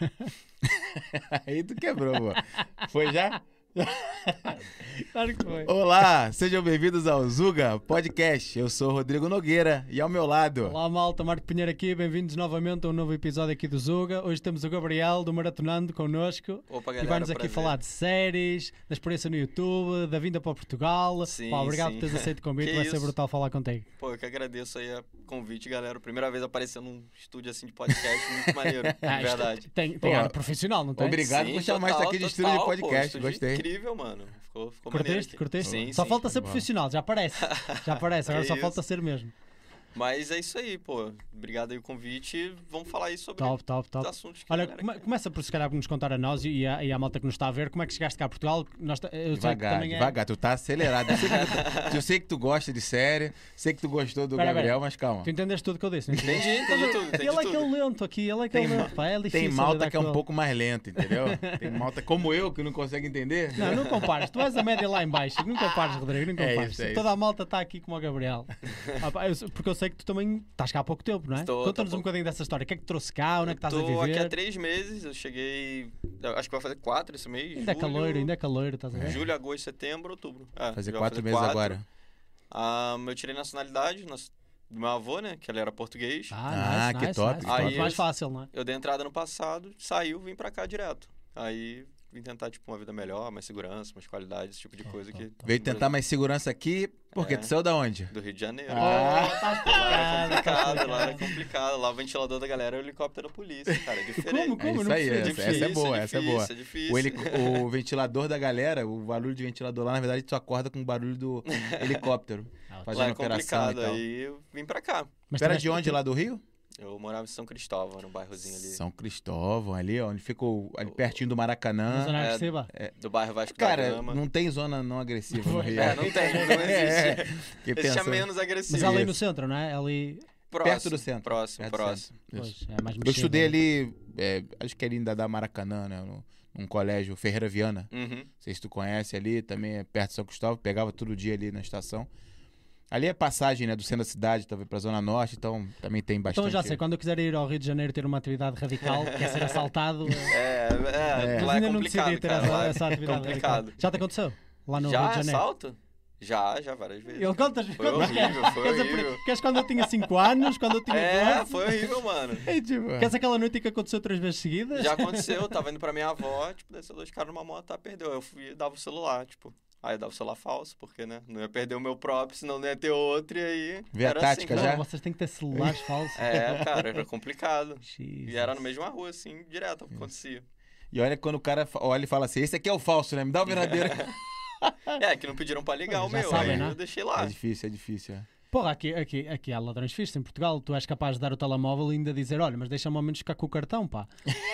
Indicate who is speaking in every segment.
Speaker 1: Aí tu quebrou, pô. Foi já?
Speaker 2: Claro que foi.
Speaker 1: Olá, sejam bem-vindos ao Zuga Podcast. Eu sou Rodrigo Nogueira e ao meu lado.
Speaker 2: Olá malta, Marco Pinheiro aqui, bem-vindos novamente a um novo episódio aqui do Zuga. Hoje temos o Gabriel do Maratonando connosco
Speaker 3: Opa,
Speaker 2: e
Speaker 3: galera, um
Speaker 2: vai-nos aqui
Speaker 3: prazer.
Speaker 2: falar de séries, da experiência no YouTube, da vinda para Portugal.
Speaker 3: Sim,
Speaker 2: Pá, obrigado por
Speaker 3: sim.
Speaker 2: teres aceito o convite,
Speaker 3: Que
Speaker 2: vai ser
Speaker 3: isso.
Speaker 2: brutal falar contigo.
Speaker 3: Pô, eu que agradeço aí o convite, galera. Primeira vez aparecendo num estúdio assim de podcast, muito maneiro, de
Speaker 2: Ah, isto
Speaker 3: É verdade.
Speaker 2: Tem, tem
Speaker 1: Pô,
Speaker 2: ar profissional, não tem?
Speaker 1: obrigado por chamar isso aqui de estúdio de
Speaker 3: total, pô,
Speaker 1: podcast,
Speaker 3: estúdio
Speaker 1: gostei.
Speaker 3: Incrível, mano. Ficou, ficou maneiro.
Speaker 2: Curtiste?
Speaker 3: aqui.
Speaker 2: Curtiste?
Speaker 3: Sim,
Speaker 2: só
Speaker 3: sim.
Speaker 2: falta ser
Speaker 1: Boa.
Speaker 2: profissional, já parece. Já parece, agora
Speaker 3: Que
Speaker 2: só
Speaker 3: isso.
Speaker 2: falta ser mesmo.
Speaker 3: Mas é isso aí, pô. Obrigado aí o convite. Vamos falar aí sobre
Speaker 2: Top, top, top.
Speaker 3: os assuntos que a
Speaker 2: Olha, é-
Speaker 3: galera
Speaker 2: come-
Speaker 3: quer.
Speaker 2: começa por se calhar por nos contar a nós e à, e à malta que nos está a ver como é que chegaste cá a Portugal. Nós, ta- eu sei que
Speaker 1: Devagar,
Speaker 2: também é-
Speaker 1: devagar, tu tá acelerado. Eu sei, que, eu sei que tu gosta de série, sei que tu gostou do
Speaker 2: Pera,
Speaker 1: Gabriel,
Speaker 2: pera.
Speaker 1: mas calma.
Speaker 2: Tu entendeste tudo que eu disse, não é?
Speaker 3: Entendi, entendi tudo, entendi
Speaker 2: Ele é
Speaker 3: tudo.
Speaker 2: aquele lento aqui, ele é aquele
Speaker 1: Tem,
Speaker 2: lento. Pá, é
Speaker 1: tem
Speaker 2: difícil
Speaker 1: malta
Speaker 2: lidar
Speaker 1: que é
Speaker 2: com
Speaker 1: um
Speaker 2: ele.
Speaker 1: pouco mais lenta, entendeu? Tem malta como eu que não consegue entender.
Speaker 2: Não, não compares. Tu és a média lá em baixo. Não compares, Rodrigo, não
Speaker 1: É
Speaker 2: compares.
Speaker 1: isso, é
Speaker 2: Toda
Speaker 1: isso.
Speaker 2: a malta está aqui como o Gabriel. Ah, pá, eu sei- porque eu sei que tu também estás cá há pouco tempo, não é?
Speaker 3: Estou, estou
Speaker 2: Conta-nos
Speaker 1: tá
Speaker 3: há
Speaker 2: um
Speaker 3: pouco.
Speaker 2: bocadinho dessa história. O que é que te trouxe cá? Onde é que estás a
Speaker 3: Tô aqui há
Speaker 2: viver?
Speaker 3: três meses, eu cheguei. eu Acho que vai fazer quatro esse mês.
Speaker 2: Ainda é
Speaker 3: julho,
Speaker 2: caloiro, ainda é caloiro, estás a ver?
Speaker 3: Julho, agosto, setembro, outubro. É,
Speaker 1: Fazer
Speaker 3: já vai
Speaker 1: quatro meses agora.
Speaker 3: Ah, eu tirei nacionalidade nas- do meu avô, né? Que ele era português.
Speaker 2: Ah,
Speaker 1: Ah,
Speaker 2: nice,
Speaker 1: que
Speaker 2: nice,
Speaker 1: top,
Speaker 2: nice.
Speaker 3: que
Speaker 2: Muito
Speaker 3: top.
Speaker 2: mais
Speaker 3: Aí-
Speaker 2: fácil, não é?
Speaker 3: Eu dei entrada no passado, saiu, vim pra cá direto. Aí vim tentar, tipo, uma vida melhor, mais segurança, mais qualidade, esse tipo de coisa que.
Speaker 1: Veio tentar mais segurança aqui, porque
Speaker 3: É.
Speaker 1: tu saiu da onde?
Speaker 3: Do Rio de Janeiro.
Speaker 1: Ah.
Speaker 3: Lá era
Speaker 2: Ah, tá.
Speaker 3: complicado, lá era
Speaker 2: Como,
Speaker 3: complicado. Lá o ventilador da galera é o helicóptero da polícia, cara. É diferente.
Speaker 2: como?
Speaker 1: É
Speaker 2: Não
Speaker 1: isso aí,
Speaker 2: precisa.
Speaker 1: essa, essa é boa, essa é boa.
Speaker 3: difícil, É difícil.
Speaker 1: O, helico- o ventilador da galera, o barulho de ventilador lá, na verdade, tu acorda com o barulho do helicóptero.
Speaker 3: Lá
Speaker 1: fazendo
Speaker 3: é
Speaker 1: operação e
Speaker 3: complicado.
Speaker 1: tal.
Speaker 3: Aí eu vim pra cá.
Speaker 2: Mas
Speaker 1: Tu
Speaker 2: é
Speaker 1: era
Speaker 2: tiveste-
Speaker 1: de onde lá do Rio?
Speaker 3: Eu morava em São Cristóvão, num bairrozinho ali.
Speaker 1: São Cristóvão, ali, ó, onde ficou ali pertinho do Maracanã.
Speaker 2: Na Zona
Speaker 3: é-
Speaker 2: Agressiva?
Speaker 3: Do bairro Vasco da
Speaker 1: Cara,
Speaker 3: Gama.
Speaker 1: não tem zona não agressiva no
Speaker 2: Foi.
Speaker 1: Rio.
Speaker 3: É, não tem, não
Speaker 1: É,
Speaker 3: existe.
Speaker 1: que
Speaker 3: Existe a
Speaker 1: pensa,
Speaker 3: menos agressivo.
Speaker 2: Mas ali
Speaker 1: isso.
Speaker 2: no centro, não é? Ali.
Speaker 3: Próximo,
Speaker 1: do centro.
Speaker 3: Próximo,
Speaker 1: perto do
Speaker 3: próximo.
Speaker 1: centro. Isso.
Speaker 2: Pois, é mais
Speaker 1: Eu
Speaker 2: mexido,
Speaker 1: estudei
Speaker 2: né?
Speaker 1: ali, é, acho que ali ainda dá Maracanã, né? no- num colégio Ferreira Viana.
Speaker 3: Uhum.
Speaker 1: Não sei se tu conhece ali, também é perto de São Cristóvão, pegava todo dia ali na estação. Ali é passagem, né, do centro da cidade, talvez pra Zona Norte, então também tem bastante.
Speaker 2: Então eu já sei, quando eu quiser ir ao Rio de Janeiro ter uma atividade radical, que é ser assaltado, eh,
Speaker 3: É, é,
Speaker 2: mas
Speaker 3: lá é
Speaker 2: ainda não decidi
Speaker 3: complicado,
Speaker 2: ter
Speaker 3: cara.
Speaker 2: essa,
Speaker 3: Lá
Speaker 2: essa
Speaker 3: é
Speaker 2: atividade
Speaker 3: complicado.
Speaker 2: radical. Já te aconteceu? Lá no
Speaker 3: já é
Speaker 2: Rio de Janeiro?
Speaker 3: assalto? Já, já várias vezes.
Speaker 2: Ele contas
Speaker 3: Foi horrível, foi horrível.
Speaker 2: Queres quando eu tinha 5 anos, quando eu tinha
Speaker 3: É,
Speaker 2: 12?
Speaker 3: foi horrível, mano.
Speaker 1: É, tipo,
Speaker 2: Queres aquela noite em que aconteceu três vezes seguidas?
Speaker 3: Já aconteceu, eu tava indo pra minha avó, tipo, desceu dois caras numa moto, tá, perdeu. Eu fui e dava o celular, tipo. Aí eu dava o celular falso, porque, né? Não ia perder o meu próprio, senão não ia ter outro, e aí.
Speaker 1: Vê a
Speaker 3: era
Speaker 1: tática
Speaker 3: assim,
Speaker 2: Não,
Speaker 1: já?
Speaker 2: vocês têm que ter celulares falsos.
Speaker 3: É, cara, era complicado.
Speaker 2: Jesus.
Speaker 3: E era na mesma rua, assim, direto, acontecia.
Speaker 1: E olha quando o cara fa- olha e fala assim: esse aqui é o falso, né? Me dá o verdadeiro.
Speaker 3: É, que não pediram pra ligar
Speaker 2: Mas
Speaker 3: o
Speaker 2: já
Speaker 3: meu,
Speaker 2: sabem,
Speaker 3: aí
Speaker 2: né?
Speaker 3: eu deixei
Speaker 1: é
Speaker 3: lá.
Speaker 1: difícil, é difícil. é.
Speaker 2: Porra, aqui, aqui, aqui há ladrões fixos em Portugal. Tu és capaz de dar o telemóvel e ainda dizer: olha, mas deixa-me ao menos ficar com o cartão, pá.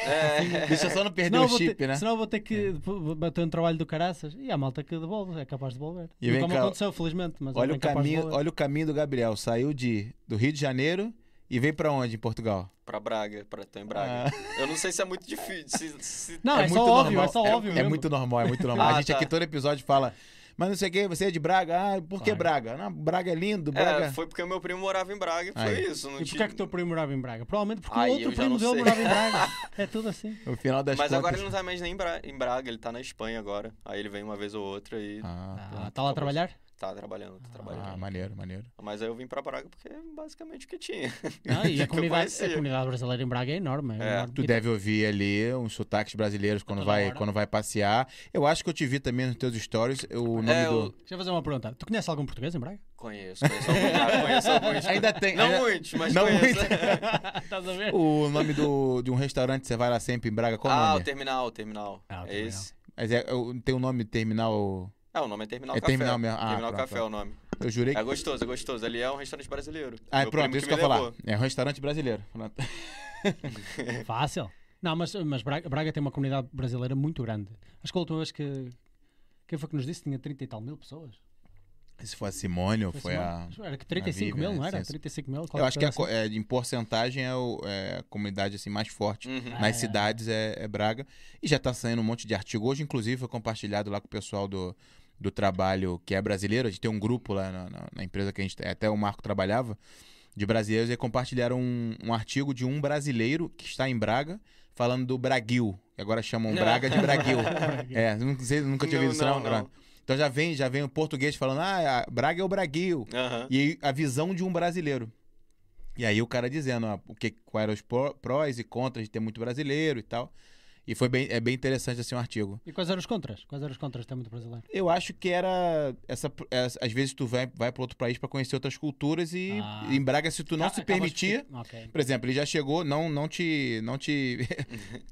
Speaker 3: É,
Speaker 1: Deixa só não perder
Speaker 2: Senão eu
Speaker 1: o
Speaker 2: vou
Speaker 1: chip,
Speaker 2: ter,
Speaker 1: né?
Speaker 2: Senão eu vou ter que b- bater um trabalho do caraças. E a malta que devolve, é capaz de devolver.
Speaker 1: E
Speaker 2: Nunca
Speaker 1: vem
Speaker 2: me
Speaker 1: cá,
Speaker 2: aconteceu, felizmente. Mas
Speaker 1: Olha
Speaker 2: é
Speaker 1: o,
Speaker 2: capaz de
Speaker 1: caminho,
Speaker 2: devolver.
Speaker 1: olha o caminho do Gabriel. Saiu de, do Rio de Janeiro e veio pra onde em Portugal?
Speaker 3: pra Braga, pra tô em Braga. Eu não sei se é muito difícil. Se, se-
Speaker 2: Não, é, só
Speaker 1: muito
Speaker 2: óbvio,
Speaker 1: normal.
Speaker 2: é só óbvio.
Speaker 1: É
Speaker 2: mesmo.
Speaker 1: muito normal, é muito normal.
Speaker 3: Ah,
Speaker 1: a gente
Speaker 3: tá.
Speaker 1: aqui todo episódio fala, mas não sei o que, você é de Braga? Ah, por que
Speaker 2: Claro.
Speaker 1: Braga? Não, Braga é lindo, Braga.
Speaker 3: É, foi porque o meu primo morava em Braga e foi
Speaker 1: Aí.
Speaker 3: isso. Não
Speaker 2: E
Speaker 3: tinha-
Speaker 2: porquê é que o teu primo morava em Braga? Provavelmente porque o
Speaker 3: Aí eu
Speaker 2: outro
Speaker 3: já
Speaker 2: primo
Speaker 3: não
Speaker 2: dele
Speaker 3: sei.
Speaker 2: morava em Braga. É tudo assim.
Speaker 1: No final das
Speaker 3: Mas
Speaker 1: contas.
Speaker 3: agora ele não tá mais nem em Bra- em Braga, ele tá na Espanha agora. Aí ele vem uma vez ou outra e
Speaker 1: Ah,
Speaker 2: Ah,
Speaker 1: pronto.
Speaker 2: Está lá a trabalhar?
Speaker 3: tá trabalhando, tá trabalhando.
Speaker 1: Ah, maneiro, maneiro.
Speaker 3: Mas aí eu vim pra Braga porque é basicamente o que tinha.
Speaker 1: É
Speaker 2: Não, e a
Speaker 3: Eu
Speaker 2: comunidade, a
Speaker 3: conhecia.
Speaker 2: comunidade brasileira em Braga é enorme. é
Speaker 3: É,
Speaker 2: enorme.
Speaker 1: Tu
Speaker 2: E-
Speaker 1: deve ouvir ali uns sotaques brasileiros quando
Speaker 2: Toda
Speaker 1: vai,
Speaker 2: hora.
Speaker 1: quando vai passear. Eu acho que eu te vi também nos teus stories o nome
Speaker 3: É,
Speaker 1: do...
Speaker 3: eu
Speaker 2: Deixa eu fazer uma pergunta. Tu conheces algum português em Braga?
Speaker 3: conheço, conheço alguns, já conheço alguns.
Speaker 1: Ainda tem...
Speaker 3: Não
Speaker 1: ainda-
Speaker 3: muitos, mas
Speaker 1: Não
Speaker 3: conheço.
Speaker 1: muito.
Speaker 2: Estás a ver?
Speaker 1: O nome do, de um restaurante que você vai lá sempre em Braga, qual o
Speaker 3: ah,
Speaker 1: nome?
Speaker 3: o terminal, o terminal.
Speaker 2: Ah, o
Speaker 3: é esse.
Speaker 1: Mas é, eu- tem um nome terminal...
Speaker 3: Ah, o nome é Terminal
Speaker 1: É
Speaker 3: Café.
Speaker 1: Terminal mesmo. Ah,
Speaker 3: terminal
Speaker 1: pronto,
Speaker 3: Café é o nome.
Speaker 1: Eu jurei que...
Speaker 3: É gostoso, é gostoso. Ali é um restaurante brasileiro.
Speaker 1: Ah,
Speaker 3: Meu
Speaker 1: pronto,
Speaker 3: primo
Speaker 1: isso que eu
Speaker 3: me
Speaker 1: ia falar.
Speaker 3: levou.
Speaker 1: É um restaurante brasileiro. Pronto.
Speaker 2: Uh, Fácil. Não, mas, mas Braga, Braga tem uma comunidade brasileira muito grande. Acho que a última vez que. Quem foi que nos disse que tinha 30 e tal mil pessoas?
Speaker 1: Se foi a Simone ou foi, a...
Speaker 2: Simone? Era que 35 mil,
Speaker 1: Viva,
Speaker 2: não
Speaker 1: né?
Speaker 2: era?
Speaker 1: Sim, sim.
Speaker 2: 35 mil?
Speaker 1: Eu
Speaker 2: qualquer
Speaker 1: acho que a
Speaker 2: coisa
Speaker 1: co- é, em porcentagem é, o- é a comunidade assim, mais forte.
Speaker 3: Uhum.
Speaker 2: Ah, é.
Speaker 1: Nas cidades é, é Braga. E já tá saindo um monte de artigo. Hoje, inclusive, foi compartilhado lá com o pessoal do, do trabalho que é brasileiro. A gente tem um grupo lá na, na- na empresa que a gente é, até o Marco trabalhava, de brasileiros, e compartilharam um, um artigo de um brasileiro que está em Braga falando do Braguil. que Agora chamam Braga de Braguil.
Speaker 2: assim.
Speaker 1: é, não sei, nunca tinha
Speaker 3: Não,
Speaker 1: ouvido isso, não.
Speaker 3: não, não.
Speaker 1: Pronto. Então já vem, já vem o português falando, ah, a Braga é o Braguil.
Speaker 3: Aham.
Speaker 1: E aí, a visão de um brasileiro. E aí o cara dizendo ó, o que, quais eram os pró- prós e contras de ter muito brasileiro e tal. E foi bem, é bem interessante assim um artigo.
Speaker 2: E quais eram os contras? Quais eram os contras de ter muito brasileiro?
Speaker 1: Eu acho que era. Essa, essa- às vezes tu vai, vai para outro país para conhecer outras culturas e
Speaker 2: Ah.
Speaker 1: em Braga, se tu não
Speaker 2: Ah,
Speaker 1: se
Speaker 2: acabas
Speaker 1: permitir.
Speaker 2: por- Ok.
Speaker 1: Por exemplo, ele já chegou, não, não te. não te.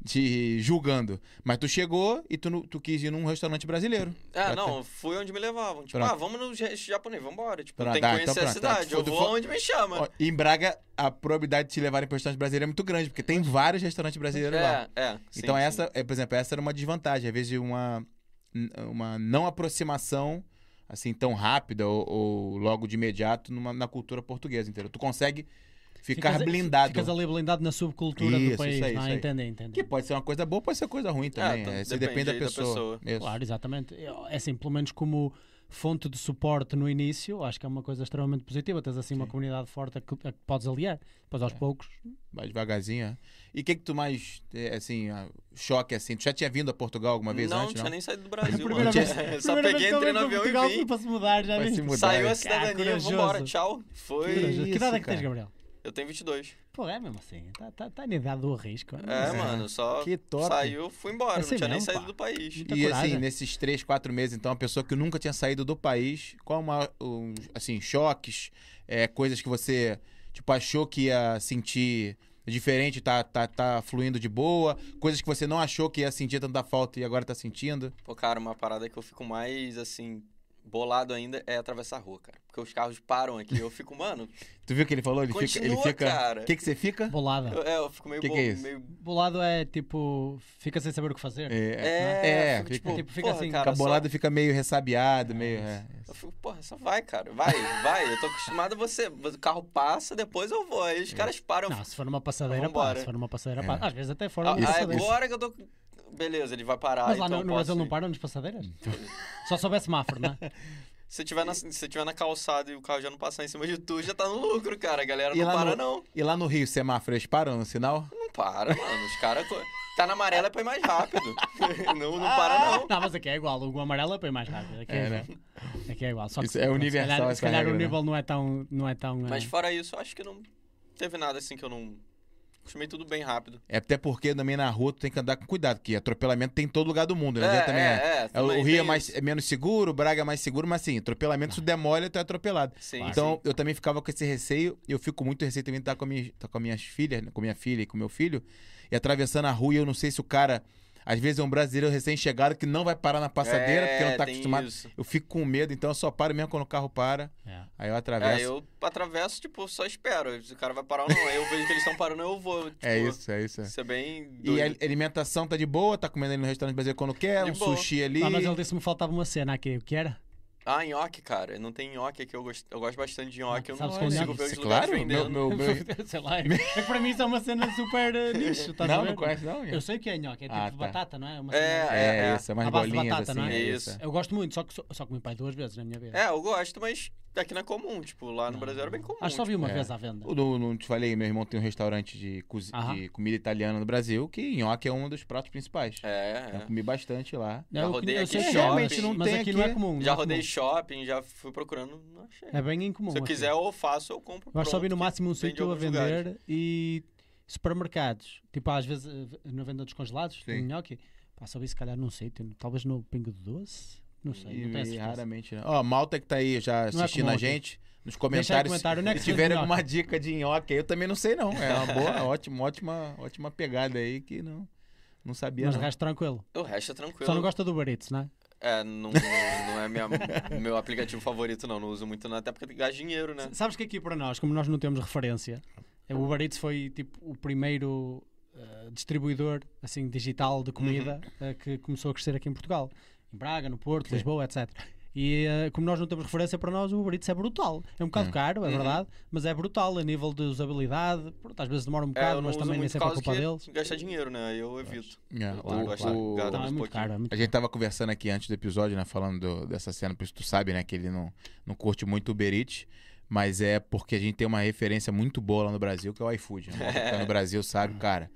Speaker 1: te julgando. Mas tu chegou e tu, não- tu quis ir num restaurante brasileiro.
Speaker 3: Ah, não, fui onde me levavam. Tipo,
Speaker 1: Pronto.
Speaker 3: ah, vamos no ja- japonês, vambora. Tipo,
Speaker 1: Pronto,
Speaker 3: tem que
Speaker 1: tá,
Speaker 3: conhecer
Speaker 1: então
Speaker 3: a
Speaker 1: pronto, tá.
Speaker 3: cidade. Eu
Speaker 1: Tu
Speaker 3: vou
Speaker 1: for-
Speaker 3: onde me chama.
Speaker 1: Ó, Em Braga, a probabilidade de te levarem para restaurante brasileiro é muito grande, porque tem vários restaurantes brasileiros lá.
Speaker 3: É, é. sim,
Speaker 1: Então,
Speaker 3: sim.
Speaker 1: essa, é, por exemplo, essa era uma desvantagem. Às vezes, uma, n- uma não aproximação assim tão rápida ou, ou logo de imediato numa- na cultura portuguesa inteira. Tu consegue ficar
Speaker 2: Ficas-
Speaker 1: blindado.
Speaker 2: Ficas ali blindado na subcultura do
Speaker 1: Isso,
Speaker 2: país.
Speaker 1: isso aí,
Speaker 2: não, é?
Speaker 1: isso aí.
Speaker 2: entendi, entendi.
Speaker 1: Que pode ser uma coisa boa, pode ser coisa ruim também.
Speaker 3: tam-
Speaker 1: É, isso
Speaker 3: depende
Speaker 1: depende da
Speaker 3: aí da
Speaker 1: pessoa.
Speaker 3: pessoa.
Speaker 1: Isso.
Speaker 2: Claro, exatamente. Eu- É assim, pelo menos como fonte de suporte no início, acho que é uma coisa extremamente positiva. Tens assim uma comunidade forte a que, a que podes aliar. Depois
Speaker 1: É.
Speaker 2: aos poucos.
Speaker 1: Vai devagarzinho. é. E o que que tu mais, é, assim, ah, choque assim? Tu já tinha vindo a Portugal alguma vez
Speaker 3: não,
Speaker 1: antes,
Speaker 3: tinha
Speaker 1: não?
Speaker 3: nem saído do Brasil.
Speaker 1: Primeira
Speaker 3: mano.
Speaker 1: vez-
Speaker 3: Só peguei, entrei no avião e vim.
Speaker 2: para se mudar, já
Speaker 1: um Vai se
Speaker 2: viste?
Speaker 1: mudar.
Speaker 3: Saiu
Speaker 1: Cara,
Speaker 3: a cidadania,
Speaker 2: corajoso.
Speaker 3: vambora, tchau. Foi.
Speaker 1: Corajoso.
Speaker 2: Que,
Speaker 1: Isso,
Speaker 2: idade é que tens,
Speaker 1: cara.
Speaker 2: Gabriel?
Speaker 3: Eu tenho 22.
Speaker 2: Pô, é mesmo assim. Está tá, tá na idade do risco.
Speaker 3: É, mano, só
Speaker 1: Que top.
Speaker 3: saiu, fui embora.
Speaker 2: Assim
Speaker 3: não tinha nem
Speaker 2: mesmo,
Speaker 3: saído
Speaker 2: pá.
Speaker 3: do país.
Speaker 2: Muita
Speaker 1: E
Speaker 2: coragem.
Speaker 1: assim, nesses três, quatro meses, então, a pessoa que nunca tinha saído do país, qual uma, um, assim, choques, é, coisas que você, tipo, achou que ia sentir diferente, tá, tá, tá fluindo de boa, coisas que você não achou que ia sentir tanta falta e agora tá sentindo.
Speaker 3: Pô, cara, uma parada que eu fico mais, assim, bolado ainda é atravessar a rua, cara. Porque os carros param aqui. Eu fico, mano,
Speaker 1: Tu viu o que ele falou? Ele fica... Ele
Speaker 3: Continua,
Speaker 1: fica...
Speaker 3: cara.
Speaker 1: O que que você fica?
Speaker 2: Bolada.
Speaker 3: eu, é, eu fico meio
Speaker 1: Que que
Speaker 3: bo-
Speaker 1: é isso?
Speaker 3: meio-
Speaker 2: Bolado é tipo, fica sem saber o que fazer.
Speaker 1: É,
Speaker 3: É,
Speaker 1: é,
Speaker 3: fico,
Speaker 1: fica,
Speaker 3: tipo,
Speaker 2: Tipo, fica
Speaker 3: porra,
Speaker 2: assim,
Speaker 3: cara,
Speaker 1: fica
Speaker 3: só-
Speaker 1: bolado e fica meio ressabiado, meio... é.
Speaker 3: Eu fico, porra, só vai, cara. Vai, vai. Eu tô acostumado a você. O carro passa, depois eu vou. Aí os
Speaker 1: É.
Speaker 3: caras param. eu
Speaker 2: Não, se for numa passadeira, pá.
Speaker 3: Vambora.
Speaker 2: Se for numa passadeira, pá. Às vezes até fora
Speaker 3: fico,
Speaker 2: uma
Speaker 1: é
Speaker 3: "Ah,
Speaker 2: passadeira.
Speaker 3: agora que eu tô. com- Beleza, ele vai parar.
Speaker 2: Mas lá
Speaker 3: então
Speaker 2: no, no
Speaker 3: posso
Speaker 2: Brasil não
Speaker 3: ir."
Speaker 2: param nas passadeiras?
Speaker 1: Então.
Speaker 2: Só soubesse semáforo, não é?
Speaker 3: Se tiver, na, se tiver na calçada e o carro já não passar em cima de tu, já tá no lucro, cara. A galera
Speaker 1: E
Speaker 3: não
Speaker 1: lá
Speaker 3: para,
Speaker 1: no-
Speaker 3: não.
Speaker 1: E lá no Rio, semáforo, eles param no sinal?
Speaker 3: Não para, mano. Os caras. co- Tá na amarela é pra ir mais rápido. não, não para,
Speaker 1: Ah.
Speaker 3: não.
Speaker 2: Não, mas aqui é igual. O amarelo é bem mais rápido. Aqui
Speaker 1: Então.
Speaker 2: é,
Speaker 1: É, né?
Speaker 2: igual. Aqui é igual. Só que,
Speaker 1: Isso é universal
Speaker 2: Se calhar,
Speaker 1: essa
Speaker 2: se calhar
Speaker 1: regra,
Speaker 2: o
Speaker 1: né?
Speaker 2: nível não é tão... Não é tão eh,
Speaker 3: Mas fora isso, eu acho que não teve nada assim que eu não. Acostumei tudo bem rápido.
Speaker 1: É até porque também na rua tu tem que andar com cuidado, porque atropelamento tem em todo lugar do mundo, né? também
Speaker 3: é,
Speaker 1: É,
Speaker 3: também
Speaker 1: o Rio é,
Speaker 3: tem
Speaker 1: mais,
Speaker 3: isso.
Speaker 1: é menos seguro, o Braga é mais seguro, mas assim, atropelamento, se
Speaker 2: Ah.
Speaker 1: tu demole, tu é atropelado.
Speaker 3: Sim,
Speaker 1: então, eu também ficava com esse receio, eu fico muito receio também de estar com, a minha, estar com as minhas filhas, né, com minha filha e com meu filho, e atravessando a rua, e eu não sei se o cara, às vezes é um brasileiro recém-chegado que não vai parar na passadeira, porque não tá
Speaker 3: É, tem
Speaker 1: acostumado.
Speaker 3: isso.
Speaker 1: Eu fico com medo, então eu só paro mesmo quando o carro para,
Speaker 2: é.
Speaker 1: aí eu atravesso.
Speaker 3: É, eu atravesso, tipo, só espero. Se o cara vai parar ou não. Aí eu vejo que eles estão parando, eu vou. Tipo,
Speaker 1: É isso, é isso. é.
Speaker 3: Isso é bem
Speaker 1: E a
Speaker 3: doido.
Speaker 1: alimentação tá de boa, tá comendo ali no restaurante brasileiro quando quer,
Speaker 3: De
Speaker 1: um
Speaker 3: boa.
Speaker 1: sushi ali.
Speaker 2: Ah, mas ele disse-me que faltava uma cena aqui. O que era?
Speaker 3: Ah, nhoque, cara. Não tem nhoque aqui. Eu gosto, eu gosto bastante de nhoque. Eu não
Speaker 2: Sabe é
Speaker 3: consigo
Speaker 2: esconder?
Speaker 3: ver os lugares
Speaker 1: é claro, meu,
Speaker 3: vendendo.
Speaker 1: meu, meu...
Speaker 2: Sei lá. É que para mim isso é uma cena super eh, nicho. Estás a
Speaker 1: Não,
Speaker 2: ver?
Speaker 1: não conhece não?
Speaker 2: Eu sei o que é nhoque. É tipo
Speaker 1: Ah,
Speaker 2: de
Speaker 1: tá.
Speaker 2: batata, não é? Uma
Speaker 3: É,
Speaker 2: cena-
Speaker 1: É,
Speaker 3: é.
Speaker 1: isso, é mais
Speaker 2: À base de
Speaker 1: bolinhas
Speaker 2: batata,
Speaker 1: assim.
Speaker 2: não é?
Speaker 1: é
Speaker 3: Isso.
Speaker 1: isso.
Speaker 2: Eu gosto muito, só que só, só comi pai duas vezes na minha vida.
Speaker 3: É, eu gosto, mas aqui não é comum. Tipo, lá no Brasil era bem comum.
Speaker 2: Acho que Ah, só vi uma
Speaker 1: É.
Speaker 2: vez à venda.
Speaker 1: Eu Não, não te falei, meu irmão tem um restaurante de, cozi-
Speaker 2: Aham.
Speaker 1: de comida italiana no Brasil, que nhoque é um dos pratos principais.
Speaker 3: Tipo. É,
Speaker 1: Eu
Speaker 3: é.
Speaker 1: comi bastante lá.
Speaker 2: Não,
Speaker 3: Já
Speaker 2: eu
Speaker 3: rodei
Speaker 2: eu
Speaker 3: aqui
Speaker 2: sei que
Speaker 3: em
Speaker 2: é, mas-
Speaker 3: shopping. Não
Speaker 2: mas
Speaker 1: tem
Speaker 2: aqui não é
Speaker 1: aqui.
Speaker 2: comum. não
Speaker 3: Já
Speaker 2: é comum.
Speaker 3: rodei shopping, já fui procurando, não achei.
Speaker 2: É bem incomum.
Speaker 3: Se eu
Speaker 2: aqui.
Speaker 3: quiser, eu faço, eu compro.
Speaker 2: Vais só
Speaker 3: pronto,
Speaker 2: vir no
Speaker 3: que
Speaker 2: máximo um
Speaker 3: vende em
Speaker 2: sítio a
Speaker 3: alguns
Speaker 2: vender
Speaker 3: lugares.
Speaker 2: e supermercados. Tipo, às vezes eh, na venda dos congelados, do
Speaker 1: Sim.
Speaker 2: nhoque. Pá, só vi se calhar num sítio, talvez no Pingo de Doce. Não sei,
Speaker 1: E,
Speaker 2: não tenho
Speaker 1: e
Speaker 2: certeza.
Speaker 1: raramente, né? Ó, a malta que tá aí já
Speaker 2: comum
Speaker 1: assistindo a
Speaker 2: aqui.
Speaker 1: gente, nos
Speaker 2: é Deixa aí no
Speaker 1: comentários,
Speaker 2: comentário, onde é que
Speaker 1: se
Speaker 2: se vende
Speaker 1: tiverem
Speaker 2: nhoque?
Speaker 1: alguma dica de nhoque aí, eu também não sei não. É uma boa, ótima, ótima, ótima pegada aí que não, não sabia
Speaker 2: Mas de
Speaker 1: não.
Speaker 2: resto, tranquilo.
Speaker 3: O resto é tranquilo.
Speaker 2: Só não gosta do Barito, não é?
Speaker 3: É, não, não é minha, meu aplicativo favorito, não. Não uso muito, não. Até porque tem que gastar dinheiro, né?
Speaker 2: S- Sabes que aqui para nós, como nós não temos referência, o Uber Eats foi tipo o primeiro eh, distribuidor assim digital de comida eh, que começou a crescer aqui em Portugal, em Braga, no Porto, Lisboa, etc. E eh, como nós não temos referência para nós, o Uber Eats é brutal. É um bocado caro, é verdade, mas é brutal a nível de usabilidade. Pronto, às vezes demora um
Speaker 3: É,
Speaker 2: bocado,
Speaker 3: eu não
Speaker 2: mas
Speaker 3: uso
Speaker 2: também nem
Speaker 3: muito
Speaker 2: sempre é
Speaker 3: por causa
Speaker 2: culpa
Speaker 3: que
Speaker 2: deles.
Speaker 3: Gasta dinheiro, né? Aí Eu evito.
Speaker 1: É,
Speaker 3: Eu
Speaker 1: o-
Speaker 3: gosto de
Speaker 1: o-
Speaker 3: gado.
Speaker 2: Não, é
Speaker 3: mas
Speaker 2: muito
Speaker 3: pouquinho.
Speaker 2: caro. É muito
Speaker 1: A gente tava conversando aqui antes do episódio, né? Falando do- dessa cena, por isso tu sabe, né? Que ele não, não curte muito o Uber Eats, mas é porque a gente tem uma referência muito boa lá no Brasil, que é o iFood. Né? O que tá no Brasil Então, sabe, cara.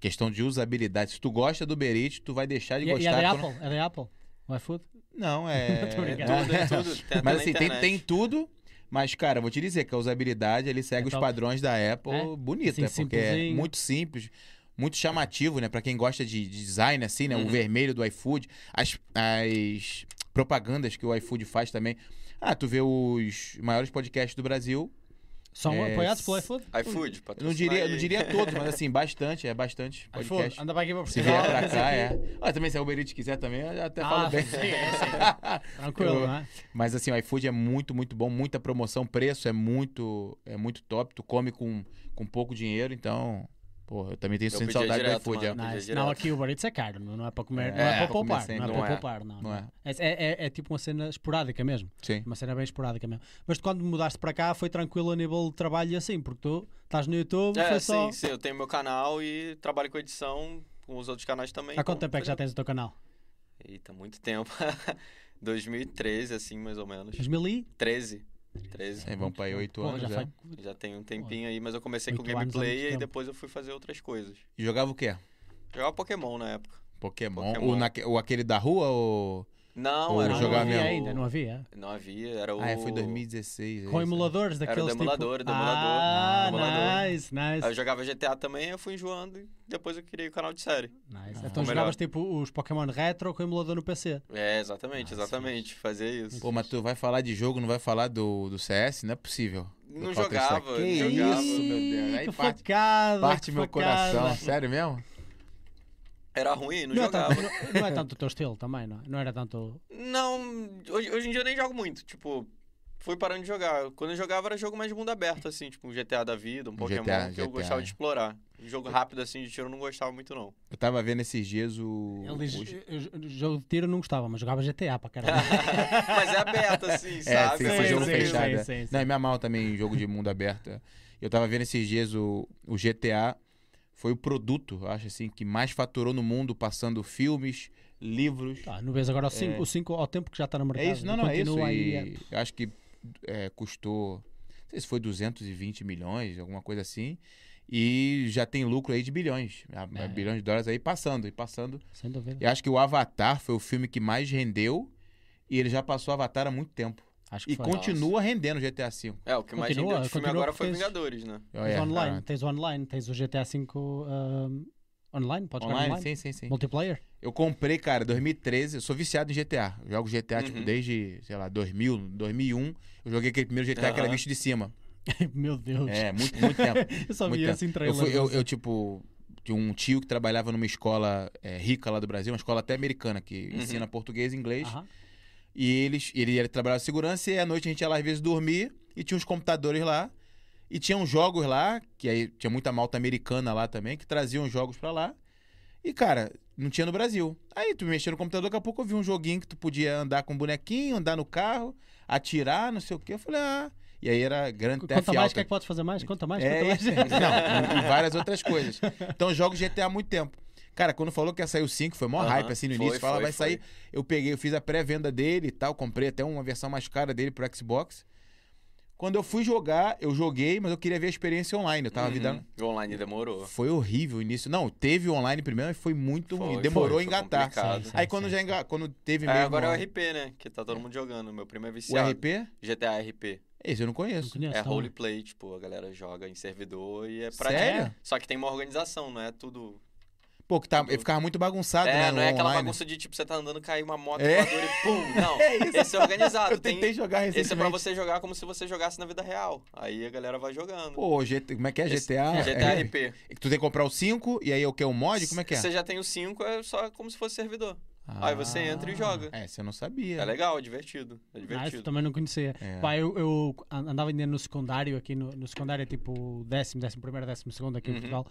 Speaker 1: Questão de usabilidade. Se tu gosta do Uber Eats, tu vai deixar de
Speaker 2: E, e
Speaker 1: gostar.
Speaker 2: é da
Speaker 1: quando-
Speaker 2: Apple? É da Apple? O iFood?
Speaker 1: Não, é.
Speaker 2: Tô brincando.
Speaker 1: não, é-
Speaker 3: Tudo, tudo. Tem até
Speaker 1: mas
Speaker 3: na
Speaker 1: assim, tem,
Speaker 3: internet.
Speaker 1: tem tudo. Mas, cara, eu vou te dizer que a usabilidade ele segue
Speaker 2: É
Speaker 1: os
Speaker 2: top.
Speaker 1: padrões da Apple
Speaker 2: É?
Speaker 1: bonito,
Speaker 2: Assim,
Speaker 1: é porque é
Speaker 2: simplesinho.
Speaker 1: muito simples, muito chamativo, né? Pra quem gosta de, de design, assim, né? O
Speaker 3: Uhum.
Speaker 1: vermelho do iFood, as, as propagandas que o iFood faz também. Ah, tu vê os maiores podcasts do Brasil.
Speaker 2: São
Speaker 1: É,
Speaker 2: apoiados pelo um iFood?
Speaker 3: iFood,
Speaker 1: Eu não diria, eu não diria todos, mas assim, bastante, é bastante podcast.
Speaker 2: iFood, anda pra aqui pra
Speaker 1: Se vier
Speaker 2: Portugal.
Speaker 1: pra cá, é. Ah, também se a Uber Eats quiser também, eu até falo
Speaker 2: Ah,
Speaker 1: bem.
Speaker 2: sim, é, Tranquilo,
Speaker 1: Eu-
Speaker 2: não é?
Speaker 1: Mas assim, o iFood é muito, muito bom, muita promoção, preço é muito, é muito top. Tu come com, com pouco dinheiro, então, pô, eu também tenho
Speaker 3: Eu
Speaker 1: sentido
Speaker 3: pedia
Speaker 1: saudade
Speaker 3: direto,
Speaker 1: do iFood,
Speaker 3: mano.
Speaker 1: é.
Speaker 3: Não,
Speaker 2: Nice.
Speaker 3: direto.
Speaker 2: Não, aqui o Uber Eats é caro, não não é para
Speaker 1: É,
Speaker 2: comer, não é
Speaker 1: pra
Speaker 2: para
Speaker 1: comer
Speaker 2: poupar,
Speaker 1: sempre,
Speaker 2: não é
Speaker 3: não
Speaker 2: para
Speaker 3: é.
Speaker 2: poupar, não.
Speaker 1: Não é?
Speaker 2: É, é- é- é tipo uma cena esporádica mesmo,
Speaker 1: Sim.
Speaker 2: uma cena bem esporádica mesmo. Mas tu, quando mudaste para cá foi tranquilo a nível de trabalho e assim, porque tu estás no YouTube,
Speaker 3: É,
Speaker 2: foi
Speaker 3: sim,
Speaker 2: só...
Speaker 3: sim, eu tenho meu canal e trabalho com edição com os outros canais também.
Speaker 2: Há quanto
Speaker 3: então,
Speaker 2: tempo é que já tens o teu canal?
Speaker 3: Eita, muito tempo. 2013, assim, mais ou menos.
Speaker 2: 2013.
Speaker 3: 13. 13.
Speaker 1: Aí vão pra aí oito anos, é.
Speaker 2: já
Speaker 1: já.
Speaker 2: faz-
Speaker 3: Já tem um tempinho aí, mas eu comecei com
Speaker 2: Oito anos é muito
Speaker 3: gameplay e aí
Speaker 2: tempo.
Speaker 3: depois eu fui fazer outras coisas.
Speaker 1: E jogava o quê?
Speaker 3: Jogava Pokémon na época.
Speaker 1: Pokémon.
Speaker 3: Pokémon.
Speaker 1: Ou, naque- ou aquele da rua, ou...
Speaker 3: Não,
Speaker 1: Ou
Speaker 3: era um
Speaker 2: não,
Speaker 1: jogar
Speaker 2: havia
Speaker 1: mesmo.
Speaker 2: ainda, não havia.
Speaker 3: Não havia, era o.
Speaker 1: Ah, é, foi 2016. é
Speaker 2: Com
Speaker 1: isso, né?
Speaker 2: emuladores daqueles
Speaker 3: Era o demolador,
Speaker 2: tipo...
Speaker 3: demolador.
Speaker 2: Ah,
Speaker 3: Demolador.
Speaker 2: nice, nice.
Speaker 3: Aí eu jogava GTA também, eu fui enjoando e depois eu criei o canal de série.
Speaker 2: nice.
Speaker 1: Ah.
Speaker 2: então
Speaker 3: Ou melhor.
Speaker 2: jogavas tipo os Pokémon Retro com o emulador no PC.
Speaker 3: É, exatamente,
Speaker 2: Ah,
Speaker 3: exatamente. Fazia isso.
Speaker 1: Pô, mas tu vai falar de jogo, não vai falar do, do CS? Não é possível.
Speaker 3: não
Speaker 1: do Counter Strike.
Speaker 3: jogava,
Speaker 1: Que
Speaker 3: não jogava.
Speaker 1: isso, meu Deus. Aí
Speaker 2: que
Speaker 1: parte,
Speaker 2: facada,
Speaker 1: parte
Speaker 2: que
Speaker 1: meu
Speaker 2: facada.
Speaker 1: coração. Sério mesmo?
Speaker 3: Era ruim, não,
Speaker 2: Não é,
Speaker 3: jogava.
Speaker 2: tanto, não- não é tanto o teu estilo também, não é? Não era tanto.
Speaker 3: Não, hoje, hoje em dia eu nem jogo muito. Tipo, fui parando de jogar. Quando eu jogava era jogo mais de mundo aberto, assim, tipo um GTA da vida, um Pokémon
Speaker 1: GTA,
Speaker 3: que eu gostava
Speaker 1: é.
Speaker 3: de explorar. Um jogo rápido, assim, de tiro eu não gostava muito, não.
Speaker 1: Eu tava vendo esses dias o...
Speaker 2: Ele diz:
Speaker 1: os-
Speaker 2: "Eu- eu- jogo de tiro não gostava, mas jogava GTA para caralho.
Speaker 3: Mas é aberto, assim,
Speaker 1: É,
Speaker 3: sabe?
Speaker 1: sim, sim,
Speaker 2: Sim,
Speaker 1: jogo
Speaker 2: sim,
Speaker 1: fechado.
Speaker 2: sim,
Speaker 1: é.
Speaker 2: sim, sim.
Speaker 1: Não, e me amarro também em jogo de mundo aberto. é. Eu tava vendo esses dias o, o GTA foi o produto, eu acho assim, que mais faturou no mundo, passando filmes, livros.
Speaker 2: Ah, não vês agora o 5 o cinco ao tempo que já está no mercado.
Speaker 1: é isso, não, não, é isso.
Speaker 2: continua aí, é.
Speaker 1: E eu acho que é, custou, não sei se foi 220 milhões, alguma coisa assim. E já tem lucro aí de bilhões, a- a
Speaker 2: É.
Speaker 1: bilhões de dólares aí passando e passando.
Speaker 2: Sem dúvida.
Speaker 1: E acho que o Avatar foi o filme que mais rendeu e ele já passou Avatar há muito tempo.
Speaker 2: Acho que
Speaker 1: E
Speaker 2: foi.
Speaker 1: continua rendendo GTA V. É,
Speaker 3: É, o que mais
Speaker 2: Continua,
Speaker 3: rendeu de filme
Speaker 2: continua
Speaker 3: agora
Speaker 2: porque
Speaker 3: foi
Speaker 2: fez-
Speaker 3: Vingadores, né?
Speaker 2: Tens
Speaker 1: Olha,
Speaker 2: o online,
Speaker 1: cara,
Speaker 2: tens o online, tens o GTA V ahm, ah, online, podes jogar
Speaker 1: Online, sim,
Speaker 2: online?
Speaker 1: sim, sim.
Speaker 2: Multiplayer?
Speaker 1: Eu comprei, cara, 2013. Eu sou viciado em GTA. Eu jogo GTA, tipo,
Speaker 3: Uhum.
Speaker 1: desde, sei lá, 2000, 2001. Eu joguei aquele primeiro GTA que era
Speaker 3: Aham.
Speaker 1: visto de cima.
Speaker 2: Tipo, Meu Deus.
Speaker 1: É, muito, muito tempo.
Speaker 2: Eu só
Speaker 1: muito
Speaker 2: vi
Speaker 1: tempo.
Speaker 2: assim
Speaker 1: Eu,
Speaker 2: trailer.
Speaker 1: fui, eu, eu, tipo, tinha um tio que trabalhava numa escola é, rica lá do Brasil, uma escola até americana, que
Speaker 3: Uhum.
Speaker 1: ensina português e inglês.
Speaker 2: Aham.
Speaker 1: E eles, ele era trabalhar de segurança e à noite a gente ia lá às vezes dormir e tinha uns computadores lá. E tinham jogos lá, que aí tinha muita malta americana lá também, que traziam jogos pra lá. E, cara, não tinha no Brasil. Aí tu mexia no computador, daqui a pouco eu vi um joguinho que tu podia andar com um bonequinho, andar no carro, atirar, não sei o quê. Eu falei, ah. E aí era grande TF
Speaker 2: Conta mais, o
Speaker 1: Auto.
Speaker 2: que é que podes fazer mais? Conta mais,
Speaker 1: É,
Speaker 2: conta mais.
Speaker 1: isso. Não, e várias outras coisas. Então eu jogo GTA há muito tempo. Cara, quando falou que ia sair o 5, foi mó
Speaker 3: Aham,
Speaker 1: hype assim no
Speaker 3: foi,
Speaker 1: início. Fala,
Speaker 3: foi,
Speaker 1: vai
Speaker 3: foi.
Speaker 1: sair. Eu peguei, eu fiz a pré-venda dele e tal, comprei até uma versão mais cara dele pro Xbox. Quando eu fui jogar, eu joguei, mas eu queria ver a experiência online. Eu tava
Speaker 3: Uhum.
Speaker 1: vidando.
Speaker 3: O online demorou.
Speaker 1: Foi horrível o início. Não, teve o online primeiro, mas foi muito
Speaker 3: Foi,
Speaker 1: ruim.
Speaker 3: foi,
Speaker 1: Demorou
Speaker 3: foi
Speaker 1: a engatar.
Speaker 3: complicado.
Speaker 1: Aí
Speaker 2: Sim,
Speaker 1: quando
Speaker 2: sim,
Speaker 1: já
Speaker 2: sim.
Speaker 1: enga... quando teve
Speaker 3: É,
Speaker 1: mesmo.
Speaker 3: agora é o
Speaker 1: online-
Speaker 3: RP, né? Que tá todo mundo jogando. Meu primo é
Speaker 1: o
Speaker 3: viciado.
Speaker 1: RP?
Speaker 3: GTA RP.
Speaker 1: Esse eu não
Speaker 2: Não
Speaker 1: conheço.
Speaker 2: conheço, então. Ah,
Speaker 3: É
Speaker 2: não.
Speaker 3: roleplay, tipo, a galera joga em servidor e é pra
Speaker 1: Sério?
Speaker 3: Só que tem uma organização, não é tudo
Speaker 1: Pô, que tá... eu ficava muito bagunçado,
Speaker 3: é,
Speaker 1: né?
Speaker 3: não
Speaker 1: no
Speaker 3: é aquela
Speaker 1: online.
Speaker 3: bagunça de tipo, você tá andando, cai uma moto
Speaker 1: É.
Speaker 3: voadora e pum. Não. Esse é organizado.
Speaker 1: Eu
Speaker 3: tem-
Speaker 1: tentei jogar recentemente.
Speaker 3: Esse é pra você jogar como se você jogasse na vida real. Aí a galera vai jogando.
Speaker 1: Pô, GT... como é que é
Speaker 3: Esse-
Speaker 1: GTA?
Speaker 3: GTA RP.
Speaker 1: É, Tu tem que comprar o 5 e aí o que? O mod? Como é que é?
Speaker 3: Você já tem o 5, é só como se fosse servidor.
Speaker 1: Ah,
Speaker 3: Aí você entra e joga.
Speaker 1: É, você não sabia.
Speaker 3: É legal, é divertido.
Speaker 2: Ah,
Speaker 3: É
Speaker 2: isso
Speaker 3: divertido.
Speaker 2: também não conhecia.
Speaker 1: É.
Speaker 2: Pá, eu, eu an- andava ainda no secundário, aqui no, no secundário é tipo décimo, décimo primeiro, décimo segundo aqui
Speaker 3: Uhum.
Speaker 2: em Portugal.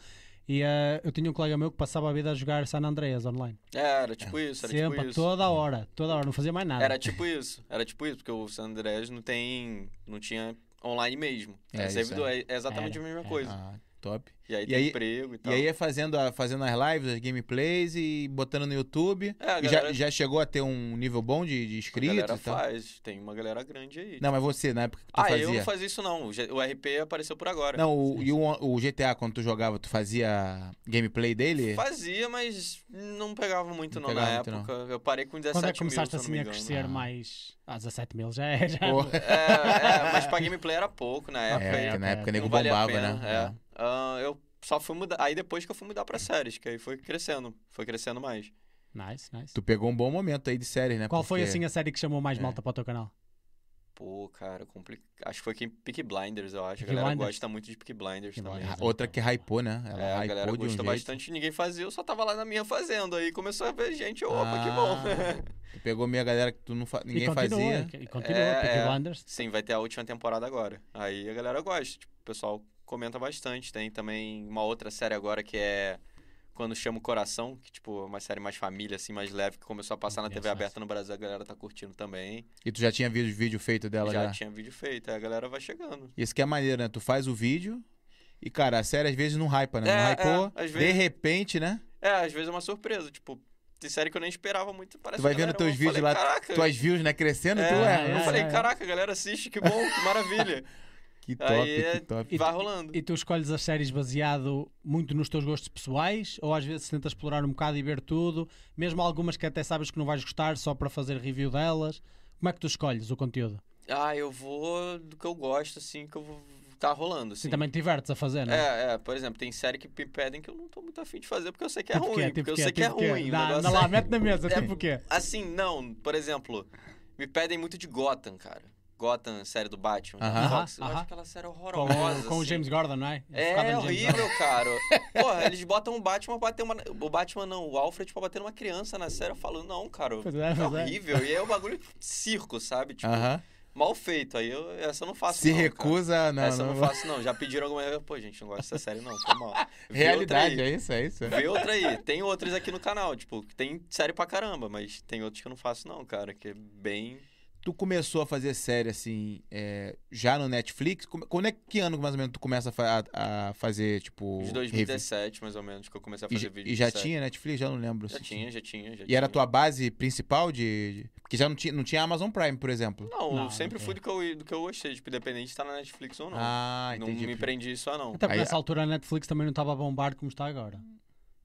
Speaker 2: E eh, eu tinha um colega meu que passava a vida a jogar San Andreas online.
Speaker 3: É, era tipo isso, era
Speaker 2: Sempre,
Speaker 3: tipo isso.
Speaker 2: toda hora, toda hora, não fazia mais nada.
Speaker 3: Era tipo isso, era tipo isso, porque o San Andreas não tem. não tinha online mesmo.
Speaker 1: É,
Speaker 3: Era
Speaker 1: isso
Speaker 3: servidor, é, é exatamente
Speaker 2: Era,
Speaker 3: a mesma
Speaker 2: era.
Speaker 3: coisa. Então.
Speaker 1: Ah, top.
Speaker 3: E aí
Speaker 1: E
Speaker 3: tem
Speaker 1: aí-
Speaker 3: emprego e
Speaker 1: E
Speaker 3: tal.
Speaker 1: aí é fazendo, a- fazendo as lives, as gameplays e botando no YouTube.
Speaker 3: É, a
Speaker 1: E já,
Speaker 3: galera-
Speaker 1: já chegou a ter um nível bom de, de
Speaker 3: a
Speaker 1: inscritos
Speaker 3: galera
Speaker 1: e tal?
Speaker 3: faz, tem uma galera grande aí.
Speaker 1: Não, mas você, na época que tu
Speaker 3: ah,
Speaker 1: fazia.
Speaker 3: eu não fazia isso não. O G- o RP apareceu por agora.
Speaker 1: Não, o, e o, o GTA, quando tu jogava, tu fazia gameplay dele?
Speaker 3: Fazia, mas não pegava muito
Speaker 1: é. Não
Speaker 3: não,
Speaker 1: pegava
Speaker 3: na
Speaker 1: muito, não.
Speaker 3: época. Eu parei com 17
Speaker 2: Quando é
Speaker 3: mil,
Speaker 2: que começaste
Speaker 3: se eu não
Speaker 2: assim
Speaker 3: me
Speaker 2: a
Speaker 3: engano.
Speaker 2: crescer
Speaker 1: Ah.
Speaker 2: mais? Ah, 17 mil já é. Já.
Speaker 1: Pô,
Speaker 3: É, é, mas pra gameplay era pouco na
Speaker 1: é,
Speaker 3: época.
Speaker 1: porque
Speaker 3: e
Speaker 1: na
Speaker 2: é,
Speaker 1: época o nego
Speaker 3: não valia
Speaker 1: bombava,
Speaker 3: a pena,
Speaker 1: né?
Speaker 3: É. Ah, eu só fui mudar. Aí depois que eu fui mudar pra séries, que aí foi crescendo. Foi crescendo mais.
Speaker 2: Nice, nice.
Speaker 1: Tu pegou um bom momento aí de série, né?
Speaker 2: Qual foi
Speaker 1: Porque-
Speaker 2: assim a série que chamou mais
Speaker 1: É.
Speaker 2: malta para o teu canal?
Speaker 3: Pô, cara, complicado. Acho que foi quem Peak Blinders, eu acho.
Speaker 2: Peaky
Speaker 3: a galera
Speaker 2: Blinders?
Speaker 3: gosta muito de Peak Blinders
Speaker 2: Peaky
Speaker 3: também.
Speaker 2: Blinders.
Speaker 1: Ah, Outra que hypou, né? Ela
Speaker 3: É, a galera
Speaker 1: hypou de um
Speaker 3: gostou
Speaker 1: jeito.
Speaker 3: bastante, ninguém fazia, eu só tava lá na minha fazendo. Aí começou a ver gente, opa, que
Speaker 1: Ah.
Speaker 3: bom.
Speaker 1: Tu pegou meio a galera que tu não fa- ninguém
Speaker 2: e continua,
Speaker 1: fazia.
Speaker 2: E continua,
Speaker 3: É,
Speaker 2: Peaky
Speaker 3: é.
Speaker 2: Blinders.
Speaker 3: Sim, vai ter a última temporada agora. Aí a galera gosta. tipo, o pessoal comenta bastante. Tem também uma outra série agora que é Quando Chama o Coração, que tipo, é uma série mais família, assim, mais leve, que começou a passar na
Speaker 2: conheço
Speaker 3: TV
Speaker 1: é
Speaker 2: essa.
Speaker 3: aberta no Brasil, a galera tá curtindo também.
Speaker 1: E tu já tinha visto vídeo feito dela
Speaker 3: já
Speaker 1: já.
Speaker 3: tinha vídeo feito, aí a galera vai chegando.
Speaker 1: Isso que é maneiro, né? Tu faz o vídeo e, cara, a série às vezes não hypa, né?
Speaker 3: É,
Speaker 1: não hypou.
Speaker 3: é, às
Speaker 1: De
Speaker 3: vezes.
Speaker 1: repente, né?
Speaker 3: É, às vezes é uma surpresa, tipo, tem série que eu nem esperava muito, parece
Speaker 1: Tu vai
Speaker 3: que a
Speaker 1: vendo
Speaker 3: galera
Speaker 1: teus
Speaker 3: ama.
Speaker 1: vídeos
Speaker 3: Falei,
Speaker 1: lá,
Speaker 3: Caraca,
Speaker 1: Tuas views, né? Crescendo,
Speaker 3: é,
Speaker 1: tu é.
Speaker 3: eu
Speaker 1: né?
Speaker 2: é,
Speaker 3: falei,
Speaker 2: é.
Speaker 3: caraca, a galera assiste, que bom, que maravilha.
Speaker 1: Que top,
Speaker 3: Aí é-
Speaker 1: que top.
Speaker 2: E
Speaker 3: vai
Speaker 2: tu-
Speaker 3: rolando.
Speaker 2: E tu escolhes as séries baseado muito nos teus gostos pessoais ou às vezes tentas explorar um bocado e ver tudo, mesmo algumas que até sabes que não vais gostar só para fazer review delas? Como é que tu escolhes o conteúdo?
Speaker 3: Ah, eu vou do que eu gosto, assim, que eu vou. Tá rolando,
Speaker 2: Assim
Speaker 3: assim.
Speaker 2: também te divertes a fazer, não é?
Speaker 3: É, é, por exemplo, tem série que me pedem que eu não tô muito afim de fazer porque eu sei que é
Speaker 2: Tipo
Speaker 3: ruim.
Speaker 2: quê?
Speaker 3: porque
Speaker 2: Tipo
Speaker 3: eu
Speaker 2: quê?
Speaker 3: sei que é
Speaker 2: Tipo quê?
Speaker 3: ruim. o
Speaker 2: Dá-
Speaker 3: negócio
Speaker 2: Anda lá,
Speaker 3: é-
Speaker 2: mete na mesa,
Speaker 3: É.
Speaker 2: tipo o quê?
Speaker 3: Assim, não, por exemplo, me pedem muito de Gotham, cara. Gotham, série do Batman. da
Speaker 1: Aham,
Speaker 3: Fox. Eu
Speaker 2: aham.
Speaker 3: acho aquela série
Speaker 2: Com,
Speaker 3: horrorosa.
Speaker 2: com o
Speaker 3: assim.
Speaker 2: James Gordon, não é? Focado
Speaker 3: É
Speaker 2: no James Gordon.
Speaker 3: horrível, cara. Porra, eles botam o Batman pra bater uma. O Batman não, o Alfred pra bater numa criança na série. Eu falo, não, cara.
Speaker 2: Pois é,
Speaker 3: é
Speaker 2: pois é.
Speaker 3: horrível. E aí é o bagulho circo, sabe? Tipo,
Speaker 1: Aham.
Speaker 3: mal feito. Aí eu, essa eu não faço.
Speaker 1: Se
Speaker 3: não, cara.
Speaker 1: recusa, não.
Speaker 3: Essa eu
Speaker 1: não,
Speaker 3: não faço, não. Já pediram alguma vez. Pô, gente, não gosto dessa série, não. Foi mal. Vê outra
Speaker 1: Realidade,
Speaker 3: aí.
Speaker 1: é isso, é isso.
Speaker 3: Vê outra aí. Tem outras aqui no canal, tipo, que tem série pra caramba, mas tem outros que eu não faço, não, cara. Que é bem.
Speaker 1: Tu começou a fazer série, assim, é, já no Netflix? Como- Quando é que ano, mais ou menos, tu começa a, fa- a- a fazer, tipo...
Speaker 3: De
Speaker 1: review?
Speaker 3: 2017, mais ou menos, que eu comecei a
Speaker 1: E
Speaker 3: fazer
Speaker 1: já-
Speaker 3: vídeo.
Speaker 1: E
Speaker 3: de
Speaker 1: já
Speaker 3: série.
Speaker 1: tinha Netflix? Já não lembro.
Speaker 3: Já
Speaker 1: se
Speaker 3: tinha, já tinha, já
Speaker 1: E era a
Speaker 3: tinha.
Speaker 1: tua base principal de... de- Porque já não tinha, não tinha Amazon Prime, por exemplo.
Speaker 3: Não,
Speaker 2: Não,
Speaker 3: eu sempre
Speaker 2: não
Speaker 3: fui do que, eu, do que eu gostei, tipo, independente de estar na Netflix ou não.
Speaker 1: é. Ah,
Speaker 3: não
Speaker 1: entendi.
Speaker 3: me prendi isso, ah, não.
Speaker 2: Até porque
Speaker 1: Aí-
Speaker 2: Então,
Speaker 1: é-
Speaker 2: nessa altura a Netflix também não estava a bombar como está agora.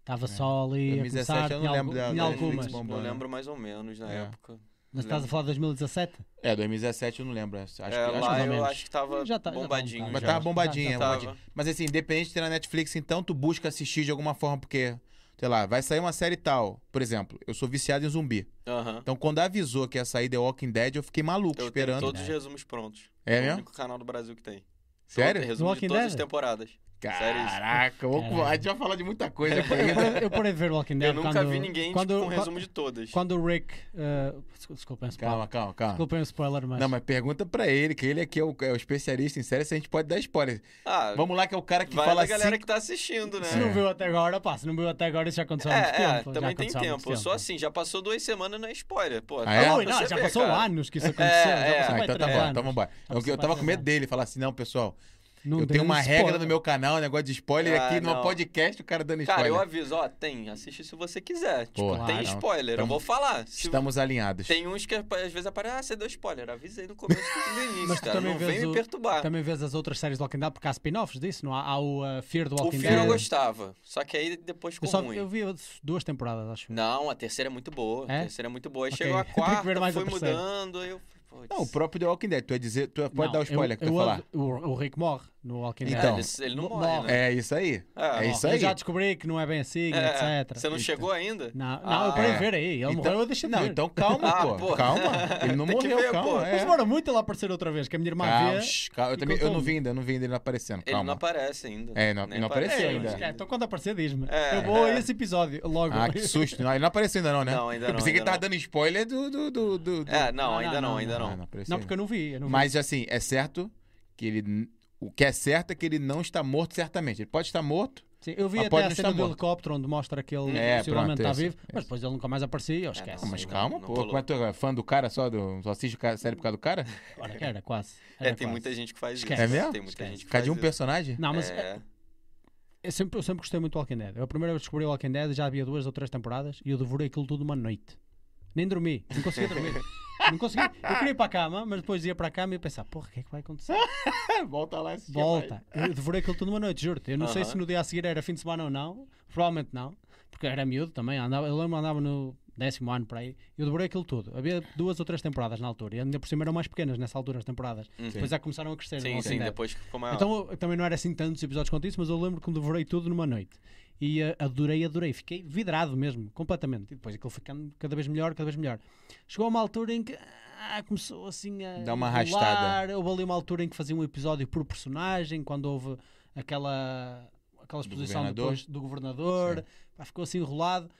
Speaker 2: Estava
Speaker 1: É.
Speaker 2: só ali a
Speaker 1: 2017
Speaker 2: começar,
Speaker 1: eu não
Speaker 2: tinha
Speaker 1: lembro
Speaker 2: algu-
Speaker 1: da-
Speaker 2: tinha
Speaker 1: da Netflix
Speaker 2: algumas.
Speaker 1: bombando.
Speaker 3: Eu lembro mais ou menos na
Speaker 1: É.
Speaker 3: época.
Speaker 2: Mas estás a falar de 2017?
Speaker 1: É, 2017 eu não lembro. Acho, acho
Speaker 3: é,
Speaker 1: que, acho
Speaker 3: lá
Speaker 1: que
Speaker 2: mais ou
Speaker 3: eu
Speaker 2: menos.
Speaker 3: acho que tava
Speaker 2: Já tá- já tá
Speaker 3: bombadinho.
Speaker 2: bombado.
Speaker 1: Mas
Speaker 3: já.
Speaker 1: tava bombadinha,
Speaker 2: Já
Speaker 1: bombadinha. Mas assim, independente de ter na Netflix, então tu busca assistir de alguma forma, porque, sei lá, vai sair uma série tal. Por exemplo, eu sou viciado em zumbi.
Speaker 3: Aham.
Speaker 1: Então quando avisou que ia sair The Walking Dead, eu fiquei maluco
Speaker 3: Eu tenho
Speaker 1: esperando.
Speaker 3: todos os resumos prontos.
Speaker 1: É
Speaker 3: É o
Speaker 1: mesmo?
Speaker 3: único canal do Brasil que tem.
Speaker 1: Sério?
Speaker 3: Resumo de
Speaker 2: Walking
Speaker 3: todas as
Speaker 2: Dead?
Speaker 3: temporadas. sério isso.
Speaker 1: Caraca, vou-
Speaker 2: Caralho.
Speaker 1: a gente vai falar de muita coisa aqui
Speaker 2: Eu
Speaker 1: ainda.
Speaker 2: parei- Eu parei de ver Walking Dead.
Speaker 3: Eu nunca
Speaker 2: quando-
Speaker 3: vi ninguém
Speaker 2: quando,
Speaker 3: tipo, com
Speaker 2: qua-
Speaker 3: resumo de todas.
Speaker 2: Quando o Rick. eh, descul- desculpem o spoiler.
Speaker 1: Calma, calma, calma.
Speaker 2: Desculpem o spoiler, mas.
Speaker 1: Não, mas pergunta pra ele, que ele aqui é o, é o especialista em série, se a gente pode dar spoiler.
Speaker 3: Ah,
Speaker 1: Vamos lá, que é o cara que
Speaker 3: vai
Speaker 1: fala
Speaker 3: da galera
Speaker 1: assim.
Speaker 3: que tá assistindo, né?
Speaker 2: Se não viu até agora, pá, se não viu até agora, isso já aconteceu há muito
Speaker 3: É, é,
Speaker 2: tempo. já
Speaker 3: também tem
Speaker 2: aconteceu há muito
Speaker 3: tempo. Eu sou assim, já passou duas semanas, não é spoiler, pô. tá
Speaker 1: é?
Speaker 3: lá
Speaker 2: Ui,
Speaker 3: pra
Speaker 2: não,
Speaker 3: você
Speaker 2: já
Speaker 3: ver,
Speaker 2: passou
Speaker 3: cara.
Speaker 2: anos que isso aconteceu.
Speaker 3: É,
Speaker 2: já
Speaker 3: é.
Speaker 2: passou
Speaker 1: Ah,
Speaker 2: mais
Speaker 1: então tá
Speaker 2: três
Speaker 1: bom,
Speaker 2: anos.
Speaker 1: então vambora. Eu, eu tava com medo dele falar assim, não, pessoal,
Speaker 2: Não
Speaker 1: eu
Speaker 2: dei
Speaker 1: tenho uma
Speaker 2: spoiler.
Speaker 1: regra no meu canal, um negócio de spoiler
Speaker 3: Ah,
Speaker 1: aqui no
Speaker 3: não.
Speaker 1: podcast, o cara dando
Speaker 3: Cara,
Speaker 1: spoiler.
Speaker 3: eu aviso, ó, tem, assiste se você quiser. Tipo,
Speaker 1: Porra,
Speaker 3: tem
Speaker 1: não.
Speaker 3: spoiler, eu
Speaker 1: Tamo-
Speaker 3: vou falar. Se-
Speaker 1: Estamos alinhados.
Speaker 3: Tem uns que às vezes aparece, ah, você deu spoiler, avisei no começo e no início,
Speaker 2: Mas tu
Speaker 3: cara.
Speaker 2: também
Speaker 3: Não
Speaker 2: vês
Speaker 3: vem
Speaker 2: o-
Speaker 3: me perturbar.
Speaker 2: Ah. Também vês as outras séries do Walking Dead, porque há spin-offs disso, não há? Há o eh, Fear do
Speaker 3: O
Speaker 2: Walking
Speaker 3: filme eu
Speaker 2: Dead.
Speaker 3: gostava, só que aí depois
Speaker 2: Eu
Speaker 3: ficou
Speaker 2: só
Speaker 3: ruim.
Speaker 2: eu vi duas temporadas, acho.
Speaker 3: Não, a terceira é muito boa.
Speaker 2: É?
Speaker 3: A terceira é muito boa. Aí
Speaker 2: Ok.
Speaker 3: Chegou a
Speaker 2: Tem que ver
Speaker 3: quarta,
Speaker 2: mais a
Speaker 3: foi
Speaker 2: terceira.
Speaker 3: mudando, aí eu... putz.
Speaker 1: Não, o próprio The Walking Dead, tu, ia dizer, tu pode
Speaker 2: Não,
Speaker 1: dar o spoiler
Speaker 2: eu,
Speaker 1: que tu
Speaker 2: eu
Speaker 1: ia falar.
Speaker 2: ado- O, o Rick morre no Walking Dead.
Speaker 1: Então.
Speaker 3: É, ele, ele não
Speaker 2: Mo-
Speaker 3: morre,
Speaker 2: morre.
Speaker 3: né?
Speaker 1: É isso aí.
Speaker 3: Ah,
Speaker 1: É isso aí.
Speaker 2: Eu já descobri que não é bem assim,
Speaker 3: É,
Speaker 2: etc.
Speaker 3: Você não chegou ainda?
Speaker 2: Não, não eu
Speaker 3: Ah.
Speaker 2: parei
Speaker 1: É.
Speaker 2: de ver aí. Ele morreu, eu deixei de
Speaker 1: Não,
Speaker 2: ver.
Speaker 1: então calma,
Speaker 3: Ah,
Speaker 1: pô.
Speaker 3: pô.
Speaker 1: Calma. Ele não
Speaker 3: Tem que
Speaker 1: morreu,
Speaker 3: ver, pô.
Speaker 1: calma. é.
Speaker 2: Mas demora muito ele aparecer outra vez, que a minha irmã
Speaker 1: Calma,
Speaker 2: vê.
Speaker 1: shh, calma. Eu,
Speaker 2: e
Speaker 1: também, eu não
Speaker 2: contou-me.
Speaker 1: vi ainda, eu não vi ainda ele aparecendo.
Speaker 3: Ele não
Speaker 1: Calma.
Speaker 3: aparece ainda.
Speaker 1: É, não-
Speaker 3: Nem
Speaker 1: não apareceu
Speaker 2: Ei,
Speaker 1: ainda.
Speaker 2: mas, cara, Então quando aparecer, diz-me.
Speaker 3: É,
Speaker 2: eu vou a
Speaker 3: é.
Speaker 2: esse episódio, logo.
Speaker 1: Ah, que susto. Não, ele não apareceu ainda, não, né?
Speaker 3: Não, ainda
Speaker 1: Eu
Speaker 3: não,
Speaker 1: pensei que ele tava
Speaker 3: ainda
Speaker 1: dando spoiler do. do, do, do- do-
Speaker 3: É, não,
Speaker 2: Não,
Speaker 3: ainda
Speaker 2: não,
Speaker 3: não,
Speaker 2: não,
Speaker 3: ainda
Speaker 1: Ah,
Speaker 3: não.
Speaker 1: apareceu
Speaker 2: Não,
Speaker 1: ainda.
Speaker 2: porque eu não vi.
Speaker 3: Uhum.
Speaker 2: Eu não vi.
Speaker 1: Mas assim, é certo que ele. n- O que é certo é que ele não está morto, certamente. Ele pode estar morto.
Speaker 2: Sim, eu vi
Speaker 1: Mas
Speaker 2: até
Speaker 1: ah, pode
Speaker 2: a
Speaker 1: não
Speaker 2: cena
Speaker 1: estar
Speaker 2: do
Speaker 1: morto.
Speaker 2: helicóptero onde mostra que ele
Speaker 1: É,
Speaker 2: possivelmente
Speaker 1: pronto,
Speaker 2: está
Speaker 1: esse,
Speaker 2: vivo,
Speaker 1: esse.
Speaker 2: mas depois ele nunca mais aparecia. Eu esquece.
Speaker 3: não,
Speaker 1: mas
Speaker 3: Sim,
Speaker 1: calma,
Speaker 3: não
Speaker 1: pô.
Speaker 3: rolou.
Speaker 1: Como é que tu é fã do cara só? Do, só assiste o cara- série por causa do cara?
Speaker 2: Ora, era quase.
Speaker 3: É,
Speaker 2: era
Speaker 3: tem
Speaker 2: quase.
Speaker 3: muita gente que faz isso.
Speaker 2: Esquece.
Speaker 1: É mesmo?
Speaker 3: Tem muita
Speaker 2: Esquece.
Speaker 3: gente
Speaker 1: Por causa
Speaker 3: que faz
Speaker 1: de um
Speaker 3: isso.
Speaker 1: personagem?
Speaker 2: Não, mas
Speaker 3: É.
Speaker 2: é, eu sempre, eu sempre gostei muito do Walking Dead. Eu a primeira vez que descobri o Walking Dead já havia duas ou três temporadas e eu devorei aquilo tudo uma noite. Nem dormi, não conseguia dormir. não conseguia. Eu queria ir para a cama, mas depois ia para a cama e ia pensar, porra, o que é que vai acontecer?
Speaker 3: É,
Speaker 1: Volta lá esse
Speaker 2: Volta. Eu devorei aquilo tudo uma noite, juro-te. Eu não sei
Speaker 3: Aham.
Speaker 2: se no dia a seguir era fim de semana ou não. Provavelmente não. Porque era miúdo também. Andava, eu lembro andava no décimo ano para aí. Eu devorei aquilo tudo. Havia duas ou três temporadas na altura. E ainda por cima eram mais pequenas nessa altura as temporadas. Depois já começaram a crescer. não
Speaker 3: Uhum. Sim,
Speaker 2: assim
Speaker 3: sim,
Speaker 2: deve.
Speaker 3: depois que ficou maior.
Speaker 1: é
Speaker 2: Então eu também não era assim tantos episódios quanto isso, mas eu lembro que me devorei tudo numa noite. E eh, adorei, adorei. Fiquei vidrado mesmo, completamente. E depois aquilo ficando cada vez melhor, cada vez melhor. Chegou a uma altura em que ah, começou assim a.
Speaker 1: Dá uma
Speaker 2: rolar.
Speaker 1: arrastada.
Speaker 2: Houve ali uma altura em que fazia um episódio por personagem, quando houve aquela, aquela
Speaker 1: Do
Speaker 2: exposição
Speaker 1: governador.
Speaker 2: depois do governador.
Speaker 1: Sim.
Speaker 2: Pá, ficou assim enrolado.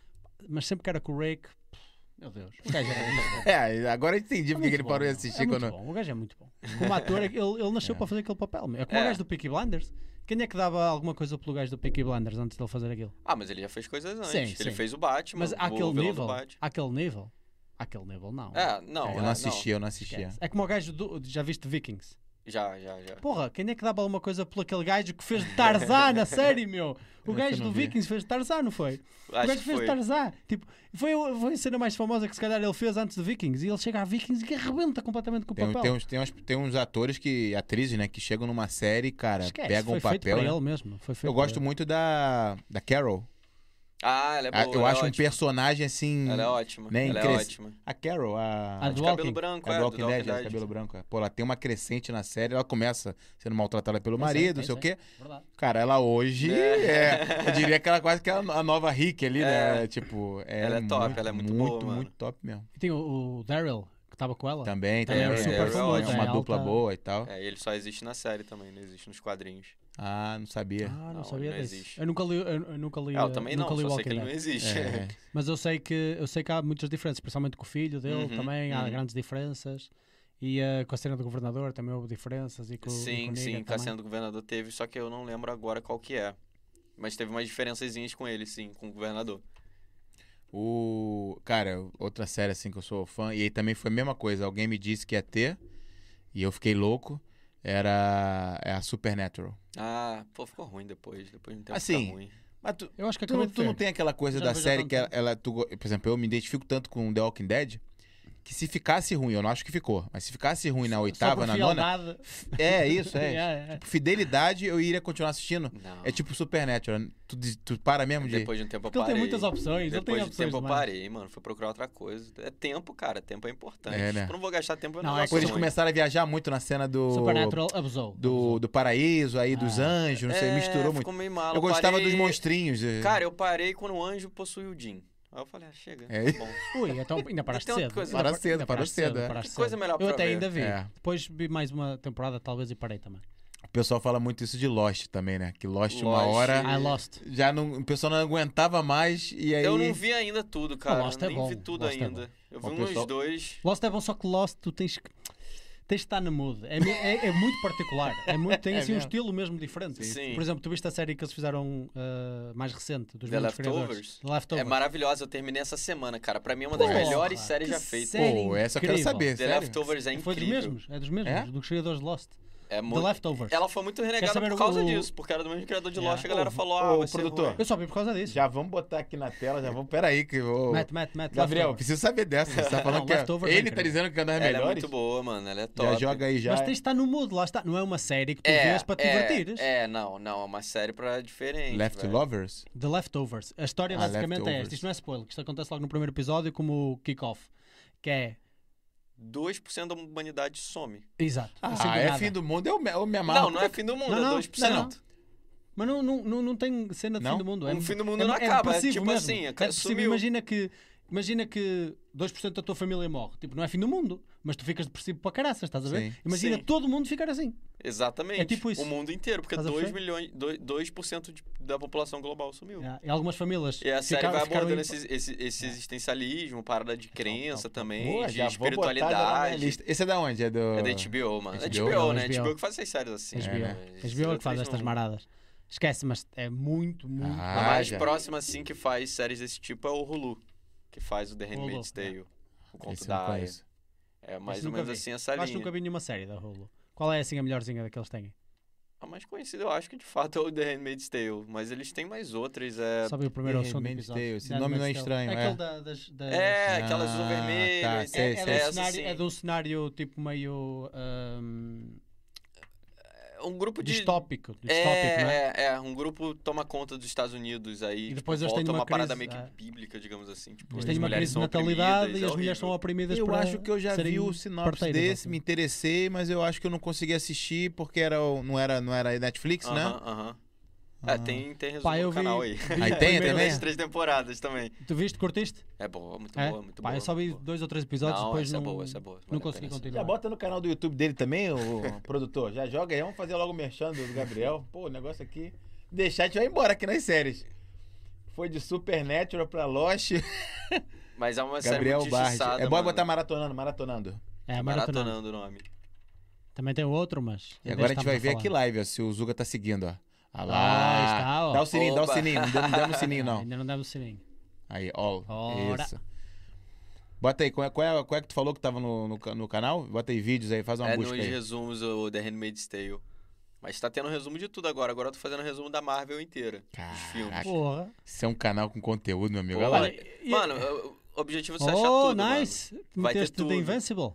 Speaker 2: Mas sempre que era com o Rick, pff, meu Deus. O gajo era muito bom.
Speaker 1: É, agora eu entendi
Speaker 2: É
Speaker 1: porque
Speaker 2: muito
Speaker 1: ele
Speaker 2: bom,
Speaker 1: parou de
Speaker 2: meu.
Speaker 1: assistir
Speaker 2: é muito
Speaker 1: quando.
Speaker 2: bom. O gajo é muito bom. Como ator, ele, ele nasceu para fazer aquele papel. meu. É como o
Speaker 3: É.
Speaker 2: gajo do Peaky Blinders. Quem é que dava alguma coisa pelo gajo do Peaky Blinders antes de ele fazer aquilo?
Speaker 3: Ah, mas ele já fez coisas antes.
Speaker 2: Sim,
Speaker 3: ele
Speaker 2: sim.
Speaker 3: fez o Batman,
Speaker 2: Mas
Speaker 3: o
Speaker 2: àquele
Speaker 3: vilão
Speaker 2: nível,
Speaker 3: do Batman.
Speaker 2: àquele nível, àquele nível não.
Speaker 1: Ah,
Speaker 3: É, não,
Speaker 2: É,
Speaker 1: Eu
Speaker 3: é,
Speaker 1: não assistia, eu não assistia.
Speaker 2: Esquece. É como o gajo do. Já viste Vikings?
Speaker 3: Já, já, já.
Speaker 2: Porra, quem é que dava alguma coisa por aquele gajo que fez de Tarzan na série, meu? O
Speaker 1: Esse eu
Speaker 2: gajo
Speaker 1: não
Speaker 2: do
Speaker 1: vi.
Speaker 2: Vikings fez de Tarzan, não foi? o
Speaker 3: Acho
Speaker 2: gajo
Speaker 3: que
Speaker 2: fez
Speaker 3: foi.
Speaker 2: Tarzan. Tipo, foi, o- foi a cena mais famosa que se calhar ele fez antes de Vikings. E ele chega a Vikings e arrebenta completamente com o
Speaker 1: Tem, um,
Speaker 2: papel.
Speaker 1: tem uns, tem, uns, tem uns atores que. atrizes, né, que chegam numa série, cara,
Speaker 2: Esquece,
Speaker 1: pegam
Speaker 2: foi
Speaker 1: o
Speaker 2: feito
Speaker 1: um- papel.
Speaker 2: para
Speaker 1: né?
Speaker 2: ele mesmo. Foi feito
Speaker 1: Eu
Speaker 2: para
Speaker 1: gosto
Speaker 2: ele.
Speaker 1: muito da. Da Carol.
Speaker 3: Ah, ela é
Speaker 1: A-
Speaker 3: boa.
Speaker 1: eu
Speaker 3: ela é
Speaker 1: acho um
Speaker 3: ótima.
Speaker 1: personagem assim.
Speaker 3: Ela é ótima.
Speaker 1: né,
Speaker 3: ela é
Speaker 1: cresce-
Speaker 3: ótima.
Speaker 1: A Carol, a.
Speaker 2: A
Speaker 1: de
Speaker 2: do
Speaker 1: cabelo-
Speaker 2: Walking.
Speaker 3: Cabelo branco,
Speaker 1: a
Speaker 3: é,
Speaker 1: do
Speaker 3: do
Speaker 1: Walking Dead, ela de
Speaker 3: Dead.
Speaker 1: cabelo branco. é. Pô, ela tem uma crescente na série, ela começa sendo maltratada pelo
Speaker 3: é,
Speaker 2: sei,
Speaker 1: marido, não
Speaker 2: eu
Speaker 1: sei o
Speaker 2: sei.
Speaker 1: quê.
Speaker 2: Verdade.
Speaker 1: Cara, ela hoje é. Eu diria que ela quase que é a nova Rick ali, né? Tipo, é
Speaker 3: Ela é top,
Speaker 1: muito,
Speaker 3: ela é muito
Speaker 1: muito,
Speaker 3: boa, mano.
Speaker 1: muito top mesmo.
Speaker 2: E tem o, o Daryl, que estava com ela.
Speaker 1: Também,
Speaker 2: Também
Speaker 1: também.
Speaker 2: é
Speaker 1: É,
Speaker 2: super
Speaker 1: é
Speaker 2: famoso,
Speaker 1: uma
Speaker 2: é
Speaker 1: dupla
Speaker 2: alta-
Speaker 1: boa e tal.
Speaker 3: É, ele só existe na série também, não existe nos quadrinhos.
Speaker 1: Ah, não sabia.
Speaker 2: Ah, não,
Speaker 3: Não,
Speaker 2: sabia
Speaker 3: não
Speaker 2: disso.
Speaker 3: existe.
Speaker 2: Eu nunca li, eu, eu nunca li,
Speaker 3: ela É, também não,
Speaker 2: nunca li
Speaker 3: só sei
Speaker 2: Walking
Speaker 3: que ele não
Speaker 2: Dead.
Speaker 3: existe.
Speaker 1: É.
Speaker 2: Mas eu sei, que, eu sei que há muitas diferenças, principalmente com o filho dele
Speaker 3: Uhum,
Speaker 2: também, há
Speaker 3: uhum.
Speaker 2: grandes diferenças. E eh, com a cena do governador também houve diferenças. E com, e com
Speaker 3: Sim,
Speaker 2: o Negan
Speaker 3: sim, tá com a
Speaker 1: né?
Speaker 2: também.
Speaker 3: cena do governador teve, só que eu não lembro agora qual que é. Mas teve umas diferençazinhas com ele, sim, com o governador.
Speaker 1: O. Cara, outra série assim que eu sou fã, e aí também foi a mesma coisa. Alguém me disse que ia ter, e eu fiquei louco. Era é a Supernatural.
Speaker 3: Ah, pô, ficou ruim depois. Depois de um tempo
Speaker 1: Assim,
Speaker 3: fica ruim.
Speaker 1: Mas tu,
Speaker 2: Eu acho É que
Speaker 1: tu, não,
Speaker 2: acabei de
Speaker 1: é tu não
Speaker 2: ver.
Speaker 1: tem aquela coisa
Speaker 2: Eu já
Speaker 1: da
Speaker 2: vejo há
Speaker 1: série
Speaker 2: tanto
Speaker 1: que ela, ela- tu, go- por exemplo, eu me identifico tanto com The Walking Dead que se ficasse ruim, eu não acho que ficou, mas se ficasse ruim na
Speaker 2: Só por
Speaker 1: oitava, na nona,
Speaker 2: frialdade.
Speaker 1: é isso, é.
Speaker 2: É, é.
Speaker 1: Tipo, fidelidade, eu iria continuar assistindo.
Speaker 3: Não.
Speaker 1: É tipo Supernatural, tu, des- tu para mesmo de
Speaker 3: Depois de um tempo eu
Speaker 2: Porque ele
Speaker 3: parei.
Speaker 2: tem muitas opções. Ele
Speaker 3: Depois
Speaker 2: tem
Speaker 3: de um
Speaker 2: opções.
Speaker 3: tempo eu
Speaker 2: demais.
Speaker 3: parei, mano. Fui procurar outra coisa. É tempo, cara. Tempo é importante.
Speaker 1: É, né?
Speaker 3: Eu não vou gastar tempo
Speaker 2: Não,
Speaker 3: nas
Speaker 2: é que
Speaker 1: Depois eles
Speaker 3: opções.
Speaker 1: começaram a viajar muito na cena do
Speaker 2: Supernatural Ah, abusou.
Speaker 1: do, do paraíso, aí dos anjos, não sei,
Speaker 3: É,
Speaker 1: misturou muito.
Speaker 3: ficou meio mal.
Speaker 1: Eu gostava
Speaker 3: parei-
Speaker 1: dos monstrinhos. é.
Speaker 3: Cara, eu parei quando o anjo possuiu o Jim. Aí eu falei, ah, chega.
Speaker 1: É.
Speaker 3: Tá bom.
Speaker 2: Ui, então ainda paraste
Speaker 3: Tem é outra
Speaker 2: cedo.
Speaker 3: coisa.
Speaker 2: Ainda
Speaker 1: Para
Speaker 2: par-
Speaker 1: cedo,
Speaker 2: ainda
Speaker 1: para
Speaker 2: paraste
Speaker 1: cedo, é.
Speaker 2: paraste
Speaker 3: Que coisa melhor
Speaker 2: Eu
Speaker 3: pra
Speaker 2: até
Speaker 3: ver.
Speaker 2: ainda vi.
Speaker 1: É.
Speaker 2: Depois vi mais uma temporada, talvez, e parei também.
Speaker 1: O pessoal fala muito isso de Lost também, né? Que Lost, uma
Speaker 3: Lost.
Speaker 1: hora
Speaker 2: I Lost.
Speaker 1: já não, o pessoal não aguentava mais e aí
Speaker 3: Eu não vi ainda tudo, cara.
Speaker 2: Lost é
Speaker 3: Nem
Speaker 2: bom,
Speaker 3: vi tudo
Speaker 2: Lost é
Speaker 3: ainda. eu vi
Speaker 1: Ó,
Speaker 3: uns
Speaker 1: pessoal-
Speaker 3: dois.
Speaker 2: Lost é bom, só que Lost tu tens que. Tens de estar na mood. É, mu- é- é muito particular. É muito, tem
Speaker 1: É
Speaker 2: assim um
Speaker 1: mesmo.
Speaker 2: estilo mesmo diferente.
Speaker 3: Sim, sim.
Speaker 2: Por exemplo, tu viste a série que eles fizeram ah, mais recente, dos
Speaker 3: The
Speaker 2: mesmos criadores.
Speaker 3: Leftovers?
Speaker 2: The Leftovers.
Speaker 3: É maravilhosa, eu terminei essa semana, cara. Pra mim é uma das
Speaker 2: Porra,
Speaker 3: melhores séries
Speaker 2: que
Speaker 3: já feitas.
Speaker 2: série
Speaker 1: Pô, essa eu quero
Speaker 2: incrível.
Speaker 1: saber,
Speaker 3: The
Speaker 1: sério?
Speaker 3: Leftovers é
Speaker 2: Foi dos
Speaker 3: incrível.
Speaker 2: mesmos, é dos mesmos,
Speaker 1: É?
Speaker 2: dos criadores de Lost.
Speaker 3: É
Speaker 2: The
Speaker 3: muito...
Speaker 2: Leftovers.
Speaker 3: Ela foi muito renegada
Speaker 2: saber
Speaker 3: por causa
Speaker 2: o-
Speaker 3: disso, porque era do mesmo criador de
Speaker 2: Yeah.
Speaker 3: Lost. A galera
Speaker 1: Ô,
Speaker 3: falou, ah,
Speaker 1: ô,
Speaker 3: vai ser
Speaker 1: produtor.
Speaker 3: ruim.
Speaker 2: Eu só vi por causa disso.
Speaker 1: Já vamos botar aqui na tela, já vamos. Peraí, que eu.
Speaker 2: Matt, Matt, Matt.
Speaker 1: Gabriel,
Speaker 2: Leftovers.
Speaker 1: preciso saber dessa. Você tá falando
Speaker 2: Não,
Speaker 1: que é-
Speaker 2: Leftovers é
Speaker 1: ele tá
Speaker 2: incrível.
Speaker 1: dizendo que é uma das
Speaker 3: Ela é
Speaker 1: melhores.
Speaker 3: muito boa, mano. Ela é top.
Speaker 1: já joga aí já.
Speaker 2: Mas tens de estar no mood, lá está. Não é uma série que tu
Speaker 3: é,
Speaker 2: vês para te
Speaker 3: é,
Speaker 2: divertires.
Speaker 3: É, não, não. É uma série pra diferente.
Speaker 1: Left
Speaker 3: velho.
Speaker 1: Lovers?
Speaker 2: The Leftovers. A história
Speaker 1: Ah,
Speaker 2: basicamente é
Speaker 1: Leftovers.
Speaker 2: esta. Isto não é spoiler, que isto acontece logo no primeiro episódio como o kick-off. Que é.
Speaker 3: 2% da humanidade some.
Speaker 2: Exato. assim do
Speaker 1: Ah, é
Speaker 2: nada.
Speaker 1: fim do mundo, eu me, eu me amarro.
Speaker 3: Não, não é fim do mundo,
Speaker 2: Não, não,
Speaker 3: é 2%.
Speaker 2: não, não. Mas não, não, não, não tem cena de
Speaker 1: Não?
Speaker 2: fim do mundo. É,
Speaker 3: Um fim do mundo
Speaker 2: é,
Speaker 3: não acaba, é
Speaker 2: depressivo
Speaker 3: tipo
Speaker 2: mesmo.
Speaker 3: assim,
Speaker 2: É
Speaker 3: acaba-
Speaker 2: depressivo.
Speaker 3: sumiu.
Speaker 2: Imagina que. Imagina que 2% da tua família morre. Tipo, não é fim do mundo, mas tu ficas depressivo para caraças, estás a ver?
Speaker 1: Sim.
Speaker 2: Imagina
Speaker 3: Sim.
Speaker 2: todo mundo ficar assim.
Speaker 3: Exatamente.
Speaker 2: É tipo isso.
Speaker 3: O mundo inteiro, porque
Speaker 2: Estás a
Speaker 3: 2
Speaker 2: perceber?
Speaker 3: milhões, 2%, 2% de- da população global sumiu.
Speaker 2: Yeah. É, E algumas famílias.
Speaker 3: E a série
Speaker 2: ficaram-
Speaker 3: vai
Speaker 2: ficaram
Speaker 3: abordando
Speaker 2: em-
Speaker 3: esse, esse, esse
Speaker 1: É.
Speaker 3: existencialismo, parada de crença também,
Speaker 1: Boa,
Speaker 3: de
Speaker 1: já vou botar já na minha
Speaker 3: espiritualidade.
Speaker 1: lista. Esse é da onde? É do.
Speaker 3: É da HBO, mano. É
Speaker 1: HBO?
Speaker 3: HBO,
Speaker 2: Não,
Speaker 3: né?
Speaker 2: HBO.
Speaker 3: HBO que faz essas séries assim.
Speaker 2: HBO.
Speaker 1: É, né?
Speaker 2: HBO é que faz estas maradas. Esquece, mas é muito, muito.
Speaker 1: Ah,
Speaker 3: A mais
Speaker 1: já.
Speaker 3: próxima, assim, que faz séries desse tipo é o Hulu, que faz o The
Speaker 2: Hulu,
Speaker 3: Handmaid's
Speaker 2: é.
Speaker 3: Tale, o
Speaker 1: Esse
Speaker 3: conto
Speaker 1: eu não
Speaker 3: da Aya.
Speaker 1: conheço.
Speaker 3: É mais
Speaker 2: Esse
Speaker 3: ou
Speaker 2: nunca
Speaker 3: menos
Speaker 2: vi.
Speaker 3: assim essa
Speaker 2: Eu acho que nunca
Speaker 3: linha.
Speaker 2: vi nenhuma série da Hulu. Qual é assim a melhorzinha daqueles têm?
Speaker 3: A mais conhecida, eu acho que de fato é o The Handmaid's Tale, mas eles têm mais outras. É,
Speaker 2: Sabe o
Speaker 1: É,
Speaker 2: primeiro ao som do
Speaker 1: Handmaid's
Speaker 2: episódio?
Speaker 1: Tale, esse
Speaker 2: Handmaid's
Speaker 1: nome não é
Speaker 2: Tale.
Speaker 1: estranho,
Speaker 2: é.
Speaker 1: é.
Speaker 2: aquele da- das- das-
Speaker 3: é aquela
Speaker 1: Ah,
Speaker 3: azul
Speaker 1: tá,
Speaker 3: vermelha. e
Speaker 1: sei,
Speaker 3: é,
Speaker 2: É,
Speaker 1: sei.
Speaker 2: de um
Speaker 1: Essa
Speaker 2: cenário-
Speaker 3: sim.
Speaker 2: é de um cenário tipo meio ah, ahm,
Speaker 3: É um grupo de.
Speaker 2: distópico, distópico
Speaker 3: é,
Speaker 2: não é?
Speaker 3: é, é, um grupo toma conta dos Estados Unidos aí.
Speaker 2: E
Speaker 3: tipo,
Speaker 2: depois eles
Speaker 3: volta
Speaker 2: têm uma
Speaker 3: uma parada
Speaker 2: crise,
Speaker 3: meio que
Speaker 2: é.
Speaker 3: bíblica, digamos assim. Tipo,
Speaker 2: Eles
Speaker 3: as
Speaker 2: têm uma
Speaker 3: mulheres
Speaker 2: crise de
Speaker 3: são
Speaker 2: natalidade
Speaker 3: oprimidas,
Speaker 2: e
Speaker 3: é
Speaker 2: as mulheres são
Speaker 3: horrível.
Speaker 2: oprimidas
Speaker 1: Eu
Speaker 2: por
Speaker 1: acho que eu já
Speaker 2: serem
Speaker 1: vi o sinopse
Speaker 2: parteiras,
Speaker 1: desse,
Speaker 2: assim.
Speaker 1: me interessei, mas eu acho que eu não consegui assistir porque era, o- não era não era Netflix, né?
Speaker 3: Aham, aham. É,
Speaker 1: Ah.
Speaker 3: tem, tem resumo
Speaker 2: Pá, eu
Speaker 3: no
Speaker 2: vi-
Speaker 3: canal aí.
Speaker 2: vi
Speaker 1: Aí
Speaker 2: o
Speaker 1: tem
Speaker 2: primeiro-
Speaker 1: também?
Speaker 3: As três temporadas também.
Speaker 2: Tu viste, curtiste?
Speaker 3: É boa, muito
Speaker 2: é?
Speaker 3: boa, muito
Speaker 2: Pá,
Speaker 3: boa.
Speaker 2: eu só vi
Speaker 3: muito boa.
Speaker 2: dois ou três episódios
Speaker 3: não,
Speaker 2: depois
Speaker 3: essa
Speaker 2: não,
Speaker 3: é boa, essa é boa.
Speaker 2: não
Speaker 3: Vale a
Speaker 2: consegui
Speaker 3: pena, sim.
Speaker 2: continuar.
Speaker 1: Já bota no canal do YouTube dele também, o produtor. Já joga aí, vamos fazer logo o merchan do Gabriel. Pô, o negócio aqui. Deixar a gente vai embora aqui nas séries. Foi de Supernatural pra Lost.
Speaker 3: Mas é uma série
Speaker 1: Gabriel
Speaker 3: muito
Speaker 1: Bard.
Speaker 3: injustiçada,
Speaker 1: É bom
Speaker 3: mano.
Speaker 1: botar maratonando, maratonando.
Speaker 2: É,
Speaker 3: maratonando.
Speaker 2: maratonando.
Speaker 3: o nome.
Speaker 2: Também tem outro, mas.
Speaker 1: E agora a gente vai ver
Speaker 2: Estamos
Speaker 1: aqui live, ó, se o Zuga tá seguindo, ó. Ah
Speaker 2: Ah,
Speaker 1: lá.
Speaker 2: está, ó.
Speaker 1: Dá o sininho, dá
Speaker 3: Oba.
Speaker 1: o sininho. Não damos, damos o sininho,
Speaker 2: falar.
Speaker 1: não.
Speaker 2: Ainda não dá o sininho.
Speaker 1: Aí, ó.
Speaker 2: Ora.
Speaker 1: Isso. Bota aí, qual é, qual, é, qual é que tu falou que tava no, no, ca- no canal? Bota aí vídeos aí, faz uma
Speaker 3: É nos
Speaker 1: busca aí.
Speaker 3: resumos o The Handmaid's Tale. Mas tá tendo resumo de tudo agora. Agora eu tô fazendo resumo da Marvel inteira. Dos
Speaker 1: Caraca.
Speaker 3: filmes.
Speaker 2: Porra.
Speaker 1: Isso é um canal com conteúdo, meu amigo.
Speaker 3: Pô,
Speaker 1: Olha lá.
Speaker 3: olha, mano, o- o objetivo é você achar
Speaker 2: Oh,
Speaker 3: tudo, mano.
Speaker 2: nice.
Speaker 3: Vai ter
Speaker 2: Meteste
Speaker 3: tudo.
Speaker 2: The Invincible.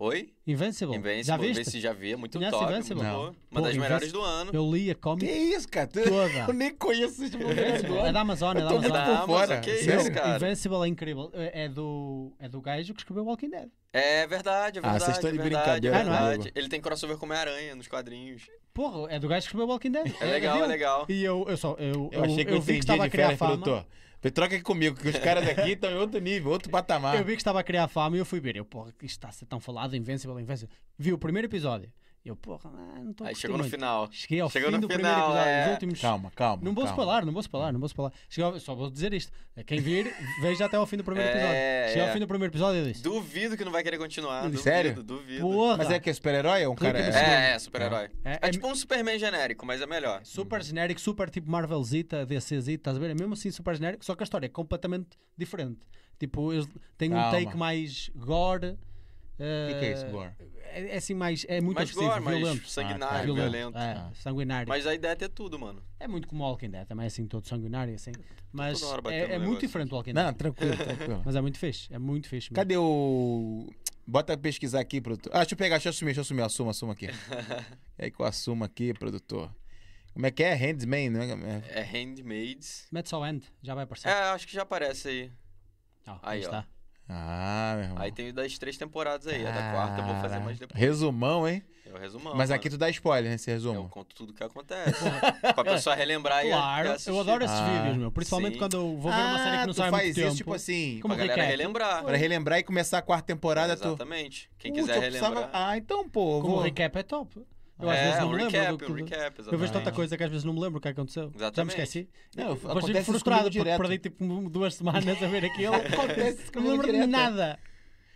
Speaker 3: Oi?
Speaker 2: Invincible.
Speaker 3: Invincible,
Speaker 2: Já viste?
Speaker 3: Esse já vi, é muito
Speaker 2: Conhece
Speaker 3: top. Muito
Speaker 2: Invincible?
Speaker 1: Não.
Speaker 3: boa.
Speaker 2: Pô,
Speaker 3: Uma das melhores
Speaker 2: Invincible-
Speaker 3: do ano.
Speaker 2: Eu li a
Speaker 1: Que
Speaker 2: comic
Speaker 1: isso, cara? Tu-
Speaker 2: toda.
Speaker 1: Eu nem conheço esse tipo de
Speaker 2: É da Amazon, é da
Speaker 1: Eu tô muito
Speaker 2: Amazon.
Speaker 3: Tá,
Speaker 1: por fora.
Speaker 3: mas o que é
Speaker 1: Sério?
Speaker 3: isso, cara?
Speaker 2: Invincible é incrível. É é do, é do gajo que escreveu Walking Dead.
Speaker 3: É verdade, é
Speaker 1: Ah,
Speaker 3: verdade.
Speaker 1: vocês estão de
Speaker 3: é verdade, é
Speaker 1: brincadeira
Speaker 2: né,
Speaker 3: verdade.
Speaker 1: comigo.
Speaker 3: Ele tem crossover com Homem-Aranha nos quadrinhos.
Speaker 2: Porra, é do gajo que escreveu Walking Dead.
Speaker 3: É legal,
Speaker 2: viu?
Speaker 3: é legal.
Speaker 2: E eu, eu só. Eu,
Speaker 1: Eu achei que eu,
Speaker 2: vi
Speaker 1: entendi
Speaker 2: que estava a
Speaker 1: de
Speaker 2: criar
Speaker 1: férias,
Speaker 2: fama.
Speaker 1: produtor. Falei, Troca aqui comigo, que os caras aqui estão em outro nível, outro patamar.
Speaker 2: Eu vi que estava a criar fama e eu fui ver. Eu, porra, que isto está a ser tão falado, Invincible, Invincible. Vi o primeiro episódio. Eu, porra, ah, não estou a
Speaker 3: Aí
Speaker 2: curtir
Speaker 3: chegou no
Speaker 2: muito.
Speaker 3: final.
Speaker 2: Cheguei ao
Speaker 3: Chegou
Speaker 2: fim
Speaker 3: no
Speaker 2: do primeiro
Speaker 3: final,
Speaker 2: episódio,
Speaker 3: é.
Speaker 2: os últimos.
Speaker 1: Calma, calma.
Speaker 2: Não vou
Speaker 1: calma.
Speaker 2: spoiler, não vou spoiler, não vou spoiler. Cheguei ao- Só vou dizer isto. Quem vir, veja até ao fim do primeiro
Speaker 3: É,
Speaker 2: episódio. Cheguei
Speaker 3: é.
Speaker 2: ao fim do primeiro episódio e eu disse:
Speaker 3: Duvido que não vai querer continuar. Duvido,
Speaker 1: Sério?
Speaker 3: Duvido.
Speaker 2: Porra!
Speaker 1: Mas é que é super-herói? É um
Speaker 2: Clica
Speaker 1: cara.
Speaker 2: no
Speaker 1: É.
Speaker 3: É, é, super-herói.
Speaker 2: É,
Speaker 3: É
Speaker 2: é
Speaker 3: tipo um Superman genérico, mas é melhor.
Speaker 2: super genérico, super tipo Marvelzita, DCzita, estás a ver? É mesmo assim super genérico, só que a história é completamente diferente. Tipo, eles têm um
Speaker 1: Calma.
Speaker 2: take mais gore.
Speaker 1: O que, que é isso, Gore?
Speaker 2: É, é assim, mais. É muito
Speaker 3: mais
Speaker 2: agressivo,
Speaker 3: gore,
Speaker 2: violento.
Speaker 3: mas sanguinário,
Speaker 1: Ah, tá.
Speaker 3: violento.
Speaker 2: É,
Speaker 1: Ah.
Speaker 2: sanguinário.
Speaker 3: Mas a ideia é ter tudo, mano.
Speaker 2: É muito como o Walking Dead, também é assim, todo sanguinário, assim. Mas
Speaker 3: toda hora
Speaker 2: é,
Speaker 3: batendo no
Speaker 2: é muito
Speaker 3: negócio.
Speaker 2: diferente do Walking Dead.
Speaker 1: Não, tranquilo, tranquilo.
Speaker 2: Mas é muito fixe, é muito fixe. mesmo.
Speaker 1: Cadê o. Bota pesquisar aqui, produtor. Ah, deixa eu pegar, deixa eu assumir, deixa eu assumir. Assuma, assuma aqui. é aí que eu assumo aqui, produtor. Como é que é? Handsman, né?
Speaker 3: É Handmaids.
Speaker 2: Mete só o end, já vai aparecer.
Speaker 3: É, acho que já aparece aí.
Speaker 2: Ah,
Speaker 3: aí,
Speaker 2: aí está.
Speaker 1: Ah, meu irmão.
Speaker 3: Aí tem o das três temporadas aí. A da quarta eu vou fazer mais depois.
Speaker 1: Resumão, hein?
Speaker 3: É o resumão.
Speaker 1: Mas
Speaker 3: mano.
Speaker 1: aqui tá tu dá spoiler nesse
Speaker 3: Eu
Speaker 1: resumo.
Speaker 3: conto tudo o que acontece. pra pessoa relembrar e
Speaker 2: Claro,
Speaker 3: e
Speaker 2: eu
Speaker 3: assistir.
Speaker 2: adoro esses
Speaker 1: Ah,
Speaker 2: vídeos, meu. Principalmente
Speaker 3: sim. Ah,
Speaker 2: quando eu vou ver uma série que não
Speaker 1: tu
Speaker 2: sai há
Speaker 1: faz
Speaker 2: muito
Speaker 1: isso,
Speaker 2: tempo.
Speaker 1: tipo assim,
Speaker 2: Como
Speaker 3: Pra galera
Speaker 2: recap.
Speaker 3: relembrar.
Speaker 1: pra relembrar e começar a quarta temporada, tu.
Speaker 3: Exatamente. Quem
Speaker 1: Putz,
Speaker 3: quiser
Speaker 1: eu precisava-
Speaker 3: relembrar.
Speaker 1: Ah, então, pô. eu
Speaker 2: Como
Speaker 1: Vou...
Speaker 2: recap é top. Eu às
Speaker 3: é,
Speaker 2: vezes não
Speaker 3: um
Speaker 2: me lembro.
Speaker 3: recap,
Speaker 2: do,
Speaker 3: um
Speaker 2: do-
Speaker 3: recap,
Speaker 2: Eu vejo tanta
Speaker 3: exatamente.
Speaker 2: coisa que às vezes não me lembro o que aconteceu. Já me
Speaker 3: Exatamente.
Speaker 2: esqueci.
Speaker 1: Não,
Speaker 2: Depois
Speaker 1: acontece
Speaker 2: fico
Speaker 1: isso
Speaker 2: é frustrado
Speaker 1: comigo
Speaker 2: porque
Speaker 1: direto.
Speaker 2: perdi tipo duas semanas a ver aquilo.
Speaker 1: Acontece isso
Speaker 2: não me
Speaker 1: comigo
Speaker 2: lembro de
Speaker 1: direto.
Speaker 2: nada.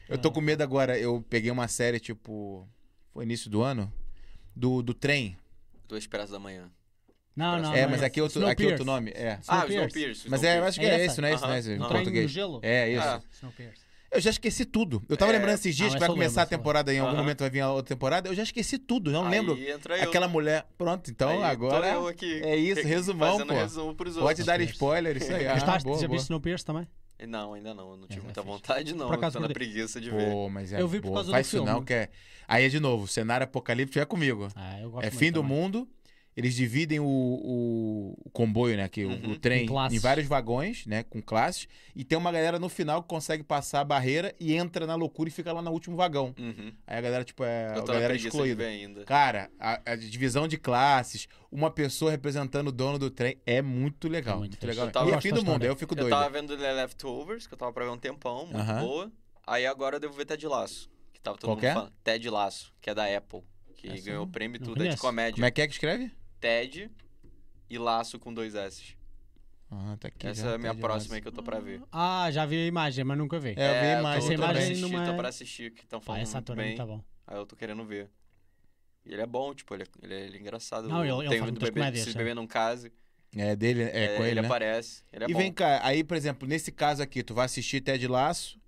Speaker 1: Eu tô com
Speaker 2: Ah.
Speaker 1: medo agora. Eu peguei uma série, tipo. Foi início do ano? Do, do trem.
Speaker 3: Duas esperas da manhã.
Speaker 2: Não, não.
Speaker 1: é,
Speaker 2: Ah, não
Speaker 1: mas aqui é outro, aqui é outro
Speaker 2: Snowpiercer.
Speaker 1: nome. É.
Speaker 3: ah, o Snow
Speaker 2: Snowpiercer.
Speaker 3: Pierce.
Speaker 1: Mas é, eu acho que
Speaker 2: É
Speaker 1: é,
Speaker 2: essa?
Speaker 1: esse, não é esse,
Speaker 3: Aham,
Speaker 1: né? esse, Em
Speaker 3: aham.
Speaker 2: Trem no
Speaker 1: português.
Speaker 2: gelo.
Speaker 1: É, isso.
Speaker 3: Ah.
Speaker 2: Snowpiercer.
Speaker 1: Eu já esqueci tudo. Eu tava
Speaker 3: É.
Speaker 1: lembrando esses dias
Speaker 2: Ah,
Speaker 1: que
Speaker 2: essa
Speaker 1: vai
Speaker 2: eu lembro,
Speaker 1: começar a
Speaker 2: essa eu
Speaker 1: temporada em algum
Speaker 3: Aham.
Speaker 1: momento, vai vir a outra temporada. Eu já esqueci tudo, não lembro.
Speaker 3: Aí entra eu.
Speaker 1: Aquela mulher. Pronto, então
Speaker 3: Aí
Speaker 1: agora.
Speaker 3: tô eu aqui,
Speaker 1: É isso, resumão,
Speaker 3: fazendo
Speaker 1: pô.
Speaker 3: resumo pros
Speaker 1: Pode
Speaker 3: outros.
Speaker 1: dar spoiler, isso aí. Ah,
Speaker 2: Gostaste?
Speaker 1: boa,
Speaker 2: Já
Speaker 1: boa.
Speaker 2: viste Snowpiercer também?
Speaker 3: Não, ainda não. eu Não tive
Speaker 2: Mas é
Speaker 3: muita
Speaker 2: fixe.
Speaker 3: vontade, não.
Speaker 2: Por acaso,
Speaker 3: tô na
Speaker 2: quando-
Speaker 3: preguiça de ver.
Speaker 1: Pô, mas é
Speaker 2: Eu vi por
Speaker 1: boa.
Speaker 2: causa do
Speaker 1: Faz isso não,
Speaker 2: filme.
Speaker 1: que é... Aí é de novo, cenário apocalipse é comigo.
Speaker 2: Ah, eu gosto
Speaker 1: É
Speaker 2: muito
Speaker 1: fim do
Speaker 2: também.
Speaker 1: mundo. Eles dividem o, o- o comboio, né? Que, o- o,
Speaker 3: Uhum.
Speaker 1: trem
Speaker 2: Em
Speaker 1: em,
Speaker 2: classes.
Speaker 1: vários vagões, né? Com classes. E tem uma galera no final que consegue passar a barreira e entra na loucura e fica lá no último vagão.
Speaker 3: Uhum.
Speaker 1: Aí a galera, tipo, é. A
Speaker 3: Eu tô na
Speaker 1: galera é
Speaker 3: preguiça de ver
Speaker 1: excluída.
Speaker 3: ainda.
Speaker 1: Cara, a, a divisão de classes, uma pessoa representando o dono do trem é muito legal.
Speaker 2: É
Speaker 1: muito
Speaker 2: muito fixe.
Speaker 1: legal.
Speaker 3: Eu tava-
Speaker 1: E é
Speaker 2: Eu
Speaker 1: fim
Speaker 2: gosto
Speaker 1: do
Speaker 2: da
Speaker 1: mundo,
Speaker 2: história.
Speaker 1: aí eu fico
Speaker 3: Eu
Speaker 1: doido.
Speaker 3: tava vendo The Leftovers, que eu tava pra ver um tempão, muito
Speaker 1: Aham.
Speaker 3: boa. Aí agora eu devo ver Ted Laço, que tava todo
Speaker 1: Qual que é?
Speaker 3: mundo falando. Ted Laço, que é da Apple, que
Speaker 2: Essa
Speaker 3: ganhou
Speaker 2: eu
Speaker 3: o prêmio e
Speaker 2: não
Speaker 3: tudo, é de
Speaker 2: conheço.
Speaker 3: comédia.
Speaker 1: Como é que é que escreve?
Speaker 3: Ted e Laço com dois S.
Speaker 1: Ah, tá aqui.
Speaker 3: Essa
Speaker 1: já,
Speaker 3: é a
Speaker 1: tá
Speaker 3: minha
Speaker 1: de
Speaker 3: próxima aí
Speaker 1: massa.
Speaker 3: que eu tô pra ver.
Speaker 2: Ah, já vi a imagem, mas nunca
Speaker 1: É,
Speaker 2: vi.
Speaker 1: eu vi a imagem
Speaker 3: tô, tô pra
Speaker 1: também.
Speaker 3: assistir,
Speaker 2: Essa imagem
Speaker 3: tô
Speaker 2: não é-
Speaker 3: pra assistir, que estão
Speaker 2: Pá,
Speaker 3: falando
Speaker 2: essa
Speaker 3: muito
Speaker 2: atora não
Speaker 3: bem.
Speaker 2: tá bom.
Speaker 3: Aí eu tô querendo ver. E ele é bom, tipo, ele é, ele é- ele é engraçado.
Speaker 2: Não, ele- ele
Speaker 3: Tem
Speaker 2: faz
Speaker 3: muito
Speaker 2: muitas
Speaker 3: bebê,
Speaker 2: comédias,
Speaker 3: se
Speaker 2: né?
Speaker 3: beber num case,
Speaker 1: É dele, é, com ele, né?
Speaker 3: aparece, ele é
Speaker 1: e
Speaker 3: bom.
Speaker 1: vem cá, aí, por exemplo, nesse caso aqui, tu vai assistir Ted Laço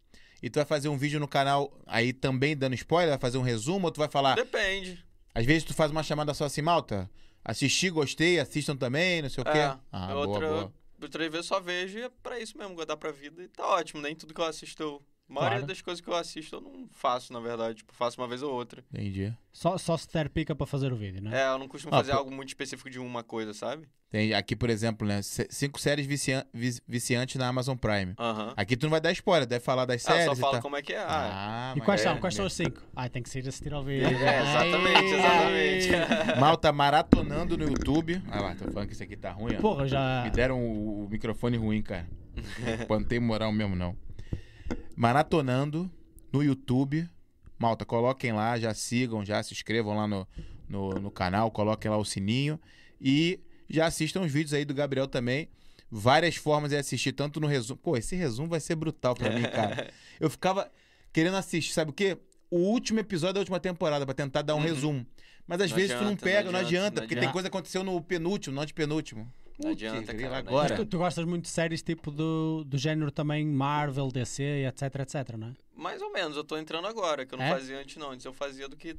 Speaker 1: e tu vai fazer um vídeo no canal aí também dando spoiler, vai fazer um resumo, ou tu vai falar.
Speaker 3: Depende.
Speaker 1: Às vezes tu faz uma chamada só assim, malta. Assisti, gostei, assistam também, não sei o quê.
Speaker 3: É,
Speaker 1: Ah,
Speaker 3: é
Speaker 1: boa,
Speaker 3: outra,
Speaker 1: boa.
Speaker 3: Outras vezes eu só vejo e é pra isso mesmo, guardar pra vida. E tá ótimo, nem tudo que eu assisto eu. A maioria
Speaker 2: Claro.
Speaker 3: das coisas que eu assisto eu não faço, na verdade. Tipo, faço uma vez ou outra.
Speaker 1: Entendi.
Speaker 2: Só, só se der pica pra fazer o vídeo, né?
Speaker 3: É, eu não costumo
Speaker 1: Ah,
Speaker 3: fazer
Speaker 1: pô.
Speaker 3: algo muito específico de uma coisa, sabe?
Speaker 1: Tem aqui, por exemplo, né? c- Cinco séries vician- vi- viciantes na Amazon Prime.
Speaker 3: Aham.
Speaker 1: Aqui tu não vai dar spoiler, deve falar das
Speaker 3: Ah,
Speaker 1: séries.
Speaker 3: só
Speaker 1: e
Speaker 2: tá
Speaker 3: fala
Speaker 1: tal.
Speaker 3: como é que é. Ah,
Speaker 1: Ah,
Speaker 2: E
Speaker 1: mas
Speaker 2: quais
Speaker 1: é
Speaker 2: são? Quais são
Speaker 1: mesmo.
Speaker 2: os cinco? Ah, tem que ser assistir ao
Speaker 3: é,
Speaker 2: vídeo.
Speaker 3: exatamente,
Speaker 2: Ai.
Speaker 3: exatamente.
Speaker 1: Mal tá maratonando no YouTube. Ah lá, tô falando que isso aqui tá ruim, ó.
Speaker 2: Porra, já.
Speaker 1: Me deram o, o microfone ruim, cara. Pô, não tem moral mesmo, não. Maratonando no YouTube. Malta, coloquem lá, já sigam, já se inscrevam lá no, no, no canal, coloquem lá o sininho. E já assistam os vídeos aí do Gabriel também. Várias formas de assistir, tanto no resumo. Pô, esse resumo vai ser brutal pra mim, cara. Eu ficava querendo assistir, sabe o quê? O último episódio da última temporada, pra tentar dar um
Speaker 3: Uhum.
Speaker 1: resumo. Mas às
Speaker 3: Não
Speaker 1: vezes tu não
Speaker 3: adianta, não
Speaker 1: pega, não adianta,
Speaker 3: adianta, não
Speaker 1: porque tem
Speaker 3: adianta.
Speaker 1: coisa que aconteceu no penúltimo, no antepenúltimo.
Speaker 3: Não
Speaker 1: Putz,
Speaker 3: adianta,
Speaker 1: grila,
Speaker 3: cara, não
Speaker 2: Mas
Speaker 1: Agora.
Speaker 2: tu, tu gostas muito de séries tipo do, do género também Marvel, DC, etc, etc, não é?
Speaker 3: Mais ou menos, eu tô entrando agora, que eu não
Speaker 2: É?
Speaker 3: fazia antes, não. Antes eu fazia do que.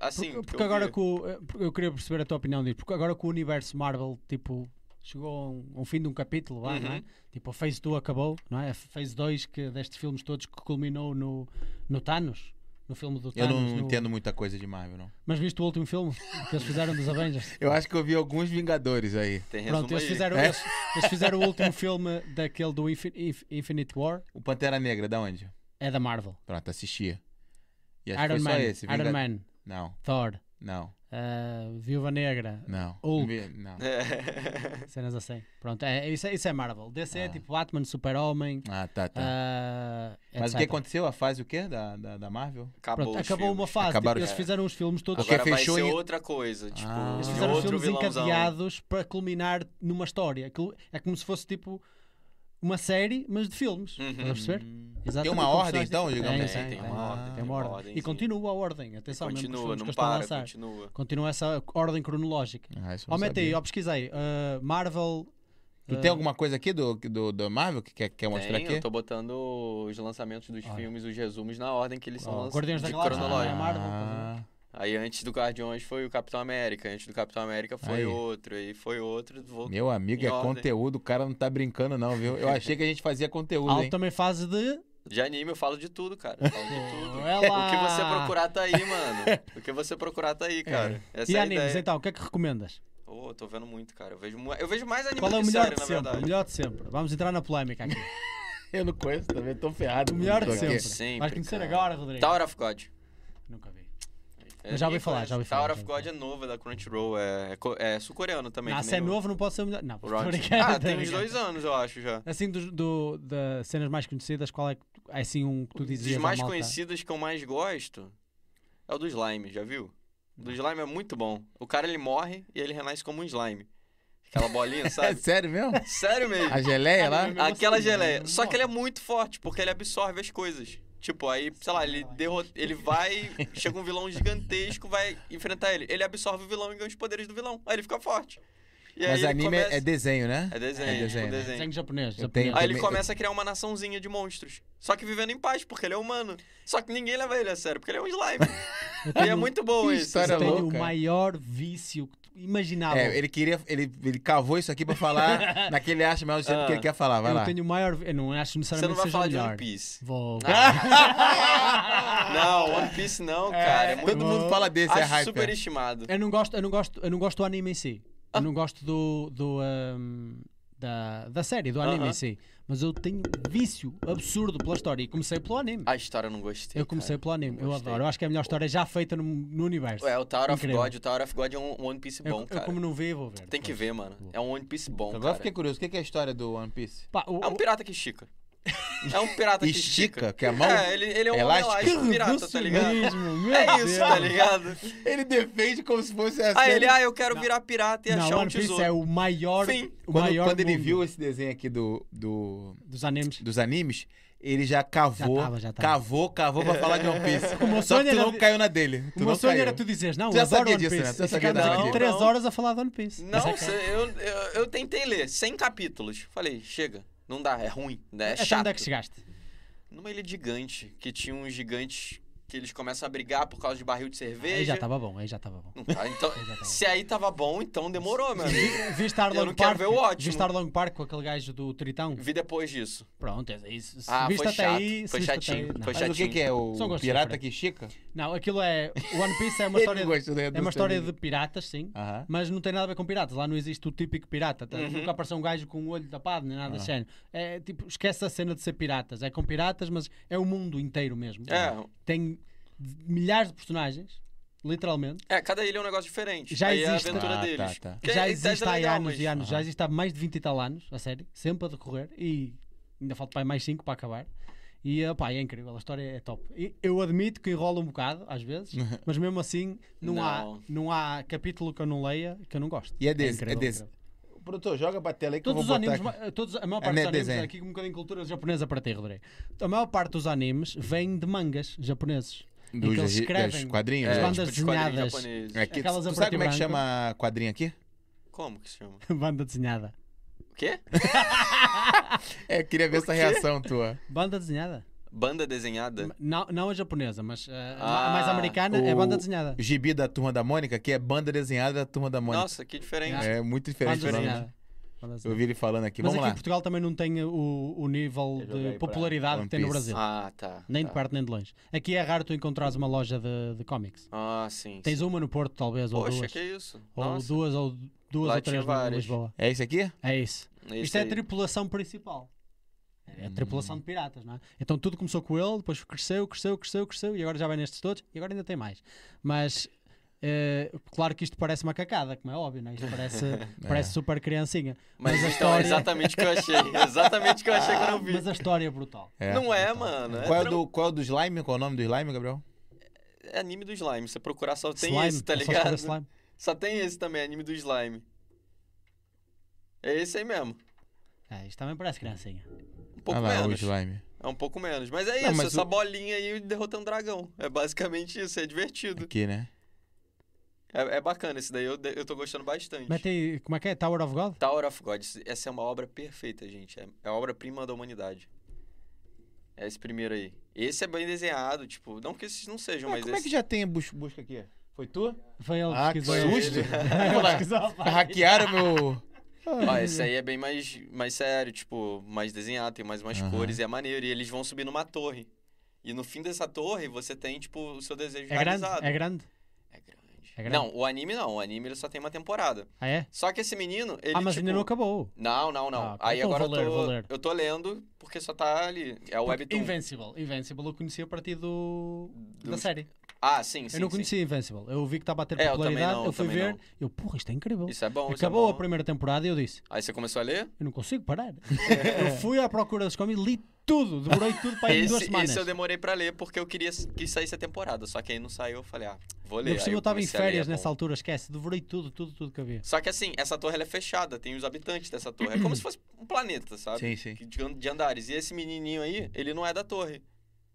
Speaker 3: Assim.
Speaker 2: porque,
Speaker 3: que
Speaker 2: porque
Speaker 3: eu
Speaker 2: agora
Speaker 3: via.
Speaker 2: com. o- eh, porque Eu queria perceber a tua opinião disso. Porque agora com o universo Marvel, tipo, chegou a um, um fim de um capítulo lá, não é?
Speaker 3: Uhum.
Speaker 2: Tipo, a Phase 2 acabou, não é? A Phase 2 que, destes filmes todos que culminou no, no Thanos. No filme do
Speaker 1: Eu
Speaker 2: Thanos.
Speaker 1: não
Speaker 2: Tá no-
Speaker 1: entendo muita coisa de Marvel, não.
Speaker 2: Mas viste o último filme que eles fizeram dos Avengers?
Speaker 1: Eu acho que eu vi alguns Vingadores aí.
Speaker 3: Tem resumo
Speaker 2: Pronto, eles
Speaker 3: aí.
Speaker 2: fizeram,
Speaker 1: É.
Speaker 2: eles, eles fizeram o último filme daquele do Infin- Inf- Infinite War,
Speaker 1: O Pantera Negra, da onde?
Speaker 2: é da Marvel.
Speaker 1: Pronto, assistia. E acho que
Speaker 2: Iron
Speaker 1: foi
Speaker 2: Man,
Speaker 1: só esse.
Speaker 2: Iron
Speaker 1: Vinga-
Speaker 2: Man,
Speaker 1: Não,
Speaker 2: Thor,
Speaker 1: não,
Speaker 2: uh, Viúva Negra,
Speaker 1: não.
Speaker 2: Hulk.
Speaker 1: Vi- Não.
Speaker 3: É.
Speaker 2: cenas assim. Pronto, é, isso, é- isso é Marvel. DC é
Speaker 1: Ah.
Speaker 2: tipo Batman, Super-Homem,
Speaker 1: Ah, tá, tá.
Speaker 2: ah,
Speaker 1: Mas o que
Speaker 2: etc.
Speaker 1: aconteceu? A fase o quê? Da, da, da Marvel?
Speaker 3: Acabou,
Speaker 2: Pronto,
Speaker 3: os
Speaker 2: acabou uma
Speaker 3: filmes.
Speaker 2: fase. tipo,
Speaker 1: Acabaram os-
Speaker 2: eles fizeram os filmes todos.
Speaker 1: Agora-
Speaker 3: Agora vai
Speaker 1: fechou
Speaker 3: ser
Speaker 1: em-
Speaker 3: outra coisa. Tipo,
Speaker 1: Ah. Eles
Speaker 2: Eles
Speaker 3: de
Speaker 2: fizeram
Speaker 3: outro
Speaker 2: filmes
Speaker 3: vilãozão.
Speaker 2: encadeados para culminar numa história. Aquilo- É como se fosse tipo uma série, mas de filmes.
Speaker 3: Uhum.
Speaker 2: Estás a perceber?
Speaker 1: Hum.
Speaker 2: Exatamente,
Speaker 1: Tem uma
Speaker 2: como
Speaker 1: ordem,
Speaker 2: personagens
Speaker 1: então,
Speaker 2: diferentes.
Speaker 1: digamos
Speaker 3: Tem,
Speaker 1: assim?
Speaker 3: tem
Speaker 1: Ah,
Speaker 3: uma ordem,
Speaker 2: Tem uma ordem.
Speaker 3: ordem,
Speaker 2: e
Speaker 3: sim.
Speaker 2: continua a ordem, atenção, mesmo com os
Speaker 3: Continua,
Speaker 2: filmes que
Speaker 3: não
Speaker 2: eles estão a
Speaker 3: para,
Speaker 2: lançar.
Speaker 3: continua.
Speaker 2: Continua essa ordem cronológica.
Speaker 1: Ah, isso eu não
Speaker 2: Aumenta aí,
Speaker 1: sabia.
Speaker 2: ó, pesquisei. ah, Marvel.
Speaker 1: Tu
Speaker 2: ah,
Speaker 1: tem alguma coisa aqui do, do, do Marvel que quer, quer mostrar
Speaker 3: Tem,
Speaker 1: aqui?
Speaker 3: eu tô botando os lançamentos dos
Speaker 2: Olha.
Speaker 3: filmes, os resumos na ordem que eles são
Speaker 2: Ó,
Speaker 3: lançados.
Speaker 2: Guardiões da
Speaker 3: de
Speaker 2: Galáxia,
Speaker 3: cronológico.
Speaker 2: né? Marvel, tá
Speaker 1: Ah,
Speaker 3: Aí antes do Guardiões foi o Capitão América, antes do Capitão América foi
Speaker 1: Aí.
Speaker 3: outro, aí foi outro, voltou.
Speaker 1: meu amigo,
Speaker 3: Em
Speaker 1: é
Speaker 3: ordem.
Speaker 1: conteúdo. O cara não tá brincando, não, viu? Eu achei que a gente fazia conteúdo,
Speaker 2: Alto
Speaker 1: hein?
Speaker 2: também fase de.
Speaker 3: De anime eu falo de tudo, cara. eu Falo de tudo.
Speaker 2: Ela...
Speaker 3: O que você procurar tá aí, mano. O que você procurar tá aí, cara. Essa
Speaker 2: E
Speaker 3: é a
Speaker 2: animes,
Speaker 3: ideia.
Speaker 2: então, o que é que recomendas?
Speaker 3: Ô, eu tô vendo muito, cara. Eu vejo, mu- eu vejo mais anime
Speaker 2: Qual é o
Speaker 3: que
Speaker 2: melhor
Speaker 3: série,
Speaker 2: de
Speaker 3: na
Speaker 2: sempre? O
Speaker 3: verdade.
Speaker 2: melhor de sempre. Vamos entrar na polémica aqui.
Speaker 1: Eu não conheço também, tô ferrado.
Speaker 2: O melhor
Speaker 1: Tô
Speaker 2: de
Speaker 1: aqui.
Speaker 2: sempre.
Speaker 3: Sempre,
Speaker 2: Vais conhecer
Speaker 3: cara. Tá
Speaker 2: agora, Rodrigo.
Speaker 3: Tower of God.
Speaker 2: Nunca vi.
Speaker 3: É,
Speaker 2: Eu já ouvi
Speaker 3: ninguém
Speaker 2: falar,
Speaker 3: conhece.
Speaker 2: já ouvi falar,
Speaker 3: Tower
Speaker 2: já
Speaker 3: of
Speaker 2: ouvi
Speaker 3: God é novo, é da Crunchyroll. É, é co- é sul-coreano também.
Speaker 2: Ah,
Speaker 3: que
Speaker 2: se é
Speaker 3: nem o-
Speaker 2: novo, não pode ser o melhor. Não,
Speaker 3: o
Speaker 2: tô
Speaker 3: Rock.
Speaker 2: brincando,
Speaker 3: Ah,
Speaker 2: tô
Speaker 3: tem uns
Speaker 2: brincando.
Speaker 3: dois anos, eu acho, já.
Speaker 2: Assim, dos do, das cenas mais conhecidas, qual é que tu- é assim um que tu dizias
Speaker 3: Dos
Speaker 2: à
Speaker 3: mais
Speaker 2: malta?
Speaker 3: conhecidos que eu mais gosto é o do Slime, já viu? O do Slime é muito bom. O cara, ele morre e ele renasce como um Slime. Aquela bolinha,
Speaker 1: É
Speaker 3: sabe?
Speaker 1: sério mesmo?
Speaker 3: Sério mesmo.
Speaker 1: A geleia lá?
Speaker 2: Caramba.
Speaker 3: Aquela
Speaker 2: Nossa,
Speaker 3: geleia.
Speaker 2: mano,
Speaker 3: Só que ele é muito forte, porque ele absorve as coisas. Tipo, aí, sei lá, ele derrota. Ele vai. Chega um vilão gigantesco, vai enfrentar ele. Ele absorve o vilão e ganha os poderes do vilão. Aí ele fica forte. E
Speaker 1: Mas
Speaker 3: aí ele
Speaker 1: anime
Speaker 3: começa...
Speaker 1: é desenho, né?
Speaker 3: É desenho,
Speaker 1: é
Speaker 3: tipo,
Speaker 1: desenho,
Speaker 3: desenho.
Speaker 1: né?
Speaker 2: Desenho japonês.
Speaker 1: Eu tenho-
Speaker 2: japonês.
Speaker 3: Aí Ah, ele
Speaker 1: também-
Speaker 3: começa a criar uma naçãozinha de monstros. Só que vivendo em paz, porque ele é humano. Só que ninguém leva ele a sério, porque ele é um slime.
Speaker 2: Eu
Speaker 3: e é
Speaker 2: tenho-
Speaker 3: muito bom
Speaker 1: Que
Speaker 3: isso.
Speaker 1: história
Speaker 2: eu tenho
Speaker 1: louca.
Speaker 2: o maior vício que tu imaginável.
Speaker 1: É, ele queria. Ele, ele cavou isso aqui pra falar naquele acha melhor do jeito
Speaker 3: Ah.
Speaker 1: que ele quer falar. Vai
Speaker 2: eu
Speaker 1: lá.
Speaker 2: tenho o maior. Eu não acho
Speaker 3: Você não
Speaker 2: necessariamente
Speaker 3: vai
Speaker 2: seja o
Speaker 3: falar de
Speaker 2: melhor.
Speaker 3: One Piece. Ah,
Speaker 2: Vou.
Speaker 3: Não, One Piece não, cara. É muito
Speaker 1: Todo mundo fala desse, é
Speaker 3: Acho
Speaker 1: hype.
Speaker 3: superestimado.
Speaker 2: Eu não gosto, eu não gosto, eu não gosto do anime em si.
Speaker 3: Ah.
Speaker 2: Eu não gosto do, do ahm, da, da série, do anime
Speaker 3: Aham.
Speaker 2: em si. Mas eu tenho um vício absurdo pela história e comecei pelo anime.
Speaker 3: A história eu não gostei.
Speaker 2: eu comecei
Speaker 3: Ah, cara.
Speaker 2: pelo anime. Eu
Speaker 3: gostei.
Speaker 2: adoro. Eu acho que é a melhor história já feita no, no universo.
Speaker 3: É, o Tower of
Speaker 2: Incrível.
Speaker 3: God. O Tower of God é um One Piece
Speaker 2: eu,
Speaker 3: bom,
Speaker 2: eu
Speaker 3: cara.
Speaker 2: como não vi, vou ver.
Speaker 3: Tem que
Speaker 2: depois.
Speaker 3: ver, mano. É um One Piece bom,
Speaker 1: Agora eu
Speaker 3: cara.
Speaker 1: fiquei curioso. O que que é a história do One Piece?
Speaker 2: Pá, o-
Speaker 3: É um
Speaker 2: o-
Speaker 3: pirata que estica. É um pirata que estica.
Speaker 1: Estica, que a mão.
Speaker 3: É, ele, ele é um homem
Speaker 1: Elástica.
Speaker 3: elástico pirata, tá ligado?
Speaker 2: revolucionismo, meu
Speaker 3: É isso, tá
Speaker 2: Deus.
Speaker 3: ligado?
Speaker 1: Ele defende como se fosse a
Speaker 3: Ah,
Speaker 1: série-
Speaker 3: ele, ah, eu quero virar pirata e achar
Speaker 2: Não,
Speaker 3: um
Speaker 2: One Piece
Speaker 3: tesouro.
Speaker 2: é o maior,
Speaker 3: Fim.
Speaker 2: o
Speaker 1: Quando,
Speaker 2: maior
Speaker 1: quando ele
Speaker 2: mundo
Speaker 1: viu esse desenho aqui do, do-
Speaker 2: dos animes.
Speaker 1: dos animes, ele já cavou.
Speaker 2: Já tava, já tava.
Speaker 1: Cavou, cavou pra falar de One Piece.
Speaker 2: meu
Speaker 1: Só que
Speaker 2: sonho
Speaker 1: tu
Speaker 2: era-
Speaker 1: não caiu na dele. Tu
Speaker 2: O meu
Speaker 1: não
Speaker 2: sonho
Speaker 1: caiu.
Speaker 2: era tu dizeres, não,
Speaker 1: Tu já
Speaker 2: eu adoro
Speaker 1: sabia
Speaker 2: One
Speaker 1: disso,
Speaker 2: Piece.
Speaker 1: né? Tu já
Speaker 2: E
Speaker 1: sabia
Speaker 2: ficámos
Speaker 3: disso.
Speaker 2: aqui três
Speaker 3: Não.
Speaker 2: horas a falar de One Piece. Mas é
Speaker 3: Não, cê- eu, eu, eu tentei ler 100 capítulos. Falei, chega, não dá, é ruim, né? é
Speaker 2: Até
Speaker 3: chato.
Speaker 2: onde é que chegaste?
Speaker 3: Numa ilha gigante, que tinha uns gigantes que eles começam a brigar por causa de barril de cerveja.
Speaker 2: Aí já tava bom, aí já tava bom.
Speaker 3: Não tá, então,
Speaker 2: Aí já tava
Speaker 3: se aí tava bom, então demorou, meu amigo.
Speaker 2: Vi- Vi Star
Speaker 3: Eu não
Speaker 2: Long
Speaker 3: quero
Speaker 2: Park.
Speaker 3: ver o ótimo.
Speaker 2: Vi Star Long Park com aquele gajo do Tritão.
Speaker 3: Vi depois disso.
Speaker 2: Pronto, é isso. Se
Speaker 3: Ah,
Speaker 2: viste
Speaker 3: foi
Speaker 2: até
Speaker 3: chato,
Speaker 2: aí,
Speaker 3: foi
Speaker 2: se viste até
Speaker 3: chatinho,
Speaker 2: aí- não.
Speaker 3: foi
Speaker 1: Mas o que,
Speaker 3: chatinho.
Speaker 1: que é? O
Speaker 2: Só gosto de
Speaker 1: pirata
Speaker 2: sofrer.
Speaker 1: que estica?
Speaker 2: Não, aquilo é. One Piece é uma história. de- É uma história de piratas, sim.
Speaker 1: Aham.
Speaker 2: Mas não tem nada a ver com piratas. Lá não existe o típico pirata. tá?
Speaker 3: Uhum.
Speaker 2: Nunca apareceu um gajo com o olho tapado, nem nada
Speaker 1: Ah.
Speaker 2: do género. É tipo, esquece a cena de ser piratas. É com piratas, mas é o mundo inteiro mesmo.
Speaker 3: É,
Speaker 2: Tem milhares de personagens, literalmente.
Speaker 3: é, cada ilha é um negócio diferente.
Speaker 2: Já
Speaker 3: aí
Speaker 2: existe-
Speaker 3: é a aventura
Speaker 1: Ah, tá,
Speaker 3: deles.
Speaker 1: tá.
Speaker 3: Que
Speaker 2: já
Speaker 3: é-
Speaker 2: existe
Speaker 3: é
Speaker 2: há
Speaker 3: legal,
Speaker 2: anos
Speaker 3: mas-
Speaker 2: e anos. Já
Speaker 1: Aham.
Speaker 2: existe há mais de 20 e tal anos, a série. Sempre a decorrer. E ainda falta para mais 5 para acabar. E opá, é incrível, a história é top. E eu admito que enrola um bocado, às vezes, mas mesmo assim não, Há,
Speaker 3: Não.
Speaker 2: não há capítulo que eu não leia que eu não gosto.
Speaker 1: E é desse,
Speaker 2: incrível,
Speaker 1: é desse.
Speaker 2: incrível.
Speaker 1: O produtor, joga pra tela aí que
Speaker 2: Todos
Speaker 1: eu
Speaker 2: os
Speaker 1: vou botar
Speaker 2: animes,
Speaker 1: aqui.
Speaker 2: ma- todos, a maior
Speaker 1: É
Speaker 2: parte dos
Speaker 1: net
Speaker 2: animes,
Speaker 1: desenho.
Speaker 2: aqui um bocadinho de cultura japonesa para ti, Rodrigo. A maior parte dos animes vem de mangas japoneses. em que
Speaker 1: Dos-
Speaker 2: eles
Speaker 1: dos
Speaker 2: escrevem
Speaker 1: quadrinhos,
Speaker 2: as
Speaker 1: né?
Speaker 2: bandas
Speaker 3: é, tipo, de quadrinhos
Speaker 2: desenhadas.
Speaker 3: japoneses.
Speaker 1: Aqui, tu
Speaker 2: aquelas a
Speaker 1: sabe
Speaker 2: preto e
Speaker 1: como é que
Speaker 2: branco.
Speaker 1: chama quadrinho aqui?
Speaker 3: Como que se chama?
Speaker 2: Banda desenhada.
Speaker 3: O quê?
Speaker 1: É, queria ver essa reação tua.
Speaker 2: Banda desenhada?
Speaker 3: Banda desenhada?
Speaker 2: Não, não a japonesa, mas uh,
Speaker 3: Ah,
Speaker 2: a mais americana é
Speaker 1: o-
Speaker 2: banda desenhada.
Speaker 1: O gibi da Turma da Mônica, que é banda desenhada da Turma da Mônica.
Speaker 3: Nossa, que diferente.
Speaker 1: É muito
Speaker 2: Banda
Speaker 1: diferente o nome.
Speaker 2: desenhada. Banda
Speaker 1: Eu
Speaker 2: desenhada.
Speaker 1: vi ele falando aqui.
Speaker 2: Mas
Speaker 1: Vamos
Speaker 2: aqui em
Speaker 1: lá.
Speaker 2: Portugal também não tem o, o nível
Speaker 4: Eu joguei pra
Speaker 2: de popularidade que
Speaker 1: One
Speaker 2: tem no
Speaker 1: Piece.
Speaker 2: Brasil.
Speaker 3: Ah, tá.
Speaker 2: nem
Speaker 3: tá.
Speaker 2: de perto nem de longe. Aqui é raro tu encontrares uma loja de, de cómics.
Speaker 3: Ah, sim.
Speaker 2: Tens
Speaker 3: sim.
Speaker 2: uma no Porto, talvez, ou
Speaker 3: Poxa,
Speaker 2: duas.
Speaker 3: que isso?
Speaker 2: Ou
Speaker 3: Nossa.
Speaker 2: duas ou duas
Speaker 3: Lá
Speaker 2: ou
Speaker 3: tinha
Speaker 2: três em
Speaker 3: várias.
Speaker 2: Lisboa.
Speaker 1: É esse aqui?
Speaker 2: É isso. Isto é a
Speaker 3: aí. Hum.
Speaker 2: tripulação principal. É a tripulação de piratas, não é? Então tudo começou com ele, depois cresceu, cresceu, cresceu, cresceu e agora já vai nestes todos e agora ainda tem mais. Mas eh, claro que isto parece uma cacada, como é óbvio, não é? Isto parece, parece super criancinha.
Speaker 3: Mas,
Speaker 2: Mas a
Speaker 3: então, é
Speaker 2: história-
Speaker 3: exatamente o que eu achei. Exatamente o que eu achei que eu não vi.
Speaker 2: Mas a história é brutal.
Speaker 3: Não é, mano.
Speaker 1: Qual é, o
Speaker 3: tran-
Speaker 1: do, qual é o do slime? Qual é o nome do slime, Gabriel?
Speaker 3: é anime do slime. Você procurar só tem
Speaker 2: slime,
Speaker 3: esse, tá
Speaker 2: é só escrever
Speaker 3: ligado?
Speaker 2: slime.
Speaker 3: Só tem esse também, anime do slime. É esse aí mesmo.
Speaker 2: É, isto também parece criancinha.
Speaker 3: Um pouco
Speaker 1: ah lá, o
Speaker 3: menos.
Speaker 1: slime.
Speaker 3: É um pouco menos. Mas é
Speaker 1: Não,
Speaker 3: isso,
Speaker 1: mas
Speaker 3: essa
Speaker 1: o-
Speaker 3: bolinha aí derrotando dragão. É basicamente isso, é divertido.
Speaker 1: Aqui, né?
Speaker 3: É, é bacana esse daí, eu, de- eu tô gostando bastante.
Speaker 2: Mas tem, como é que é? Tower of God?
Speaker 3: Tower of God, esse- essa é uma obra perfeita, gente. É é a obra-prima da humanidade. É esse primeiro aí. Esse é bem desenhado, tipo, não que esses não sejam,
Speaker 1: Ah,
Speaker 3: mas
Speaker 1: como é
Speaker 3: esse...
Speaker 1: que já tem bus- busca aqui? Foi tu?
Speaker 2: Foi ele
Speaker 1: Ah, que
Speaker 2: pesquisou.
Speaker 1: susto!
Speaker 2: Ele pesquisou, pá.
Speaker 3: Ah,
Speaker 1: Hackearam meu...
Speaker 3: Ó, esse aí é bem mais, mais sério, tipo, mais desenhado, tem mais umas
Speaker 1: Aham.
Speaker 3: cores e é maneiro. E eles vão subir numa torre. E no fim dessa torre, você tem, tipo, o seu desejo
Speaker 2: É grande?
Speaker 3: realizado.
Speaker 2: É grande?
Speaker 3: É grande.
Speaker 2: É grande?
Speaker 3: Não, o anime não. O anime ele só tem uma temporada.
Speaker 2: Ah, é?
Speaker 3: Só que esse menino, ele.
Speaker 2: Ah, mas
Speaker 3: tipo...
Speaker 2: ainda não acabou.
Speaker 3: Não, não, não.
Speaker 2: Ah, ok.
Speaker 3: Aí
Speaker 2: Então
Speaker 3: agora
Speaker 2: vou ler,
Speaker 3: eu, tô...
Speaker 2: vou ler.
Speaker 3: eu tô lendo porque só tá ali. É o Webtoon.
Speaker 2: Invincible. Invincible eu conheci a partir do... da
Speaker 3: Dos-
Speaker 2: série.
Speaker 3: Ah, sim, sim.
Speaker 2: eu não
Speaker 3: sim.
Speaker 2: conhecia Invincible. Eu vi que estava a ter
Speaker 3: É, eu
Speaker 2: popularidade.
Speaker 3: também não,
Speaker 2: eu fui
Speaker 3: também
Speaker 2: ver.
Speaker 3: não.
Speaker 2: Eu, porra, isto é
Speaker 1: Tipo,
Speaker 2: incrível.
Speaker 3: Isso é bom. isso é
Speaker 2: Acabou a
Speaker 3: bom.
Speaker 2: primeira temporada e eu disse:
Speaker 3: Aí você começou a ler?
Speaker 2: Eu não consigo parar. eu fui à procura dos cómics, li tudo, demorei tudo
Speaker 1: é
Speaker 2: para ir em duas
Speaker 3: Esse,
Speaker 2: semanas.
Speaker 3: esse eu demorei pra ler porque eu queria que saísse a temporada. Só que aí não saiu, eu falei, ah, vou ler.
Speaker 2: Ainda por
Speaker 3: Aí
Speaker 2: cima eu estava em
Speaker 3: comecei a ler,
Speaker 2: férias
Speaker 3: é bom.
Speaker 2: nessa altura, esquece. Devorei tudo, tudo, tudo que havia.
Speaker 3: Só que assim, essa torre ela é fechada, tem os habitantes dessa torre. É como se fosse um planeta, sabe?
Speaker 1: Sim, sim.
Speaker 3: Que- De, an- de andares. E esse menininho aí, ele não é da torre.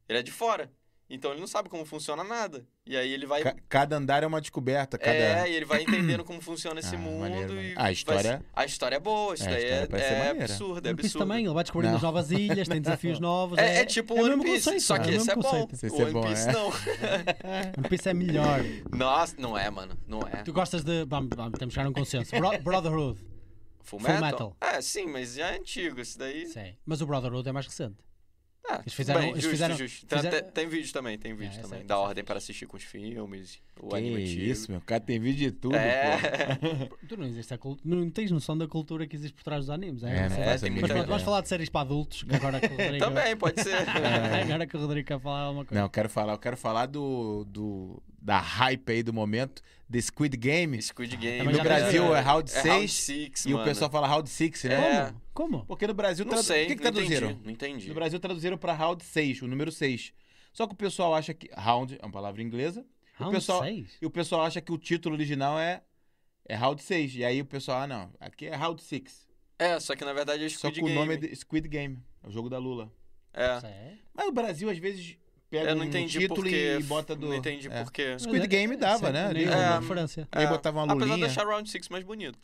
Speaker 3: Ele é de fora. Então ele não sabe como funciona nada. E aí ele vai.
Speaker 1: Ca- cada andar é uma descoberta. Cada...
Speaker 3: É, e ele vai entendendo como funciona esse
Speaker 1: Ah,
Speaker 3: mundo.
Speaker 1: maneiro,
Speaker 3: e
Speaker 1: maneiro. Ah, a
Speaker 3: vai-
Speaker 1: história-
Speaker 3: A história é boa, isso
Speaker 1: É, a
Speaker 3: daí é,
Speaker 1: história parece ser
Speaker 3: é
Speaker 1: maneira.
Speaker 3: absurdo, é
Speaker 2: One Piece
Speaker 3: absurdo.
Speaker 2: também, ele vai descobrindo
Speaker 1: Não.
Speaker 2: as novas ilhas, tem desafios novos.
Speaker 3: É, é tipo
Speaker 2: é o
Speaker 3: One
Speaker 2: mesmo
Speaker 3: Piece,
Speaker 2: conceito,
Speaker 3: só
Speaker 2: é o
Speaker 3: que
Speaker 2: mesmo
Speaker 3: esse é bom.
Speaker 2: conceito.
Speaker 1: Esse
Speaker 3: o
Speaker 1: é
Speaker 3: One
Speaker 1: bom,
Speaker 3: Piece
Speaker 1: é.
Speaker 3: não.
Speaker 2: One Piece é melhor.
Speaker 3: Nossa, não é, mano. Não é.
Speaker 2: tu gostas de. Vamos, vamos, temos que chegar a um consenso. Bro- Brotherhood.
Speaker 3: Full,
Speaker 2: Full
Speaker 3: metal?
Speaker 2: Metal.
Speaker 3: É, sim, mas já é antigo. Esse daí.
Speaker 2: Sim. Mas o Brotherhood é mais recente.
Speaker 3: Ah,
Speaker 2: Eles
Speaker 3: tudo
Speaker 2: fizeram- um-
Speaker 3: bem,
Speaker 2: eles
Speaker 3: justo,
Speaker 2: fizeram-
Speaker 3: justo. Tem,
Speaker 2: fizeram-
Speaker 3: tem- tem vídeo também, tem vídeo
Speaker 2: essa-
Speaker 3: também.
Speaker 2: essa
Speaker 3: Dá
Speaker 2: é
Speaker 3: ordem para assistir com os filmes, o
Speaker 1: Que
Speaker 3: anime antigo.
Speaker 1: isso, meu. O cara tem vídeo de tudo, pô.
Speaker 3: é,
Speaker 2: Tu não, existe a cult... não tens noção da cultura que existe por trás dos animes. É,
Speaker 1: É, não
Speaker 2: Mas
Speaker 3: É,
Speaker 1: faço
Speaker 3: tem
Speaker 1: a
Speaker 3: muita
Speaker 1: mínima
Speaker 2: pronto, vamos
Speaker 1: ideia.
Speaker 2: falar de séries para adultos, que agora que o Rodrigo.
Speaker 3: também, pode ser.
Speaker 1: É.
Speaker 2: agora que o Rodrigo quer falar alguma coisa.
Speaker 1: Não, eu quero falar, eu quero falar do, do da hype aí do momento, The Squid Game.
Speaker 3: Squid Game.
Speaker 2: também
Speaker 1: No
Speaker 2: já
Speaker 1: Brasil
Speaker 2: tem-
Speaker 1: é Round 6
Speaker 3: Round Six,
Speaker 1: e
Speaker 3: mano.
Speaker 1: o pessoal fala Round 6, né?
Speaker 3: É.
Speaker 2: Como? Como?
Speaker 1: Porque no Brasil
Speaker 3: Não
Speaker 1: tradu-
Speaker 3: sei,
Speaker 1: o que, que
Speaker 3: não
Speaker 1: traduziram?
Speaker 3: entendi. Não entendi.
Speaker 1: No Brasil traduziram pra Round 6, o número 6. Só que o pessoal acha que Round é uma palavra inglesa
Speaker 2: Round
Speaker 1: pessoal-
Speaker 2: 6?
Speaker 1: e o pessoal acha que o título original é é Round 6. E aí o pessoal, ah, não, aqui é Round 6.
Speaker 3: É, só que na verdade é Squid
Speaker 1: Só que
Speaker 3: Game.
Speaker 1: o nome é de- Squid Game, é o jogo da Lula.
Speaker 3: É.
Speaker 2: Sério?
Speaker 1: Mas o Brasil às vezes pega
Speaker 3: Eu não
Speaker 1: um
Speaker 3: entendi
Speaker 1: título
Speaker 3: porque.
Speaker 1: e bota do
Speaker 3: Não entendi
Speaker 1: é.
Speaker 3: porque.
Speaker 1: Squid
Speaker 2: Mas é-
Speaker 1: Game dava,
Speaker 2: sim,
Speaker 1: né? Ali-
Speaker 2: Nem é,
Speaker 3: É.
Speaker 2: referência.
Speaker 1: E aí botava uma
Speaker 3: Apesar de
Speaker 1: lulinha.
Speaker 3: achar Round Six mais bonito.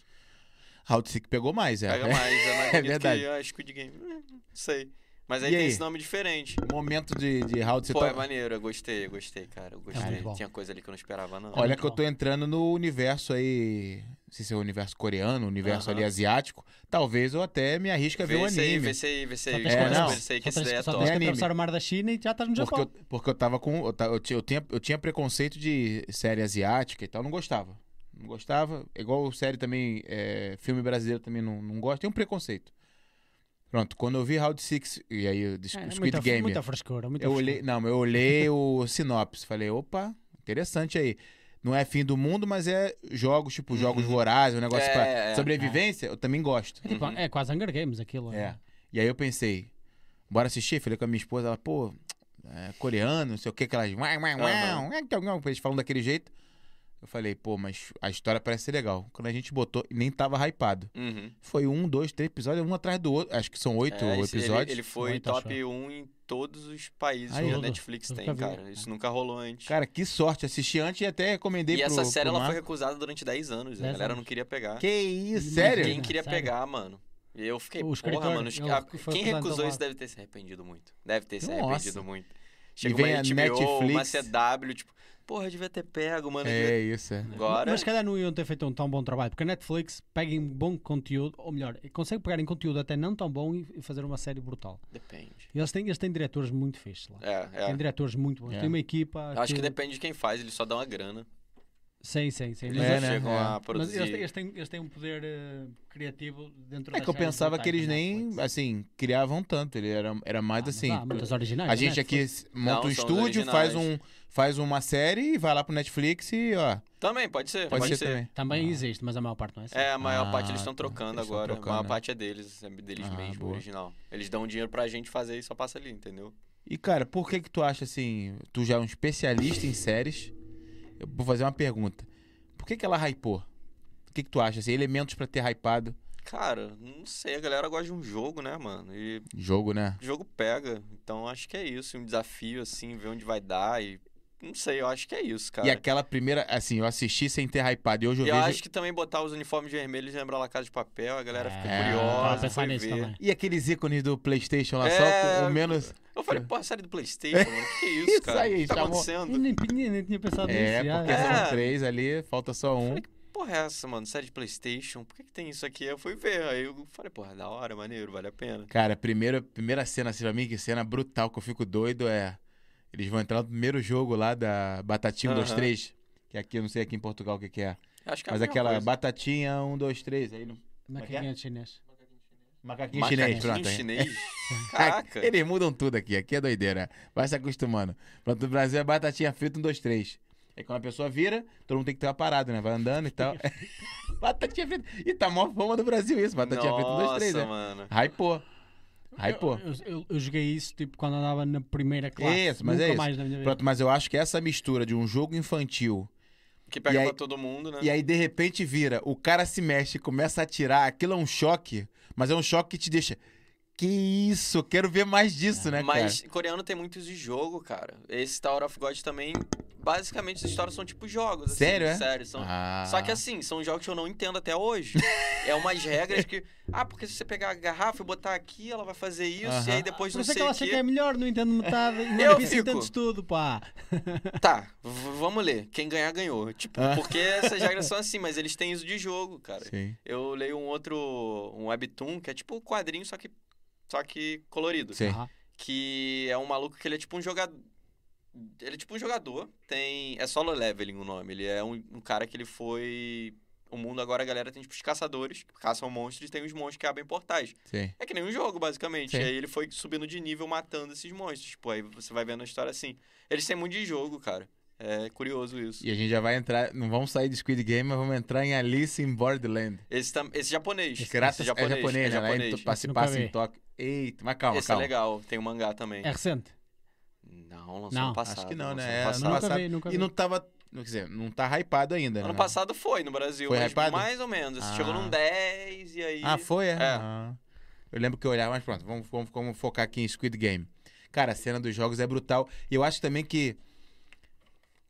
Speaker 1: Round 6 pegou mais, é.
Speaker 3: Pega mais, é mais bonito
Speaker 1: verdade.
Speaker 3: que a Squid Game. É, Sei. Mas aí
Speaker 1: E
Speaker 3: tem
Speaker 1: aí?
Speaker 3: esse nome diferente.
Speaker 1: Momento de, de How to
Speaker 3: Pô,
Speaker 1: Talk.
Speaker 3: é maneiro, eu gostei, eu gostei, cara. Eu gostei.
Speaker 2: É muito bom.
Speaker 3: Tinha coisa ali que eu não esperava, não.
Speaker 1: Olha
Speaker 2: muito
Speaker 1: que eu
Speaker 2: bom.
Speaker 1: tô entrando no universo aí. Não sei se é o universo coreano, o universo
Speaker 3: Aham.
Speaker 1: ali asiático. Talvez eu até me arrisque a ver
Speaker 3: vê
Speaker 1: o
Speaker 3: esse aí, vê
Speaker 1: é anime.
Speaker 3: esse aí, vê esse
Speaker 2: Só
Speaker 3: aí.
Speaker 2: tens
Speaker 1: É,
Speaker 2: que-
Speaker 1: não.
Speaker 3: Vê esse aí que
Speaker 2: só
Speaker 3: esse
Speaker 2: tens-
Speaker 3: daí é
Speaker 2: só
Speaker 1: É
Speaker 2: tens
Speaker 3: top.
Speaker 2: que
Speaker 1: anime.
Speaker 2: atravessar o mar da China e já estás no
Speaker 1: Porque
Speaker 2: Japão.
Speaker 1: eu, porque eu tava com. Eu, ta- eu ti- eu tinha, eu tinha preconceito de série asiática e tal, não gostava. Não gostava. É Igual série também, é, filme brasileiro também não, não gosto. Tem um preconceito. Pronto, quando eu vi Round Six e aí o Dis-
Speaker 2: É,
Speaker 1: o Squid
Speaker 2: muita,
Speaker 1: Game.
Speaker 2: muita frescura, muita
Speaker 1: eu
Speaker 2: frescura.
Speaker 1: olhei, não, eu olhei o sinopse, falei, opa, interessante aí. Não é fim do mundo, mas é jogos, tipo
Speaker 2: Uhum.
Speaker 1: jogos vorazes, um negócio
Speaker 3: É,
Speaker 1: pra
Speaker 3: é,
Speaker 1: sobrevivência, eu também gosto.
Speaker 2: É, tipo,
Speaker 3: Uhum.
Speaker 2: é quase Hunger Games aquilo.
Speaker 1: É. E aí eu pensei, bora assistir? Falei com a minha esposa, ela, pô, é, coreano, não sei o que, que elas. uau, uau, uau, Eles falam daquele jeito. Eu falei, pô, mas a história parece ser legal. Quando a gente botou, nem tava hypado.
Speaker 3: Uhum.
Speaker 1: Foi um, dois, três episódios, um atrás do outro. Acho que são oito
Speaker 3: É, esse- ele-
Speaker 1: episódios.
Speaker 3: Ele, foi
Speaker 2: Muito
Speaker 3: top
Speaker 2: achado.
Speaker 3: 1 em todos os países
Speaker 1: Aí,
Speaker 3: que a
Speaker 2: eu-
Speaker 3: Netflix
Speaker 2: eu
Speaker 3: tem,
Speaker 2: nunca vi.
Speaker 3: cara. Isso nunca rolou antes.
Speaker 1: Cara, que sorte. Assisti antes e até recomendei
Speaker 3: e
Speaker 1: pro
Speaker 3: essa série
Speaker 1: pro
Speaker 3: ela foi
Speaker 1: Marco.
Speaker 3: recusada durante 10 anos. né? A
Speaker 2: Dez
Speaker 3: galera
Speaker 2: anos.
Speaker 3: não queria pegar.
Speaker 1: Que isso,
Speaker 3: Ninguém
Speaker 1: sério?
Speaker 2: Sério?
Speaker 3: queria
Speaker 2: Sério?
Speaker 3: pegar, mano. E eu fiquei,
Speaker 2: O
Speaker 3: porra,
Speaker 2: escritor,
Speaker 3: mano. os-
Speaker 2: eu-
Speaker 3: ah,
Speaker 2: foi
Speaker 3: Quem
Speaker 2: acusado
Speaker 3: recusou
Speaker 2: do
Speaker 3: isso
Speaker 2: lado.
Speaker 3: deve ter se arrependido muito. Deve ter se
Speaker 1: Nossa.
Speaker 3: arrependido muito. Chegou
Speaker 1: vem a
Speaker 3: uma HBO, uma
Speaker 1: Netflix.
Speaker 3: CW, tipo, porra, devia ter pego, mano. devia-
Speaker 1: É isso. é.
Speaker 3: Agora.
Speaker 2: Mas se calhar não iam ter feito um tão bom trabalho, porque a Netflix pega em bom conteúdo, ou melhor, consegue pegar em conteúdo até não tão bom e e fazer uma série brutal.
Speaker 3: Depende.
Speaker 2: Eles têm, eles têm diretores muito fixos lá.
Speaker 3: É,
Speaker 2: Tem
Speaker 3: é.
Speaker 2: diretores muito bons.
Speaker 1: É.
Speaker 2: Tem uma equipa.
Speaker 3: Eu Acho que depende de quem faz, eles só dão uma grana.
Speaker 2: Sim, sim, sim.
Speaker 3: Eles
Speaker 2: Mas
Speaker 1: É,
Speaker 3: não
Speaker 1: né?
Speaker 3: chegam
Speaker 1: É.
Speaker 3: a
Speaker 2: Mas
Speaker 3: produzir.
Speaker 2: eles têm, eles têm, eles têm um poder eh, criativo dentro
Speaker 1: É
Speaker 2: das
Speaker 1: que eu
Speaker 2: séries
Speaker 1: pensava que
Speaker 2: brutais
Speaker 1: eles
Speaker 2: da
Speaker 1: nem,
Speaker 2: Netflix.
Speaker 1: assim, criavam tanto. Ele era, era
Speaker 2: Ah,
Speaker 1: mais
Speaker 2: mas
Speaker 1: assim.
Speaker 2: há muitas originais
Speaker 1: A
Speaker 2: da
Speaker 1: gente aqui
Speaker 2: Netflix.
Speaker 1: s- monta
Speaker 3: Não,
Speaker 1: um
Speaker 3: são os
Speaker 1: estúdio,
Speaker 3: originais.
Speaker 1: faz, um, faz uma série e vai lá pro Netflix e, ó,
Speaker 3: Também, pode ser.
Speaker 1: pode, ser, também.
Speaker 2: Também
Speaker 1: Ah.
Speaker 2: existe, mas a maior parte não é assim.
Speaker 3: É, a maior
Speaker 1: Ah,
Speaker 3: parte eles estão
Speaker 1: tá.
Speaker 3: trocando
Speaker 1: Eles tão
Speaker 3: agora.
Speaker 1: trocando,
Speaker 3: a maior
Speaker 1: né?
Speaker 3: parte é deles, é deles
Speaker 1: Ah,
Speaker 3: mesmos,
Speaker 1: boa.
Speaker 3: original. Eles dão dinheiro pra gente fazer e só passa ali, entendeu?
Speaker 1: E, cara, por que que tu acha, assim, tu já é um especialista em séries, eu vou fazer uma pergunta. Por que que ela hypou? O que que tu acha, assim, elementos pra ter hypado?
Speaker 3: Cara, não sei, a galera gosta de um jogo, né, mano? E
Speaker 1: Jogo, né?
Speaker 3: o jogo pega. Então acho que é isso. Um desafio, assim, ver onde vai dar e. Não sei, eu acho que é isso, cara.
Speaker 1: E aquela primeira, assim, eu assisti sem ter hypado e hoje eu,
Speaker 3: eu
Speaker 1: vejo...
Speaker 3: acho que também botar os uniformes vermelhos lembra La Casa de Papel, a galera fica
Speaker 1: É,
Speaker 2: Ah, Tava a
Speaker 3: curiosa,
Speaker 2: pensar
Speaker 3: foi
Speaker 2: nisso
Speaker 3: ver.
Speaker 2: também.
Speaker 1: E aqueles ícones do Playstation lá,
Speaker 3: É,
Speaker 1: só com o menos...
Speaker 3: Eu falei, pô, a série do Playstation, mano, que isso,
Speaker 1: Isso
Speaker 3: cara?
Speaker 1: aí,
Speaker 3: o que tá
Speaker 1: chamou.
Speaker 2: Eu
Speaker 3: acontecendo?
Speaker 2: nem, nem, nem tinha pensado
Speaker 1: É,
Speaker 2: nisso. já.
Speaker 1: porque
Speaker 3: é.
Speaker 1: são três ali, falta só um.
Speaker 3: Falei, que porra é essa, mano? Série de Playstation? Por que, que tem isso aqui? Eu fui ver, aí eu falei, porra, da hora, maneiro, vale a pena.
Speaker 1: Cara, primeira, primeira cena, assim, pra mim, que cena brutal que eu fico doido é. Eles vão entrar no primeiro jogo lá da Batatinha 1, 2,
Speaker 3: Aham.
Speaker 1: 3. Que é aqui, eu não sei aqui em Portugal o que, que é.
Speaker 3: Acho que é a
Speaker 1: Mas
Speaker 3: mesma
Speaker 1: aquela
Speaker 3: coisa.
Speaker 1: Batatinha 1, 2, 3. Aí no...
Speaker 2: Macaquinho de é? chinês.
Speaker 1: Macaquinho,
Speaker 3: Macaquinho
Speaker 1: chinês, pronto. é. aí.
Speaker 3: chinês? Caraca.
Speaker 1: Eles mudam tudo aqui, aqui é doideira. Vai se acostumando. Pronto, no Brasil é batatinha frita 1, 2, 3. Aí quando a pessoa vira, todo mundo tem que ter uma parada, né? Vai andando e tal. batatinha frita. E tá mó fama do Brasil isso, batatinha frita 1, 2, 3,
Speaker 3: Nossa,
Speaker 1: né?
Speaker 3: mano.
Speaker 1: Hypou. Hypou.
Speaker 2: Eu, eu- eu joguei isso tipo quando andava na primeira classe.
Speaker 1: Isso, mas
Speaker 2: Nunca
Speaker 1: é isso.
Speaker 2: mais na minha vida.
Speaker 1: Pronto, mas eu acho que essa mistura de um jogo infantil
Speaker 3: Que
Speaker 1: E
Speaker 3: pega
Speaker 1: aí-
Speaker 3: pra todo mundo, né?
Speaker 1: e aí de repente vira, o cara se mexe, e começa a atirar, aquilo é um choque, mas é um choque que te deixa. Que isso, quero ver mais disso, né,
Speaker 3: Mas
Speaker 1: cara?
Speaker 3: coreano tem muitos de jogo, cara. Esse Tower of God também, basicamente, as histórias são tipo jogos. assim,
Speaker 1: Sério, é?
Speaker 3: Sério, são...
Speaker 1: Ah,
Speaker 3: Só que assim, são jogos que eu não entendo até hoje. é umas regras que. Ah, porque se você pegar a garrafa e botar aqui, ela vai fazer isso, e
Speaker 1: Aham.
Speaker 3: aí depois
Speaker 2: Por
Speaker 3: não
Speaker 2: isso é
Speaker 3: sei
Speaker 2: que ela
Speaker 3: o
Speaker 2: acha
Speaker 3: quê.
Speaker 2: que é melhor, não entendo metade. Não
Speaker 3: Eu
Speaker 2: entendo
Speaker 3: fico.
Speaker 2: tanto tudo, pá.
Speaker 3: Tá, v- vamos ler. Quem ganhar ganhou. Tipo,
Speaker 1: Ah.
Speaker 3: porque essas regras são assim, mas eles têm isso de jogo, cara.
Speaker 1: Sim,
Speaker 3: Eu leio um outro. um webtoon, que é tipo um quadrinho, só que. Só que colorido.
Speaker 1: sim.
Speaker 2: Ah,
Speaker 3: que é um maluco que ele é tipo um jogador. Ele é tipo um jogador, tem. É solo leveling o nome. Ele é um, um cara que ele foi. O mundo agora a galera tem tipo os caçadores, que caçam monstros, e tem os monstros que abrem portais.
Speaker 1: sim.
Speaker 3: É que nem um jogo, basicamente.
Speaker 1: Sim.
Speaker 3: E aí ele foi subindo de nível matando esses monstros. Tipo, aí você vai vendo a história assim. Eles têm muito de jogo, cara. É curioso isso.
Speaker 1: E a gente já vai entrar, não vamos sair de Squid Game, mas vamos entrar em Alice in Borderland.
Speaker 3: Esse, tam- esse japonês.
Speaker 1: Graças
Speaker 3: esse
Speaker 1: é japonês,
Speaker 3: é
Speaker 1: né? Lá em-
Speaker 3: japonês.
Speaker 1: passa,
Speaker 2: Nunca
Speaker 1: passa
Speaker 2: vi.
Speaker 1: em Tóquio. Eita, mas calma,
Speaker 3: Esse é
Speaker 1: calma.
Speaker 3: legal, tem um mangá também.
Speaker 2: É recente.
Speaker 3: Não, lançou
Speaker 2: Não.
Speaker 3: ano passado.
Speaker 1: Acho que não,
Speaker 3: lançou
Speaker 1: né? É,
Speaker 3: Ano
Speaker 1: ano
Speaker 3: passado.
Speaker 2: Nunca
Speaker 1: passado.
Speaker 2: vi, nunca
Speaker 1: E
Speaker 2: vi.
Speaker 1: não tava, quer dizer, não tá hypado ainda, né?
Speaker 3: Ano passado foi no Brasil,
Speaker 1: Foi
Speaker 3: mas
Speaker 1: hypado?
Speaker 3: mais ou menos.
Speaker 1: Ah.
Speaker 3: Chegou num 10 e aí.
Speaker 1: Ah, foi? É.
Speaker 3: É.
Speaker 1: Ah. Eu lembro que eu olhava, mas pronto, vamos, vamos, vamos focar aqui em Squid Game. Cara, a cena dos jogos é brutal. E eu acho também que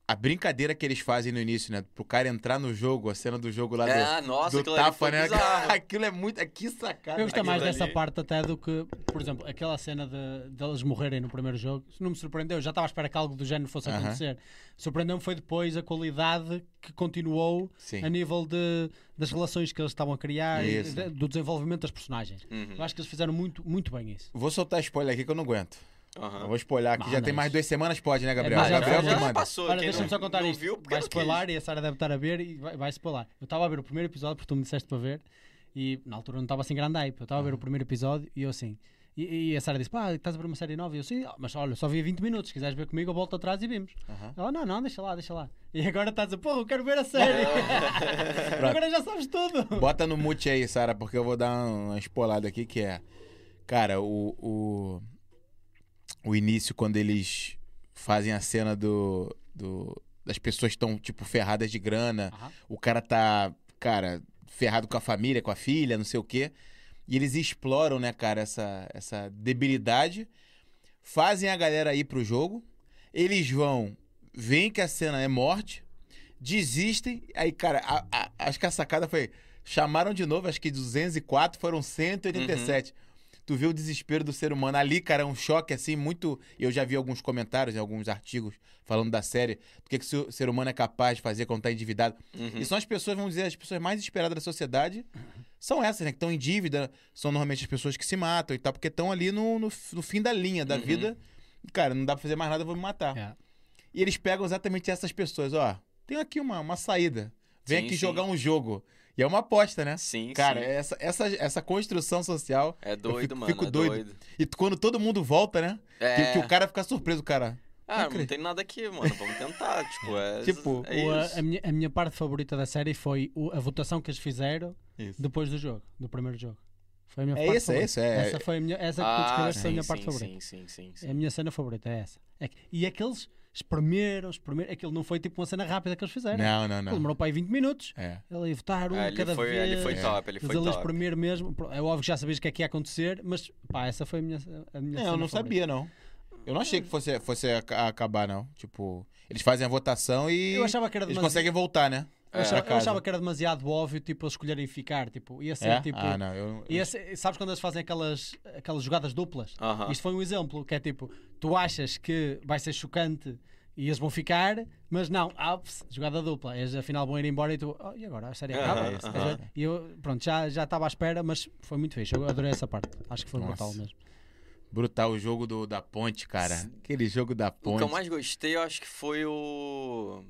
Speaker 1: A brincadeira que eles fazem no início, né? Pro cara entrar no jogo, a cena do jogo lá do,
Speaker 3: Ah, nossa,
Speaker 1: do
Speaker 3: aquilo ali
Speaker 1: tapa,
Speaker 3: foi
Speaker 1: né?
Speaker 3: bizarro.
Speaker 1: aquilo é muito. Que sacada. é
Speaker 2: Eu gosto mais
Speaker 3: Aquilo
Speaker 2: dessa
Speaker 3: ali.
Speaker 2: parte até do que, por exemplo, aquela cena de- delas morrerem no primeiro jogo. Isso não me surpreendeu. Já estava à espera que algo do género fosse
Speaker 1: Aham.
Speaker 2: acontecer. Surpreendeu-me foi depois a qualidade que continuou
Speaker 1: Sim.
Speaker 2: a nível de, das relações que eles estavam a criar e
Speaker 1: Isso.
Speaker 2: de- do desenvolvimento das personagens.
Speaker 3: Uhum,
Speaker 2: Eu acho que eles fizeram muito, muito bem isso.
Speaker 1: Vou soltar spoiler aqui que eu não aguento.
Speaker 3: aham.
Speaker 1: Eu vou spoiler aqui.
Speaker 2: Não,
Speaker 1: já
Speaker 2: não,
Speaker 1: tem mais
Speaker 2: isso-
Speaker 1: duas semanas,
Speaker 2: É
Speaker 1: pode, né, Gabriel?
Speaker 2: mas já-
Speaker 1: Gabriel
Speaker 2: já
Speaker 1: que manda.
Speaker 3: passou.
Speaker 2: Olha,
Speaker 3: quem
Speaker 2: deixa-me
Speaker 3: não-
Speaker 2: só contar
Speaker 3: não
Speaker 2: isto.
Speaker 3: Viu, porque
Speaker 2: vai
Speaker 3: não quis.
Speaker 2: spoiler e a Sara deve estar a ver e vai, vai spoiler. Eu estava a ver o primeiro episódio porque tu me disseste para ver e na altura eu não estava assim grande hype. Eu estava a
Speaker 3: Ah.
Speaker 2: ver o primeiro episódio e eu assim. E, e a Sara disse: Pá, estás a ver uma série nova? E eu sim, Ah, mas olha, só vi 20 minutos. Se quiseres ver comigo, eu volto atrás e vimos.
Speaker 1: Aham.
Speaker 2: Ela, não, não, deixa lá, deixa lá. E agora estás a dizer: Porra, eu quero ver a série. agora já sabes tudo.
Speaker 1: Bota no mute aí, Sara, porque eu vou dar um, uma espolada aqui que é. Cara, o, o. O início, quando eles fazem a cena do. do das pessoas estão, tipo, ferradas de grana.
Speaker 2: Aham.
Speaker 1: O cara tá, cara, ferrado com a família, com a filha, não sei o quê. E eles exploram, né, cara, essa, essa debilidade. Fazem a galera ir pro jogo. Eles vão, veem que a cena é morte, desistem. Aí, cara, a- a- acho que a sacada foi. Chamaram de novo, acho que 204 foram 187. Tu vê o desespero do ser humano. Ali, cara, é um choque assim, muito. Eu já vi alguns comentários, em alguns artigos falando da série, do que, que o ser- ser humano é capaz de fazer quando tá endividado.
Speaker 3: Uhum.
Speaker 1: E são as pessoas, vamos dizer, as pessoas mais esperadas da sociedade. São essas, né? Que estão em dívida, são normalmente as pessoas que se matam e tal, porque estão ali no, no, f- no fim da linha da
Speaker 3: Uhum.
Speaker 1: vida. Cara, não dá pra fazer mais nada, eu vou me matar.
Speaker 2: É.
Speaker 1: E eles pegam exatamente essas pessoas, ó. Tem aqui uma, uma saída. Vem
Speaker 3: Sim,
Speaker 1: aqui
Speaker 3: sim.
Speaker 1: jogar um jogo. E é uma aposta, né?
Speaker 3: Sim,
Speaker 1: Cara,
Speaker 3: sim.
Speaker 1: essa, essa, essa construção social.
Speaker 3: É doido,
Speaker 1: fico-
Speaker 3: mano.
Speaker 1: fico
Speaker 3: é
Speaker 1: doido. E tu- quando todo mundo volta, né?
Speaker 3: É.
Speaker 1: Que, que o cara fica surpreso, cara.
Speaker 3: Ah, não
Speaker 1: acredito.
Speaker 3: tem nada aqui, mano. Vamos tentar. tipo, é.
Speaker 1: Tipo,
Speaker 3: é
Speaker 2: O- a,
Speaker 3: isso.
Speaker 2: a minha, a minha parte favorita da série foi o- a votação que eles fizeram
Speaker 1: Isso.
Speaker 2: depois do jogo, do primeiro jogo. Foi a minha
Speaker 1: É
Speaker 2: parte
Speaker 1: isso, é
Speaker 2: favorita.
Speaker 1: isso. É,
Speaker 2: Essa foi a minha, essa que tu
Speaker 3: Ah,
Speaker 2: descreveste foi a
Speaker 3: sim,
Speaker 2: minha parte
Speaker 3: sim,
Speaker 2: favorita.
Speaker 3: sim, sim, sim,
Speaker 2: É a
Speaker 3: sim.
Speaker 2: minha cena favorita, é essa. É que- e aqueles espremeram, espremeram. Aquilo não foi tipo uma cena rápida que eles fizeram.
Speaker 1: Não, não,
Speaker 2: Aquilo
Speaker 1: não.
Speaker 2: Demorou para aí 20 minutos.
Speaker 1: É.
Speaker 2: Ele ia votar um
Speaker 3: Ah,
Speaker 2: cada
Speaker 3: ele, foi,
Speaker 2: vez.
Speaker 3: ele foi
Speaker 1: É.
Speaker 3: top, ele
Speaker 2: Mas
Speaker 3: foi
Speaker 2: ele ia
Speaker 3: top.
Speaker 2: espremer mesmo. Pro- É óbvio que já sabias o que é que ia acontecer, mas pá, essa foi a minha, a minha
Speaker 1: Não,
Speaker 2: cena
Speaker 1: eu não
Speaker 2: favorita.
Speaker 1: sabia, não. Eu não achei que fosse, fosse aca- acabar, não. Tipo, eles fazem a votação e
Speaker 2: Eu achava que era
Speaker 1: eles
Speaker 2: demasiado.
Speaker 1: conseguem voltar, né?
Speaker 2: Eu, achava,
Speaker 1: pra
Speaker 2: eu
Speaker 1: casa.
Speaker 2: achava que era demasiado óbvio, tipo, eles escolherem ficar. Tipo, ia ser
Speaker 1: É?
Speaker 2: tipo.
Speaker 1: Ah, não. Eu, eu-
Speaker 2: ia ser- sabes quando eles fazem aquelas, aquelas jogadas
Speaker 1: É,
Speaker 2: duplas?
Speaker 1: Ah.
Speaker 3: Aham.
Speaker 2: Isto foi um exemplo, que é tipo, tu achas que vai ser chocante e eles vão ficar, mas não, ah, pss, jogada dupla, eles afinal vão ir embora e tu, "Oh, e agora? A série
Speaker 3: Aham,
Speaker 2: acaba?
Speaker 1: é isso,
Speaker 2: Estás a ver?
Speaker 1: aham.
Speaker 2: E eu, pronto, já já estava à espera, mas foi muito fixe, eu adorei essa parte, acho que foi
Speaker 1: Nossa.
Speaker 2: brutal mesmo.
Speaker 1: Brutal o jogo do, da ponte, cara. Aquele jogo da
Speaker 3: O que eu
Speaker 1: é ponte.
Speaker 3: mais gostei, eu acho que foi o.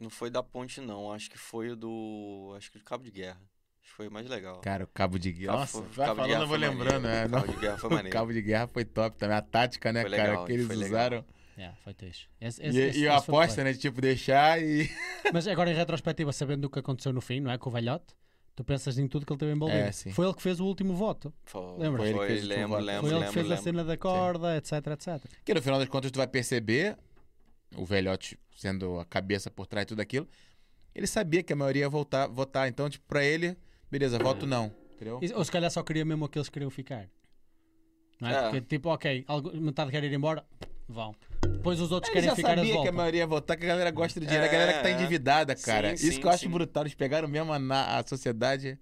Speaker 3: Não foi da ponte, não. Acho que foi o do. Acho que do Cabo de Guerra. Acho que foi o mais legal.
Speaker 1: Cara, o cabo de guerra.
Speaker 3: Cabo-
Speaker 1: Nossa,
Speaker 3: Cabo de
Speaker 1: vai
Speaker 3: Guerra
Speaker 1: falando, eu vou
Speaker 3: foi
Speaker 1: lembrando.
Speaker 3: maneiro.
Speaker 1: É,
Speaker 3: Cabo
Speaker 1: não.
Speaker 3: de Guerra foi
Speaker 1: o
Speaker 3: maneiro.
Speaker 1: cabo de guerra foi top também. A tática, né,
Speaker 3: Foi
Speaker 1: cara,
Speaker 3: legal,
Speaker 1: que eles
Speaker 3: foi legal.
Speaker 1: usaram.
Speaker 2: Yeah, foi fixe. Esse-
Speaker 1: E,
Speaker 2: esse- esse-
Speaker 1: e
Speaker 2: esse
Speaker 1: a
Speaker 2: foi muito
Speaker 1: aposta,
Speaker 2: bem.
Speaker 1: né? de, Tipo, deixar e.
Speaker 2: Mas agora em retrospectiva, sabendo o que aconteceu no fim, não é, com o velhote, tu pensas em tudo que ele teve envolvido.
Speaker 1: É, sim.
Speaker 2: Foi ele que fez o último voto,
Speaker 3: Foi,
Speaker 2: Lembra?
Speaker 3: foi,
Speaker 1: Foi ele que fez o
Speaker 3: lembro,
Speaker 1: Tuvalu.
Speaker 3: lembro,
Speaker 2: foi ele que
Speaker 3: lembro,
Speaker 2: fez a
Speaker 3: lembro.
Speaker 2: cena da corda, etc, etc.
Speaker 1: Que no final das contas tu vai perceber, o velhote sendo a cabeça por trás de tudo aquilo, ele sabia que a maioria ia voltar, votar. Então, tipo, pra ele, beleza, voto não. Entendeu?
Speaker 2: E- Ou se calhar só queria mesmo aqueles que queriam ficar. Não é?
Speaker 3: É.
Speaker 2: Porque, tipo, ok, algo, metade quer ir embora, vão. Depois os outros
Speaker 1: Ele
Speaker 2: querem
Speaker 1: já
Speaker 2: ficar eles
Speaker 1: sabia que a
Speaker 2: voltam.
Speaker 1: maioria ia votar, que a galera gosta de dinheiro, a
Speaker 3: É,
Speaker 1: galera que tá
Speaker 3: é.
Speaker 1: endividada, cara.
Speaker 3: Sim,
Speaker 1: Isso
Speaker 3: sim,
Speaker 1: que eu acho
Speaker 3: sim.
Speaker 1: brutal. Eles pegaram mesmo a, na- a sociedade.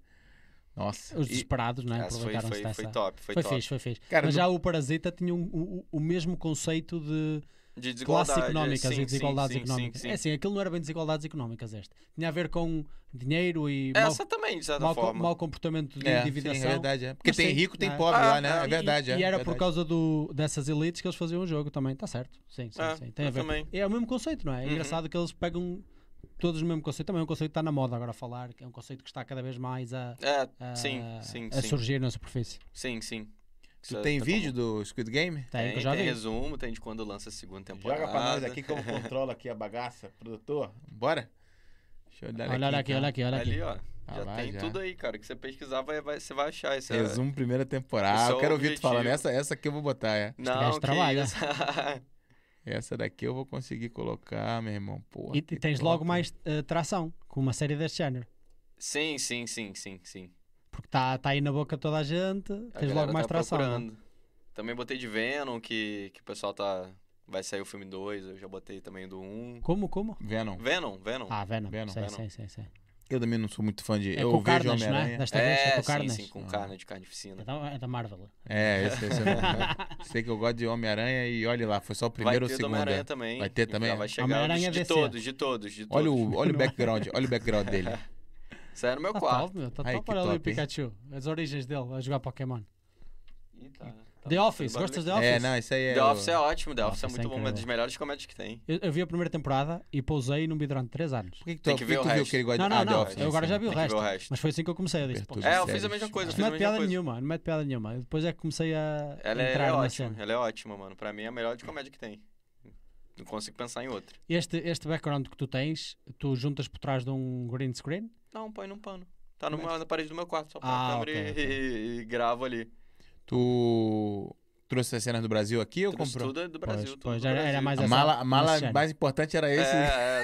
Speaker 1: Nossa.
Speaker 2: Os
Speaker 1: E-
Speaker 2: desesperados, não é?
Speaker 3: Essa foi,
Speaker 2: Aproveitaram-se
Speaker 3: foi,
Speaker 2: dessa.
Speaker 3: foi top, foi,
Speaker 2: Foi
Speaker 3: top.
Speaker 2: fixe, foi fixe.
Speaker 1: Cara,
Speaker 2: Mas
Speaker 1: no-
Speaker 2: já o Parasita tinha um- o- o mesmo conceito de
Speaker 3: De
Speaker 2: classes
Speaker 3: desigualdade.
Speaker 2: económicas
Speaker 3: sim,
Speaker 2: e
Speaker 3: sim,
Speaker 2: desigualdades
Speaker 3: sim, sim,
Speaker 2: económicas.
Speaker 3: sim.
Speaker 2: É assim, aquilo não era bem desigualdades económicas este. Tinha a ver com dinheiro e mau,
Speaker 3: Essa também, É, de certa
Speaker 2: mau co-
Speaker 3: forma.
Speaker 2: mau comportamento de
Speaker 1: é, sim, é
Speaker 2: endividação.
Speaker 1: verdade, é. Porque
Speaker 2: Mas
Speaker 1: tem
Speaker 2: sim,
Speaker 1: rico, tem
Speaker 2: é.
Speaker 1: pobre
Speaker 3: Ah,
Speaker 1: lá, né?
Speaker 3: ah,
Speaker 1: É verdade,
Speaker 2: e,
Speaker 1: é.
Speaker 2: e era por
Speaker 1: verdade.
Speaker 2: causa do, dessas elites que eles faziam o jogo também, está certo. Sim, sim,
Speaker 3: É,
Speaker 2: sim. Tem a
Speaker 3: eu
Speaker 2: ver.
Speaker 3: também.
Speaker 2: É o mesmo conceito, não é? É
Speaker 3: Uhum.
Speaker 2: engraçado que eles pegam todos o mesmo conceito. Também é um conceito que está na moda agora a falar, que é um conceito que está cada vez mais a,
Speaker 3: É,
Speaker 2: a-
Speaker 3: sim, sim,
Speaker 2: a
Speaker 3: sim.
Speaker 2: surgir na superfície.
Speaker 3: Sim, sim. tá
Speaker 1: Tu
Speaker 2: Tá
Speaker 1: tem vídeo do Squid Game?
Speaker 2: Tem,
Speaker 3: Tem,
Speaker 2: que eu já
Speaker 3: tem
Speaker 2: vi.
Speaker 3: resumo, tem de quando lança a segunda temporada.
Speaker 1: Joga pra nós aqui que eu controlo aqui a bagaça, produtor. Bora? Deixa eu olhar
Speaker 2: Olha, olha aqui,
Speaker 1: aqui.
Speaker 2: olha aqui, olha aqui.
Speaker 3: tá Ali, ó.
Speaker 1: Ah,
Speaker 3: já
Speaker 1: lá,
Speaker 3: tem
Speaker 1: já.
Speaker 3: tudo aí, cara. O que você pesquisar, vai, vai- você vai achar. Esse é-
Speaker 1: Resumo primeira
Speaker 3: Esse
Speaker 1: temporada.
Speaker 3: é
Speaker 1: eu
Speaker 3: o
Speaker 1: quero ouvir tu
Speaker 3: objetivo.
Speaker 1: falando. Essa, essa aqui eu vou botar, é.
Speaker 3: Não,
Speaker 2: gajo
Speaker 3: que
Speaker 2: trabalha.
Speaker 3: isso.
Speaker 2: né?
Speaker 1: Essa daqui eu vou conseguir colocar, meu irmão. Porra,
Speaker 2: E, e
Speaker 1: que
Speaker 2: tens
Speaker 1: top.
Speaker 2: logo mais eh, tração com uma série deste género.
Speaker 3: sim, sim, sim, sim, sim.
Speaker 2: Porque está aí na boca toda a gente,
Speaker 3: A
Speaker 2: tens
Speaker 3: galera
Speaker 2: logo mais
Speaker 3: tá
Speaker 2: tração. não é?
Speaker 3: procurando. Também botei de Venom, que, que o pessoal tá, Vai sair o filme 2, eu já botei também do 1.
Speaker 2: Como, como?
Speaker 1: Venom.
Speaker 3: Venom, Venom.
Speaker 2: Ah, Venom.
Speaker 1: Venom,
Speaker 2: sei,
Speaker 3: Venom.
Speaker 2: sei, sei, sei.
Speaker 1: Eu também não sou muito fã de.
Speaker 2: É
Speaker 1: eu
Speaker 2: com
Speaker 1: vejo
Speaker 2: Carnage, né?
Speaker 1: Homem-Aranha.
Speaker 2: Das tartarugas é
Speaker 3: é,
Speaker 2: com
Speaker 3: sim,
Speaker 2: Carnage.
Speaker 3: sim, com Tá carne de carnificina.
Speaker 2: É da, é da Marvel.
Speaker 1: É, esse, esse eu não- sei que eu gosto de Homem-Aranha e olha lá, foi só o primeiro
Speaker 3: vai
Speaker 1: ou
Speaker 3: ter do
Speaker 1: segundo. é.
Speaker 3: Homem-Aranha também.
Speaker 1: Vai ter também?
Speaker 3: Já vai chegar
Speaker 2: Homem-Aranha
Speaker 3: dos- de
Speaker 2: DC.
Speaker 3: todos, de todos, de todos.
Speaker 1: Olha o, olha o background, olha o background dele.
Speaker 3: Isso era no meu
Speaker 2: Tá
Speaker 3: quarto.
Speaker 2: top, meu. Tá
Speaker 1: Ai,
Speaker 2: top
Speaker 1: que
Speaker 2: olha ali o
Speaker 1: top, hein?
Speaker 2: Pikachu. As origens dele a jogar Pokémon.
Speaker 3: Ih, tá- tá
Speaker 2: The
Speaker 3: botando
Speaker 2: Office,
Speaker 3: barulho
Speaker 2: gostas
Speaker 3: aqui.
Speaker 2: de The Office?
Speaker 1: É, não, isso aí é.
Speaker 3: The
Speaker 1: o-
Speaker 3: Office é ótimo, The Office é
Speaker 2: Office é
Speaker 3: muito bom, uma
Speaker 2: incrível.
Speaker 3: das melhores comédias que tem.
Speaker 2: Eu, eu vi a primeira temporada e pousei num durante 3 anos.
Speaker 1: Por que, que tu,
Speaker 3: Tem
Speaker 1: por que
Speaker 3: que ver o
Speaker 1: tu viu
Speaker 3: resto.
Speaker 1: que ele gosta
Speaker 2: Não,
Speaker 1: de
Speaker 2: não,
Speaker 1: ah, The
Speaker 2: não.
Speaker 1: Office,
Speaker 2: Eu agora
Speaker 1: sim,
Speaker 2: já
Speaker 1: sim.
Speaker 2: vi o
Speaker 3: Tem que ver
Speaker 2: resto.
Speaker 3: o resto.
Speaker 2: Mas foi assim que eu comecei. Eu disse, pô,
Speaker 1: Abertura.
Speaker 2: não
Speaker 3: É, eu fiz a
Speaker 1: séries,
Speaker 3: mesma coisa, eu fiz a
Speaker 2: mete
Speaker 3: mesma
Speaker 2: piada
Speaker 3: coisa.
Speaker 2: nenhuma, né, não mete piada nenhuma. Eu Depois é que comecei a
Speaker 3: Ela é,
Speaker 2: entrar
Speaker 3: ela é
Speaker 2: na
Speaker 3: ótima,
Speaker 2: cena.
Speaker 3: ela é ótima, mano. Pra mim é a melhor de comédia que tem. Não consigo pensar em outra.
Speaker 2: Este, este background que tu tens, tu juntas por trás de um green screen?
Speaker 3: Não, põe num pano. Tá no meu- na parede do meu quarto, só põe
Speaker 2: Ah,
Speaker 3: a câmera
Speaker 2: ok,
Speaker 3: e,
Speaker 2: ok.
Speaker 3: e- e gravo ali.
Speaker 1: Tu trouxe as cenas do Brasil aqui ou
Speaker 3: Trouxe
Speaker 1: comprou?
Speaker 3: tudo é do Brasil, tudo
Speaker 2: pois,
Speaker 3: do
Speaker 2: era- era
Speaker 3: Brasil.
Speaker 2: mais
Speaker 1: A
Speaker 2: essa- é
Speaker 1: mala, a mala
Speaker 2: essa cena.
Speaker 1: mais importante era esse.
Speaker 3: É, é,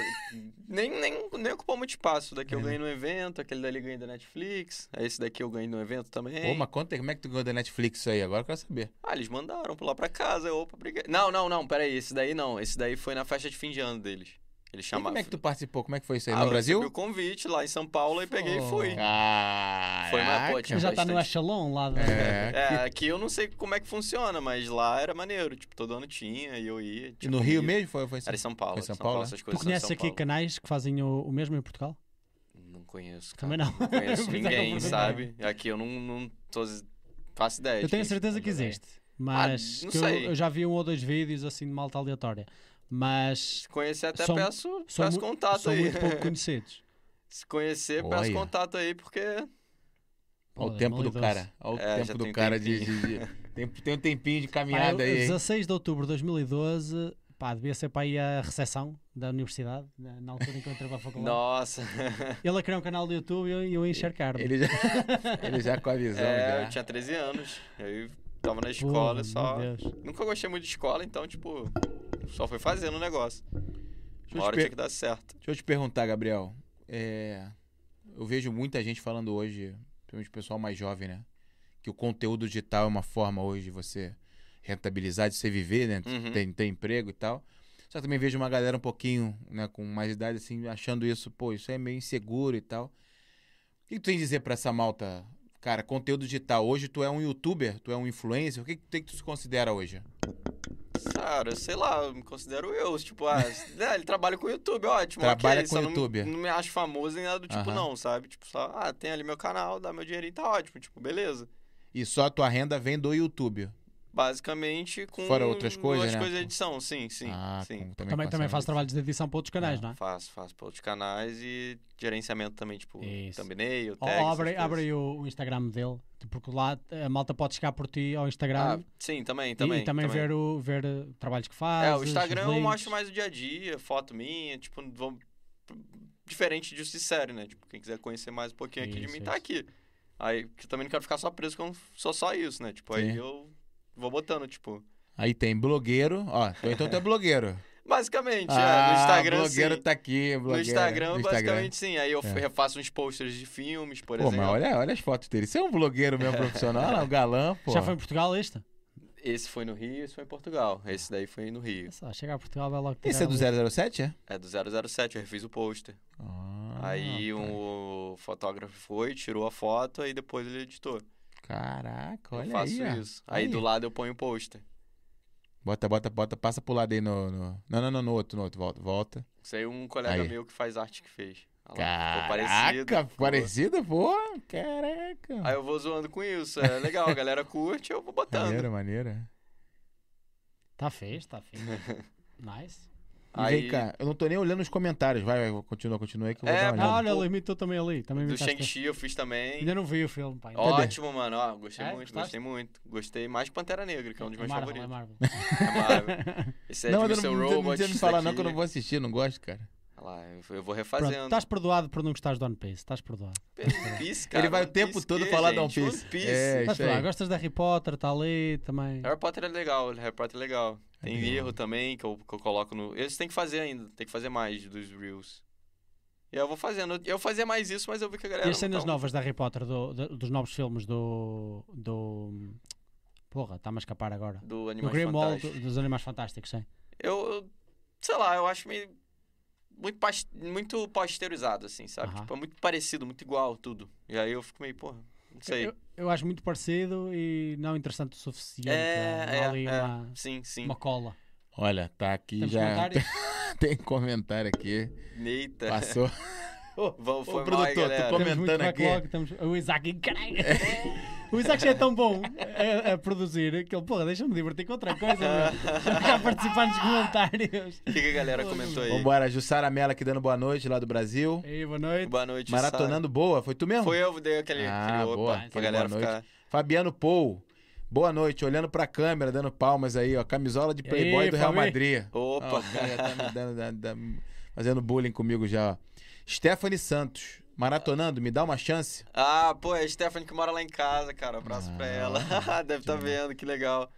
Speaker 3: nem, nem, nem ocupou muito espaço.
Speaker 1: É.
Speaker 3: Daqui eu ganhei no evento, aquele dali eu ganhei da Netflix, aí esse daqui eu ganhei no evento também.
Speaker 1: Pô, mas conta aí, como é que tu ganhou da Netflix isso aí? Agora eu quero saber.
Speaker 3: Ah, eles mandaram pular pra casa. Eu, opa, obrigado. Não, não, não, peraí, esse daí não. Esse daí foi na festa de fim de ano deles. Eles
Speaker 1: E
Speaker 3: chamavam.
Speaker 1: como é que tu participou? Como é que foi isso aí?
Speaker 3: Ah,
Speaker 1: no
Speaker 3: eu
Speaker 1: Brasil?
Speaker 3: recebi o convite lá em São Paulo e peguei e fui.
Speaker 1: Ah,
Speaker 3: Foi, mas, pô, tinha-
Speaker 2: já está no
Speaker 3: bastante.
Speaker 2: echelon lá. da-
Speaker 1: É.
Speaker 3: É, aqui eu não sei como é que funciona, mas lá era maneiro. Tipo, todo ano tinha e eu ia.
Speaker 1: E
Speaker 3: tinha
Speaker 1: no Rio
Speaker 3: comida.
Speaker 1: mesmo? Foi, foi assim?
Speaker 3: Era em São Paulo.
Speaker 1: Foi em
Speaker 3: São
Speaker 1: São
Speaker 3: Paulo,
Speaker 1: Paulo,
Speaker 3: essas
Speaker 2: é?
Speaker 3: coisas
Speaker 2: Tu
Speaker 3: são de
Speaker 2: conheces
Speaker 3: São
Speaker 2: aqui
Speaker 3: Paulo. Tá.
Speaker 2: canais que fazem o, o mesmo em Portugal?
Speaker 3: Não conheço, cara.
Speaker 2: Também não.
Speaker 3: Não conheço
Speaker 2: Pois é,
Speaker 3: ninguém,
Speaker 2: não conheço
Speaker 3: sabe? Aqui eu não, não tô... faço ideia.
Speaker 2: Eu
Speaker 3: de
Speaker 2: tenho
Speaker 3: quem
Speaker 2: certeza que
Speaker 3: tá jogando.
Speaker 2: existe, mas
Speaker 3: não
Speaker 2: que eu-
Speaker 3: sei.
Speaker 2: eu, já vi um ou dois vídeos assim de malta aleatória, mas
Speaker 3: Se conhecer até
Speaker 2: São-
Speaker 3: peço,
Speaker 2: são
Speaker 3: peço
Speaker 2: mu-
Speaker 3: contato
Speaker 2: são
Speaker 3: aí.
Speaker 2: muito pouco conhecidos.
Speaker 3: Se conhecer, peço
Speaker 1: Olha.
Speaker 3: contato aí, porque...
Speaker 1: Olha
Speaker 2: Pô,
Speaker 1: o tempo do
Speaker 2: 2012.
Speaker 1: cara. Olha o
Speaker 3: É, já
Speaker 1: tempo
Speaker 3: tem
Speaker 1: do cara de.
Speaker 3: tempinho.
Speaker 1: de- de- tem, tem um tempinho de
Speaker 2: Pá,
Speaker 1: caminhada
Speaker 2: eu-
Speaker 1: aí. hein?
Speaker 2: 16 de outubro de 2012, pá, devia ser para aí a recepção da universidade, na na altura em que eu entrei para a faculdade.
Speaker 3: Nossa.
Speaker 2: Ele a criar um canal do YouTube e eu, eu a encharcar.
Speaker 1: Ele já, ele já com a visão.
Speaker 3: é,
Speaker 1: já.
Speaker 3: eu tinha 13 anos. Aí tava na escola só...
Speaker 2: Meu Deus.
Speaker 3: Nunca gostei muito de escola, então, tipo... Só fui fazendo o negócio.
Speaker 1: Deixa eu
Speaker 3: Uma
Speaker 1: te
Speaker 3: hora
Speaker 1: per-
Speaker 3: tinha que dar certo.
Speaker 1: Deixa eu te perguntar, Gabriel. É, eu vejo muita gente falando hoje, principalmente o pessoal mais jovem, né? Que o conteúdo digital é uma forma hoje de você rentabilizar, de você viver, né?
Speaker 3: Uhum.
Speaker 1: Tem, tem emprego e tal. Só que também vejo uma galera um pouquinho, né, com mais idade, assim, achando isso, pô, isso é meio inseguro e tal. O que tu tem a dizer pra essa malta? Cara, conteúdo digital. Hoje tu é um youtuber, tu é um influencer. O que, que, tu- que tu se considera hoje?
Speaker 3: Cara, sei lá, eu me considero eu. Tipo, ah, né, ele trabalha com o YouTube, ótimo.
Speaker 1: Trabalha
Speaker 3: ok,
Speaker 1: com
Speaker 3: só
Speaker 1: YouTube.
Speaker 3: Não, não me acho famoso nem nada do tipo,
Speaker 1: Aham.
Speaker 3: não, sabe? Tipo, só, ah, tem ali meu canal, dá meu dinheirinho, tá ótimo. Tipo, beleza.
Speaker 1: E só a tua renda vem do YouTube.
Speaker 3: Basicamente com.
Speaker 1: Fora outras coisas,
Speaker 3: outras
Speaker 1: né?
Speaker 3: coisas de edição, sim, sim.
Speaker 1: ah,
Speaker 3: sim.
Speaker 1: com- né? também,
Speaker 2: Também,
Speaker 1: com
Speaker 2: também
Speaker 1: essa-
Speaker 2: faço trabalhos de edição para outros canais, não é?
Speaker 3: Faço, faço pra outros canais e gerenciamento também, tipo,
Speaker 2: Isso.
Speaker 3: thumbnail,
Speaker 2: Ou
Speaker 3: tag, essas
Speaker 2: abre,
Speaker 3: coisas.
Speaker 2: abre aí o, o Instagram dele, porque lá a malta pode chegar por ti ao
Speaker 3: Ah,
Speaker 2: Instagram
Speaker 3: sim, também,
Speaker 2: e-
Speaker 3: também.
Speaker 2: e, também, ver, o, ver eh, trabalhos que faz.
Speaker 1: né,
Speaker 3: É, o Instagram eu mostro mais o dia a dia, foto minha, tipo, vou... diferente disso de série, né? Tipo, quem quiser conhecer mais um pouquinho aqui de
Speaker 2: Isso,
Speaker 3: mim, tá
Speaker 2: isso.
Speaker 3: aqui. Aí, que eu também não quero ficar só preso que eu não sou só isso, né? Tipo, aí
Speaker 1: Sim.
Speaker 3: eu vou botando, tipo...
Speaker 1: Aí tem blogueiro, ó. tu- Então tu é blogueiro. Ah,
Speaker 3: Basicamente, é, no Instagram,
Speaker 1: blogueiro
Speaker 3: sim.
Speaker 1: tá aqui,
Speaker 3: No
Speaker 1: blogueiro.
Speaker 3: Instagram,
Speaker 1: no
Speaker 3: basicamente, sim. Aí eu
Speaker 1: É.
Speaker 3: refaço uns posters de filmes, por
Speaker 1: Pô, mas
Speaker 3: exemplo.
Speaker 1: olha, olha as fotos dele. Você é um blogueiro mesmo profissional, olha lá, o galã, pô.
Speaker 2: Já foi em Portugal este?
Speaker 3: Esse foi no Rio, esse foi em Portugal.
Speaker 1: Ah.
Speaker 3: Esse daí foi no Rio.
Speaker 2: É só, chegar a Portugal vai logo
Speaker 1: Esse é
Speaker 2: tirar um ali.
Speaker 1: do 007, é?
Speaker 3: É do 007, eu refiz o pôster.
Speaker 1: Ah,
Speaker 3: aí um
Speaker 1: tá.
Speaker 3: o fotógrafo foi, tirou a foto, aí depois ele editou.
Speaker 1: Caraca, olha
Speaker 3: eu faço
Speaker 1: aí. ó.
Speaker 3: isso. Aí,
Speaker 1: Aí.
Speaker 3: do lado eu ponho o pôster.
Speaker 1: Bota, bota, bota, passa pro lado aí no. no... Não, não, não, no outro, no outro. Volta, volta.
Speaker 3: Isso aí é um colega
Speaker 1: Aí.
Speaker 3: meu que faz arte que fez. Olha lá, ficou
Speaker 1: Caraca,
Speaker 3: ficou.
Speaker 1: parecido, pô. Caraca.
Speaker 3: Aí eu vou zoando com isso. É legal, a galera curte, eu vou botando.
Speaker 1: Maneira, maneira.
Speaker 2: Tá feio, tá feio. nice.
Speaker 1: E
Speaker 3: Aí,
Speaker 1: vem cá, eu não tô nem olhando os comentários. Vai, vai, continua, continua aí que eu vou
Speaker 3: É,
Speaker 1: dar
Speaker 2: Ah,
Speaker 1: uma olhada.
Speaker 2: olha, ele imitou também ali. Também
Speaker 3: do
Speaker 2: imitaste.
Speaker 3: Shang-Chi eu fiz também.
Speaker 2: Ainda não vi o filme, pai.
Speaker 1: Cadê?
Speaker 3: Ótimo, mano. Ó, gostei
Speaker 2: É,
Speaker 3: muito,
Speaker 2: gostaste?
Speaker 3: gostei muito. Gostei mais de Pantera Negra, que é um dos meus
Speaker 2: Marvel, é Marvel.
Speaker 3: favoritos. É Marvel. Esse é
Speaker 1: não,
Speaker 3: de
Speaker 1: mas
Speaker 3: Mr.
Speaker 1: eu não, não,
Speaker 3: Robot. tá
Speaker 1: não, não
Speaker 3: esse
Speaker 1: falar, não,
Speaker 3: daqui.
Speaker 1: que eu não vou assistir, não gosto, cara.
Speaker 3: Olha lá, eu- eu vou
Speaker 2: Pronto,
Speaker 3: refazendo.
Speaker 2: estás perdoado por não gostares de One Piece. Estás perdoado.
Speaker 3: One Piece, cara.
Speaker 1: Ele vai o
Speaker 3: One
Speaker 1: tempo
Speaker 3: Piece
Speaker 1: todo
Speaker 3: que,
Speaker 1: falar de
Speaker 3: gente? um
Speaker 1: One Piece.
Speaker 3: One Piece.
Speaker 1: É,
Speaker 2: Estás
Speaker 1: isso aí.
Speaker 2: perdoado. Gostas de Harry Potter, está ali também.
Speaker 3: Harry Potter é legal, Harry Potter é legal. Tem
Speaker 1: legal.
Speaker 3: erro também que eu, que eu coloco no. Esse tem que fazer ainda, tem que fazer mais dos Reels. E eu vou fazendo. Eu fazia mais isso, mas eu vi que a galera.
Speaker 2: E as
Speaker 3: não
Speaker 2: cenas
Speaker 3: tá-
Speaker 2: novas da Harry Potter, do- do- dos novos filmes do. do. Porra, está-me a escapar agora.
Speaker 3: Do
Speaker 2: Do
Speaker 3: Animais
Speaker 2: Grimoire
Speaker 3: Fantásticos.
Speaker 2: do, dos Animais Fantásticos, sim.
Speaker 3: Eu, eu- sei lá, eu acho meio. Muito, pas- muito pasteurizado, assim, sabe?
Speaker 2: Aham.
Speaker 3: Tipo, é muito parecido, muito igual tudo. E aí eu fico meio, porra, não sei.
Speaker 2: Eu, eu acho muito parecido e não interessante o suficiente.
Speaker 3: É,
Speaker 2: né?
Speaker 3: é,
Speaker 2: Há ali
Speaker 3: é.
Speaker 2: uma,
Speaker 3: Sim, sim.
Speaker 2: uma cola.
Speaker 1: Olha, tá aqui
Speaker 2: Temos
Speaker 1: já.
Speaker 2: comentários?
Speaker 1: Tem comentário aqui.
Speaker 3: Eita.
Speaker 1: Passou.
Speaker 3: Vamos, foi
Speaker 1: Ô,
Speaker 3: mal
Speaker 1: produtor,
Speaker 3: aí,
Speaker 1: tu
Speaker 3: galera.
Speaker 1: come-
Speaker 2: Temos muito
Speaker 1: Comentando
Speaker 2: backlog,
Speaker 1: aqui.
Speaker 2: temos- O Isaac, caralho. o Isaac já é tão bom a, a produzir que ele, porra, deixa-me divertir com outra coisa. meu. Já está a participar nos comentários.
Speaker 3: O que, que a galera comentou aí?
Speaker 1: Vambora, Jussara Mela aqui dando boa noite lá do Brasil.
Speaker 2: Ei, boa noite.
Speaker 3: Boa noite,
Speaker 1: Maratonando boa, foi tu mesmo?
Speaker 3: Sara. Foi eu que dei aquele,
Speaker 1: Ah,
Speaker 3: aquele opa,
Speaker 1: boa,
Speaker 3: pra
Speaker 1: aquele
Speaker 3: galera
Speaker 1: boa noite.
Speaker 3: ficar...
Speaker 1: Fabiano Pou. Boa noite, olhando pra câmera, dando palmas aí, ó. Camisola de Playboy
Speaker 2: aí,
Speaker 1: do Real
Speaker 2: Fabi?
Speaker 1: Madrid. Ah,
Speaker 3: Opa.
Speaker 1: o cara já tá me dando, dando- dando- fazendo bullying comigo já, ó. Stephanie Santos. Maratonando, me dá uma chance.
Speaker 3: Ah, pô, é a Stephanie que mora lá em casa, cara. Abraço pra
Speaker 1: Ah,
Speaker 3: ela. Deve estar tá vendo, que legal.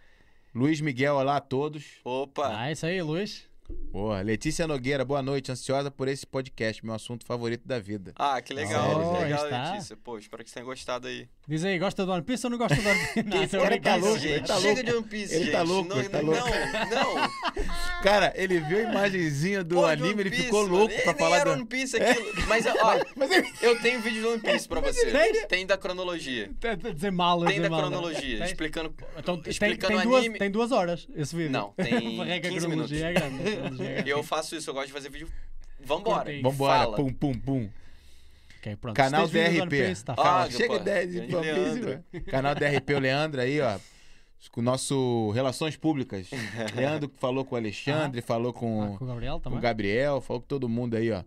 Speaker 1: Luiz Miguel, olá a todos.
Speaker 3: Opa.
Speaker 2: Ah, isso aí, Luís.
Speaker 1: Boa. Letícia Nogueira, boa noite. Ansiosa por esse podcast, meu assunto favorito da vida.
Speaker 3: Ah, que legal,
Speaker 1: Sério,
Speaker 3: que legal,
Speaker 2: gente. Está.
Speaker 3: Letícia. Pô, espero que você tenha gostado aí.
Speaker 2: Diz aí, gosta do One Piece ou não gosta do One Piece? Não, é
Speaker 1: Esse
Speaker 2: tô
Speaker 1: cara tá
Speaker 2: brincando.
Speaker 1: louco,
Speaker 3: gente,
Speaker 1: ele tá
Speaker 3: chega
Speaker 1: louco.
Speaker 3: de One Piece,
Speaker 1: Ele
Speaker 3: gente.
Speaker 1: tá louco,
Speaker 3: não,
Speaker 1: ele tá
Speaker 3: não,
Speaker 1: louco.
Speaker 3: não.
Speaker 1: Cara, ele viu a imagenzinha do
Speaker 3: Pô, de
Speaker 1: anime,
Speaker 3: One
Speaker 1: ele
Speaker 3: Piece,
Speaker 1: ficou
Speaker 3: mano.
Speaker 1: louco pra
Speaker 3: Nem
Speaker 1: falar
Speaker 3: era um
Speaker 1: do.
Speaker 3: One Piece aquilo. Mas, ó,
Speaker 1: Mas ele...
Speaker 3: eu tenho vídeo do One Piece pra você. Tem da cronologia.
Speaker 2: Tá- tá- Dizer mal,
Speaker 3: Tem da
Speaker 2: dizer mal.
Speaker 1: Tá
Speaker 3: cronologia.
Speaker 2: Tem-
Speaker 3: Explicando,
Speaker 2: Então, tem,
Speaker 3: explicando
Speaker 2: tem
Speaker 3: o
Speaker 2: duas,
Speaker 3: anime.
Speaker 2: tem duas horas esse vídeo.
Speaker 3: Não, tem
Speaker 2: Barrega a
Speaker 3: 15 minutos.
Speaker 2: cronologia é grande. a cronologia é grande.
Speaker 3: Eu faço isso, eu gosto de fazer vídeo. Vambora.
Speaker 2: Contei.
Speaker 1: Vambora,
Speaker 3: Fala.
Speaker 1: pum, pum, pum.
Speaker 2: Ok, pronto.
Speaker 1: Canal
Speaker 2: Se tens vindo do One
Speaker 1: DRP.
Speaker 2: Piece, tá
Speaker 3: Ah,
Speaker 1: Calma,
Speaker 3: que
Speaker 1: chega
Speaker 3: porra.
Speaker 1: 10 de
Speaker 3: Grande
Speaker 1: One Piece,
Speaker 3: Leandro.
Speaker 1: velho. Canal DRP, o Leandro aí, ó. Com o nosso Relações Públicas. Leandro falou com o Alexandre, falou
Speaker 2: Ah,
Speaker 1: com,
Speaker 2: com o Gabriel
Speaker 3: tá
Speaker 1: com
Speaker 2: também.
Speaker 1: o Gabriel, falou com todo mundo aí, ó.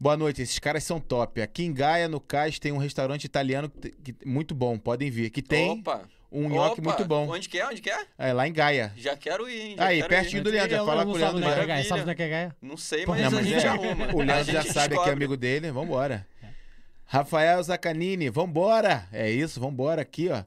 Speaker 1: Boa noite, esses caras são top. Aqui em Gaia, no Cais, tem um restaurante italiano que, que- muito bom, podem vir. Que tem
Speaker 3: Opa.
Speaker 1: um nhoque
Speaker 3: Opa.
Speaker 1: muito bom.
Speaker 3: Onde que é? Onde que é?
Speaker 1: É, lá em Gaia.
Speaker 3: Já quero ir, hein? Já
Speaker 1: Aí,
Speaker 3: quero
Speaker 1: pertinho
Speaker 3: ir.
Speaker 1: do Leandro, vai
Speaker 2: Ele-
Speaker 1: falar
Speaker 2: ele
Speaker 1: com o
Speaker 2: não
Speaker 1: Leandro
Speaker 2: sabe onde é que é
Speaker 1: já.
Speaker 2: Gaia,
Speaker 3: Maravilha.
Speaker 2: Sabes onde é que é Gaia?
Speaker 3: Não sei,
Speaker 2: Pô,
Speaker 3: mas,
Speaker 1: Não,
Speaker 3: a
Speaker 1: mas
Speaker 3: gente
Speaker 1: é.
Speaker 3: arruma. né?
Speaker 1: O
Speaker 3: A
Speaker 1: Leandro
Speaker 3: gente
Speaker 1: já sabe que é
Speaker 3: descobre.
Speaker 1: amigo dele, vambora. Rafael Zacanini, vambora! É isso, vambora aqui, ó.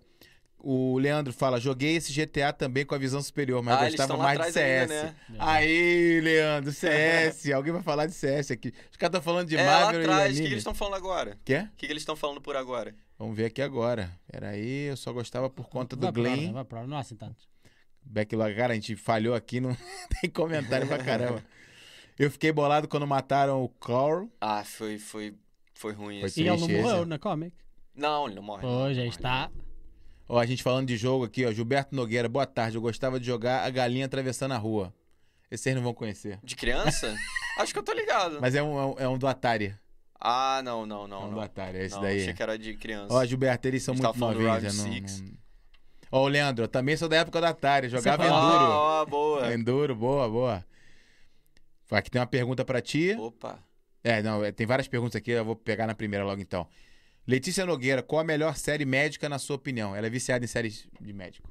Speaker 1: O Leandro fala: joguei esse GTA também com a visão superior, mas
Speaker 3: Ah, eles
Speaker 1: gostava
Speaker 3: estão lá
Speaker 1: mais de
Speaker 3: atrás
Speaker 1: CS.
Speaker 3: ainda,
Speaker 2: né?
Speaker 1: Ah, Aí, Leandro, CS. Alguém vai falar de CS aqui. Os caras estão falando de
Speaker 3: É, lá
Speaker 1: Marvel e
Speaker 3: atrás, o que,
Speaker 1: anime.
Speaker 3: que eles estão falando agora?
Speaker 1: Quê?
Speaker 3: O que, que eles estão falando por agora?
Speaker 1: Vamos ver aqui agora. Peraí, eu só gostava por conta do
Speaker 2: Vai pra lá,
Speaker 1: Glenn.
Speaker 2: Vai pra lá, não há assim tantos.
Speaker 1: Backlog, cara, a gente falhou aqui, não tem comentário pra caramba. Eu fiquei bolado quando mataram o Carl.
Speaker 3: Ah, foi, foi, foi ruim
Speaker 1: Foi
Speaker 3: isso.
Speaker 2: E ele não
Speaker 1: Tristeza.
Speaker 2: morreu na comic.
Speaker 3: Não, ele não morre.
Speaker 2: Pois, aí está.
Speaker 1: Ó, a gente falando de jogo aqui, ó. Gilberto Nogueira, boa tarde. Eu gostava de jogar a galinha atravessando a rua. Esse vocês não vão conhecer.
Speaker 3: De criança? Acho que eu tô ligado.
Speaker 1: Mas é um, é um, é um do Atari.
Speaker 3: Ah, não, não,
Speaker 1: é
Speaker 3: não,
Speaker 1: um
Speaker 3: não.
Speaker 1: do Atari, é esse
Speaker 3: não,
Speaker 1: daí.
Speaker 3: achei que era de criança.
Speaker 1: Ó, Gilberto, eles são
Speaker 3: A gente
Speaker 1: muito
Speaker 3: tava falando do
Speaker 1: novinhos.
Speaker 3: Round
Speaker 1: né? Não-
Speaker 3: Six.
Speaker 1: não- Ó, o Leandro, eu também sou da época do Atari. Jogava
Speaker 2: Você fala-
Speaker 1: Enduro.
Speaker 3: Ah, ó, boa.
Speaker 1: Enduro, boa, boa. Aqui tem uma pergunta pra ti.
Speaker 3: Opa.
Speaker 1: É, não, é, tem várias perguntas aqui, eu vou pegar na primeira logo então. Letícia Nogueira, qual a melhor série médica na sua opinião? Ela é viciada em séries de médico.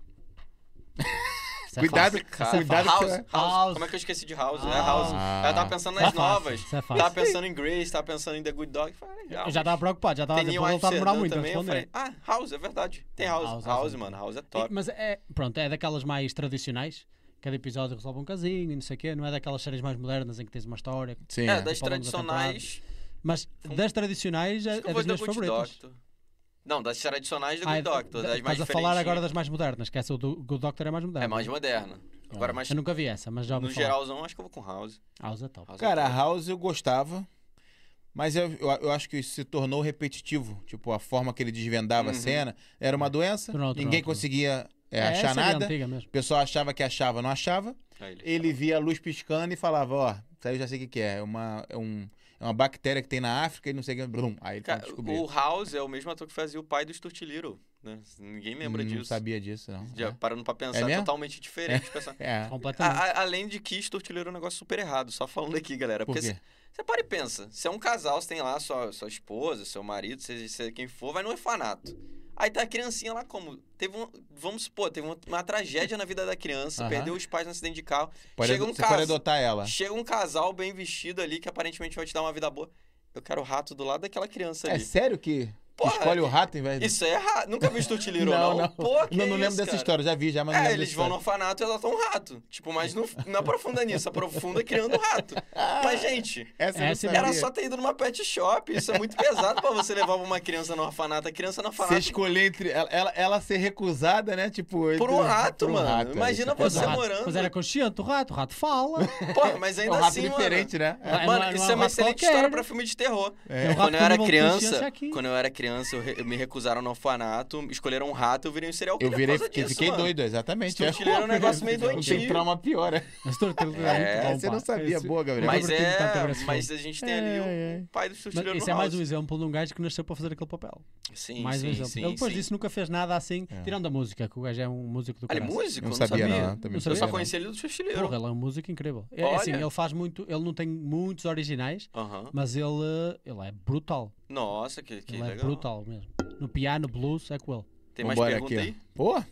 Speaker 2: Isso é
Speaker 1: Cuidado,
Speaker 2: fácil.
Speaker 3: Cara,
Speaker 1: cuidado
Speaker 3: House,
Speaker 1: com
Speaker 3: House.
Speaker 2: House.
Speaker 3: Como é que eu esqueci de House? É
Speaker 2: Ah.
Speaker 3: House. Eu tava pensando nas
Speaker 2: Isso é fácil,
Speaker 3: novas.
Speaker 2: Isso é fácil.
Speaker 3: Tava pensando em Grace, tava pensando em The Good Dog. Falei, legal.
Speaker 2: Eu já estava preocupado, já estava a
Speaker 3: Tem
Speaker 2: dizer,
Speaker 3: New
Speaker 2: pô, ele está a demorar
Speaker 3: Amsterdam
Speaker 2: muito a
Speaker 3: também. Eu falei,
Speaker 2: responder.
Speaker 3: ah, House, é verdade. Tem House.
Speaker 2: House,
Speaker 3: House,
Speaker 2: House é
Speaker 3: mano. House é
Speaker 2: E-
Speaker 3: top.
Speaker 2: Mas é, pronto, é daquelas mais tradicionais. Cada episódio resolve um casinho e não sei o quê. Não é daquelas séries mais modernas em que tens uma história.
Speaker 1: Sim.
Speaker 3: É, das
Speaker 2: tipo, ao longo da
Speaker 3: tradicionais.
Speaker 2: Mas das tradicionais é,
Speaker 3: Acho que eu
Speaker 2: é
Speaker 3: vou
Speaker 2: das
Speaker 3: The
Speaker 2: minhas
Speaker 3: Good
Speaker 2: favoritas.
Speaker 3: Doctor. Não, das tradicionais do
Speaker 2: Ah,
Speaker 3: Good Doctor. Das mais
Speaker 2: estás a falar agora
Speaker 3: diferentinhas.
Speaker 2: das mais modernas, que essa do Good Doctor é mais moderna.
Speaker 3: É mais moderna. Agora, é mais
Speaker 2: Eu nunca vi essa, mas já ouvi
Speaker 3: no
Speaker 2: falar.
Speaker 3: geralzão, acho que eu vou com House.
Speaker 2: House é top.
Speaker 3: House é
Speaker 1: Cara, a
Speaker 3: top.
Speaker 1: House eu gostava, mas eu, eu, eu acho que isso se tornou repetitivo. Tipo, a forma que ele desvendava a
Speaker 3: Uhum.
Speaker 1: cena era uma doença,
Speaker 2: Tornou, tornou,
Speaker 1: ninguém
Speaker 2: tornou.
Speaker 1: conseguia é, achar
Speaker 2: essa é
Speaker 1: nada.
Speaker 2: antiga mesmo.
Speaker 1: O pessoal achava que achava, não achava.
Speaker 3: Aí ele-
Speaker 1: Ele via a luz piscando e falava, ó, isso aí eu já sei o que, que é. É uma, é, um, é uma bactéria que tem na África e não sei o que. Blum, aí ele
Speaker 3: Cara,
Speaker 1: descobriu.
Speaker 3: o House é o mesmo ator que fazia o pai do Sturtiliro, né? Ninguém lembra
Speaker 2: Hum,
Speaker 1: não
Speaker 3: disso.
Speaker 1: sabia disso, não.
Speaker 3: Já
Speaker 2: né?
Speaker 3: parando pra pensar, é
Speaker 1: mesmo?
Speaker 3: totalmente diferente. pensar.
Speaker 1: É.
Speaker 3: A-
Speaker 2: Completamente.
Speaker 3: a- além de que Sturtiliro é um negócio super errado, só falando aqui, galera.
Speaker 1: Por
Speaker 3: porque
Speaker 1: quê?
Speaker 3: Você para e pensa. Se é um casal, você tem lá sua, sua esposa, seu marido, seja, seja quem for, vai no orfanato. Aí tá a criancinha lá como? Teve um, vamos supor, teve uma, uma tragédia na vida da criança,
Speaker 1: Aham.
Speaker 3: perdeu os pais no acidente de carro.
Speaker 1: Pode
Speaker 3: Chega
Speaker 1: ado-
Speaker 3: um
Speaker 1: você pode
Speaker 3: caso.
Speaker 1: adotar ela.
Speaker 3: Chega um casal bem vestido ali que aparentemente vai te dar uma vida boa. Eu quero o rato do lado daquela criança
Speaker 1: É
Speaker 3: ali.
Speaker 1: sério que.
Speaker 3: Porra,
Speaker 1: Escolhe o rato em vez de.
Speaker 3: Isso é errado. Nunca vi Tortiliro,
Speaker 1: não,
Speaker 3: não.
Speaker 1: não.
Speaker 3: Pô, que
Speaker 1: não, não
Speaker 3: isso,
Speaker 1: lembro dessa
Speaker 3: cara?
Speaker 1: história, já vi, já, mas não
Speaker 3: É,
Speaker 1: lembro
Speaker 3: eles
Speaker 1: dessa
Speaker 3: vão no
Speaker 1: história.
Speaker 3: orfanato e adotam um rato. Tipo, mas não, não aprofunda nisso, aprofunda criando um rato.
Speaker 1: Ah,
Speaker 3: Mas, gente,
Speaker 1: Essa eu não
Speaker 2: Essa é
Speaker 1: sabia.
Speaker 3: era só ter ido numa pet shop. Isso é muito pesado pra você levar uma criança no orfanato. A criança no
Speaker 1: Você
Speaker 3: orfanato
Speaker 1: escolher entre. Ela, ela, ela ser recusada, né? Tipo.
Speaker 3: por
Speaker 1: entre-
Speaker 3: um rato,
Speaker 1: por um
Speaker 3: mano.
Speaker 1: rato, é
Speaker 3: Imagina
Speaker 1: isso.
Speaker 3: ah, você
Speaker 1: Exato.
Speaker 3: morando.
Speaker 2: Mas era consciente o rato, o rato fala.
Speaker 3: Porra, mas
Speaker 1: É
Speaker 3: ainda
Speaker 1: um rato
Speaker 3: assim,
Speaker 1: diferente, né? É.
Speaker 2: É, não
Speaker 3: mano.
Speaker 2: é-
Speaker 3: Mano,
Speaker 2: não
Speaker 3: isso
Speaker 2: é um
Speaker 3: é uma
Speaker 2: rato
Speaker 3: excelente
Speaker 2: qualquer,
Speaker 3: história
Speaker 2: né?
Speaker 3: pra filme de terror.
Speaker 1: É.
Speaker 2: É o
Speaker 3: Quando
Speaker 2: rato
Speaker 3: eu
Speaker 2: com
Speaker 3: era
Speaker 2: nível de consciência
Speaker 3: criança,
Speaker 2: aqui.
Speaker 3: quando eu era criança, eu, re- eu me recusaram no orfanato, escolheram um rato, eu virei um serial
Speaker 1: Eu
Speaker 3: killer
Speaker 1: virei,
Speaker 3: por causa
Speaker 1: fiquei,
Speaker 3: disso,
Speaker 1: fiquei
Speaker 3: mano.
Speaker 1: doido, exatamente.
Speaker 3: Tortilheiro é um negócio meio
Speaker 1: Não Tem
Speaker 3: doentio.
Speaker 1: trauma pior, é.
Speaker 2: Mas tortilho
Speaker 3: É,
Speaker 2: muito bom,
Speaker 1: Você não
Speaker 2: pá.
Speaker 1: sabia,
Speaker 2: Esse-
Speaker 1: boa, Gabriel.
Speaker 3: Mas
Speaker 2: Eu lembro que ele tá
Speaker 3: é,
Speaker 2: por esse
Speaker 3: mas a gente tem ali
Speaker 1: É,
Speaker 3: o pai do
Speaker 2: Mas
Speaker 3: Tortilheiro
Speaker 2: esse
Speaker 3: no
Speaker 2: é mais
Speaker 3: house.
Speaker 2: um exemplo de um gajo que nasceu para fazer aquele papel.
Speaker 3: Sim,
Speaker 2: mais
Speaker 3: sim,
Speaker 2: um exemplo.
Speaker 3: sim,
Speaker 2: Ele depois
Speaker 3: sim.
Speaker 2: disso nunca fez nada assim,
Speaker 1: É.
Speaker 2: tirando a música, que o gajo é um músico do
Speaker 3: Olha,
Speaker 2: caraças.
Speaker 3: músico?
Speaker 1: Não
Speaker 3: Eu não
Speaker 1: sabia,
Speaker 3: sabia.
Speaker 1: não, também
Speaker 2: não
Speaker 3: Eu só
Speaker 2: sabia.
Speaker 3: conheci ele do Tortilheiro.
Speaker 2: Porra, ele é um músico incrível. É, assim,
Speaker 3: Olha.
Speaker 2: ele faz muito, ele não tem muitos originais,
Speaker 3: Aham.
Speaker 2: mas ele, ele é brutal.
Speaker 3: Nossa, que, que
Speaker 2: ele
Speaker 3: legal.
Speaker 2: é brutal mesmo. No piano, blues, é com ele.
Speaker 3: Tem mais
Speaker 1: Vambora
Speaker 3: pergunta
Speaker 1: aqui, ó. Pô!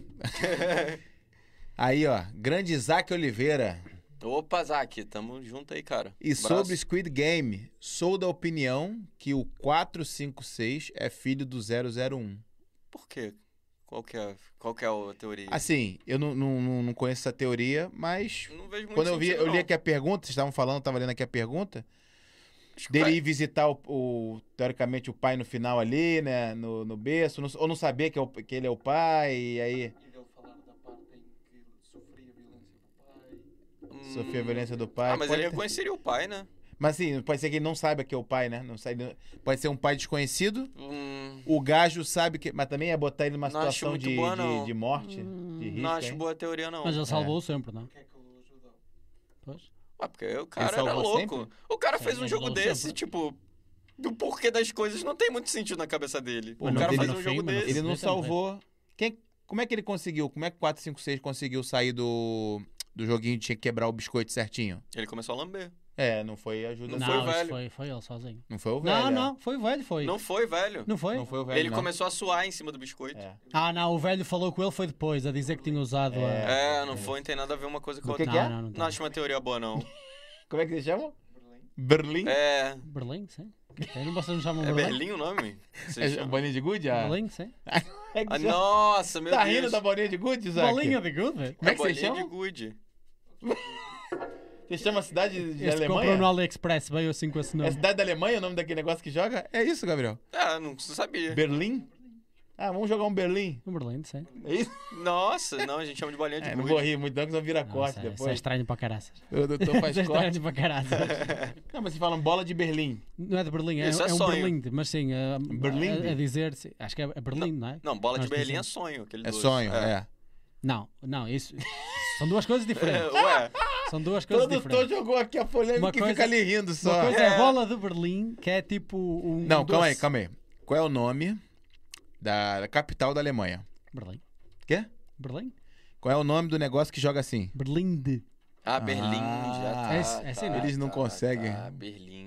Speaker 1: aí, ó. Grande Isaac Oliveira.
Speaker 3: aí? Opa, Zac, tamo junto aí, cara.
Speaker 1: E
Speaker 3: Abraço.
Speaker 1: sobre Squid Game, sou da opinião que o 456 é filho do 001.
Speaker 3: Por quê? Qual que é, qual que é a teoria?
Speaker 1: Assim, eu não, não, não- não conheço essa teoria, mas
Speaker 3: não vejo muito
Speaker 1: quando eu vi,
Speaker 3: sentido,
Speaker 1: eu li
Speaker 3: não.
Speaker 1: aqui a pergunta, vocês estavam falando, eu tava lendo aqui a pergunta,
Speaker 3: Acho que
Speaker 1: dele
Speaker 3: vai-
Speaker 1: ir visitar o, o- teoricamente o pai no final ali, né, no, no berço, não- ou não saber que, é o- que ele é o pai, e aí
Speaker 3: Hum,
Speaker 1: sofreu a violência do pai.
Speaker 3: Ah, mas
Speaker 1: Pode
Speaker 3: ele
Speaker 1: ter-
Speaker 3: reconheceria o pai, né?
Speaker 1: Mas assim, pode ser que ele não saiba que é o pai, né? Não sai... ele- Pode ser um pai desconhecido.
Speaker 3: Hum,
Speaker 1: O gajo sabe que. Mas também é botar ele numa
Speaker 3: Não acho
Speaker 1: situação
Speaker 3: muito
Speaker 1: de,
Speaker 3: boa,
Speaker 1: de-
Speaker 3: não.
Speaker 1: de
Speaker 2: Hum.
Speaker 1: morte. de risco,
Speaker 3: não acho
Speaker 1: hein?
Speaker 3: boa teoria, não. é
Speaker 2: Mas ele salvou
Speaker 1: é.
Speaker 2: o sempre, não? é? Pois.
Speaker 3: Ah, porque o cara era
Speaker 1: salvou
Speaker 3: louco.
Speaker 1: sempre?
Speaker 3: O cara
Speaker 2: Sim,
Speaker 3: fez um
Speaker 2: mas
Speaker 3: jogo
Speaker 2: não
Speaker 3: desse,
Speaker 2: sempre.
Speaker 3: tipo, do porquê das coisas não tem muito sentido na cabeça dele.
Speaker 1: Pô,
Speaker 3: o
Speaker 1: mas
Speaker 3: cara
Speaker 1: ele
Speaker 3: faz
Speaker 1: no
Speaker 3: um
Speaker 2: filme,
Speaker 3: jogo
Speaker 2: no
Speaker 3: desse.
Speaker 1: Ele não
Speaker 2: Esse também.
Speaker 1: salvou. Quem... Como é que ele conseguiu? Como é que 456 conseguiu sair do, do joguinho de tinha que quebrar o biscoito certinho?
Speaker 3: Ele começou a lamber.
Speaker 1: É, não foi ajuda.
Speaker 2: Não,
Speaker 3: Não
Speaker 1: Não,
Speaker 3: foi o
Speaker 2: isso
Speaker 3: velho.
Speaker 2: foi, foi ele sozinho.
Speaker 1: não foi o velho.
Speaker 2: Não,
Speaker 1: é.
Speaker 2: não, foi o velho, foi.
Speaker 3: Não foi, velho.
Speaker 2: Não foi?
Speaker 1: Não foi o velho.
Speaker 3: ele
Speaker 1: não.
Speaker 3: começou a suar em cima do biscoito.
Speaker 1: É.
Speaker 2: Ah, não, o velho falou com ele foi depois, a dizer que tinha usado a.
Speaker 3: É, não foi, não tem nada a ver uma coisa com a
Speaker 1: Do que
Speaker 3: outra.
Speaker 1: que é?
Speaker 2: Ah, Não, tá. não, não.
Speaker 3: Não acho uma teoria boa, não.
Speaker 1: Como é que ele chama? Berlim. Berlim?
Speaker 3: É.
Speaker 2: Berlim, sim. Eu não vocês não chamam
Speaker 3: É
Speaker 2: Berlim?
Speaker 3: Berlim o nome? Vocês
Speaker 1: É,
Speaker 3: chamam?
Speaker 1: Bolinha de Good? Ah.
Speaker 2: Berlim, sim.
Speaker 1: É que
Speaker 3: Ah,
Speaker 1: chama-
Speaker 3: nossa, meu
Speaker 1: Tá
Speaker 3: Deus.
Speaker 1: rindo da bolinha de Good, Isaac?
Speaker 2: Bolinha de Good.
Speaker 1: Como é que você
Speaker 3: Bolinha
Speaker 1: chama?
Speaker 3: de gude.
Speaker 1: Você chama a cidade de
Speaker 2: Este comprou no
Speaker 1: Alemanha?
Speaker 2: AliExpress, veio assim com esse
Speaker 1: É a
Speaker 2: nome.
Speaker 1: cidade da Alemanha o nome daquele negócio que joga? É isso, Gabriel?
Speaker 3: Ah, não sabia.
Speaker 1: Berlim? Ah, vamos jogar um Berlim.
Speaker 2: Um Berlim, sim.
Speaker 1: É isso?
Speaker 3: Nossa, não, a gente chama de bolinha de
Speaker 1: É, não vou
Speaker 3: gude.
Speaker 1: rir muito, não, que senão vira corte
Speaker 2: Nossa, Isso é
Speaker 1: depois.
Speaker 2: estranho para caraças.
Speaker 1: O doutor faz
Speaker 2: Isso é
Speaker 1: corte.
Speaker 2: estranho para caraças.
Speaker 1: Não, mas vocês falam bola de Berlim.
Speaker 2: Não é de Berlim, é,
Speaker 3: Isso é
Speaker 2: é um
Speaker 3: sonho.
Speaker 2: Berlim, mas sim. A,
Speaker 1: Berlim?
Speaker 2: A, a dizer, sim. acho que é é Berlim, não, é?
Speaker 3: Não, bola de
Speaker 2: Nós
Speaker 3: Berlim é
Speaker 2: dizemos.
Speaker 3: sonho. Aquele
Speaker 1: É
Speaker 3: doce.
Speaker 1: sonho, é.
Speaker 2: Não, não, isso. São duas coisas
Speaker 3: É,
Speaker 2: diferentes.
Speaker 3: Ué,
Speaker 2: São duas coisas
Speaker 1: Todo
Speaker 2: diferentes.
Speaker 1: doutor jogou aqui a polêmica
Speaker 2: Uma
Speaker 1: que
Speaker 2: coisa-
Speaker 1: fica ali rindo só.
Speaker 2: Uma coisa é
Speaker 3: É.
Speaker 2: a bola de Berlim, que é tipo um.
Speaker 1: Não, calma aí,
Speaker 2: doce.
Speaker 1: calma aí. Qual é o nome da capital da Alemanha?
Speaker 2: Berlim.
Speaker 1: Quê?
Speaker 2: Berlim?
Speaker 1: Qual é o nome do negócio que joga assim?
Speaker 2: Berlim de.
Speaker 3: Ah, Berlim, já
Speaker 1: Ah,
Speaker 3: tá,
Speaker 2: esse- esse
Speaker 3: tá,
Speaker 2: não.
Speaker 1: Eles não
Speaker 3: tá,
Speaker 1: conseguem.
Speaker 3: Tá, Berlim.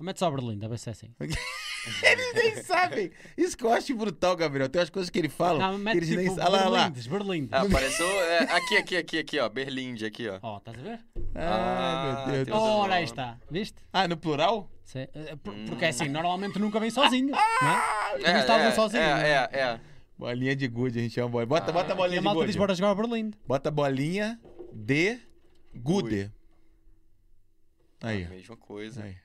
Speaker 2: Mete só Berlim, deve ser assim.
Speaker 1: Eles nem sabem. Isso que eu acho brutal, Gabriel. Tem umas coisas que ele fala.
Speaker 2: Não,
Speaker 1: que
Speaker 2: mete
Speaker 1: eles
Speaker 2: tipo
Speaker 1: nem sabem. Olha lá, olha lá.
Speaker 2: Berlindes, Berlindes.
Speaker 3: Ah, apareceu. é, aqui, aqui, aqui, aqui, ó. Berlim, aqui, ó.
Speaker 2: Oh, estás a ver?
Speaker 1: Ah,
Speaker 3: Ah,
Speaker 1: meu Deus. do
Speaker 3: Deus.
Speaker 1: céu.
Speaker 2: Oh, ora aí está. Viste?
Speaker 1: Ah, no plural?
Speaker 2: Se- eh, por- Porque é assim, normalmente nunca vem sozinho. não
Speaker 1: Ah,
Speaker 2: é?
Speaker 3: Hum. É,
Speaker 2: Também estavam
Speaker 3: é,
Speaker 1: assim,
Speaker 2: sozinhos,
Speaker 3: É,
Speaker 2: né?
Speaker 3: é, é.
Speaker 1: Bolinha de gude, a gente chama bolinha. Bota, bota a
Speaker 2: E
Speaker 1: bolinha
Speaker 2: a
Speaker 1: de
Speaker 2: malta diz:
Speaker 1: gude.
Speaker 2: bora jogar Berlim.
Speaker 1: Bota bolinha de gude. Aí,
Speaker 3: A mesma coisa.
Speaker 1: aí.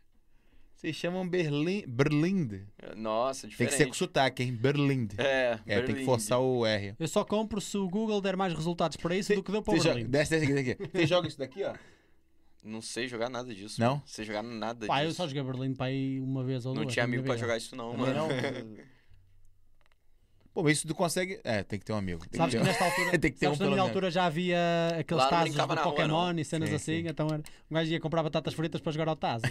Speaker 1: Vocês chamam Berlim, Berlinde.
Speaker 3: Nossa,
Speaker 1: Tem
Speaker 3: diferente.
Speaker 1: que ser com sotaque, hein? Berlinde.
Speaker 3: É,
Speaker 1: É, tem que forçar o R.
Speaker 2: Eu só compro se o Google der mais resultados para isso do que deu para o
Speaker 1: Você joga,
Speaker 2: Berlim.
Speaker 1: desce, desce aqui, desce aqui. Você joga isso daqui, ó.
Speaker 3: Não sei jogar nada disso.
Speaker 1: Não?
Speaker 3: mano. Sei jogar nada
Speaker 2: Pá, eu
Speaker 3: disso.
Speaker 2: só joguei Berlim para aí uma vez ou duas.
Speaker 3: Não tinha
Speaker 2: na minha
Speaker 3: amigo pra
Speaker 2: vida.
Speaker 3: jogar isso, não,
Speaker 1: Também
Speaker 3: mano.
Speaker 1: não. Pô, mas isso tu consegue. É, tem que ter um amigo. Tem
Speaker 2: Sabes
Speaker 1: que
Speaker 2: que
Speaker 1: ter um...
Speaker 2: nesta altura,
Speaker 1: Tem que ter
Speaker 2: sabes
Speaker 1: um pelo
Speaker 2: que na minha
Speaker 1: menos.
Speaker 2: altura já havia aqueles
Speaker 3: Lá não
Speaker 2: tazos
Speaker 3: brincava
Speaker 2: do
Speaker 3: na rua,
Speaker 2: Pokémon
Speaker 3: não.
Speaker 2: e cenas
Speaker 1: Sim,
Speaker 2: assim,
Speaker 1: sim.
Speaker 2: então era, um gajo ia comprar batatas fritas para jogar ao tazo.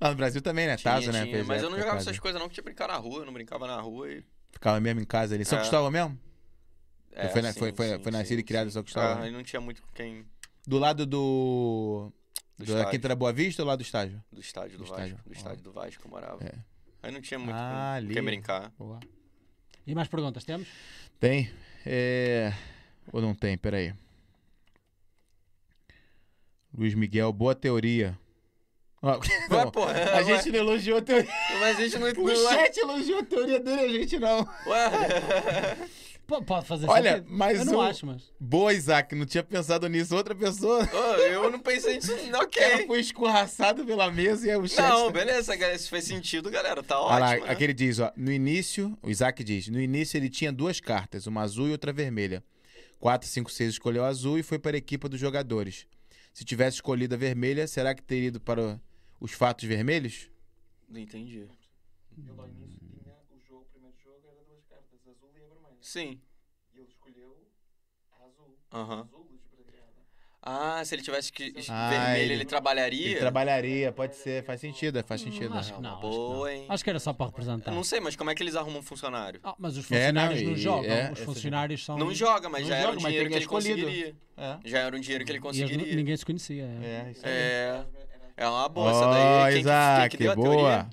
Speaker 1: Lá no Brasil também, né?
Speaker 3: Tinha,
Speaker 1: Tazo, né?
Speaker 3: tinha,
Speaker 1: Fez
Speaker 3: mas eu não
Speaker 1: época,
Speaker 3: jogava
Speaker 1: Tazo.
Speaker 3: essas coisas, não, que tinha que brincar na rua. Eu não brincava na rua e.
Speaker 1: Ficava mesmo em casa ali. São
Speaker 3: É.
Speaker 1: Cristóvão mesmo?
Speaker 3: É,
Speaker 1: foi na-
Speaker 3: sim,
Speaker 1: foi- foi-
Speaker 3: sim,
Speaker 1: foi nascido
Speaker 3: sim,
Speaker 1: e criado em
Speaker 3: sim.
Speaker 1: São Cristóvão,
Speaker 3: Ah,
Speaker 1: né?
Speaker 3: e não tinha muito com quem.
Speaker 1: Do lado do.
Speaker 3: Do
Speaker 1: do- da
Speaker 3: estádio.
Speaker 1: Quinta da Boa Vista ou lá do estágio?
Speaker 3: Do estádio do,
Speaker 1: Do
Speaker 3: Vasco.
Speaker 1: estádio,
Speaker 3: Do
Speaker 1: ó.
Speaker 3: estádio do Vasco que eu morava.
Speaker 1: É.
Speaker 3: Aí não tinha muito
Speaker 1: Ah,
Speaker 3: com
Speaker 1: ali.
Speaker 3: quem brincar.
Speaker 1: Boa.
Speaker 2: E mais perguntas temos?
Speaker 1: Tem? É... Ou não tem? Peraí. Luiz Miguel, boa teoria. Ó,
Speaker 3: Ué,
Speaker 1: bom,
Speaker 3: porra,
Speaker 1: a
Speaker 3: ué. é.
Speaker 1: gente não elogiou a teoria.
Speaker 3: Mas a gente não.
Speaker 1: O
Speaker 3: não é-
Speaker 1: chat elogiou a teoria dele, a gente não.
Speaker 3: Ué.
Speaker 2: P- pode fazer
Speaker 1: Olha,
Speaker 2: sentido.
Speaker 1: mas
Speaker 2: Eu não
Speaker 1: o-
Speaker 2: acho, mas.
Speaker 1: Boa, Isaac, não tinha pensado nisso. Outra pessoa.
Speaker 3: Ô, eu não pensei nisso. Não,
Speaker 1: O cara
Speaker 3: ok.
Speaker 1: foi escorraçado pela mesa e é o chat.
Speaker 3: Não, beleza, galera. Isso fez sentido, galera. Tá
Speaker 1: Olha lá,
Speaker 3: ótimo. né?
Speaker 1: aquele diz, ó, no início, o Isaac diz, no início ele tinha duas cartas, uma azul e outra vermelha. 4, 5, 6 escolheu a azul e foi para a equipa dos jogadores. Se tivesse escolhido a vermelha, será que teria ido para o- os fatos vermelhos?
Speaker 3: Não entendi.
Speaker 4: Ele ao início tinha o jogo, o primeiro jogo era duas cartas, a azul e a vermelha.
Speaker 3: Sim.
Speaker 4: E ele escolheu a azul.
Speaker 3: Aham.
Speaker 4: Azul esbradeada.
Speaker 3: Ah, se ele tivesse que...
Speaker 1: Ah,
Speaker 3: vermelho, ele,
Speaker 1: ele-
Speaker 3: trabalharia?
Speaker 1: Ele trabalharia, pode ser, faz sentido, faz sentido.
Speaker 2: Não, acho que
Speaker 3: uma
Speaker 2: não. acho, que não.
Speaker 3: boa, hein?
Speaker 2: Acho que era só para representar.
Speaker 3: Eu não sei, mas como é que eles arrumam um funcionário?
Speaker 2: Ah, mas os
Speaker 1: É, não,
Speaker 2: funcionários não,
Speaker 1: e-
Speaker 2: jogam.
Speaker 1: é,
Speaker 2: os
Speaker 1: essa-
Speaker 2: funcionários são.
Speaker 3: Não joga, mas
Speaker 1: Não
Speaker 3: já era
Speaker 1: joga,
Speaker 3: um
Speaker 1: mas
Speaker 3: dinheiro
Speaker 1: tem
Speaker 3: que ele
Speaker 1: escolhido.
Speaker 3: conseguiria.
Speaker 1: É.
Speaker 3: Já era um dinheiro que
Speaker 2: E
Speaker 3: ele
Speaker 2: eles não-
Speaker 3: conseguiria.
Speaker 2: ninguém se conhecia. é.
Speaker 1: É, isso aí.
Speaker 3: É,
Speaker 4: Era
Speaker 3: é uma boa essa
Speaker 1: Ó,
Speaker 3: daí. Quem, que- quem que
Speaker 1: Isaac,
Speaker 3: deu a
Speaker 1: boa.
Speaker 3: teoria?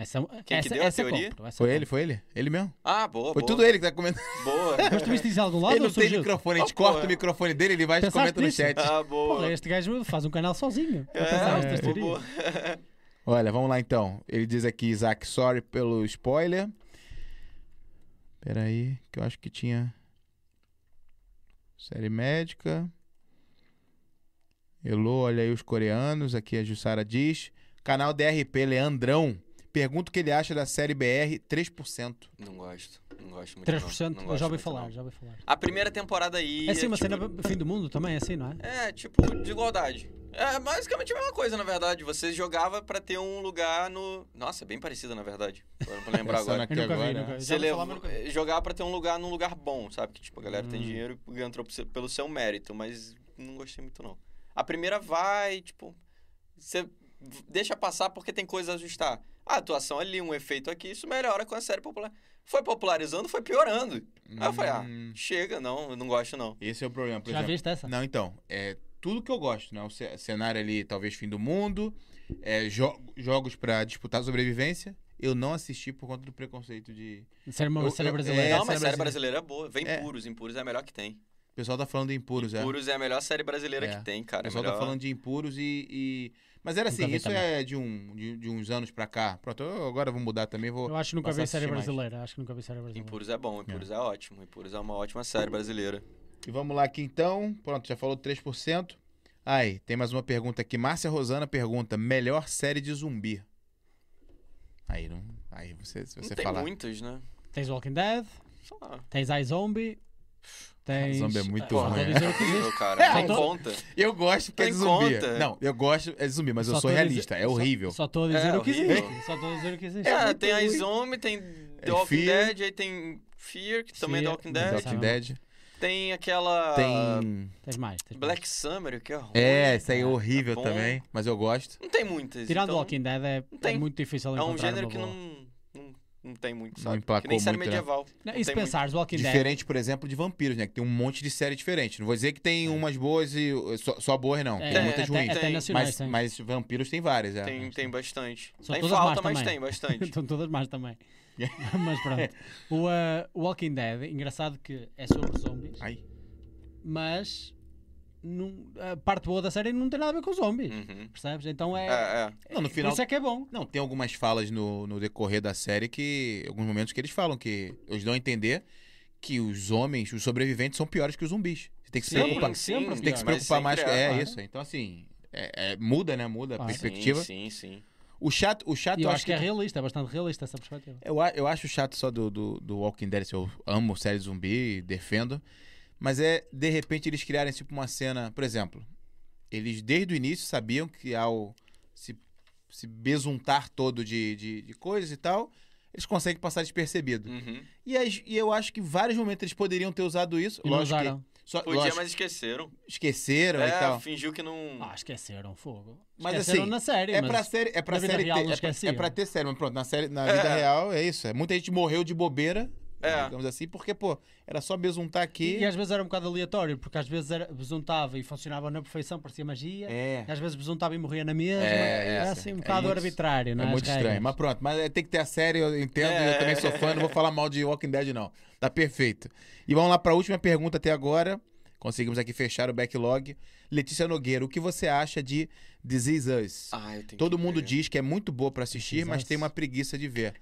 Speaker 2: Essa, é um,
Speaker 3: é que
Speaker 2: essa,
Speaker 3: deu a
Speaker 2: essa eu
Speaker 3: teoria?
Speaker 2: compro, essa é eu
Speaker 1: Foi
Speaker 2: compro.
Speaker 1: ele, foi ele? Ele mesmo?
Speaker 3: Ah, boa,
Speaker 1: Foi
Speaker 3: boa.
Speaker 1: tudo ele que tá comentando.
Speaker 3: Boa.
Speaker 2: Mas tu viste de algum lado
Speaker 1: Ele
Speaker 2: ou
Speaker 1: não tem
Speaker 2: surgiu?
Speaker 1: microfone, a gente
Speaker 3: Ah, porra.
Speaker 1: corta o microfone dele, ele vai e
Speaker 2: Pensaste
Speaker 1: comenta no
Speaker 2: nisso?
Speaker 1: chat.
Speaker 3: Ah, boa.
Speaker 2: Porra, este gajo faz um canal sozinho. Pra pensar
Speaker 3: É,
Speaker 2: nestas
Speaker 3: boa,
Speaker 2: teorias.
Speaker 3: boa.
Speaker 1: Olha, vamos lá então. Ele diz aqui, Isaac, sorry pelo spoiler. Peraí, que eu acho que tinha. Série médica. Elô, olha aí os coreanos. Aqui a Jussara diz. Canal DRP, Leandrão. Pergunta o que ele acha da série BR 3%.
Speaker 3: Não gosto. Não gosto muito. não.
Speaker 2: 3%,
Speaker 3: Não
Speaker 2: eu
Speaker 3: gosto
Speaker 2: já ouvi
Speaker 3: muito,
Speaker 2: falar,
Speaker 3: não.
Speaker 2: já ouvi falar.
Speaker 3: A primeira temporada aí.
Speaker 2: É assim uma
Speaker 3: tipo,
Speaker 2: cena fim do mundo também, é assim, não é?
Speaker 3: É, tipo, desigualdade. É basicamente a mesma coisa, na verdade. Você jogava pra ter um lugar no. Nossa, é bem parecida, na verdade. Agora Pra lembrar
Speaker 1: Pensando
Speaker 3: agora.
Speaker 1: aqui
Speaker 2: Eu nunca vi,
Speaker 1: agora.
Speaker 2: nunca vi.
Speaker 3: Você
Speaker 2: Já ouvi
Speaker 3: lev...
Speaker 2: falar, mas nunca vi.
Speaker 3: jogava pra ter um lugar num lugar bom, sabe? Que tipo, a galera tem dinheiro e entrou pro seu- pelo seu mérito, mas não gostei muito, não. A primeira vai, tipo. Você v- deixa passar porque tem coisa a ajustar. A atuação ali, um efeito aqui, isso melhora com a série popular. Foi popularizando, foi piorando. Aí eu falei, ah,
Speaker 1: Hum,
Speaker 3: chega, não, eu não gosto, não.
Speaker 1: Esse é o problema. Por
Speaker 2: Já
Speaker 1: exemplo,
Speaker 2: viste essa?
Speaker 1: Não, então, é tudo que eu gosto, né? O ce- cenário ali, talvez fim do mundo, é, jo- jogos pra disputar sobrevivência. Eu não assisti por conta do preconceito de.
Speaker 2: Ser uma
Speaker 1: Eu-
Speaker 2: cena
Speaker 1: eu-
Speaker 2: brasileira.
Speaker 1: é,
Speaker 3: não, mas
Speaker 1: série
Speaker 3: série brasileira é boa. Vem
Speaker 1: É.
Speaker 3: puros, impuros é a melhor que tem.
Speaker 1: O pessoal tá falando de impuros, é.
Speaker 3: Puros é a melhor série brasileira
Speaker 1: É.
Speaker 3: que tem,
Speaker 1: O
Speaker 3: cara. É
Speaker 1: pessoal
Speaker 3: melhor...
Speaker 1: tá falando de impuros e. e- Mas era assim,
Speaker 2: Nunca vi
Speaker 1: isso
Speaker 2: também.
Speaker 1: é de, um, de, de uns anos pra cá. Pronto, eu agora vou mudar também, vou.
Speaker 2: Eu acho que nunca
Speaker 1: Passar a
Speaker 2: vi série
Speaker 1: assistir é mais.
Speaker 2: brasileira. Acho que nunca vi série
Speaker 1: né?
Speaker 2: brasileira.
Speaker 3: Impuros é bom, Impuros é. ótimo. Impuros é uma ótima série brasileira.
Speaker 1: E vamos lá aqui então. Pronto, já falou 3%. Aí, tem mais uma pergunta aqui. Márcia Rosana pergunta: melhor série de zumbi? Aí, não, aí você, se você
Speaker 3: não tem
Speaker 1: falar.
Speaker 3: muitos, né?
Speaker 2: Tens Walking Dead,
Speaker 3: Sei lá.
Speaker 2: tens iZombie, tens.
Speaker 1: Zombie é então muito
Speaker 2: Ah, só
Speaker 1: ruim,
Speaker 2: tô
Speaker 1: né?
Speaker 2: dizendo o que existe.
Speaker 3: Horrível, cara. Não
Speaker 2: Só tô-
Speaker 3: conta.
Speaker 1: Eu gosto porque é
Speaker 3: Tem
Speaker 1: de zumbi.
Speaker 3: conta.
Speaker 1: Não, eu gosto é de zumbi, mas eu
Speaker 2: Só
Speaker 1: sou
Speaker 2: tô
Speaker 1: realista.
Speaker 2: dizen-
Speaker 1: É horrível.
Speaker 2: Só só tô a dizer
Speaker 3: É
Speaker 2: o que
Speaker 3: horrível.
Speaker 2: existe. Só tô a dizer o que existe.
Speaker 3: É, tem a Zombie, tem The
Speaker 1: É
Speaker 3: Walking
Speaker 1: Fear.
Speaker 3: Dead, aí tem Fear, que também é The
Speaker 2: Fear,
Speaker 3: Walking
Speaker 1: The
Speaker 3: Dead.
Speaker 1: Walking
Speaker 2: Exatamente.
Speaker 1: Dead.
Speaker 3: Tem aquela
Speaker 1: Tem.
Speaker 2: Tens mais. Tens mais.
Speaker 3: Black Summer, que Ah, é ruim.
Speaker 1: É, isso aí é
Speaker 2: é
Speaker 1: horrível
Speaker 3: bom.
Speaker 1: também, mas eu gosto.
Speaker 3: Não tem muitas.
Speaker 2: Tirando
Speaker 3: então,
Speaker 2: Walking Dead é, é
Speaker 3: tem.
Speaker 2: muito difícil
Speaker 3: É
Speaker 2: encontrar
Speaker 3: um gênero
Speaker 2: uma
Speaker 3: que
Speaker 2: boa.
Speaker 3: não, não, não tem muito,
Speaker 1: Não
Speaker 3: sabe? que
Speaker 1: emplacou
Speaker 3: nem série
Speaker 1: muito, né?
Speaker 3: medieval.
Speaker 2: Não,
Speaker 3: Não
Speaker 2: e se
Speaker 3: tem muito.
Speaker 2: pensares, Walking Dead.
Speaker 1: Diferente, por exemplo, de vampiros, né? Que tem um monte de série diferente. Não vou dizer que tem umas boas e só, só boas, não.
Speaker 2: é,
Speaker 1: tem muitas
Speaker 2: até,
Speaker 1: ruins.
Speaker 2: Até
Speaker 3: Tem,
Speaker 2: nacionais
Speaker 1: mas,
Speaker 2: tem. né?
Speaker 1: mas vampiros tem várias, é.
Speaker 3: Tem, tem bastante.
Speaker 2: São
Speaker 3: tem
Speaker 2: todas más
Speaker 3: falta, mas
Speaker 2: também.
Speaker 3: tem bastante.
Speaker 2: Estão todas Então, más também. Mas pronto. O ah, Walking Dead, engraçado que é sobre zombies,
Speaker 1: Ai.
Speaker 2: mas não- a parte boa da série não tem nada a ver com zombies.
Speaker 3: Uhum.
Speaker 2: Percebes? Então
Speaker 3: É,
Speaker 2: é.
Speaker 3: é.
Speaker 1: Não, no
Speaker 2: por
Speaker 1: final.
Speaker 2: Isso é que é bom.
Speaker 1: Ah, Não, tem algumas falas no, no decorrer da série que. Alguns momentos que eles falam que. Eles dão a entender que os homens, os sobreviventes, são piores que os zumbis. Você tem que se
Speaker 2: Sim,
Speaker 1: preocupar.
Speaker 2: sempre
Speaker 1: Você tem que se
Speaker 3: mas
Speaker 1: preocupar mais.
Speaker 3: sempre
Speaker 1: É,
Speaker 3: claro.
Speaker 1: isso. Então, assim, é- é- muda, né? Muda a
Speaker 2: Ah, sim,
Speaker 1: perspectiva.
Speaker 3: Sim, sim, sim.
Speaker 1: O chato, o chato
Speaker 2: E eu acho que é
Speaker 1: que-
Speaker 2: realista, é bastante realista essa perspectiva.
Speaker 1: eu, a- eu acho chato só do, do, do Walking Dead, assim, eu amo série de zumbi, defendo. Mas é, de repente, eles criarem tipo uma cena, por exemplo, eles desde o início sabiam que ao se, se besuntar todo de, de, de coisas e tal, eles conseguem passar despercebido.
Speaker 3: Uhum.
Speaker 1: E, as- e eu acho que em vários momentos eles poderiam ter usado isso.
Speaker 2: E não
Speaker 1: lógico que
Speaker 2: usaram.
Speaker 1: só,
Speaker 3: Podia,
Speaker 1: lógico,
Speaker 3: mas esqueceram.
Speaker 1: esqueceram e
Speaker 3: É,
Speaker 1: tal.
Speaker 3: fingiu que não.
Speaker 2: Ah, esqueceram fogo.
Speaker 1: Mas
Speaker 2: esqueceram
Speaker 1: assim,
Speaker 2: na série,
Speaker 1: É
Speaker 2: mas
Speaker 1: pra série, é pra
Speaker 2: na vida
Speaker 1: série
Speaker 2: real
Speaker 1: ter,
Speaker 2: não
Speaker 1: é pra- é
Speaker 2: esquecia.
Speaker 1: pra ter série, mas pronto, na série, na
Speaker 3: É.
Speaker 1: vida real é isso. É. Muita gente morreu de bobeira,
Speaker 3: É.
Speaker 1: digamos assim, porque, pô, era só besuntar aqui.
Speaker 2: E às vezes era um bocado aleatório, porque às vezes era, besuntava e funcionava na perfeição, parecia magia.
Speaker 1: É.
Speaker 2: E às vezes besuntava e morria na mesma.
Speaker 1: É,
Speaker 2: era
Speaker 1: isso,
Speaker 2: assim um
Speaker 1: é
Speaker 2: bocado
Speaker 1: isso.
Speaker 2: arbitrário, não
Speaker 1: É
Speaker 2: é?
Speaker 1: muito
Speaker 2: As regras.
Speaker 1: estranho, mas pronto. Mas é, tem que ter a série, eu entendo, e
Speaker 3: É.
Speaker 1: eu também sou fã, não vou falar mal de Walking Dead, não. Tá perfeito. E vamos lá pra última pergunta até agora. Conseguimos aqui fechar o backlog. Letícia Nogueira, o que você acha de Disease Us?
Speaker 3: Ah, eu tenho
Speaker 1: Todo
Speaker 3: que
Speaker 1: mundo
Speaker 3: ver.
Speaker 1: diz que é muito boa pra assistir,
Speaker 2: Disease
Speaker 1: mas
Speaker 2: Us.
Speaker 1: tem uma preguiça de ver.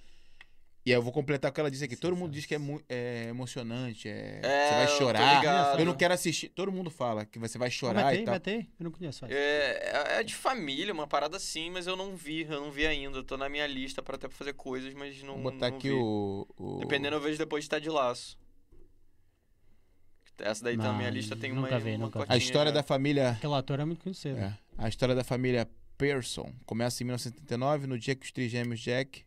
Speaker 1: E aí eu vou completar o que ela disse aqui. Todo mundo diz que é, mu- é emocionante, é-
Speaker 3: É,
Speaker 1: você vai
Speaker 3: eu tô
Speaker 1: chorar.
Speaker 3: ligado.
Speaker 1: Eu não quero assistir. Todo mundo fala que você vai
Speaker 2: Mas
Speaker 1: chorar
Speaker 2: tem,
Speaker 1: e tal.
Speaker 2: mas tem? Eu não conheço. olha.
Speaker 3: É, é- é de família, uma parada assim, mas eu não vi, eu não vi ainda. Eu tô na minha lista pra até fazer coisas, mas não.
Speaker 1: Vou botar
Speaker 3: não
Speaker 1: aqui
Speaker 3: vi.
Speaker 1: o, o-
Speaker 3: Dependendo, eu vejo depois tá de estar de laço. Essa daí tá na
Speaker 2: Não,
Speaker 3: minha lista, tem
Speaker 2: nunca
Speaker 3: uma,
Speaker 2: vi,
Speaker 3: uma
Speaker 2: nunca vi.
Speaker 1: A história
Speaker 3: né?
Speaker 1: da família
Speaker 2: Aquele ator é muito conhecido.
Speaker 1: É. A história da família Pearson começa em 1979, no dia que os trigêmeos Jack,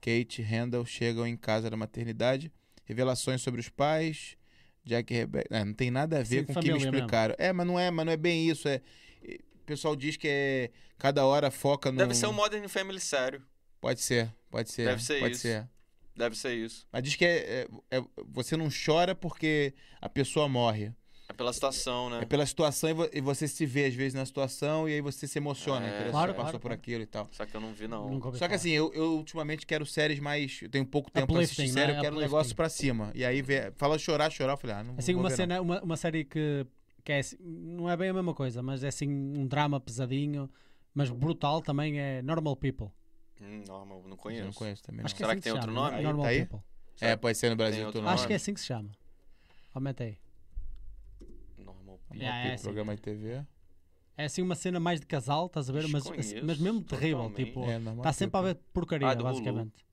Speaker 1: Kate e Randall chegam em casa da maternidade. Revelações sobre os pais, Jack e Rebecca. não tem nada a ver
Speaker 2: Sim,
Speaker 1: com o que me
Speaker 2: família mesmo.
Speaker 1: explicaram. É, mas não é, mas não é bem isso. É, e- o pessoal diz que é cada hora foca no.
Speaker 3: Deve ser um Modern Family sério.
Speaker 1: Pode ser, pode ser.
Speaker 3: Deve ser
Speaker 1: pode
Speaker 3: isso.
Speaker 1: ser.
Speaker 3: Deve ser isso.
Speaker 1: Mas diz que é- é- é- você não chora porque a pessoa morre.
Speaker 3: É pela situação, né?
Speaker 1: É pela situação e, vo- e você se vê às vezes na situação e aí você se emociona.
Speaker 3: É.
Speaker 1: entendeu? Você
Speaker 2: Claro,
Speaker 1: passou
Speaker 2: claro,
Speaker 1: por
Speaker 2: claro.
Speaker 1: aquilo e tal.
Speaker 3: Só que eu não vi, não.
Speaker 2: Nunca ouvi
Speaker 1: Só que
Speaker 2: falar.
Speaker 1: assim, eu, eu ultimamente quero séries mais. Eu tenho pouco tempo pra assistir
Speaker 2: Uplifting,
Speaker 1: série,
Speaker 2: né?
Speaker 1: eu quero um
Speaker 2: Uplifting.
Speaker 1: negócio pra cima. E aí vê, fala chorar, chorar, eu falei, ah, não
Speaker 2: Assim,
Speaker 1: vou
Speaker 2: uma,
Speaker 1: ver,
Speaker 2: cena, uma, uma série que, que é assim, não é bem a mesma coisa, mas é assim um drama pesadinho, mas brutal também é Normal People.
Speaker 3: Hum, não, mas eu não
Speaker 1: não. Eu
Speaker 3: conheço.
Speaker 1: não conheço também.
Speaker 2: Acho
Speaker 1: não.
Speaker 2: que é
Speaker 3: Será
Speaker 2: assim
Speaker 3: que tem
Speaker 2: se
Speaker 3: outro
Speaker 2: chama,
Speaker 3: nome?
Speaker 2: Normal
Speaker 1: Tá aí?
Speaker 2: People.
Speaker 1: É, pode ser no Brasil.
Speaker 3: outro
Speaker 1: tu
Speaker 3: nome?
Speaker 2: Acho que é assim que se chama. Aumenta aí.
Speaker 3: Normal.
Speaker 1: Não,
Speaker 2: É,
Speaker 1: tem
Speaker 2: é assim.
Speaker 1: programa de TV.
Speaker 2: É assim uma cena mais de casal, estás a ver? Mas,
Speaker 3: Desconheço
Speaker 2: mas mesmo terrível,
Speaker 3: totalmente.
Speaker 2: tipo,
Speaker 1: É, normal.
Speaker 2: está sempre a ver porcaria,
Speaker 3: Ah, do Hulu.
Speaker 2: basicamente.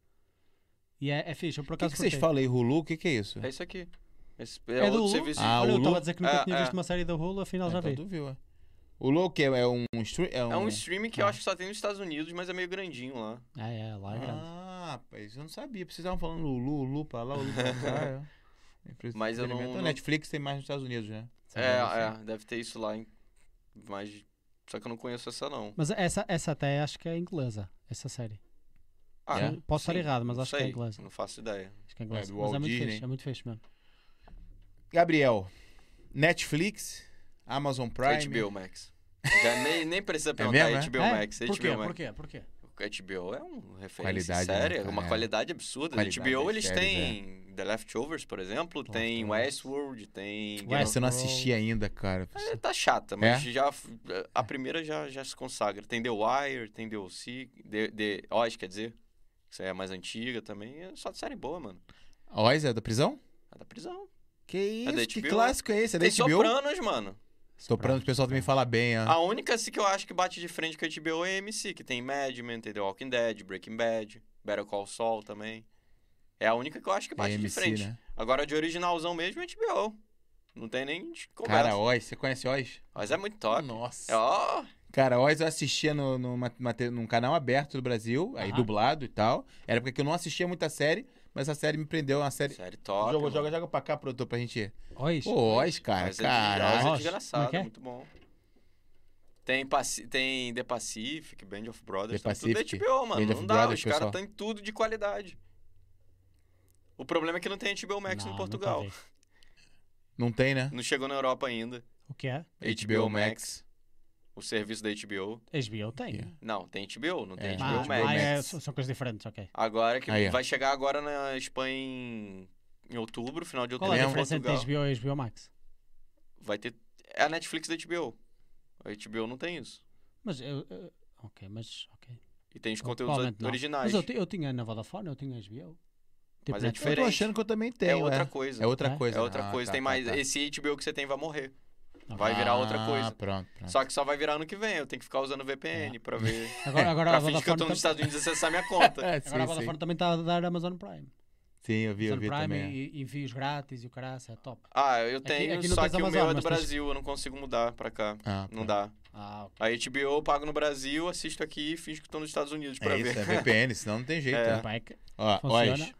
Speaker 2: E é, é fixe, eu por
Speaker 1: O que,
Speaker 2: acaso
Speaker 1: que vocês
Speaker 2: curti.
Speaker 1: falam aí, Hulu? O que, que é isso?
Speaker 3: É isso aqui. Esse é,
Speaker 2: É, do
Speaker 3: outro
Speaker 2: Hulu?
Speaker 3: serviço.
Speaker 1: Ah,
Speaker 2: Olha, eu
Speaker 1: Hulu?
Speaker 2: estava a dizer que nunca
Speaker 3: É,
Speaker 2: tinha
Speaker 3: é.
Speaker 2: visto uma série da Hulu, afinal já
Speaker 1: então
Speaker 2: vi.
Speaker 1: tu viu, é. O Hulu o quê? É um stream? É um.
Speaker 3: É um streaming que eu acho que só tem nos Estados Unidos, mas é meio grandinho lá.
Speaker 2: Ah, é, lá é grande.
Speaker 1: Ah, rapaz, eu não sabia. Vocês estavam falando Hulu, Hulu pra lá, Hulu pra cá. é. Empresa de
Speaker 3: Mas eu não-
Speaker 1: entretenimento.
Speaker 3: não-
Speaker 1: Netflix tem mais nos Estados Unidos, né?
Speaker 2: Sim,
Speaker 3: É,
Speaker 2: sim.
Speaker 3: é, deve ter isso lá. Em... Mas. Só que eu não conheço essa, não.
Speaker 2: Mas essa, essa até acho que é inglesa, essa série.
Speaker 3: Ah,
Speaker 1: É?
Speaker 2: Posso estar
Speaker 3: sim,
Speaker 2: errado, mas
Speaker 3: não
Speaker 2: acho que é
Speaker 3: sei,
Speaker 2: inglesa.
Speaker 3: Não faço ideia.
Speaker 2: Acho que é inglesa.
Speaker 1: do
Speaker 2: mas é
Speaker 1: Walt
Speaker 2: muito
Speaker 1: Disney.
Speaker 2: fixe, é muito fixe mesmo.
Speaker 1: Gabriel, Netflix, Amazon Prime.
Speaker 3: HBO Max. Já nem, nem precisa perguntar
Speaker 1: mesmo, é?
Speaker 3: HBO
Speaker 2: É?
Speaker 3: Max.
Speaker 2: Por quê?
Speaker 3: HBO
Speaker 2: Por
Speaker 3: Max.
Speaker 2: quê? Por quê?
Speaker 3: HBO é um referência
Speaker 1: Qualidade, né,
Speaker 3: séria,
Speaker 1: cara?
Speaker 3: uma
Speaker 1: É.
Speaker 3: qualidade absurda.
Speaker 1: Qualidade
Speaker 3: HBO
Speaker 1: das
Speaker 3: eles
Speaker 1: séries, é.
Speaker 3: têm The Leftovers, por exemplo, tem
Speaker 2: Leftovers.
Speaker 3: Westworld, tem...
Speaker 1: Cara,
Speaker 2: West-
Speaker 1: você não assisti ainda, cara.
Speaker 3: É, tá chata, mas já a primeira já, já se consagra. Tem The Wire, tem The O.C., The, The Oz, quer dizer, isso aí é mais antiga também, é só de série boa, mano.
Speaker 1: A Oz é da prisão?
Speaker 3: É da prisão.
Speaker 1: Que
Speaker 3: É da
Speaker 1: isso? que
Speaker 3: HBO?
Speaker 1: clássico é esse? É da
Speaker 3: tem
Speaker 1: HBO?
Speaker 3: Sopranos, mano.
Speaker 1: Sopranos, o pessoal também fala bem. ó.
Speaker 3: A única assim, que eu acho que bate de frente com a HBO é a MC, que tem Mad Men, tem The Walking Dead, Breaking Bad, Better Call Saul também. É a única que eu acho que bate de
Speaker 1: AMC,
Speaker 3: frente.
Speaker 1: né?
Speaker 3: Agora, de originalzão mesmo é HBO. Não tem nem de conversa.
Speaker 1: Cara, Hum. Oz, você conhece Oz?
Speaker 3: Mas é muito top. Um É,
Speaker 1: Nossa.
Speaker 3: ó,
Speaker 1: Cara, Oz eu assistia no, numa- numa te- num canal aberto do Brasil, aí
Speaker 2: Aham.
Speaker 1: dublado e tal. Era porque eu não assistia muita série, mas a série me prendeu, é uma série...
Speaker 3: série top.
Speaker 1: joga,
Speaker 3: mano.
Speaker 1: joga, joga pra cá, produtor, pra gente ir.
Speaker 2: Ois?
Speaker 1: Pô, Oz, cara,
Speaker 3: Mas é de- Oz
Speaker 1: cara.
Speaker 3: é
Speaker 2: Nossa, como é
Speaker 3: desgraçado,
Speaker 2: que é?
Speaker 3: é muito bom. Tem, Paci- tem The Pacific, Band of Brothers,
Speaker 1: The
Speaker 3: tá tudo
Speaker 1: Pacific,
Speaker 3: HBO, mano.
Speaker 1: Band
Speaker 3: não
Speaker 1: of
Speaker 3: dá,
Speaker 1: Brothers,
Speaker 3: os caras
Speaker 1: pessoal.
Speaker 3: estão em tudo de qualidade. O problema é que não tem HBO Max
Speaker 2: Não,
Speaker 3: no
Speaker 2: nunca
Speaker 3: Portugal.
Speaker 2: vi.
Speaker 1: Não tem, né?
Speaker 3: Não chegou na Europa ainda.
Speaker 2: O que é?
Speaker 1: HBO Max.
Speaker 3: O serviço da HBO.
Speaker 2: HBO tem.
Speaker 1: Yeah.
Speaker 3: Não, tem HBO, não
Speaker 1: É,
Speaker 3: tem
Speaker 2: Ah,
Speaker 3: HBO Max.
Speaker 2: ah, é,
Speaker 1: Max.
Speaker 2: são são coisas diferentes, ok.
Speaker 3: Agora que
Speaker 1: Aí, ó.
Speaker 3: vai chegar agora na Espanha em, em outubro, final de
Speaker 2: Qual
Speaker 3: outubro,
Speaker 2: é a
Speaker 3: em
Speaker 1: Mesmo?
Speaker 2: diferença entre
Speaker 3: Portugal.
Speaker 2: HBO e HBO Max?
Speaker 3: Vai ter é a Netflix da HBO. A HBO não tem isso.
Speaker 2: Mas eu... eu- Ok, mas... ok.
Speaker 3: E tem os
Speaker 2: Bom,
Speaker 3: conteúdos
Speaker 2: provavelmente não.
Speaker 3: originais. É
Speaker 2: Mas eu, ti- eu tinha na Vodafone, eu tinha HBO. Tipo
Speaker 3: Mas
Speaker 2: Netflix.
Speaker 3: é
Speaker 1: Eu tô
Speaker 3: diferente.
Speaker 1: achando que eu também tenho,
Speaker 3: É outra
Speaker 1: é.
Speaker 3: coisa.
Speaker 1: É outra
Speaker 2: É?
Speaker 1: coisa.
Speaker 3: É outra
Speaker 1: Ah,
Speaker 3: coisa.
Speaker 1: tá,
Speaker 3: tem
Speaker 1: tá,
Speaker 3: mais.
Speaker 1: tá.
Speaker 3: Esse HBO que você tem vai morrer.
Speaker 2: Ok.
Speaker 3: Vai virar outra coisa.
Speaker 1: Ah, pronto, pronto.
Speaker 3: Só que só vai virar ano que vem. Eu tenho que ficar usando VPN
Speaker 1: É.
Speaker 3: pra ver.
Speaker 1: um
Speaker 2: Agora, agora a
Speaker 3: pra fingir que eu
Speaker 2: Vodafone,
Speaker 3: tô nos
Speaker 2: tam-
Speaker 3: Estados Unidos e acessar minha conta.
Speaker 1: É,
Speaker 2: agora a
Speaker 1: sim, sim.
Speaker 2: Vodafone também está a dar Amazon Prime.
Speaker 1: Sim, eu vi, eu
Speaker 2: Amazon
Speaker 1: vi
Speaker 2: Prime
Speaker 1: também. é.
Speaker 2: e e envios grátis e o caraça, é top.
Speaker 3: Ah, eu tenho,
Speaker 2: aqui não
Speaker 3: só
Speaker 2: tens
Speaker 3: que o
Speaker 2: Amazon,
Speaker 3: meu é do
Speaker 2: mas tens-
Speaker 3: Brasil. Eu não consigo mudar pra cá.
Speaker 1: Ah,
Speaker 3: Não
Speaker 1: pronto.
Speaker 3: dá.
Speaker 2: Ah, ok.
Speaker 3: A HBO eu pago no Brasil, assisto aqui e finjo que tô nos Estados Unidos pra
Speaker 1: É
Speaker 3: ver.
Speaker 1: isso, é VPN, senão não tem jeito.
Speaker 3: É.
Speaker 1: né?
Speaker 2: Pá, é que
Speaker 1: Ó, olha,
Speaker 2: funciona.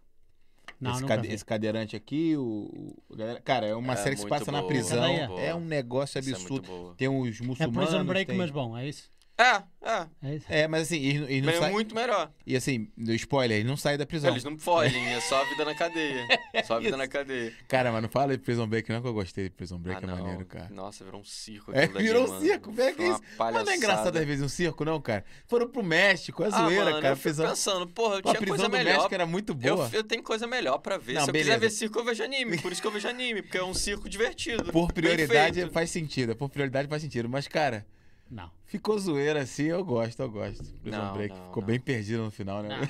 Speaker 2: Não,
Speaker 1: esse,
Speaker 2: nunca
Speaker 1: cade-
Speaker 2: vi.
Speaker 1: esse cadeirante aqui, o, o- galera- cara, é uma
Speaker 3: É
Speaker 1: série que se
Speaker 3: muito
Speaker 1: passa na
Speaker 3: boa,
Speaker 1: prisão.
Speaker 2: Cadeia.
Speaker 3: boa.
Speaker 1: É um negócio
Speaker 3: Isso é muito
Speaker 1: absurdo.
Speaker 3: boa.
Speaker 1: Tem os
Speaker 2: É
Speaker 1: muçulmanos.
Speaker 2: Prison Break,
Speaker 1: tem...
Speaker 2: mas bom, é isso?
Speaker 3: É, é.
Speaker 2: É isso?
Speaker 1: É, mas assim, eles, não- eles não
Speaker 3: Mas é
Speaker 1: saem.
Speaker 3: muito melhor.
Speaker 1: E assim, do spoiler, eles não saem da prisão.
Speaker 3: Eles não fogem, é só a vida na cadeia. Só a vida
Speaker 1: Isso.
Speaker 3: na cadeia.
Speaker 1: Cara, mas não fala de Prison Break, não que eu gostei de Prison Break, é
Speaker 3: Ah, não.
Speaker 1: maneiro, cara.
Speaker 3: Nossa, virou um circo
Speaker 1: É,
Speaker 3: aquilo dali,
Speaker 1: virou um
Speaker 3: mano.
Speaker 1: circo, pega
Speaker 3: Foi uma
Speaker 1: isso. Mas não é engraçado
Speaker 3: palhaçada.
Speaker 1: às vezes um circo, não, cara? Foram pro México, é
Speaker 3: Ah,
Speaker 1: zoeira,
Speaker 3: mano,
Speaker 1: cara.
Speaker 3: Eu fico
Speaker 1: Prisão...
Speaker 3: pensando, porra, eu
Speaker 1: Pô, a
Speaker 3: tinha
Speaker 1: prisão
Speaker 3: coisa
Speaker 1: do México
Speaker 3: melhor.
Speaker 1: era muito boa.
Speaker 3: Eu, eu tenho coisa melhor pra ver.
Speaker 1: Não,
Speaker 3: Se eu quiser
Speaker 1: beleza.
Speaker 3: ver circo, eu vejo anime. Por isso que eu vejo anime, porque é um circo divertido.
Speaker 1: Por
Speaker 3: bem
Speaker 1: prioridade
Speaker 3: feito.
Speaker 1: faz sentido, por prioridade faz sentido. Mas, cara,
Speaker 2: Não.
Speaker 1: ficou zoeira assim, eu gosto, eu gosto. Prison
Speaker 3: Não,
Speaker 1: Break
Speaker 3: não,
Speaker 1: ficou
Speaker 3: não.
Speaker 1: bem perdido no final, né?
Speaker 2: Não.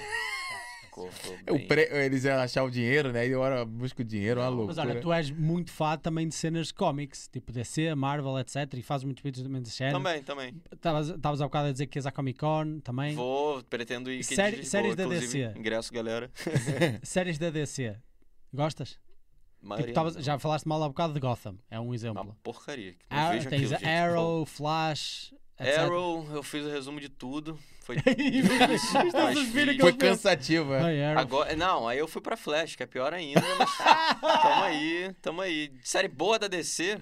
Speaker 3: Ficou- ficou
Speaker 1: É, o
Speaker 3: bem-
Speaker 1: pre- Eles iam achar o dinheiro, né? E agora busca o dinheiro, é uma
Speaker 2: Mas
Speaker 1: loucura.
Speaker 2: olha, tu és muito fã também de cenas de comics, tipo DC, Marvel, etc. E fazes muitos vídeos também de séries.
Speaker 3: Também, também.
Speaker 2: Estavas estavas há bocado a dizer que és à Comic Con também.
Speaker 3: Vou, pretendo ir. que
Speaker 2: Série-
Speaker 3: de
Speaker 2: séries
Speaker 3: Lisboa,
Speaker 2: da Tipo,
Speaker 3: inclusive.
Speaker 2: DC.
Speaker 3: Ingresso, galera.
Speaker 2: Séries da DC. Gostas? Tipo,
Speaker 3: Maioria
Speaker 2: tavas-
Speaker 3: não.
Speaker 2: já falaste mal há bocado de Gotham, é um exemplo.
Speaker 3: É Uma porcaria. que Não
Speaker 2: Ar-
Speaker 3: vejo
Speaker 2: tens
Speaker 3: aquilo, gente. Tipo,
Speaker 2: Arrow, Flash, etc.
Speaker 3: Arrow, eu fiz o resumo de tudo. Foi
Speaker 2: E
Speaker 3: difícil,
Speaker 2: vocês
Speaker 3: mas
Speaker 2: viram que eu-
Speaker 3: fiz.
Speaker 1: Foi cansativo,
Speaker 3: Ah,
Speaker 1: é.
Speaker 2: Ai, Arrow.
Speaker 3: Agora, não, aí eu fui pra Flash, que é pior ainda, mas tá. tamo aí, tamo aí. Série boa da DC,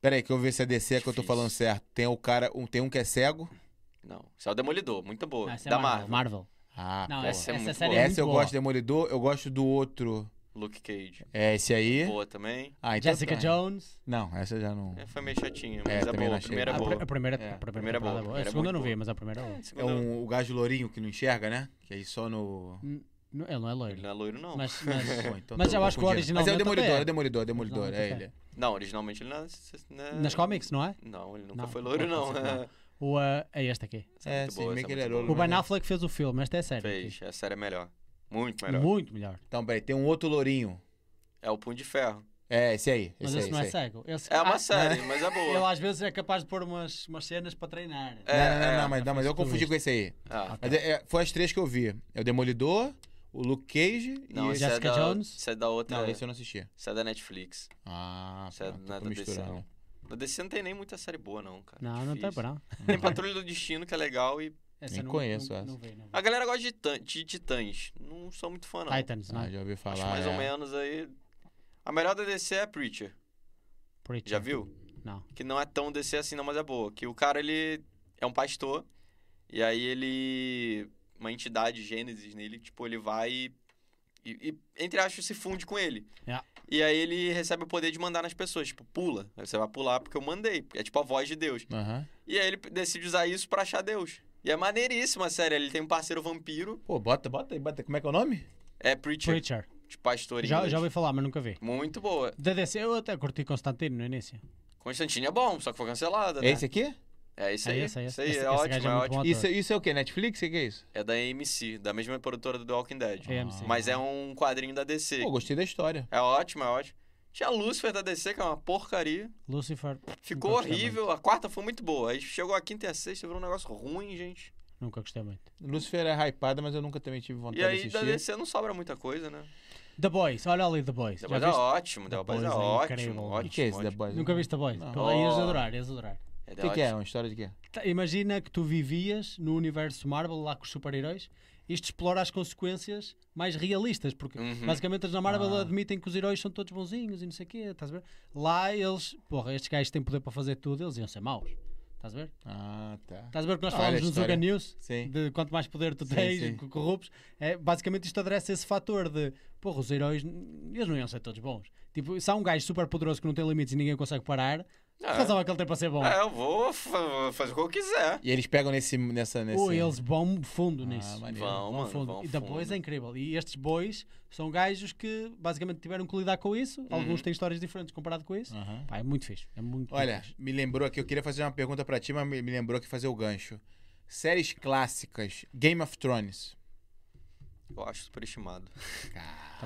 Speaker 1: Pera aí, que eu vou ver se é DC que eu tô
Speaker 3: Difícil.
Speaker 1: falando certo. Tem o cara, um, tem um que é cego.
Speaker 3: não. Isso é o Demolidor, muito boa.
Speaker 2: Não, essa é
Speaker 3: da
Speaker 2: Marvel.
Speaker 3: Marvel.
Speaker 2: Marvel.
Speaker 1: Ah,
Speaker 2: Não,
Speaker 1: pô.
Speaker 2: essa,
Speaker 3: é
Speaker 2: essa
Speaker 3: muito
Speaker 2: série
Speaker 3: boa.
Speaker 2: é
Speaker 1: Essa
Speaker 2: muito
Speaker 1: eu
Speaker 2: boa.
Speaker 1: gosto de Demolidor, eu gosto do outro.
Speaker 3: Luke Cage,
Speaker 1: É esse aí.
Speaker 3: boa também.
Speaker 1: Ah, então
Speaker 2: Jessica
Speaker 1: tá.
Speaker 2: Jones. Ah,
Speaker 1: Não, essa eu já não.
Speaker 3: É, foi meio chatinha,
Speaker 1: É,
Speaker 3: mas é,
Speaker 1: também não
Speaker 3: boa. A
Speaker 1: achei.
Speaker 3: primeira é
Speaker 2: a,
Speaker 3: boa.
Speaker 2: pr- a primeira,
Speaker 1: É,
Speaker 2: a
Speaker 1: a
Speaker 3: primeira
Speaker 2: primeira temporada
Speaker 3: é boa, a
Speaker 2: é boa. A
Speaker 3: primeira é
Speaker 2: segunda eu
Speaker 3: muito
Speaker 2: não vi,
Speaker 3: boa.
Speaker 2: mas a primeira é boa.
Speaker 1: É um, o gajo lourinho que não enxerga, né? Que aí só no.
Speaker 2: Não, Ele não é
Speaker 3: Ele
Speaker 2: loiro.
Speaker 3: não é loiro, não.
Speaker 2: Mas, mas-
Speaker 1: Pô, então
Speaker 2: Mas
Speaker 1: tô
Speaker 2: eu acho que o
Speaker 1: confundindo. Mas é o
Speaker 2: originalmente
Speaker 1: Demolidor,
Speaker 2: até é.
Speaker 1: é o Demolidor, Demolidor, é
Speaker 2: Originalmente
Speaker 1: ele.
Speaker 3: Não, originalmente ele não é...
Speaker 2: nas comics, não é?
Speaker 3: Não, ele nunca
Speaker 2: Não,
Speaker 3: foi loiro, não.
Speaker 2: não, não. O, ah, é este aqui.
Speaker 1: É,
Speaker 3: muito
Speaker 1: sim,
Speaker 3: boa,
Speaker 1: meio
Speaker 3: essa
Speaker 1: que
Speaker 3: é
Speaker 1: ele era
Speaker 3: muito
Speaker 2: O
Speaker 1: louro,
Speaker 2: Ben
Speaker 1: mas-
Speaker 2: Affleck fez o filme, esta é a série.
Speaker 3: Fez, a série é melhor. Muito
Speaker 2: aqui.
Speaker 3: melhor.
Speaker 2: Muito melhor.
Speaker 1: Então, peraí, tem um outro lourinho.
Speaker 3: É o Punho de Ferro.
Speaker 1: É, esse aí.
Speaker 2: Mas
Speaker 1: Esse aí,
Speaker 2: esse não é
Speaker 1: esse aí.
Speaker 2: cego. Esse-
Speaker 3: É
Speaker 2: Ah,
Speaker 3: uma série, mas é
Speaker 2: Ele
Speaker 3: boa.
Speaker 2: às vezes é capaz de pôr umas, umas cenas para treinar.
Speaker 3: É,
Speaker 1: não, não, não, não, mas,
Speaker 2: já
Speaker 1: não, mas
Speaker 2: fez
Speaker 1: eu
Speaker 2: tudo
Speaker 1: confundi
Speaker 2: isto.
Speaker 1: com esse aí.
Speaker 3: Ah,
Speaker 1: Mas é- é- foi as três que eu vi. É o Demolidor, o Luke Cage e
Speaker 3: não,
Speaker 1: esse.
Speaker 3: essa é
Speaker 2: Jessica
Speaker 3: da,
Speaker 2: Jones?
Speaker 3: Essa é da outra...
Speaker 1: Não, esse eu não assisti.
Speaker 3: Essa é da Netflix.
Speaker 1: Ah,
Speaker 3: Isso é
Speaker 2: tá,
Speaker 1: pronto,
Speaker 3: nada
Speaker 1: tô
Speaker 3: desse
Speaker 1: misturando.
Speaker 3: ano. Na DC não tem nem muita série boa, não, cara.
Speaker 2: Não, tá não tem
Speaker 3: Difícil.
Speaker 2: para não.
Speaker 3: Tem Patrulha do Destino, que é legal, e...
Speaker 2: Essa
Speaker 1: Nem
Speaker 2: eu não-
Speaker 1: conheço
Speaker 2: não-
Speaker 1: essa.
Speaker 2: não vi, não vi.
Speaker 3: A galera gosta de, tan- de Titãs. Não sou muito fã, Ah, não.
Speaker 2: Titans, não
Speaker 1: Ah,
Speaker 2: é?
Speaker 1: já ouvi falar.
Speaker 3: Acho mais ou
Speaker 1: é.
Speaker 3: menos aí... A melhor da DC é Preacher.
Speaker 2: Preacher.
Speaker 3: Já viu?
Speaker 2: Não.
Speaker 3: Que não é tão DC assim, não, mas é boa. Que o cara, ele é um pastor, e aí ele... Uma entidade, Gênesis, nele, tipo, ele vai e... E, e, entre aspas, se funde com ele.
Speaker 2: É.
Speaker 3: E aí ele recebe o poder de mandar nas pessoas. Tipo, pula. Aí você vai pular porque eu mandei. É tipo a voz de Deus.
Speaker 1: Aham.
Speaker 3: E aí ele decide usar isso pra achar Deus. E é maneiríssima a série. Ele tem um parceiro vampiro,
Speaker 1: Pô, bota, bota aí, bota. Como é que é o nome?
Speaker 3: é Preacher,
Speaker 2: Preacher.
Speaker 3: de pastor
Speaker 2: Já,
Speaker 3: inglês.
Speaker 2: já ouvi falar, mas nunca vi.
Speaker 3: Muito boa.
Speaker 2: Da DC, eu até curti Constantino no início.
Speaker 3: Constantine é bom, só que foi cancelada, né?
Speaker 1: É esse aqui?
Speaker 3: É isso
Speaker 2: É
Speaker 3: aí.
Speaker 2: esse, é esse.
Speaker 3: isso aí,
Speaker 2: Esse-
Speaker 3: é
Speaker 2: esse
Speaker 3: ótimo,
Speaker 2: gajo é
Speaker 3: é
Speaker 2: muito
Speaker 3: ótimo.
Speaker 2: bom.
Speaker 1: Isso, isso é o quê? Netflix? O que que é isso?
Speaker 3: É da AMC, da mesma produtora do The Walking Dead.
Speaker 2: É, AMC.
Speaker 3: Mas é um quadrinho da DC.
Speaker 1: Pô, gostei da história.
Speaker 3: É ótimo, é ótimo. Tinha Lucifer da DC, que é uma porcaria.
Speaker 2: Lucifer,
Speaker 1: Então,
Speaker 2: Nunca
Speaker 3: Ficou
Speaker 2: gostei
Speaker 3: horrível. A quarta foi muito boa. Aí chegou a quinta e a sexta, virou um negócio ruim, gente.
Speaker 2: nunca gostei muito.
Speaker 1: Lucifer é hypada, mas eu nunca também tive
Speaker 3: E
Speaker 1: vontade
Speaker 3: aí
Speaker 1: de
Speaker 3: da
Speaker 1: assistir.
Speaker 3: DC não sobra muita coisa, né?
Speaker 2: The Boys, olha ali The Boys. Já
Speaker 3: The Boys é
Speaker 2: viste?
Speaker 3: ótimo, The
Speaker 2: The
Speaker 3: Boys é
Speaker 2: Boys é
Speaker 3: ótimo,
Speaker 2: incrível.
Speaker 1: O que que é esse
Speaker 3: ótimo.
Speaker 1: The Boys?
Speaker 2: Nunca viste The Boys?
Speaker 1: Não.
Speaker 2: Pô, Ias
Speaker 3: Oh.
Speaker 2: adorar, ias adorar.
Speaker 3: É
Speaker 1: O
Speaker 3: The
Speaker 1: que que é?
Speaker 3: ótimo.
Speaker 1: Uma história de quê?
Speaker 2: Tá, Imagina que tu vivias no universo Marvel, lá com os super-heróis, isto explora as consequências mais realistas, porque
Speaker 3: Uhum.
Speaker 2: basicamente eles na Marvel
Speaker 1: Ah.
Speaker 2: admitem que os heróis são todos bonzinhos e não sei o quê, estás a ver? Lá eles, porra, estes gajos têm poder para fazer tudo, eles iam ser maus, estás a ver?
Speaker 1: Ah, tá.
Speaker 2: Estás a ver o que nós
Speaker 1: Olha a
Speaker 2: falamos no
Speaker 1: história.
Speaker 2: Zuga News?
Speaker 1: Sim.
Speaker 2: De quanto mais poder tu
Speaker 1: Sim,
Speaker 2: tens,
Speaker 1: sim.
Speaker 2: co- corruptos. É, basicamente isto adressa esse fator de, porra, os heróis, n- eles não iam ser todos bons. Tipo, se há um gajo super poderoso que não tem limites e ninguém o consegue parar, que
Speaker 3: Ah,
Speaker 2: razão é que ele tem para ser bom?
Speaker 3: É, eu vou fa- fazer o que eu quiser.
Speaker 1: E eles pegam nesse, nessa, nesse...
Speaker 2: Ou eles vão fundo nisso.
Speaker 1: maneiro.
Speaker 3: Ah, Vão,
Speaker 2: Vão
Speaker 3: mano,
Speaker 2: fundo.
Speaker 3: vão
Speaker 2: e da
Speaker 3: fundo.
Speaker 2: Boys é incrível. E estes boys são gajos que basicamente tiveram que lidar com
Speaker 3: Uhum.
Speaker 2: isso. Alguns têm histórias diferentes comparado com isso.
Speaker 1: Aham.
Speaker 2: Pá, é muito fixe. É muito
Speaker 1: Olha,
Speaker 2: muito fixe.
Speaker 1: me lembrou aqui, eu queria fazer uma pergunta pra ti, mas me me lembrou que fazer o gancho. Séries clássicas, Game of Thrones.
Speaker 3: Eu acho superestimado.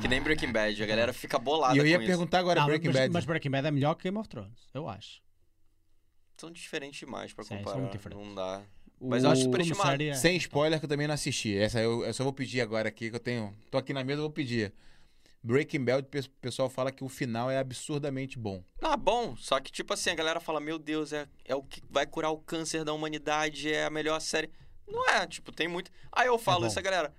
Speaker 3: que nem Breaking Bad, a galera fica bolada
Speaker 1: E eu ia
Speaker 3: com
Speaker 1: perguntar agora,
Speaker 2: Não,
Speaker 1: Breaking
Speaker 2: mas,
Speaker 1: Bad.
Speaker 2: mas Breaking Bad é melhor que Game of Thrones, eu acho.
Speaker 3: isso. São diferentes demais pra
Speaker 2: Sim, são
Speaker 3: comparar,
Speaker 2: muito diferentes.
Speaker 3: não dá.
Speaker 1: O-
Speaker 3: Mas eu acho
Speaker 2: Como
Speaker 3: superestimado.
Speaker 2: série é-
Speaker 1: Sem spoiler que eu também não assisti. Essa eu, eu só vou pedir agora aqui, que eu tenho. Tô aqui na mesa, eu vou pedir. Breaking Bad, o pessoal fala que o final é absurdamente bom.
Speaker 3: Não, é bom, só que tipo assim, a galera fala, meu Deus, é, é o que vai curar o câncer da humanidade, é a melhor série. Não é, tipo, tem muito... Aí eu falo
Speaker 2: bom.
Speaker 3: isso, a galera...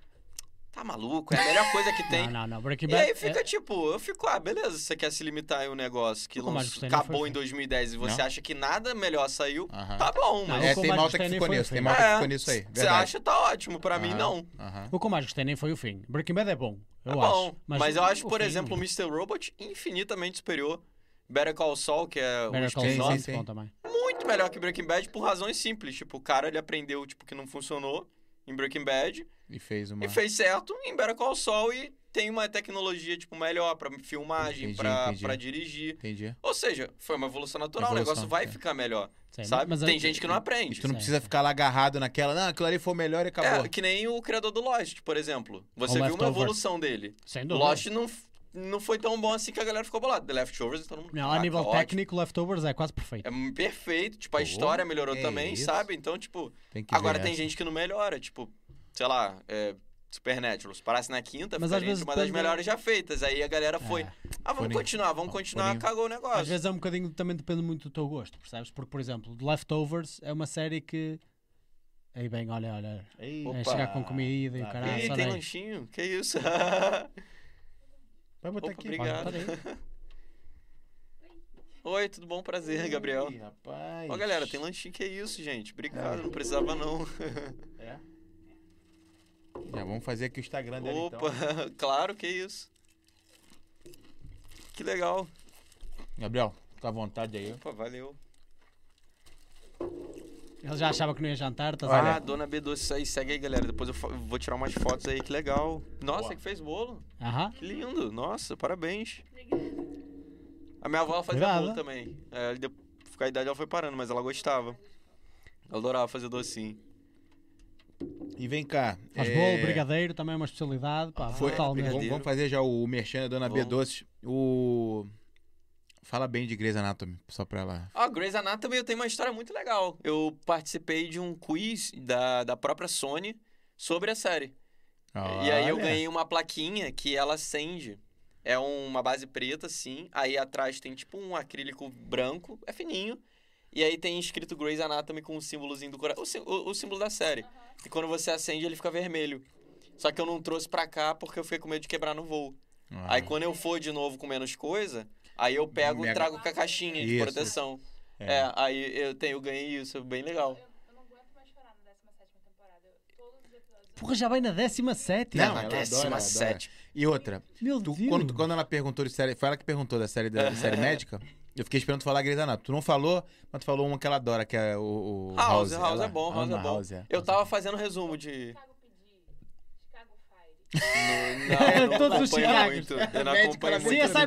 Speaker 3: Tá maluco? É a melhor coisa que tem.
Speaker 2: Não, não, não. Breaking
Speaker 3: E
Speaker 2: Bad.
Speaker 3: aí fica tipo, eu fico, ah, beleza, você quer se limitar em um negócio que
Speaker 2: Nunca mais
Speaker 3: lanç-
Speaker 2: gostei, não
Speaker 3: acabou
Speaker 2: foi
Speaker 3: em
Speaker 2: feito. Ah,
Speaker 3: 2010 e você
Speaker 1: Não?
Speaker 3: acha que nada melhor saiu,
Speaker 1: Aham.
Speaker 3: tá bom,
Speaker 2: Não,
Speaker 3: mas...
Speaker 1: É,
Speaker 2: o que eu
Speaker 1: tem
Speaker 2: mais
Speaker 1: malta que
Speaker 2: gostei nem
Speaker 1: ficou
Speaker 2: foi o
Speaker 1: nisso. Tem
Speaker 2: fim.
Speaker 1: malta que
Speaker 3: É,
Speaker 1: ficou nisso aí.
Speaker 3: Você
Speaker 1: verdade.
Speaker 3: acha, tá ótimo. Pra mim,
Speaker 1: Aham,
Speaker 3: não.
Speaker 1: aham.
Speaker 2: é- O que eu mais gostei nem foi o fim. Breaking Bad é bom, Ah, eu
Speaker 3: tá
Speaker 2: acho.
Speaker 3: bom. Mas, eu
Speaker 2: o-
Speaker 3: acho,
Speaker 2: o
Speaker 3: por
Speaker 2: fim-
Speaker 3: exemplo, o Mr. Robot infinitamente superior. Better Call Saul, que é o
Speaker 2: Better Call Saul
Speaker 1: spin-off.
Speaker 2: é
Speaker 1: Sim, sim.
Speaker 2: muito bom também.
Speaker 3: muito melhor que Breaking Bad por razões simples. Tipo, o cara, ele aprendeu, tipo, que não funcionou em Breaking Bad
Speaker 1: E fez uma.
Speaker 3: e fez certo em Better Call Saul e tem uma tecnologia, tipo, melhor pra filmagem,
Speaker 1: Entendi,
Speaker 3: pra,
Speaker 1: entendi.
Speaker 3: pra dirigir.
Speaker 1: Entendi.
Speaker 3: Ou seja, foi uma evolução natural,
Speaker 1: Evolução,
Speaker 3: o negócio vai
Speaker 1: é.
Speaker 3: ficar melhor,
Speaker 2: Sim,
Speaker 3: sabe?
Speaker 2: mas- é eh,
Speaker 3: Tem gente que não aprende.
Speaker 1: Tu não
Speaker 2: Sim.
Speaker 1: precisa ficar lá agarrado naquela. Não, aquilo ali foi o melhor e acabou.
Speaker 3: É, que nem o criador do Lost, por exemplo. Você
Speaker 2: Ou
Speaker 3: viu uma
Speaker 2: Leftovers.
Speaker 3: evolução dele.
Speaker 2: Sem dúvida.
Speaker 3: Lost não, f- não foi tão bom assim que a galera ficou bolada. The Leftovers, todo mundo...
Speaker 2: Não, a
Speaker 3: "Caraca,
Speaker 2: nível
Speaker 3: ótimo."
Speaker 2: técnico, Leftovers é quase perfeito.
Speaker 3: É perfeito, tipo, a
Speaker 1: Pô,
Speaker 3: história melhorou
Speaker 1: que
Speaker 3: também,
Speaker 1: isso.
Speaker 3: sabe? Então, tipo,
Speaker 1: Tem que
Speaker 3: agora
Speaker 1: ver né?
Speaker 3: tem
Speaker 1: essa.
Speaker 3: gente que não melhora, tipo, sei lá, é, Supernatural, se parasse na quinta,
Speaker 2: Mas às
Speaker 3: ficaria
Speaker 2: vezes
Speaker 3: entre uma das
Speaker 2: depende-
Speaker 3: melhores já feitas. Aí a galera foi,
Speaker 2: É.
Speaker 3: ah, vamos
Speaker 1: Furinho.
Speaker 3: continuar, vamos
Speaker 1: Ó,
Speaker 3: continuar,
Speaker 1: furinho.
Speaker 3: cagou o negócio.
Speaker 2: Às vezes é um bocadinho, também depende muito do teu gosto, percebes? Porque, por exemplo, The Leftovers é uma série que. Aí bem, olha, olha.
Speaker 3: Opa.
Speaker 2: É chegar com comida e o
Speaker 1: Tá
Speaker 2: caralho.
Speaker 3: Ih,
Speaker 2: olha
Speaker 3: tem
Speaker 2: aí.
Speaker 3: lanchinho, que isso?
Speaker 1: Vai botar
Speaker 3: Opa,
Speaker 1: aqui.
Speaker 2: Pode
Speaker 3: obrigado.
Speaker 2: botar aí.
Speaker 3: Oi, tudo bom? Prazer, Gabriel.
Speaker 1: Ih, rapaz.
Speaker 3: Ó, galera, tem lanchinho, que isso, gente? Obrigado, não precisava não.
Speaker 1: É. Já vamos fazer aqui o Instagram dela
Speaker 3: Opa,
Speaker 1: então.
Speaker 3: claro, que isso. Que legal.
Speaker 1: Gabriel, fica à vontade aí.
Speaker 3: Opa, valeu.
Speaker 2: Ele já achava que não ia jantar, estás a
Speaker 1: Olha.
Speaker 3: Ah, dona B Doce aí, segue aí, galera. Depois eu fa- vou tirar umas fotos aí, que legal. Nossa,
Speaker 1: Boa.
Speaker 3: que fez bolo.
Speaker 2: ver? Aham.
Speaker 3: Que lindo. Nossa, parabéns. A minha avó ela fazia
Speaker 2: Obrigado.
Speaker 1: né?
Speaker 3: bolo também. É, ela deu- com a idade ela foi parando, mas ela gostava. Ela adorava fazer docinho.
Speaker 1: E vem cá.
Speaker 2: Faz
Speaker 1: é,
Speaker 2: bolo, brigadeiro, também é uma especialidade. Pá,
Speaker 1: Foi,
Speaker 2: brutal mesmo.
Speaker 1: vamos, vamos fazer já o Merchan da Dona B
Speaker 3: Vamos.
Speaker 1: Doces. O. Fala bem de Grey's Anatomy, só pra ela.
Speaker 3: Ah, Grey's Anatomy eu tenho uma história muito legal. Eu participei de um quiz da, da própria Sony sobre a série. E aí eu
Speaker 1: Olha.
Speaker 3: ganhei uma plaquinha que ela acende. É uma base preta, assim. Aí atrás tem tipo um acrílico branco, é fininho. E aí tem escrito Grey's Anatomy com o símbolozinho do coração. O, sí- o- o símbolo da série. E quando você acende, ele fica vermelho. Só que eu não trouxe pra cá porque eu fiquei com medo de quebrar no voo.
Speaker 1: Ah,
Speaker 3: Aí quando eu for de novo com menos coisa, aí eu pego
Speaker 1: Mega-
Speaker 3: e trago com a caixinha de
Speaker 1: Isso.
Speaker 3: proteção.
Speaker 1: É.
Speaker 3: É. aí eu, tenho, eu ganhei isso, bem legal.
Speaker 5: Eu não aguento mais chorar na 17 temporada. Eu- Todos os episódios.
Speaker 2: Porra, já vai na 17.
Speaker 1: Não, ela
Speaker 3: décima
Speaker 1: adora, ela
Speaker 3: sétima.
Speaker 1: E outra,
Speaker 2: Meu
Speaker 1: tu-
Speaker 2: Deus.
Speaker 1: quando, quando ela perguntou de série. Foi ela que perguntou da série, da, da série médica. Eu fiquei esperando tu falar Grey's Anatomy. Tu não falou, mas tu falou uma que ela adora, que é o. o
Speaker 3: House, House,
Speaker 1: Ela
Speaker 3: é bom, House é
Speaker 1: ama
Speaker 3: bom.
Speaker 1: é.
Speaker 3: Eu tava fazendo resumo de.
Speaker 5: Chicago pedir. Chicago Fire.
Speaker 3: Não, não
Speaker 2: Todos os
Speaker 3: acompanho
Speaker 2: Chicagos.
Speaker 3: muito. Eu não
Speaker 1: Médico
Speaker 3: acompanho
Speaker 1: era
Speaker 3: muito.
Speaker 2: CSI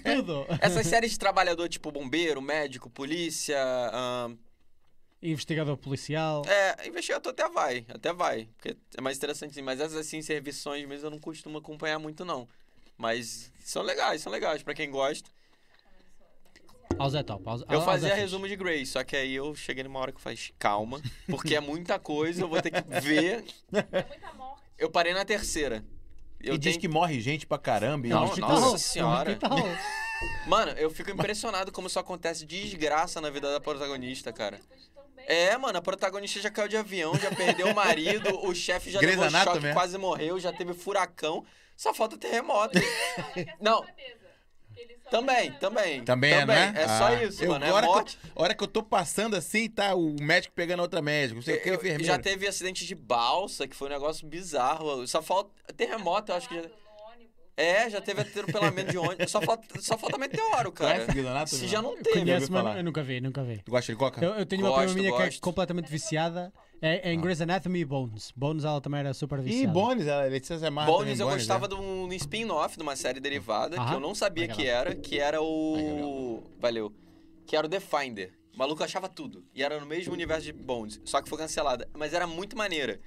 Speaker 2: tudo.
Speaker 3: Essas séries de trabalhador, tipo bombeiro, médico, polícia. ahn,
Speaker 2: Investigador policial.
Speaker 3: é, investigador até vai, até vai. Porque é mais interessante sim. Mas essas assim, servições mesmo eu não costumo acompanhar muito, não. Mas são legais, são legais, pra quem gosta.
Speaker 2: House é top. House-
Speaker 3: Eu
Speaker 2: House é
Speaker 3: fazia
Speaker 2: fixe.
Speaker 3: resumo de Grey, só que aí eu cheguei numa hora que eu falei, calma, porque é muita coisa, eu vou ter que ver.
Speaker 5: É muita morte.
Speaker 3: Eu parei na terceira. Eu
Speaker 1: e diz
Speaker 3: tenho-
Speaker 1: que morre gente pra caramba. e
Speaker 2: É um
Speaker 3: Não,
Speaker 1: hospital.
Speaker 2: hospital.
Speaker 3: nossa
Speaker 2: É um
Speaker 3: senhora.
Speaker 2: hospital.
Speaker 3: Mano, eu fico impressionado como isso acontece desgraça na vida da protagonista, cara.
Speaker 5: Tipo,
Speaker 3: É, mano, a protagonista já caiu de avião, já perdeu o marido, o chefe já
Speaker 1: Grey's
Speaker 3: levou um choque,
Speaker 1: Anatomy, é?
Speaker 3: quase morreu, já teve furacão, só falta terremoto.
Speaker 5: é
Speaker 3: Não. Também, também.
Speaker 1: Também, é, né?
Speaker 3: É só
Speaker 1: Ah.
Speaker 3: isso,
Speaker 1: Eu-
Speaker 3: mano, é
Speaker 1: hora
Speaker 3: morte.
Speaker 1: Que eu, hora que eu tô passando assim, tá o médico pegando a outra médica, não sei o que,
Speaker 3: Eu-
Speaker 1: enfermeiro.
Speaker 3: já teve acidente de balsa, que foi um negócio bizarro. Só falta. Terremoto, eu acho que já. É, já teve atropelamento de ônibus. Só falta, só falta meteoro, cara.
Speaker 1: Conhece Grey's Anatomy,
Speaker 3: Se
Speaker 1: não?
Speaker 3: já não
Speaker 2: Eu
Speaker 3: teve.
Speaker 2: Conheço,
Speaker 1: ouvi
Speaker 2: mas
Speaker 1: falar.
Speaker 2: eu nunca vi, nunca vi.
Speaker 1: Tu gosta de coca?
Speaker 2: Eu, eu tenho uma
Speaker 3: Gosto,
Speaker 2: prima minha que é
Speaker 3: gosto.
Speaker 2: completamente viciada. É, é em Grey's Anatomy e Bones. Bones ela também era super
Speaker 1: Ih,
Speaker 2: viciada.
Speaker 1: Ah. Bones,
Speaker 3: é
Speaker 1: a Letícia se amarra também
Speaker 3: Bones,
Speaker 1: em
Speaker 3: eu
Speaker 1: Bones,
Speaker 3: gostava
Speaker 1: é.
Speaker 3: de um spin-off de uma série derivada que
Speaker 2: Aham.
Speaker 3: eu não sabia
Speaker 2: Vai,
Speaker 3: que era, que era o. Valeu. Que era o The Finder. O maluco achava tudo. E era no mesmo universo de Bones. Só que foi cancelada. Mas era muito maneira.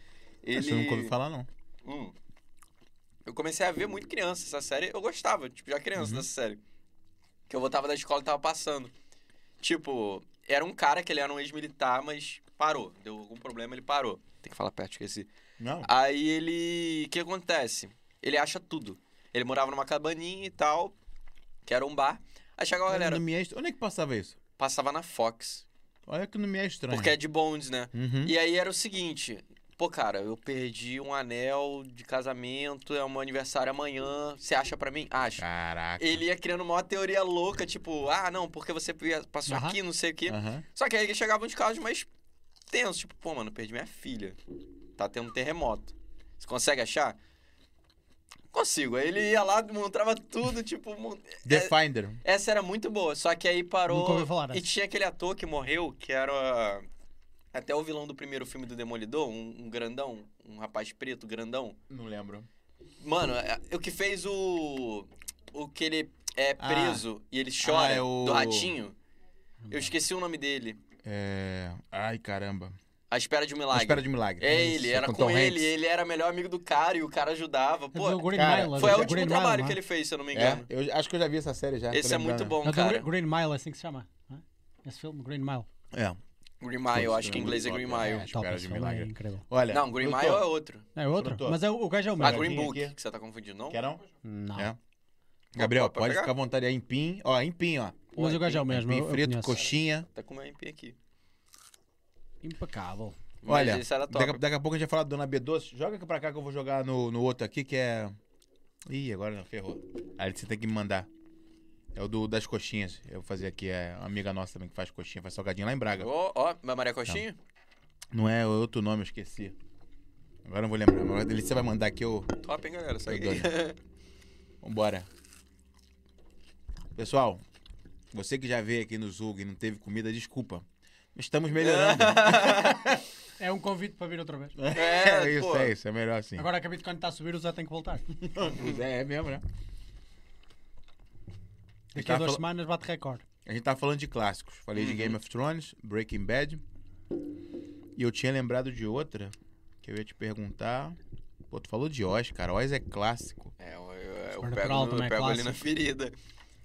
Speaker 1: Isso eu nunca
Speaker 3: Ele.
Speaker 1: ouvi falar, não.
Speaker 3: Hum. Eu comecei a ver muito criança essa série. Eu gostava, tipo, já criança dessa série. Que eu voltava da escola e tava passando. Tipo, era um cara que ele era um ex-militar, mas parou. Deu algum problema, ele parou. Tem que falar perto, esqueci.
Speaker 1: Não.
Speaker 3: Aí ele. O que acontece? Ele acha tudo. Ele morava numa cabaninha e tal, que era um bar. Aí chegava a galera,
Speaker 1: Não me é est- Onde é que passava isso?
Speaker 3: passava na Fox.
Speaker 1: Olha que não me é estranho.
Speaker 3: Porque é de bondes, né?
Speaker 1: Uhum.
Speaker 3: E aí era o seguinte: Pô, cara, eu perdi um anel de casamento, é o meu aniversário amanhã, você acha pra mim? Acho.
Speaker 1: Caraca.
Speaker 3: Ele ia criando uma teoria louca, tipo, ah, não, porque você passou
Speaker 2: Aham.
Speaker 3: aqui, não sei o quê.
Speaker 1: Aham.
Speaker 3: Só que aí chegavam uns casos mais tensos, tipo, pô, mano, perdi minha filha. Tá tendo um terremoto. Você consegue achar? Consigo. Aí ele ia lá, montava tudo, tipo. mon-
Speaker 1: The
Speaker 3: É-
Speaker 1: Finder.
Speaker 3: Essa era muito boa, só que aí parou.
Speaker 2: Nunca ouvi falar dessa.
Speaker 3: e tinha aquele ator que morreu, que era. Até o vilão do primeiro filme do Demolidor, um, um grandão, um rapaz preto, grandão.
Speaker 1: Não lembro.
Speaker 3: Mano, é- é o que fez o. O que ele é
Speaker 1: Ah.
Speaker 3: preso e ele chora
Speaker 1: Ah, é o-
Speaker 3: do ratinho. Eu esqueci o nome dele.
Speaker 1: É... Ai, caramba.
Speaker 3: A Espera de um
Speaker 1: A
Speaker 3: Milagre.
Speaker 1: Espera de um Milagre.
Speaker 3: É ele,
Speaker 1: Isso,
Speaker 3: era com
Speaker 1: Tom
Speaker 3: ele,
Speaker 1: Hanks.
Speaker 3: ele era melhor amigo do cara e o cara ajudava.
Speaker 2: É do
Speaker 3: Pô,
Speaker 2: Green
Speaker 1: cara,
Speaker 2: Mile,
Speaker 3: foi
Speaker 2: é
Speaker 3: o
Speaker 2: do
Speaker 3: último
Speaker 2: Green Mile,
Speaker 3: trabalho que
Speaker 2: não
Speaker 3: ele fez, se eu não me engano.
Speaker 1: É, Tá eu acho que eu já vi essa série já. tô
Speaker 3: Esse é
Speaker 1: lembrando.
Speaker 3: muito
Speaker 2: é?
Speaker 3: bom,
Speaker 2: É do
Speaker 3: cara.
Speaker 2: Green Mile, é assim que se chama. né? Esse filme, Green Mile.
Speaker 1: É.
Speaker 3: Green Mile, eu acho
Speaker 1: Esse
Speaker 3: que em
Speaker 1: é muito
Speaker 3: inglês é
Speaker 1: bom,
Speaker 3: Green
Speaker 1: cara.
Speaker 3: Mile.
Speaker 1: É,
Speaker 2: Top,
Speaker 1: Espera de um
Speaker 2: esse filme é
Speaker 1: Milagre.
Speaker 2: Incrível.
Speaker 1: Olha.
Speaker 3: Não, Green Mile
Speaker 1: doutor,
Speaker 3: é outro.
Speaker 2: É outro?
Speaker 1: Doutor.
Speaker 2: Mas é, o o gajo é o
Speaker 3: Ah,
Speaker 2: mesmo.
Speaker 3: Green
Speaker 1: Aqui,
Speaker 3: Book,
Speaker 1: aqui.
Speaker 3: que você tá confundindo, não?
Speaker 1: Quer não?
Speaker 2: Não.
Speaker 1: É. Gabriel,
Speaker 3: Opa,
Speaker 1: pode
Speaker 3: pegar?
Speaker 1: ficar à vontade aí. Empim. Ó, empim, ó.
Speaker 3: Pô,
Speaker 2: Mas o gajo é o
Speaker 3: aqui,
Speaker 2: mesmo.
Speaker 1: Empim
Speaker 2: Eu, eu
Speaker 1: frito,
Speaker 2: conheço.
Speaker 1: coxinha.
Speaker 3: Tá com uma MP aqui.
Speaker 2: Impecável.
Speaker 3: Mas
Speaker 1: Olha,
Speaker 3: esse era Tá top.
Speaker 1: daqui, a- daqui a pouco a gente vai falar da Dona B Doce. Joga aqui pra cá que eu vou jogar no, no outro aqui, que é... Ih, agora não, ferrou. Aí você tem que me mandar. É o do, das coxinhas. Eu vou fazer aqui. É uma amiga nossa também que faz coxinha, faz salgadinho lá em Braga.
Speaker 3: Ó, ó, oh, Maria Coxinha?
Speaker 1: Não é outro nome, eu esqueci. Agora eu não vou lembrar. Mas agora ele- você vai mandar aqui, eu...
Speaker 3: Top, hein, galera? Segue
Speaker 1: Eu
Speaker 3: aí.
Speaker 1: Vambora. Pessoal, você que já veio aqui no Zug e não teve comida, desculpa. Estamos melhorando.
Speaker 2: É um convite para vir outra vez.
Speaker 1: É,
Speaker 3: É,
Speaker 1: isso,
Speaker 3: pô.
Speaker 1: é isso. É melhor assim.
Speaker 2: Agora acabei de quando está a subir, o Zé tem que voltar.
Speaker 1: É, é mesmo, né? A gente,
Speaker 2: Daqui a
Speaker 1: tava
Speaker 2: duas
Speaker 1: fala-
Speaker 2: semanas bate recorde.
Speaker 1: a gente tava falando de clássicos. Falei de
Speaker 3: Uhum.
Speaker 1: Game of Thrones, Breaking Bad. E eu tinha lembrado de outra que eu ia te perguntar. Pô, tu falou de Oz, cara. Oz é clássico.
Speaker 3: É, eu, eu- eu
Speaker 2: Supernatural
Speaker 3: pego, no- eu
Speaker 2: também é
Speaker 3: pego ali na
Speaker 2: clássico.
Speaker 3: ferida.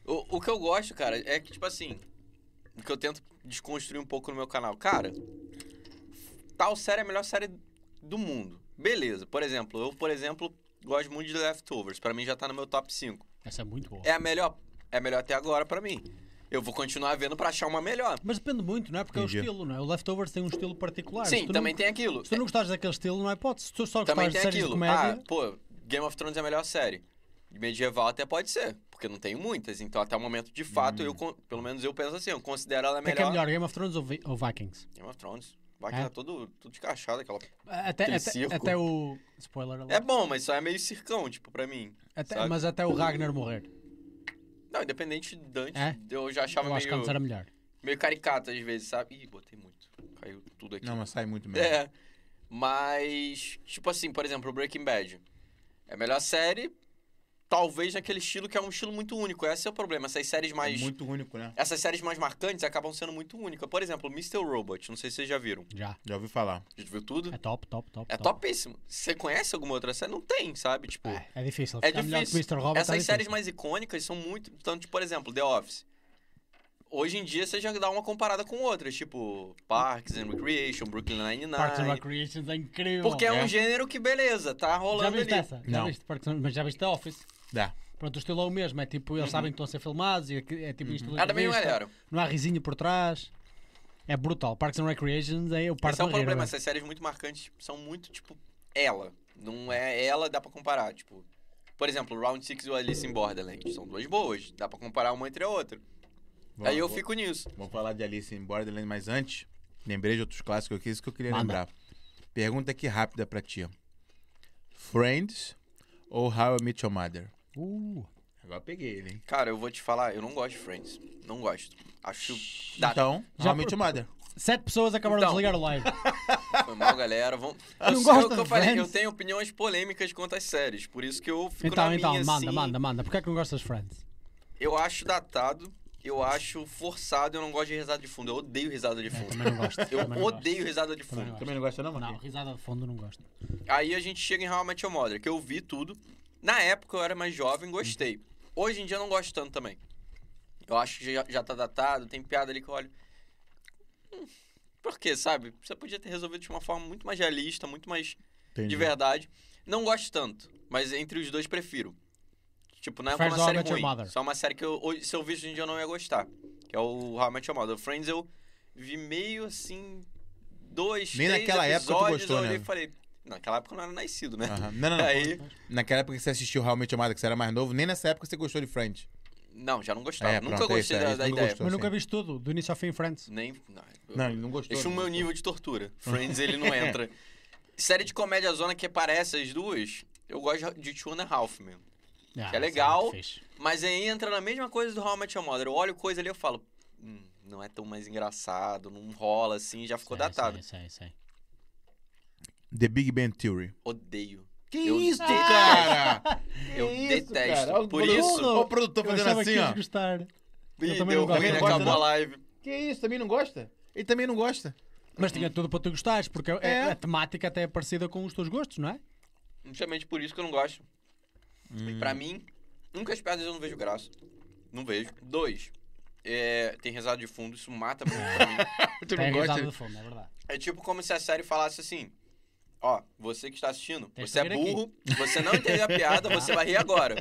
Speaker 3: O, o que eu gosto, cara, é que, tipo assim, o que eu tento desconstruir um pouco no meu canal. Cara, tal série é a melhor série do mundo. Beleza. Por exemplo, eu, por exemplo, gosto muito de Leftovers. Pra mim já tá no meu top 5.
Speaker 2: Essa é muito boa.
Speaker 3: É a melhor, é a melhor até agora pra mim. Eu vou continuar vendo pra achar uma melhor.
Speaker 2: Mas depende muito, não é? Porque
Speaker 1: Entendi.
Speaker 2: é o estilo, não é? O Leftovers tem um estilo particular. Se
Speaker 3: Sim,
Speaker 2: tu
Speaker 3: também
Speaker 2: não,
Speaker 3: tem aquilo.
Speaker 2: Se tu não gostares daquele estilo, não é hipótese. Se tu só
Speaker 3: Também
Speaker 2: gostares de
Speaker 3: tem
Speaker 2: séries de comédia...
Speaker 3: aquilo. Ah, pô, Game of Thrones é a melhor série. Medieval até pode ser, porque não tem muitas. Então, até o momento, de fato, eu, con- pelo menos eu penso assim, eu considero ela a
Speaker 2: O Hum. que é que é
Speaker 3: melhor.
Speaker 2: melhor, Game of Thrones ou, Vi- ou Vikings?
Speaker 3: Game of Thrones. Vai que
Speaker 2: É?
Speaker 3: tá todo, tudo escachado aquela.
Speaker 2: Até,
Speaker 3: Aquele
Speaker 2: até,
Speaker 3: circo.
Speaker 2: até o... Spoiler
Speaker 3: É
Speaker 2: alert.
Speaker 3: bom, mas só é meio circão, tipo, pra mim.
Speaker 2: Até-
Speaker 3: sabe?
Speaker 2: mas até o Ragnar morrer.
Speaker 3: Não, independente de Dante,
Speaker 2: É?
Speaker 3: eu já achava
Speaker 2: Eu acho que
Speaker 3: meio,
Speaker 2: antes era melhor.
Speaker 3: meio caricato às vezes, sabe? Ih, botei muito. Caiu tudo aqui.
Speaker 1: Não, mas sai muito mesmo.
Speaker 3: É. Mas, tipo assim, por exemplo, Breaking Bad. É a melhor série, talvez naquele estilo que é um estilo muito único. Esse é o problema. Essas séries
Speaker 1: É
Speaker 3: mais.
Speaker 1: muito único, né?
Speaker 3: Essas séries mais marcantes acabam sendo muito únicas. Por exemplo, Mr. Robot. Não sei se vocês já viram.
Speaker 2: Já.
Speaker 1: Já ouvi falar.
Speaker 3: Já viu tudo?
Speaker 2: É top, top, top.
Speaker 3: É topíssimo. Você conhece alguma outra série? Não tem, sabe? Tipo.
Speaker 2: É, é difícil.
Speaker 3: É
Speaker 2: Ficar melhor que
Speaker 3: difícil.
Speaker 2: Mr. Robot é
Speaker 3: Essas
Speaker 2: difícil.
Speaker 3: séries mais icônicas são muito. Tanto, por exemplo, The Office. Hoje em dia você já dá uma comparada com outras, tipo Parks and Recreation, Brooklyn Nine-Nine.
Speaker 2: Parks and Recreations é incrível.
Speaker 3: Porque é um
Speaker 1: É.
Speaker 3: gênero que, beleza, tá
Speaker 2: Já
Speaker 3: rolando
Speaker 2: viste
Speaker 3: ali.
Speaker 2: essa? Já
Speaker 1: Não.
Speaker 2: viste Parks and- Mas já viste The Office?
Speaker 1: Dá.
Speaker 2: Pronto, o estilo é o mesmo. É tipo, eles sabem que estão a ser filmados e é, é tipo isto.
Speaker 3: Uhum. Ah, também não é, galera.
Speaker 2: Não há risinho por trás. É brutal. Parks and Recreations é o parto
Speaker 3: Esse é o
Speaker 2: da rir,
Speaker 3: problema,
Speaker 2: velho.
Speaker 3: essas séries muito marcantes tipo, são muito, tipo, ela. Não é ela, dá pra comparar, tipo... Por exemplo, Round Six e o Alice in Borderlands são duas boas, dá pra comparar uma entre a outra. Aí eu fico nisso.
Speaker 1: Vamos falar de Alice em Borderland, mas antes, lembrei de outros clássicos aqui, isso que eu queria
Speaker 2: Manda.
Speaker 1: lembrar. Pergunta aqui rápida pra ti. Friends ou How I Met Your Mother?
Speaker 3: é-
Speaker 2: Uh,
Speaker 1: Agora peguei ele, hein?
Speaker 3: Cara, eu vou te falar, eu não gosto de Friends. Não gosto. Acho... Dá,
Speaker 1: Então,
Speaker 2: Já
Speaker 1: How I Met Your Mother.
Speaker 2: sete pessoas acabaram
Speaker 3: Então.
Speaker 2: de desligar o live.
Speaker 3: foi mal, galera. Vamos...
Speaker 2: então. Não
Speaker 3: eu,
Speaker 2: gosta
Speaker 3: é o que eu
Speaker 2: de
Speaker 3: falei,
Speaker 2: Friends?
Speaker 3: eu tenho opiniões polêmicas quanto às séries, por isso que eu fico
Speaker 2: então,
Speaker 3: na
Speaker 2: então,
Speaker 3: minha,
Speaker 2: manda,
Speaker 3: assim.
Speaker 2: manda, manda. Porquê é que não gostas de Friends?
Speaker 3: Eu acho datado, eu acho forçado, eu não gosto de risada de fundo. Eu odeio risada de fundo.
Speaker 2: É, Também não gosto.
Speaker 3: Eu
Speaker 2: também não gosto.
Speaker 3: odeio risada de fundo.
Speaker 2: Também
Speaker 1: Também não gosta não,
Speaker 2: Não,
Speaker 1: mano?
Speaker 2: risada de fundo não gosto.
Speaker 3: Aí a gente chega em How I Met Your Mother, que eu vi tudo. Na época eu era mais jovem, gostei. Hoje em dia eu não gosto tanto também. Eu acho que já, já tá datado, tem piada ali que eu olho. Hum, por quê, sabe? Você podia ter resolvido de uma forma muito mais realista, muito mais de verdade. Não gosto tanto, mas entre os dois prefiro. Tipo, não é
Speaker 2: Prefere
Speaker 3: uma
Speaker 2: How I
Speaker 3: série
Speaker 2: Met Your
Speaker 3: ruim.
Speaker 2: Mother.
Speaker 3: Só uma série que eu, hoje- se eu visse hoje em dia eu não ia gostar. Que é o How I Met Your Mother. Friends eu vi meio assim. Dois,
Speaker 1: Nem
Speaker 3: três
Speaker 1: naquela época tu
Speaker 3: episódios,
Speaker 1: gostou,
Speaker 3: eu olhei
Speaker 1: né?
Speaker 3: e falei. Naquela época eu não era nascido, né?
Speaker 1: Aham. Não, não, não.
Speaker 3: Aí,
Speaker 1: Naquela época que você assistiu realmente Amada, que você era mais novo, nem nessa época você gostou de Friends.
Speaker 3: não, já não gostava.
Speaker 1: É,
Speaker 3: nunca
Speaker 1: pronto, é
Speaker 3: gostei
Speaker 1: isso, é
Speaker 3: da,
Speaker 1: isso,
Speaker 3: da
Speaker 1: nunca
Speaker 3: ideia.
Speaker 1: gostou.
Speaker 2: Mas
Speaker 1: Assim.
Speaker 2: nunca viste tudo, do início ao fim, Friends.
Speaker 3: Nem. Não,
Speaker 1: Não, ele não gostou.
Speaker 3: Esse é o
Speaker 1: não
Speaker 3: meu
Speaker 1: gostou.
Speaker 3: nível de tortura. Friends, ele não entra. Série de comédia zona que parece as duas, eu gosto de Two and a Half mesmo.
Speaker 2: Ah,
Speaker 3: Que é legal.
Speaker 2: sabe, fez.
Speaker 3: Mas aí entra na mesma coisa do How I Met Your Mother. Eu olho coisa ali e eu falo, "Hum, não é tão mais engraçado, não rola assim, já ficou
Speaker 2: Sei,
Speaker 3: datado.
Speaker 2: sei, sei, sei.
Speaker 1: The Big Bang Theory.
Speaker 3: Odeio.
Speaker 1: Que
Speaker 3: Eu
Speaker 1: isso,
Speaker 3: detesto.
Speaker 1: cara?
Speaker 3: Eu
Speaker 1: Que isso,
Speaker 3: detesto.
Speaker 1: cara? Olha o
Speaker 3: Por
Speaker 1: produtor-
Speaker 3: isso-
Speaker 1: Olha o produtor
Speaker 2: Eu
Speaker 1: fazendo
Speaker 2: achava que
Speaker 1: assim,
Speaker 2: ias
Speaker 1: ó.
Speaker 2: gostar.
Speaker 3: Ih,
Speaker 2: também
Speaker 3: deu
Speaker 2: não gosto.
Speaker 3: ruim,
Speaker 1: Também não
Speaker 3: acabou a
Speaker 1: gosto,
Speaker 3: live.
Speaker 1: Que isso, também não gosta? Ele também não gosta.
Speaker 2: Mas tinha tudo para tu gostares, porque é-
Speaker 1: É.
Speaker 2: a temática até é parecida com os teus gostos, não é?
Speaker 3: Justamente por isso que eu não gosto.
Speaker 2: Hum.
Speaker 3: Pra mim, nunca as piadas eu não vejo graça. Não vejo. Dois, é, tem rezado de fundo, isso mata muito pra mim.
Speaker 1: Tu
Speaker 2: Tem
Speaker 1: não
Speaker 2: a risada
Speaker 1: gosta?
Speaker 2: do fundo, é verdade.
Speaker 3: É tipo como se a série falasse assim: Ó, você que está assistindo,
Speaker 2: Tem que
Speaker 3: você é
Speaker 2: vir aqui.
Speaker 3: burro, você não entendeu a piada, você vai rir agora.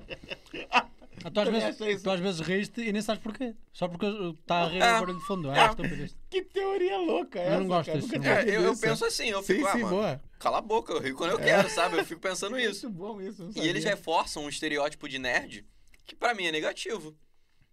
Speaker 2: Ah, tu, às
Speaker 1: Também acho
Speaker 2: vezes,
Speaker 1: isso.
Speaker 2: tu às vezes riste e nem sabes porquê. Só porque está a rir
Speaker 3: Ah.
Speaker 2: o barulho de fundo. Ah, estou a fazer isto.
Speaker 1: Que teoria louca é
Speaker 2: Eu não gosto
Speaker 1: cara?
Speaker 2: disso,
Speaker 1: Nunca
Speaker 2: não
Speaker 1: tinha
Speaker 3: É,
Speaker 1: ouvido
Speaker 3: eu, eu
Speaker 1: isso.
Speaker 3: penso assim, eu
Speaker 1: Sim,
Speaker 3: fico, ah,
Speaker 1: sim,
Speaker 3: mano,
Speaker 1: boa.
Speaker 3: cala a boca, eu rio quando eu quero, sabe? Eu fico pensando isso.
Speaker 1: Muito bom isso. eu não
Speaker 3: E eles
Speaker 1: sabia.
Speaker 3: reforçam um estereótipo de nerd que pra mim é negativo.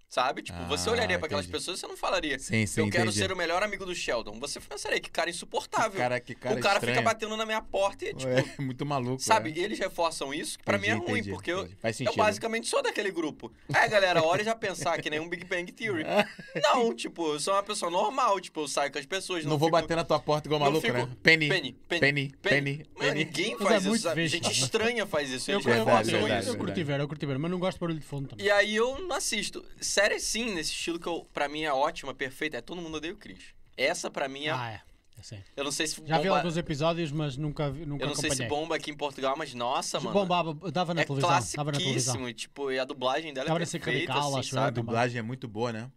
Speaker 3: Sabe? Tipo, você
Speaker 1: Ah,
Speaker 3: olharia pra aquelas
Speaker 1: entendi.
Speaker 3: pessoas e você não falaria.
Speaker 1: Sim, sim,
Speaker 3: eu quero
Speaker 1: entendi.
Speaker 3: ser o melhor amigo do Sheldon. Você pensaria que cara insuportável.
Speaker 1: Cara, que cara
Speaker 3: o cara
Speaker 1: estranho.
Speaker 3: fica batendo na minha porta e, tipo,
Speaker 1: É, muito maluco.
Speaker 3: sabe?
Speaker 1: é.
Speaker 3: E eles reforçam isso, que pra mim é
Speaker 1: Entendi,
Speaker 3: ruim,
Speaker 1: entendi,
Speaker 3: porque eu,
Speaker 1: entendi. Faz
Speaker 3: Eu
Speaker 1: sentido.
Speaker 3: basicamente sou daquele grupo. É, galera, olha e já pensar que nem um Big Bang Theory. Não, tipo, eu sou uma pessoa normal, tipo, eu saio com as pessoas.
Speaker 1: Não vou bater na tua porta igual
Speaker 3: não
Speaker 1: maluco,
Speaker 3: fico-
Speaker 1: né? Penny.
Speaker 3: Penny, Penny,
Speaker 1: Penny. Penny.
Speaker 3: Mano,
Speaker 1: Penny.
Speaker 3: ninguém
Speaker 2: Mas é
Speaker 3: faz isso,
Speaker 2: muito
Speaker 3: sabe?
Speaker 2: besta.
Speaker 3: Gente estranha faz isso.
Speaker 2: Eu, é
Speaker 3: Eles
Speaker 2: eu, eu,
Speaker 1: Verdade,
Speaker 2: eu,
Speaker 1: verdade,
Speaker 2: eu curti
Speaker 1: verdade.
Speaker 2: ver, eu curti ver, mas não gosto de barulho de fundo também.
Speaker 3: é E aí eu não assisto. Série sim, nesse estilo que eu, pra mim é ótima, perfeita, é Todo Mundo Odeia o Chris. Essa pra mim é...
Speaker 2: Ah, é. Eu sei.
Speaker 3: eu não sei se
Speaker 2: Já vi
Speaker 3: bomba...
Speaker 2: alguns episódios, mas nunca, vi- nunca
Speaker 3: Eu não sei se
Speaker 2: acompanhei.
Speaker 3: bomba aqui em Portugal, mas nossa, mano.
Speaker 2: Bombava, dava na
Speaker 3: é
Speaker 2: televisão. Dava na televisão.
Speaker 3: classiquíssimo, tipo, e a dublagem dela
Speaker 2: Dava
Speaker 3: é
Speaker 2: na ser
Speaker 3: perfeita,
Speaker 2: radical,
Speaker 3: assim,
Speaker 2: acho eu,
Speaker 1: A
Speaker 3: sabe?
Speaker 2: do-
Speaker 1: dublagem é muito boa, né?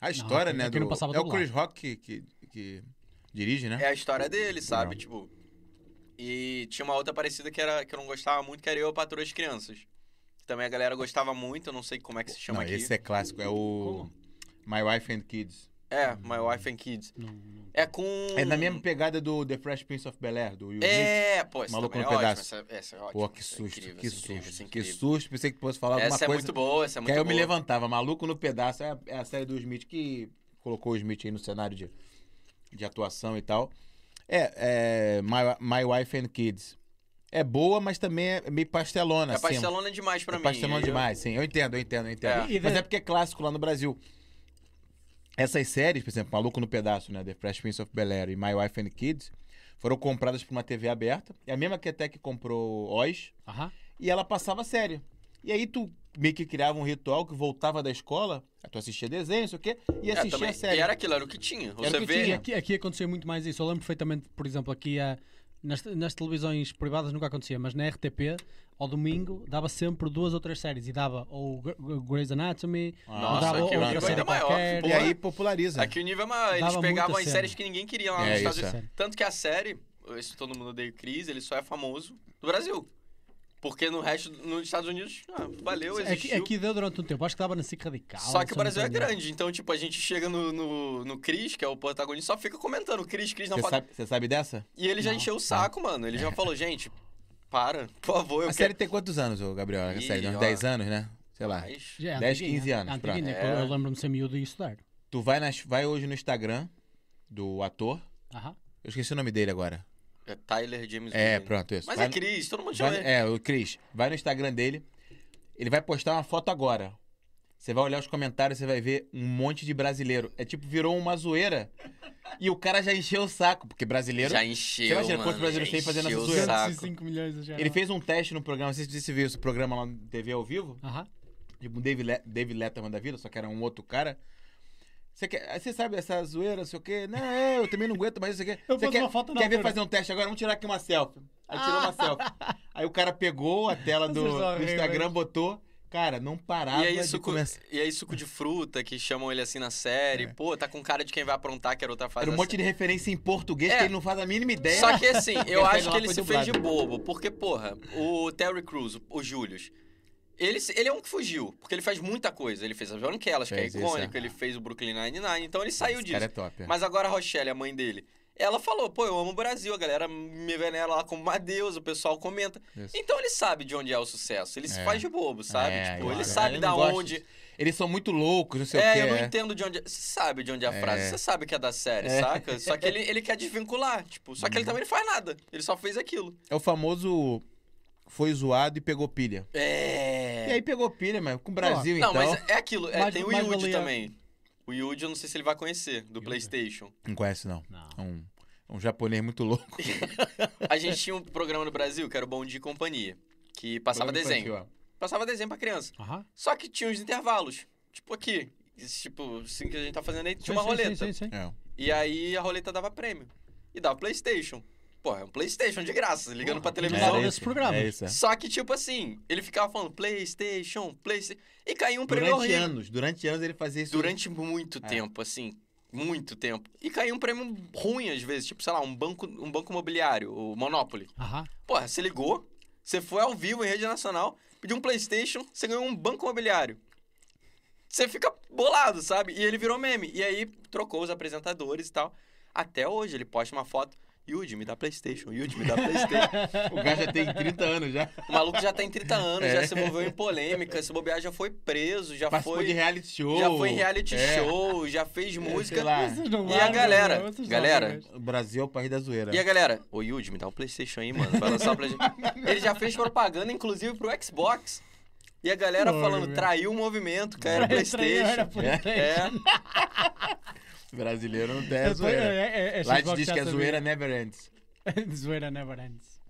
Speaker 1: A história,
Speaker 2: aqui-
Speaker 1: né?
Speaker 2: aqui
Speaker 1: Do...
Speaker 2: não passava
Speaker 1: é o
Speaker 2: dublagem.
Speaker 1: Chris Rock que, que, que dirige, né?
Speaker 3: É a história dele, sabe?
Speaker 1: Não.
Speaker 3: Tipo. E tinha uma outra parecida que, era, que eu não gostava muito, que era Eu, a Patroa das Crianças. Que Também a galera gostava muito, eu não sei como é que se chama
Speaker 1: Não,
Speaker 3: aqui.
Speaker 1: esse é clássico. É o My Wife and Kids.
Speaker 3: É, My Wife and Kids.
Speaker 2: Não- não-
Speaker 3: É com.
Speaker 1: É na mesma pegada do The Fresh Prince of Bel-Air, do Will Smith.
Speaker 3: É, pô, essa
Speaker 1: Maluco
Speaker 3: também é
Speaker 1: no
Speaker 3: ótima.
Speaker 1: Pedaço.
Speaker 3: Essa, essa é ótima.
Speaker 1: Pô, que
Speaker 3: essa é
Speaker 1: susto,
Speaker 3: incrível,
Speaker 1: que
Speaker 3: essa é incrível, essa é
Speaker 1: susto, que
Speaker 3: incrível.
Speaker 1: susto. Pensei que fosse falar alguma
Speaker 3: Essa é
Speaker 1: coisa.
Speaker 3: muito boa, essa é
Speaker 1: que
Speaker 3: muito
Speaker 1: aí eu
Speaker 3: boa.
Speaker 1: me levantava. Maluco no Pedaço é a, é a série do Smith que colocou o Smith aí no cenário de, de atuação e tal. É, é My, My Wife and Kids. É boa, mas também é meio pastelona.
Speaker 3: É
Speaker 1: assim,
Speaker 3: pastelona demais pra
Speaker 1: é
Speaker 3: mim.
Speaker 1: pastelão
Speaker 3: aí eu-
Speaker 1: demais, sim. Eu entendo, eu entendo, eu entendo.
Speaker 2: É. E
Speaker 1: Mas
Speaker 2: da-
Speaker 1: é porque é clássico lá no Brasil. Essas séries, por exemplo, Maluco no Pedaço, né? The Fresh Prince of Bel-Air e My Wife and Kids, foram compradas por uma TV aberta. É a mesma que até que comprou Oz.
Speaker 2: Aham.
Speaker 1: E ela passava série. E aí tu meio que criava um ritual que voltava da escola, aí tu assistia desenho, não sei o quê, e
Speaker 3: É,
Speaker 1: assistia
Speaker 3: também-
Speaker 1: a série.
Speaker 3: E era aquilo, era o que tinha.
Speaker 1: o
Speaker 3: Você
Speaker 1: que
Speaker 3: vê.
Speaker 2: E
Speaker 1: tinha.
Speaker 2: aqui, aqui acontecia muito mais isso. Eu lembro perfeitamente, por exemplo, aqui ah, nas, nas televisões privadas nunca acontecia, mas na RTP, ao domingo, dava sempre duas ou três séries. E dava ou Gr- Gr- Grey's Anatomy, ou
Speaker 1: Nossa,
Speaker 2: dava
Speaker 1: aqui o
Speaker 2: outra
Speaker 1: nível
Speaker 2: série
Speaker 1: ainda
Speaker 3: maior,
Speaker 2: qualquer.
Speaker 1: E
Speaker 3: Porra.
Speaker 1: aí populariza.
Speaker 3: né? Aqui o nível é maior. Eles
Speaker 2: Dava
Speaker 3: pegavam
Speaker 2: muita
Speaker 3: as
Speaker 2: série.
Speaker 3: séries que ninguém queria lá
Speaker 1: É,
Speaker 3: nos
Speaker 1: isso
Speaker 3: Estados
Speaker 1: é.
Speaker 3: Unidos. Tanto que a série, esse Todo Mundo Odeia o Chris, ele só é famoso no Brasil. Porque no resto, nos Estados Unidos, ah,
Speaker 1: É
Speaker 3: valeu,
Speaker 2: Aqui,
Speaker 3: existiu.
Speaker 2: É aqui deu durante um tempo. Acho que dava na SIC Radical.
Speaker 3: Só
Speaker 2: se
Speaker 3: que o
Speaker 2: eu não
Speaker 3: Brasil é
Speaker 1: tá
Speaker 2: estou enganado.
Speaker 3: grande, então, tipo, a gente chega no, no, no Cris, que é o protagonista, só fica comentando, Cris, Cris, não
Speaker 1: Você
Speaker 3: para.
Speaker 1: sabe, você sabe dessa?
Speaker 3: E ele já
Speaker 2: Não.
Speaker 1: tá.
Speaker 3: encheu o saco, mano. Ele
Speaker 1: É.
Speaker 3: já falou, gente, para, por favor, eu
Speaker 1: a série
Speaker 3: quero...
Speaker 1: tem quantos anos, ô Gabriel? A
Speaker 3: Ih,
Speaker 1: série, uns
Speaker 3: ó.
Speaker 1: 10 anos, né? Sei lá.
Speaker 3: Mas-
Speaker 2: Já é
Speaker 1: 10,
Speaker 2: antiguinha,
Speaker 1: 15 anos,
Speaker 2: antiguinha,
Speaker 3: pronto.
Speaker 2: que eu-
Speaker 3: É.
Speaker 2: Eu lembro-me de ser miúdo e estudar.
Speaker 1: Tu vai, nas, vai hoje no Instagram do ator.
Speaker 2: Aham.
Speaker 1: Eu esqueci o nome dele agora.
Speaker 3: É Tyler James
Speaker 1: É,
Speaker 3: Williams.
Speaker 1: pronto, isso.
Speaker 3: Mas
Speaker 1: vai
Speaker 3: é Cris, todo mundo
Speaker 1: no,
Speaker 3: chama ele.
Speaker 1: vai, É, o Cris. Vai no Instagram dele. Ele vai postar uma foto agora. Você vai olhar os comentários, você vai ver um monte de brasileiro. É tipo, virou uma zoeira. E o cara já encheu o saco, porque brasileiro.
Speaker 3: Já encheu,
Speaker 1: Você imagina
Speaker 3: mano,
Speaker 1: quantos brasileiros
Speaker 3: já
Speaker 1: tem fazendo
Speaker 3: encheu
Speaker 1: essa
Speaker 3: o
Speaker 1: zoeira?
Speaker 3: saco.
Speaker 2: milhões de
Speaker 1: Ele fez um teste no programa, não sei se você viu esse programa lá na TV ao vivo,
Speaker 2: Aham.
Speaker 1: tipo um David, Le David Letterman da vida, só que era um outro cara. Você, quer, aí você sabe essa zoeira, não sei o quê? Não, é, eu também não aguento, mas isso aqui.
Speaker 2: Eu
Speaker 1: Você
Speaker 2: faço
Speaker 1: quer,
Speaker 2: uma foto na
Speaker 1: quer ver
Speaker 2: altura.
Speaker 1: fazer um teste agora? Vamos tirar aqui uma selfie. Aí tirou uma selfie. Aí o cara pegou a tela do,
Speaker 2: Vocês são
Speaker 1: do Instagram,
Speaker 2: horríveis.
Speaker 1: botou. Cara, não parava
Speaker 3: E aí,
Speaker 1: de
Speaker 3: suco,
Speaker 1: começar.
Speaker 3: e aí, suco de fruta, que chamam ele assim na série. Pô, tá com cara de quem vai aprontar, que era outra
Speaker 1: É.
Speaker 3: fase.
Speaker 1: Era um
Speaker 3: da
Speaker 1: monte de referência em português
Speaker 3: assim- É.
Speaker 1: que ele não faz a mínima ideia.
Speaker 3: Só que assim, eu
Speaker 1: Essa
Speaker 3: acho
Speaker 1: lá
Speaker 3: que ele
Speaker 1: foi
Speaker 3: se fez de
Speaker 1: dublada.
Speaker 3: bobo, porque, porra, o Terry Crews, o- o Julius, ele, se- ele é um que fugiu, porque ele faz muita coisa. Ele fez a Joan Kellas, que é
Speaker 1: Fez isso,
Speaker 3: icônico,
Speaker 1: é.
Speaker 3: ele fez o Brooklyn Nine-Nine, então ele saiu
Speaker 1: Esse
Speaker 3: disso.
Speaker 1: cara é top. é.
Speaker 3: Mas agora a Rochelle, a mãe dele, Ela falou, pô, eu amo o Brasil, a galera me venera lá como uma deusa, o pessoal comenta.
Speaker 1: Isso.
Speaker 3: Então ele sabe de onde é o sucesso, ele se
Speaker 1: É.
Speaker 3: faz de bobo, sabe?
Speaker 1: É,
Speaker 3: tipo,
Speaker 1: claro.
Speaker 3: ele sabe
Speaker 1: não
Speaker 3: da
Speaker 1: gosta
Speaker 3: onde...
Speaker 1: disso. Eles são muito loucos, não sei o
Speaker 3: É,
Speaker 1: que.
Speaker 3: eu não entendo de onde. Você sabe de onde é a frase, você sabe que é da série, saca? Só que ele, ele quer desvincular, tipo, só que
Speaker 1: Uhum.
Speaker 3: ele também não faz nada. Ele só fez aquilo.
Speaker 1: É o famoso foi zoado e pegou pilha. E
Speaker 3: É.
Speaker 1: aí pegou pilha, mas com o Brasil,
Speaker 3: não,
Speaker 1: então.
Speaker 3: mas é aquilo. É,
Speaker 2: Mas-
Speaker 3: tem o
Speaker 2: mas
Speaker 3: Yuji
Speaker 2: ali é-
Speaker 3: também. O Yuji, eu não sei se ele vai conhecer, do PlayStation.
Speaker 1: Não conhece, não.
Speaker 2: Não.
Speaker 1: É um, é um japonês muito louco.
Speaker 3: A gente tinha um programa no Brasil que era o Bom Dia e Companhia, que passava
Speaker 1: Programa
Speaker 3: desenho.
Speaker 1: um infantil, ó.
Speaker 3: Passava desenho pra criança.
Speaker 2: Aham.
Speaker 3: Só que tinha uns intervalos. Tipo aqui. Esse Tipo, assim que a gente tá fazendo aí, tinha uma
Speaker 2: Sim, sim,
Speaker 3: roleta.
Speaker 2: Sim, sim, sim.
Speaker 1: É.
Speaker 3: E aí a roleta dava prêmio. E dava PlayStation. Pô, é um PlayStation de graça, ligando pra televisão.
Speaker 2: Era esse programa.
Speaker 1: É isso, é.
Speaker 3: Só que, tipo assim, ele ficava falando PlayStation, PlayStation. E caiu um prêmio
Speaker 1: Durante
Speaker 3: horrível.
Speaker 1: anos, durante anos ele fazia isso.
Speaker 3: Durante muito
Speaker 1: É.
Speaker 3: tempo, assim. Muito tempo. E caiu um prêmio ruim às vezes, tipo, sei lá, um banco, um banco imobiliário, o Monopoly.
Speaker 2: Aham.
Speaker 3: Porra, você ligou, você foi ao vivo em rede nacional, pediu um PlayStation, você ganhou um banco imobiliário. Você fica bolado, sabe? E ele virou meme. E aí trocou os apresentadores e tal. Até hoje ele posta uma foto. Yudi, me dá PlayStation. Yudi, me dá PlayStation.
Speaker 1: O cara já tem 30 anos já.
Speaker 3: o maluco já tem 30 anos,
Speaker 1: É.
Speaker 3: já se envolveu em polêmica. Se bobear, já foi preso, já
Speaker 1: Participou
Speaker 3: foi.
Speaker 1: de reality show.
Speaker 3: Já foi em reality
Speaker 1: É.
Speaker 3: show, já fez
Speaker 1: É,
Speaker 3: música.
Speaker 1: sei lá.
Speaker 2: Vocês não
Speaker 3: E
Speaker 2: largam,
Speaker 3: a galera?
Speaker 2: vocês não
Speaker 3: Galera?
Speaker 2: largam.
Speaker 1: O Brasil é o país da zoeira.
Speaker 3: E a galera, ô Yudi, me dá um Playstation aí, mano. Vai lançar o Playstation. Ele já fez propaganda, inclusive, pro Xbox. E a galera
Speaker 2: Oi,
Speaker 3: falando,
Speaker 2: meu.
Speaker 3: traiu o movimento, cara, era
Speaker 2: Era
Speaker 3: Playstation.
Speaker 2: Playstation.
Speaker 3: É,
Speaker 1: Brasileiro não tem
Speaker 2: É,
Speaker 1: a zoeira.
Speaker 2: é, é, é,
Speaker 1: Lá te
Speaker 2: Xbox
Speaker 1: diz
Speaker 2: já
Speaker 1: que a
Speaker 2: sabia.
Speaker 1: zoeira never ends.
Speaker 2: zoeira never ends.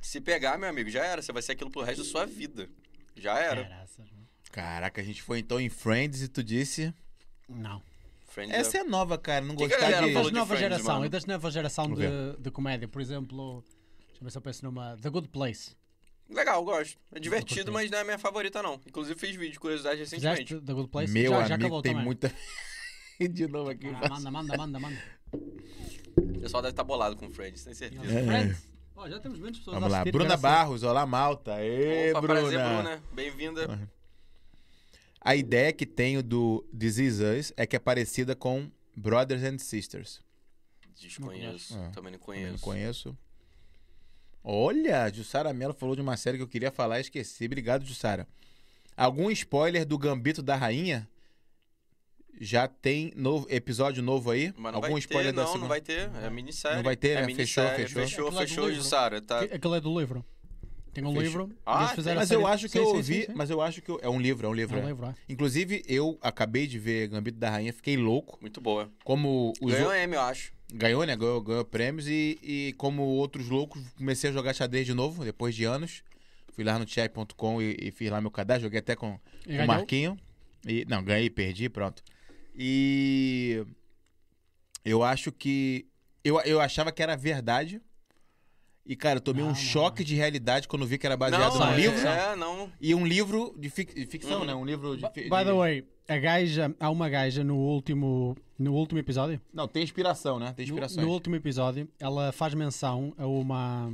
Speaker 3: se pegar, meu amigo, já era. Você vai ser aquilo pro resto da sua vida. Já era.
Speaker 2: Caraças, mano.
Speaker 1: Caraca, a gente foi então em Friends e tu disse.
Speaker 2: Não.
Speaker 3: Friends
Speaker 1: Essa é nova, cara. Não
Speaker 3: Que
Speaker 1: gostar
Speaker 3: galera
Speaker 1: de.
Speaker 3: falou
Speaker 2: Das
Speaker 3: de
Speaker 2: nova
Speaker 3: Friends,
Speaker 2: geração,
Speaker 3: mano.
Speaker 2: e das nova geração
Speaker 1: Vamos
Speaker 2: de, de comédia. Por exemplo, deixa eu ver se eu penso numa. The Good Place.
Speaker 3: Legal, gosto. É
Speaker 2: curti.
Speaker 3: divertido, mas não é a minha favorita, não. Inclusive, fiz vídeo de curiosidade recentemente.
Speaker 2: Fizeste The Good Place?
Speaker 1: Meu
Speaker 2: já,
Speaker 1: amigo
Speaker 2: já acabou
Speaker 1: tem
Speaker 2: também.
Speaker 1: muita. de novo aqui.
Speaker 2: Ah, manda, manda, manda, manda.
Speaker 3: O pessoal deve estar bolado com Friends, tenho certeza.
Speaker 1: É.
Speaker 2: Friends. Ó, já temos menos pessoas
Speaker 1: Vamos
Speaker 2: a
Speaker 1: lá.
Speaker 2: assistir,
Speaker 1: Bruna
Speaker 2: graças-
Speaker 1: Barros, olá, malta. Ê,
Speaker 3: Opa,
Speaker 1: Bruna.
Speaker 3: prazer, Bruna. Bem-vinda.
Speaker 1: A ideia que tenho do This Is Us é que é parecida com Brothers and Sisters.
Speaker 3: Desconheço.
Speaker 1: Não conheço.
Speaker 3: Também
Speaker 1: Também
Speaker 3: não conheço.
Speaker 1: não conheço. Olha, Jussara Mello falou de uma série que eu queria falar e esqueci. Obrigado, Jussara. Algum spoiler do Gambito da Rainha? Já tem novo, episódio novo aí?
Speaker 3: Mas não
Speaker 1: Algum
Speaker 3: vai
Speaker 1: spoiler
Speaker 3: ter,
Speaker 1: da
Speaker 3: não,
Speaker 1: segunda?
Speaker 3: não vai ter. É minissérie.
Speaker 1: Não vai ter,
Speaker 3: é
Speaker 1: né? Fechou,
Speaker 3: minissérie,
Speaker 1: fechou.
Speaker 3: Fechou,
Speaker 2: Aquela do
Speaker 3: fechou,
Speaker 2: livro.
Speaker 3: Jussara. Tá...
Speaker 2: Que- Aquele é do livro. Tem um
Speaker 1: Fechou.
Speaker 2: livro.
Speaker 3: Ah,
Speaker 2: eles fizeram a
Speaker 1: Mas eu
Speaker 2: série-
Speaker 1: acho que
Speaker 2: Sim,
Speaker 1: eu
Speaker 2: sim,
Speaker 1: ouvi,
Speaker 2: sim, sim.
Speaker 1: mas eu acho que eu- é um livro, é um livro.
Speaker 2: É um
Speaker 1: é.
Speaker 2: livro, é.
Speaker 1: Inclusive, eu acabei de ver Gambito da Rainha, fiquei louco.
Speaker 3: Muito boa.
Speaker 1: Como os
Speaker 3: Ganhou M, eu acho.
Speaker 1: Ganhou, né? Ganhou, ganhou prêmios e, e como outros loucos, comecei a jogar xadrez de novo, depois de anos. Fui lá no chai.com e, e fiz lá meu cadastro, joguei até com,
Speaker 2: E
Speaker 1: com o
Speaker 2: ganhou.
Speaker 1: Marquinho. E, não, ganhei, perdi, pronto. E eu acho que. Eu, eu achava que era verdade. E, cara, eu tomei
Speaker 2: Não,
Speaker 1: um
Speaker 2: não,
Speaker 1: choque de realidade quando vi que era baseado
Speaker 3: não,
Speaker 1: num
Speaker 3: é,
Speaker 1: livro.
Speaker 3: É, não.
Speaker 1: E um livro de, fic- de ficção,
Speaker 3: Uhum.
Speaker 1: né? Um livro de. fi-
Speaker 2: By
Speaker 1: de-
Speaker 2: the way, a gaja, há uma gaja no último, no último episódio.
Speaker 1: Não, tem inspiração, né? Tem
Speaker 2: No-
Speaker 1: inspirações.
Speaker 2: No, último episódio, ela faz menção a uma.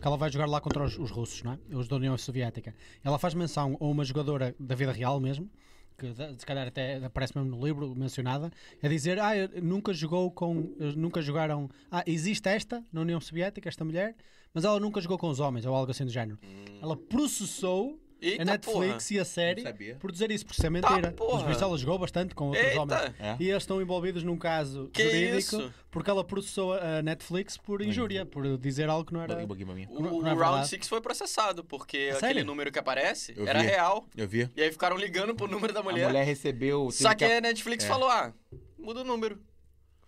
Speaker 2: que ela vai jogar lá contra os, os russos, não é? Os da União Soviética. Ela faz menção a uma jogadora da vida real mesmo, que da- se calhar até aparece mesmo no livro mencionada, a dizer: Ah, eu- nunca jogou com. eles Nunca jogaram. Ah, existe esta na União Soviética, esta mulher, mas ela nunca jogou com os homens, ou algo assim do género. Ela processou.
Speaker 3: Eita,
Speaker 2: a
Speaker 3: Tá,
Speaker 2: É Netflix e a série
Speaker 1: Não sabia.
Speaker 2: por dizer isso, por isso é mentira.
Speaker 3: porra.
Speaker 2: Mas visto, ela jogou bastante com outros
Speaker 3: Eita.
Speaker 2: homens.
Speaker 1: É.
Speaker 2: E eles estão envolvidos num caso
Speaker 3: Que
Speaker 2: jurídico
Speaker 3: isso?
Speaker 2: porque ela processou a Netflix por injúria, por dizer algo que não era.
Speaker 1: Um pouquinho pra mim.
Speaker 3: O,
Speaker 2: Não-
Speaker 3: o
Speaker 2: não é
Speaker 3: Round
Speaker 2: verdade.
Speaker 3: 6 foi processado, porque aquele
Speaker 2: sério?
Speaker 3: número que aparece
Speaker 1: Eu
Speaker 3: era
Speaker 1: vi.
Speaker 3: real.
Speaker 1: Eu vi.
Speaker 3: E aí ficaram ligando pro número da mulher.
Speaker 1: A mulher recebeu.
Speaker 3: Só
Speaker 1: teve
Speaker 3: que a Netflix
Speaker 1: É.
Speaker 3: falou, ah, muda o número.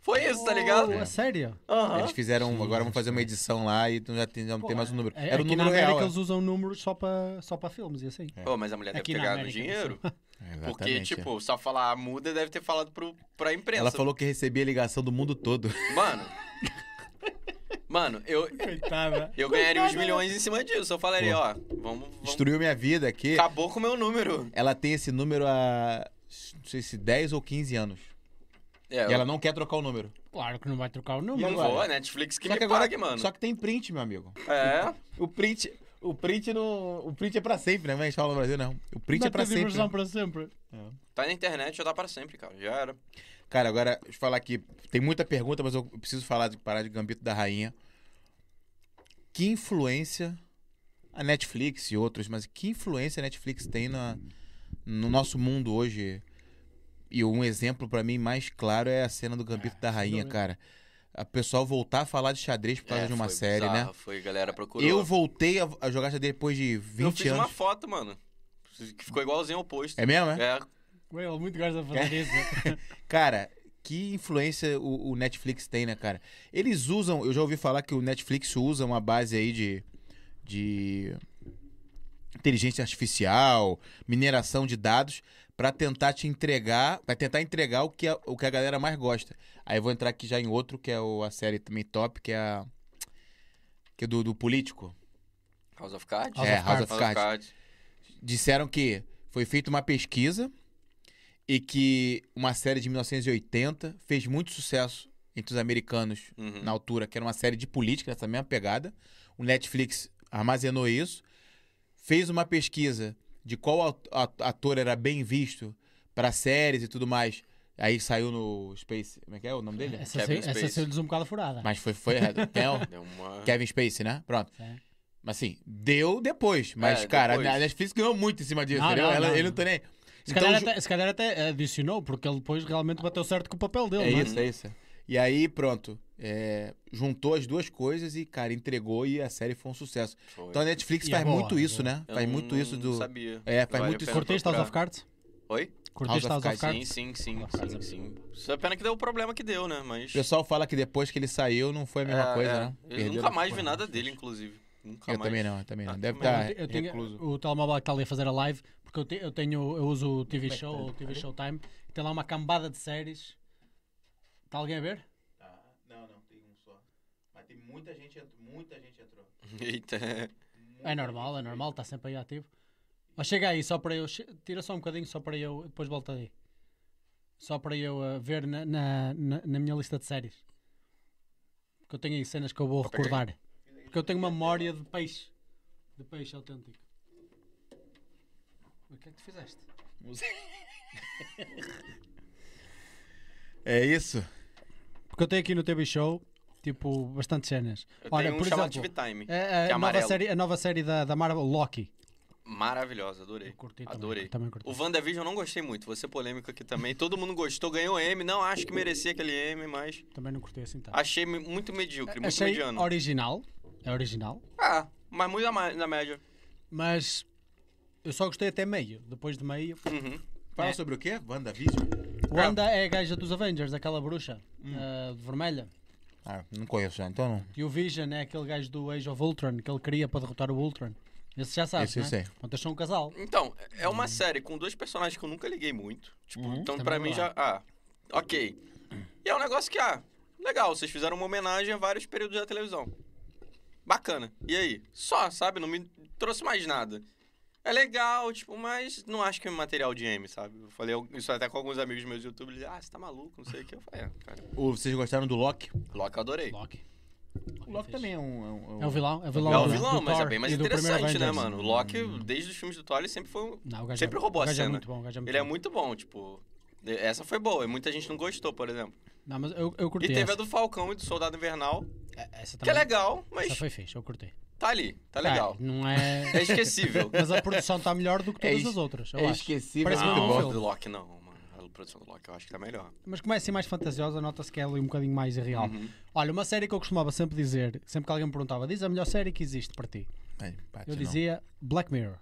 Speaker 3: Foi isso, tá ligado?
Speaker 2: Oh,
Speaker 1: é.
Speaker 2: a sério?
Speaker 3: Aham.
Speaker 1: Eles fizeram. agora vão fazer uma edição lá e tu já tem, já não tem mais o número.
Speaker 2: É,
Speaker 1: Era o
Speaker 2: aqui
Speaker 1: número
Speaker 2: na América
Speaker 1: real.
Speaker 2: eles usam números só para só para filmes e assim.
Speaker 3: Pô, mas a mulher deve
Speaker 2: Aqui
Speaker 3: ter
Speaker 2: na
Speaker 3: ganhado
Speaker 2: América,
Speaker 3: dinheiro.
Speaker 1: é.
Speaker 3: Porque,
Speaker 1: Exatamente, é.
Speaker 3: tipo, só falar ah, muda deve ter falado pro, pra imprensa.
Speaker 1: Ela falou que recebia ligação do mundo todo.
Speaker 3: Mano. Mano, eu,
Speaker 2: Coitada.
Speaker 3: eu ganharia
Speaker 2: né?
Speaker 3: uns milhões em cima disso. Eu falaria, ó, vamos. vamos
Speaker 1: Destruiu minha vida aqui.
Speaker 3: acabou com o meu número.
Speaker 1: Ela tem esse número há. Não sei se 10 ou 15 anos.
Speaker 3: É,
Speaker 1: E ela não quer trocar o número.
Speaker 2: Claro que não vai trocar
Speaker 1: E
Speaker 2: o
Speaker 3: não
Speaker 2: número.
Speaker 1: agora?
Speaker 3: vou, a Netflix que
Speaker 1: só
Speaker 3: me
Speaker 1: que agora.
Speaker 3: pague, mano.
Speaker 1: Só que tem print, meu amigo.
Speaker 3: É.
Speaker 1: O print. O print não. O print é pra sempre, né? Mas a gente fala no Brasil, não. O print
Speaker 2: Dá
Speaker 1: é pra
Speaker 2: ter
Speaker 1: sempre.
Speaker 2: diversão
Speaker 1: né?
Speaker 2: para sempre.
Speaker 3: Tá na internet, já dá pra sempre, cara. Já era.
Speaker 1: Cara, agora, deixa eu falar aqui. Tem muita pergunta, mas eu preciso falar de parar de Gambito da Rainha. Que influência a Netflix e outros, mas que influência a Netflix tem na, no nosso mundo hoje? E um exemplo pra mim mais claro é a cena do Gambito da Rainha,
Speaker 2: dúvida.
Speaker 1: cara. A pessoal voltar a falar de xadrez por causa
Speaker 3: É,
Speaker 1: de uma
Speaker 3: foi
Speaker 1: série,
Speaker 3: bizarro,
Speaker 1: né?
Speaker 3: Foi, galera procurou.
Speaker 1: Eu voltei a, a jogar xadrez depois de 20
Speaker 3: Eu fiz
Speaker 1: anos.
Speaker 3: uma foto, mano. Que ficou igualzinho ao posto.
Speaker 1: É mesmo, é?
Speaker 2: Ué, muito gosta de fazer isso.
Speaker 1: Cara, que influência o, o Netflix tem, né, cara? Eles usam, eu já ouvi falar que o Netflix usa uma base aí de. de inteligência artificial, mineração de dados, pra tentar te entregar, pra tentar entregar o que a, o que a galera mais gosta. Aí eu vou entrar aqui já em outro, que é o- a série também top, que é a. que é do, do político.
Speaker 3: House of Cards?
Speaker 2: House
Speaker 1: é,
Speaker 2: of
Speaker 1: House
Speaker 2: Cards.
Speaker 1: of Cards disseram que foi feita uma pesquisa e que uma série de 1980 fez muito sucesso entre os americanos
Speaker 3: Uhum.
Speaker 1: na altura, que era uma série de política nessa mesma pegada. O Netflix armazenou isso, fez uma pesquisa de qual at- at- ator era bem visto para séries e tudo mais. Aí saiu no Space, como é que é o nome dele?
Speaker 2: Essa
Speaker 3: Kevin
Speaker 2: saiu- essa
Speaker 3: Spacey.
Speaker 2: saiu-lhes um bocado furada.
Speaker 1: Mas foi foi errado. Quem é o-
Speaker 3: Deu uma...
Speaker 1: Kevin Space, né? Pronto.
Speaker 2: É.
Speaker 1: Mas assim, deu depois. Mas,
Speaker 3: É,
Speaker 1: cara,
Speaker 3: depois.
Speaker 1: a Netflix ganhou muito em cima disso,
Speaker 2: Não,
Speaker 1: entendeu?
Speaker 2: não,
Speaker 1: Ela-
Speaker 2: não.
Speaker 1: Ele não tem nem.
Speaker 2: Se,
Speaker 1: Então,
Speaker 2: calhar
Speaker 1: ju-
Speaker 2: até, se calhar até adicionou, porque ele depois realmente bateu certo com o papel dele.
Speaker 1: É
Speaker 3: né?
Speaker 2: não
Speaker 1: isso, é isso. E aí, pronto. é, juntou as duas coisas e, cara, entregou e a série foi um sucesso.
Speaker 3: Foi.
Speaker 1: Então a Netflix
Speaker 2: E é
Speaker 1: faz
Speaker 2: boa,
Speaker 1: muito
Speaker 2: é
Speaker 1: isso,
Speaker 2: boa.
Speaker 1: né?
Speaker 3: Eu
Speaker 1: faz
Speaker 3: não-
Speaker 1: muito isso do.
Speaker 3: Não sabia.
Speaker 1: É, faz
Speaker 3: Vale
Speaker 1: muito isso.
Speaker 3: a pena
Speaker 2: Curtiste House of
Speaker 3: procurar.
Speaker 2: Cards?
Speaker 3: Oi?
Speaker 1: House
Speaker 2: Curtiste
Speaker 1: of
Speaker 2: House of
Speaker 1: Cards,
Speaker 2: Cards?
Speaker 3: Sim, sim, sim,
Speaker 2: House of
Speaker 3: sim,
Speaker 2: Cards.
Speaker 3: sim. Só é pena que deu o problema que deu, né? Mas...
Speaker 1: O pessoal fala que depois que ele saiu não foi a mesma
Speaker 3: É,
Speaker 1: coisa,
Speaker 3: é.
Speaker 1: né?
Speaker 3: Eu
Speaker 1: Perdeu
Speaker 3: nunca
Speaker 1: da
Speaker 3: mais
Speaker 1: porra.
Speaker 3: vi nada dele, inclusive. Nunca
Speaker 1: Eu
Speaker 3: mais.
Speaker 1: também não, eu também não.
Speaker 3: Ah,
Speaker 1: Deve
Speaker 3: também
Speaker 1: estar
Speaker 2: Eu te- eu tenho-
Speaker 1: recluso.
Speaker 2: o telemóvel que está ali a fazer a live, porque eu, te- eu tenho, eu uso o TV Show, o TV Showtime, e tem lá uma cambada de séries. Está alguém a ver?
Speaker 3: Tá.
Speaker 1: Não, não, tem um só. Mas tem muita gente, muita gente entrou.
Speaker 3: Eita.
Speaker 2: É normal, é normal, está sempre aí ativo. Mas chega aí, só para eu. che- Tira só um bocadinho, só para eu. Depois volta aí. Só para eu eh, ver na, na, na- na minha lista de séries. Porque eu tenho aí cenas que eu vou recordar. Porque eu tenho uma memória de peixe. De peixe autêntico. O que é que tu fizeste?
Speaker 1: É isso?
Speaker 2: Porque eu tenho aqui no TV Show, tipo, bastante cenas.
Speaker 3: Eu
Speaker 2: Olha,
Speaker 3: tenho um
Speaker 2: por
Speaker 3: chamado
Speaker 2: exemplo,
Speaker 3: TV Time.
Speaker 2: a- a,
Speaker 3: que é
Speaker 2: nova
Speaker 3: amarelo.
Speaker 2: série, a nova série da, da Marvel, Loki.
Speaker 3: Maravilhosa, adorei.
Speaker 2: Eu curti também,
Speaker 3: adorei.
Speaker 2: também curti.
Speaker 3: O WandaVision eu não gostei muito, vou ser polêmico aqui também. Todo mundo gostou, ganhou M, não acho que merecia aquele M, mas
Speaker 2: Também não curti assim tanto.
Speaker 3: achei me- muito medíocre, muito
Speaker 2: É, Achei
Speaker 3: mediano.
Speaker 2: original, é original,
Speaker 3: Ah, mas muito ama- na média.
Speaker 2: mas eu só gostei até meio. Depois de meio...
Speaker 3: Uhum.
Speaker 1: Fala sobre o quê? WandaVision?
Speaker 2: Wanda é a gaja dos Avengers, aquela bruxa
Speaker 3: Hum.
Speaker 2: ah, de vermelha.
Speaker 1: Ah, não conheço já, então não.
Speaker 2: E o Vision é aquele gajo do Age of Ultron, que ele queria para derrotar o Ultron. Esse já sabes,
Speaker 1: Esse eu
Speaker 2: né?
Speaker 1: sei.
Speaker 2: Portanto, eles são um casal.
Speaker 3: Então, é uma série com dois personagens que eu nunca liguei muito. Tipo, então
Speaker 2: Também
Speaker 3: pra
Speaker 2: não
Speaker 3: mim
Speaker 2: é.
Speaker 3: já. Ah, ok. E é um negócio que, ah, legal, vocês fizeram uma homenagem a vários períodos da televisão. Bacana. E aí? Só, sabe? Não me trouxe mais nada. É legal, tipo, mas não acho que é material de M, sabe? Eu falei isso até com alguns amigos meus do YouTube. eles, Ah, você tá maluco, não sei o que. Eu falei, é, cara.
Speaker 1: Ou vocês gostaram do Loki?
Speaker 3: Loki eu adorei.
Speaker 2: Loki.
Speaker 1: O Loki também é um. É, um-
Speaker 2: É o vilão, é o vilão.
Speaker 3: É um
Speaker 2: do-
Speaker 3: vilão,
Speaker 2: do
Speaker 3: mas é
Speaker 2: Thor
Speaker 3: bem mais
Speaker 2: e do primeiro
Speaker 3: interessante, né,
Speaker 2: Avengers.
Speaker 3: mano? O Loki,
Speaker 2: Uhum.
Speaker 3: desde os filmes do Thor, ele sempre foi um.
Speaker 2: Não, o gajo
Speaker 3: Sempre
Speaker 2: é,
Speaker 3: roubou
Speaker 2: o
Speaker 3: a
Speaker 2: gajo é
Speaker 3: cena.
Speaker 2: muito bom, o gajo é muito
Speaker 3: Ele é
Speaker 2: bom.
Speaker 3: muito bom, tipo. Essa foi boa, e muita gente não gostou, por exemplo.
Speaker 2: Não, mas eu, eu
Speaker 3: E
Speaker 2: curti
Speaker 3: teve
Speaker 2: essa.
Speaker 3: a do Falcão e do Soldado Invernal,
Speaker 2: É- Essa
Speaker 3: que é
Speaker 2: também.
Speaker 3: legal,
Speaker 2: Essa
Speaker 3: mas
Speaker 2: foi fixe, eu curti.
Speaker 3: tá ali, tá legal.
Speaker 2: Ah, não é...
Speaker 3: É esquecível.
Speaker 2: mas a produção está melhor do que todas
Speaker 1: É
Speaker 2: as outras, eu
Speaker 1: é
Speaker 2: acho.
Speaker 1: esquecível.
Speaker 2: Parece
Speaker 1: muito
Speaker 2: mesmo um
Speaker 1: bom.
Speaker 3: não,
Speaker 2: filme.
Speaker 3: Ah, do Loki não, mano. A produção do Loki eu acho que tá melhor.
Speaker 2: Mas como é assim mais fantasiosa, nota-se que é ali um bocadinho mais irreal.
Speaker 3: Uhum.
Speaker 2: Olha, uma série que eu costumava sempre dizer, sempre que alguém me perguntava, diz a melhor série que existe para ti.
Speaker 1: Ai, empate,
Speaker 2: Eu
Speaker 1: não.
Speaker 2: dizia Black Mirror.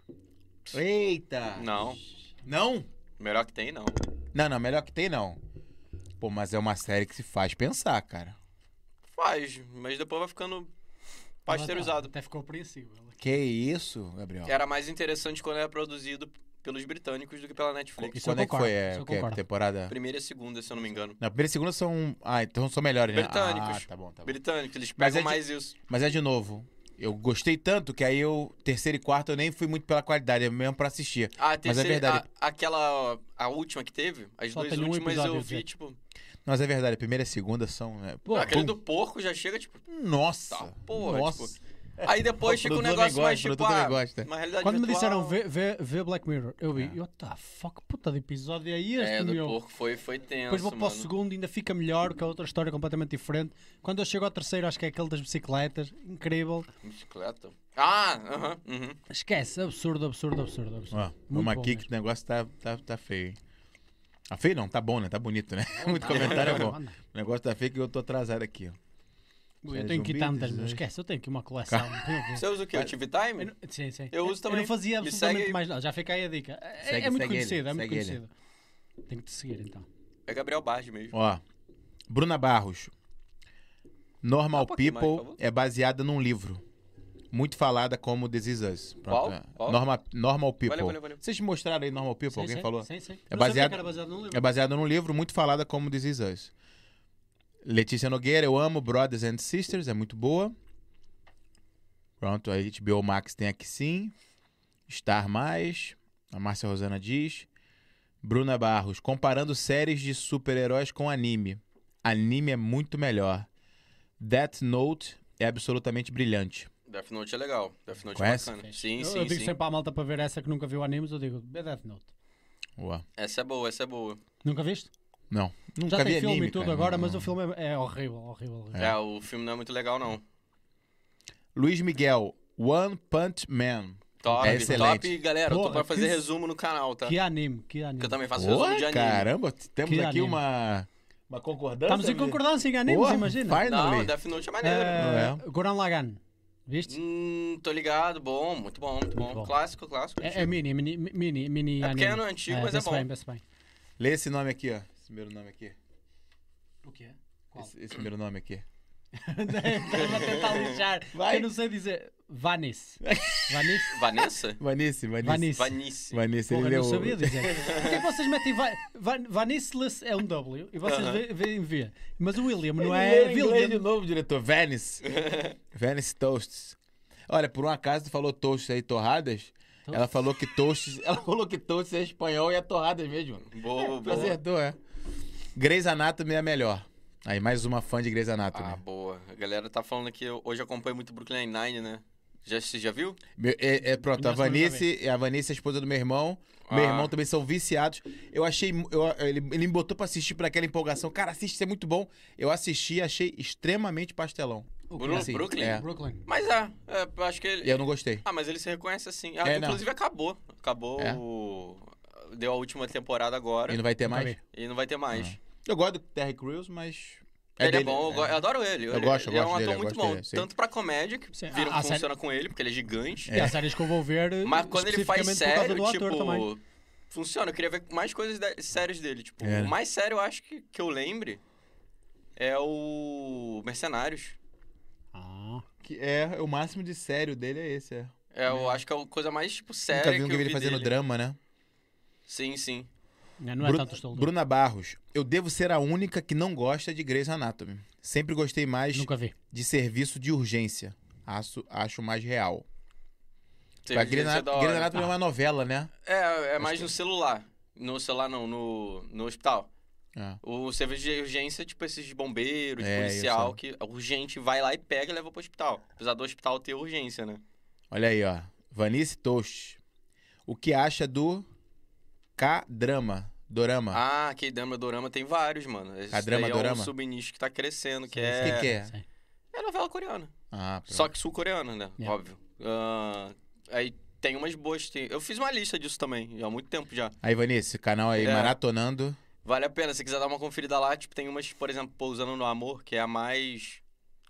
Speaker 1: Eita!
Speaker 2: Ah.
Speaker 3: Não,
Speaker 1: Não?
Speaker 3: melhor que tem não.
Speaker 1: Não, não, melhor que tem não. Pô, mas é uma série que se faz pensar, cara.
Speaker 3: Faz, mas depois vai ficando
Speaker 2: Ah,
Speaker 3: pasteurizado.
Speaker 2: Até ficou apreensível.
Speaker 1: Que isso, Gabriel?
Speaker 3: Era mais interessante quando era produzido pelos britânicos do que pela Netflix.
Speaker 2: Isso
Speaker 1: Quando
Speaker 2: eu
Speaker 1: é que foi?
Speaker 2: concordo,
Speaker 1: É,
Speaker 2: isso eu
Speaker 1: o quê?
Speaker 2: concordo.
Speaker 1: temporada?
Speaker 3: Primeira e segunda, se eu não me
Speaker 2: Tá
Speaker 3: engano.
Speaker 1: Na primeira e segunda são. Ah, então são melhores, né?
Speaker 3: Britânicos.
Speaker 1: Ah, tá bom, tá bom.
Speaker 3: Britânicos, eles
Speaker 1: Mas
Speaker 3: pegam
Speaker 1: é de-
Speaker 3: mais isso.
Speaker 1: Mas é de novo. Eu gostei tanto que aí eu, terceiro e quarto, eu nem fui muito pela qualidade, é mesmo pra assistir.
Speaker 3: Ah, a terceira,
Speaker 1: verdade.
Speaker 3: a- aquela, a última que teve, as
Speaker 2: Só
Speaker 3: duas
Speaker 2: tem um
Speaker 3: últimas eu
Speaker 2: episódio,
Speaker 3: vi,
Speaker 2: Zé.
Speaker 3: tipo,
Speaker 1: Mas é verdade, a primeira e a segunda são. né? Pô,
Speaker 3: aquele
Speaker 1: pum.
Speaker 3: do porco já chega, tipo,
Speaker 1: Nossa!
Speaker 3: Tá, porra,
Speaker 1: nossa.
Speaker 3: Aí depois fica um
Speaker 1: Produtor
Speaker 3: negócio
Speaker 1: nem
Speaker 3: mais
Speaker 1: gosta,
Speaker 3: tipo.
Speaker 1: produtor nem
Speaker 3: ah,
Speaker 1: gosta.
Speaker 3: Uma realidade
Speaker 2: Quando me
Speaker 3: virtual.
Speaker 2: disseram vê, vê, vê Black Mirror, eu vi,
Speaker 1: É.
Speaker 2: what the fuck, puta de episódio é este,
Speaker 3: É, do
Speaker 2: meu?
Speaker 3: porco foi, foi tenso.
Speaker 2: Depois vou para o
Speaker 3: mano.
Speaker 2: segundo, ainda fica melhor, que é outra história completamente diferente. Quando eu chego ao terceiro, acho que é aquele das bicicletas, incrível.
Speaker 3: Bicicleta. Ah, aham. uhum.
Speaker 2: Esquece, absurdo, absurdo, absurdo. absurdo.
Speaker 1: Ó,
Speaker 2: Muito
Speaker 1: Ah, vamos
Speaker 2: bom
Speaker 1: aqui
Speaker 2: mesmo.
Speaker 1: que o negócio tá, tá, tá feio. hein? Ah, feio não, tá bom, né? Tá bonito, né? Muito comentário é bom.
Speaker 2: Manda.
Speaker 1: O negócio tá feio que eu tô atrasado aqui, ó.
Speaker 2: Eu tenho que ir
Speaker 1: Zumbi,
Speaker 2: tantas, meu,
Speaker 1: desejo.
Speaker 2: esquece, eu tenho que ir uma coleção. meu Deus.
Speaker 3: Você usa o quê? O TV
Speaker 2: É.
Speaker 3: Time?
Speaker 2: Eu não- Sim, sim.
Speaker 3: Eu uso
Speaker 2: Eu
Speaker 3: também.
Speaker 2: não fazia
Speaker 3: Me
Speaker 2: absolutamente
Speaker 3: segue-
Speaker 2: mais nada. Já fica aí a dica. É,
Speaker 1: Segue-
Speaker 2: é muito
Speaker 1: segue ele,
Speaker 2: conhecido, é muito
Speaker 1: segue ele.
Speaker 2: conhecido. Tenho que te seguir então.
Speaker 3: É Gabriel Bardi mesmo.
Speaker 1: Ó, Bruna Barros.
Speaker 3: Dá
Speaker 1: Normal
Speaker 3: um pouquinho mais, por
Speaker 1: People
Speaker 3: favor.
Speaker 1: é baseada num livro. Muito falada como This Is Us.
Speaker 3: Qual?
Speaker 1: é.
Speaker 3: Qual?
Speaker 1: Norma- Normal People.
Speaker 3: valeu, valeu.
Speaker 1: Vocês mostraram aí Normal People?
Speaker 2: Sim,
Speaker 1: Alguém
Speaker 2: sim,
Speaker 1: falou?
Speaker 2: Sim, sim.
Speaker 1: É
Speaker 2: É
Speaker 1: baseado-
Speaker 2: baseado... era baseado num livro.
Speaker 1: É baseado num livro muito falada como This Is Us. Letícia Nogueira, eu amo Brothers and Sisters, é muito boa. Pronto, a HBO Max tem aqui sim. Star Mais, a Márcia Rosana diz. Bruna Barros, comparando séries de super-heróis com anime. Anime é muito melhor. Death Note é absolutamente brilhante.
Speaker 3: Death Note é legal. Death Note
Speaker 1: Conhece?
Speaker 3: é bacana. Sim,
Speaker 2: eu,
Speaker 3: sim,
Speaker 2: eu digo
Speaker 3: sim.
Speaker 2: sempre à malta para ver essa que nunca viu animes, eu digo, é Death Note.
Speaker 1: Ué.
Speaker 3: Essa é boa, essa é boa.
Speaker 2: Nunca viste?
Speaker 1: Não, nunca vi
Speaker 2: Já tem filme
Speaker 1: anime,
Speaker 2: e tudo
Speaker 1: cara,
Speaker 2: agora,
Speaker 1: não-
Speaker 2: mas o filme é, é horrível, horrível, horrível.
Speaker 3: É. o filme não é muito legal, não.
Speaker 1: Luiz Miguel, One Punch Man.
Speaker 3: Top,
Speaker 1: É excelente.
Speaker 3: top, galera. eu tô
Speaker 2: Porra,
Speaker 3: pra fazer
Speaker 2: que-
Speaker 3: resumo no canal, tá?
Speaker 2: Que anime, que anime.
Speaker 3: Porque eu também faço
Speaker 1: Porra,
Speaker 3: resumo de anime.
Speaker 1: caramba, temos
Speaker 2: Que
Speaker 1: aqui
Speaker 2: anime.
Speaker 1: uma, uma concordância.
Speaker 2: Estamos em
Speaker 1: amigo.
Speaker 2: concordância em animes,
Speaker 1: Porra,
Speaker 2: imagina.
Speaker 1: Finally.
Speaker 3: Não, Death Note é maneiro.
Speaker 2: É, Gurren Lagann, viste?
Speaker 3: Hum, tô ligado, bom, muito bom, muito bom.
Speaker 2: bom.
Speaker 3: Clássico, clássico.
Speaker 2: É, é mini, mini, mini, mini
Speaker 3: É
Speaker 2: anime.
Speaker 3: pequeno, antigo, mas é
Speaker 2: vê-se
Speaker 3: bom.
Speaker 2: Bem, vê-se bem.
Speaker 1: Lê esse nome aqui, ó. Esse primeiro nome aqui.
Speaker 2: O quê? Qual?
Speaker 1: Esse, esse primeiro nome aqui.
Speaker 2: Estava a tentar lixar.
Speaker 1: Vai.
Speaker 2: Eu não sei dizer. Vanis. Vanis?
Speaker 3: Vanessa?
Speaker 1: Vanice, Vanice.
Speaker 2: Vanis.
Speaker 3: Vanice.
Speaker 1: Vanice, ele é
Speaker 2: Porra,
Speaker 1: leu.
Speaker 2: não sabia dizer. Por que vocês metem va Van Vanissless é um W e vocês
Speaker 3: Aham.
Speaker 2: vê- veem V? Mas o William
Speaker 1: Ele
Speaker 2: não é
Speaker 1: leu em inglês de
Speaker 2: William.
Speaker 1: novo, diretor. Venice. Venice Toasts. Olha, por um acaso tu falou toasts aí, torradas. Ela falou que toasts. Ela falou que toasts é espanhol e é torradas mesmo.
Speaker 3: Boa,
Speaker 1: Tu
Speaker 3: boa.
Speaker 1: acertou, é. Grey's Anatomy é a melhor. Aí, mais uma fã de Grey's Anatomy.
Speaker 3: Ah, boa. A galera tá falando que eu- hoje acompanho muito Brooklyn Nine-Nine, né? Já, você já viu?
Speaker 1: Meu- é, é, pronto, a
Speaker 2: Minha sogra
Speaker 1: Vanice, a Vanice é a esposa do meu irmão. Meu
Speaker 3: Ah.
Speaker 1: irmão também são viciados. Eu achei. eu- ele, ele me botou pra assistir por aquela empolgação. Cara, assiste, isso é muito bom. Eu assisti e achei extremamente pastelão.
Speaker 3: Bru-
Speaker 1: assim,
Speaker 3: Brooklyn?
Speaker 1: é.
Speaker 2: Brooklyn.
Speaker 3: Mas é, é, eu acho que ele...
Speaker 1: E eu não gostei.
Speaker 3: Ah, mas ele se reconhece assim. Ah,
Speaker 1: É, não.
Speaker 3: inclusive acabou. Acabou
Speaker 1: É.
Speaker 3: o... Deu a última temporada agora
Speaker 1: E
Speaker 3: e
Speaker 1: não vai ter
Speaker 2: Nunca
Speaker 1: mais.
Speaker 2: vi.
Speaker 3: não, vai ter mais.
Speaker 1: Eu gosto do Terry Crews, mas.
Speaker 3: ele
Speaker 1: dele,
Speaker 3: é bom, eu, go- eu adoro ele.
Speaker 1: Eu
Speaker 3: ele,
Speaker 1: gosto, eu
Speaker 3: ele é um
Speaker 1: gosto
Speaker 3: ator
Speaker 1: dele, eu
Speaker 3: muito
Speaker 1: gosto
Speaker 3: bom.
Speaker 1: dele, sim.
Speaker 3: tanto pra comédia, que
Speaker 2: Sim,
Speaker 3: viram
Speaker 2: a- a
Speaker 3: que
Speaker 2: série-
Speaker 3: funciona com ele, porque ele é gigante.
Speaker 2: E há séries que eu vou ver. eh,
Speaker 3: Mas quando ele faz
Speaker 2: especificamente
Speaker 3: sério,
Speaker 2: por causa do
Speaker 3: tipo.
Speaker 2: ator também.
Speaker 3: Funciona, eu queria ver mais coisas da- sérias dele. Tipo,
Speaker 1: É.
Speaker 3: o mais sério eu acho que, que eu lembre é o. Mercenários.
Speaker 2: Ah,
Speaker 1: Que é, o máximo de sério dele é esse. É.
Speaker 3: É, eu acho que é a coisa mais, tipo,
Speaker 1: Nunca
Speaker 3: séria.
Speaker 1: vi um
Speaker 3: que
Speaker 1: que
Speaker 3: eu
Speaker 1: vi ele
Speaker 3: vi
Speaker 1: fazendo
Speaker 3: dele.
Speaker 1: drama, né?
Speaker 3: Sim, sim.
Speaker 2: não não é
Speaker 1: Bru-
Speaker 2: tanto estolo.
Speaker 1: Bruna Barros. Eu devo ser a única que não gosta de Grey's Anatomy. Sempre gostei mais
Speaker 2: Nunca vi.
Speaker 1: de serviço de urgência. Acho, acho mais real.
Speaker 3: Teve
Speaker 1: a
Speaker 3: gente que é
Speaker 1: Grey's
Speaker 3: da hora.
Speaker 1: Grey's Anatomy é uma novela, né?
Speaker 3: É, é mais no celular. No celular não, no, no hospital.
Speaker 1: É.
Speaker 3: O serviço de urgência, tipo, esses de bombeiro, de
Speaker 1: É, eu
Speaker 3: policial, que é urgente vai lá e pega e leva pro hospital. Apesar do hospital ter urgência, né?
Speaker 1: Olha aí, ó. Vanice Toast. O que acha do K-drama? Dorama.
Speaker 3: Ah, que drama dorama tem vários, mano. Esse
Speaker 1: K-drama,
Speaker 3: daí é
Speaker 1: dorama?
Speaker 3: um subnicho que tá crescendo, que
Speaker 2: Sim,
Speaker 1: O
Speaker 3: é...
Speaker 1: que, que é? É.
Speaker 2: Sim.
Speaker 3: É novela coreana.
Speaker 1: Ah, pronto.
Speaker 3: Só que sul-coreana, né?
Speaker 2: Yeah.
Speaker 3: Óbvio. Ah, aí tem umas boas. tem- Eu fiz uma lista disso também, há muito tempo já.
Speaker 1: Aí, Vanice, canal aí,
Speaker 3: É.
Speaker 1: maratonando.
Speaker 3: Vale a pena, se quiser dar uma conferida lá, tipo, tem umas, por exemplo, Pousando no Amor, que é a mais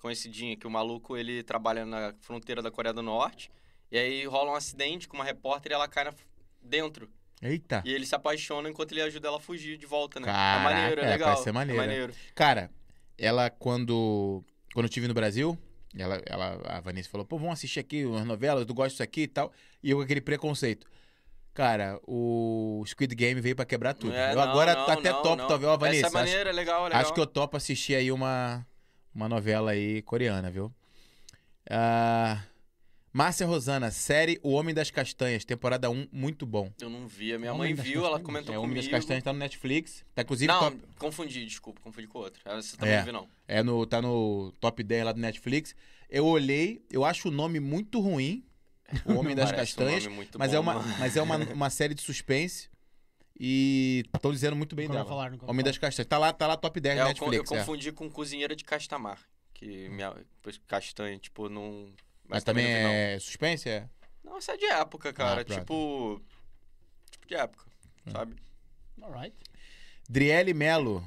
Speaker 3: conhecidinha, que o maluco, ele trabalha na fronteira da Coreia do Norte, e aí rola um acidente com uma repórter e ela cai na- dentro.
Speaker 1: Eita.
Speaker 3: E ele se apaixona enquanto ele ajuda ela a fugir de volta, né?
Speaker 1: Caraca,
Speaker 3: é maneiro, é
Speaker 1: é,
Speaker 3: legal.
Speaker 1: parece ser maneiro.
Speaker 3: É maneiro.
Speaker 1: Cara, ela quando. Quando eu estive no Brasil, ela, ela, a Vanessa falou, pô, vamos assistir aqui umas novelas, tu gosta disso aqui e tal. E eu com aquele preconceito. Cara, o Squid Game veio pra quebrar tudo.
Speaker 3: É,
Speaker 1: eu
Speaker 3: não,
Speaker 1: agora
Speaker 3: não,
Speaker 1: até
Speaker 3: não,
Speaker 1: topo,
Speaker 3: não.
Speaker 1: talvez. Ó, Vanessa,
Speaker 3: Essa é
Speaker 1: acho-
Speaker 3: maneira, é legal, é legal.
Speaker 1: Acho que eu topo assistir aí uma, uma novela aí coreana, viu? Ah, Márcia Rosana, série O Homem das Castanhas, temporada 1, muito bom.
Speaker 3: Eu não via. Minha
Speaker 2: Homem
Speaker 3: mãe
Speaker 2: das
Speaker 3: viu, ela
Speaker 2: Castanhas.
Speaker 3: comentou
Speaker 1: É, o Homem
Speaker 3: comigo.
Speaker 1: das Castanhas tá no Netflix. Tá inclusive
Speaker 3: Não,
Speaker 1: top-
Speaker 3: confundi, desculpa, confundi com outra. Você também
Speaker 1: É.
Speaker 3: não viu, não.
Speaker 1: é no, tá no top 10 lá do Netflix. Eu olhei, eu acho o nome muito ruim. O Homem das
Speaker 3: Parece um
Speaker 1: Castanhas.
Speaker 3: nome muito
Speaker 1: mas,
Speaker 3: bom,
Speaker 1: é uma,
Speaker 3: mano.
Speaker 1: mas é uma, uma série de suspense. E estão dizendo muito bem
Speaker 2: Nunca ouvi
Speaker 1: dela.
Speaker 2: falar, nunca ouvi
Speaker 1: Homem
Speaker 2: falar.
Speaker 1: das Castanhas. Tá lá, tá lá top 10
Speaker 3: É,
Speaker 1: do
Speaker 3: eu, con- eu
Speaker 1: Netflix. é.
Speaker 3: confundi com Cozinheira de Castamar. Que minha. Pois, castanha, tipo, não.
Speaker 1: Mas também
Speaker 3: não vi, não.
Speaker 1: é suspense? É.
Speaker 3: Não, isso é de época, cara.
Speaker 1: Ah, pronto.
Speaker 3: tipo. Tipo de época. Sabe?
Speaker 2: Alright.
Speaker 1: Driele Melo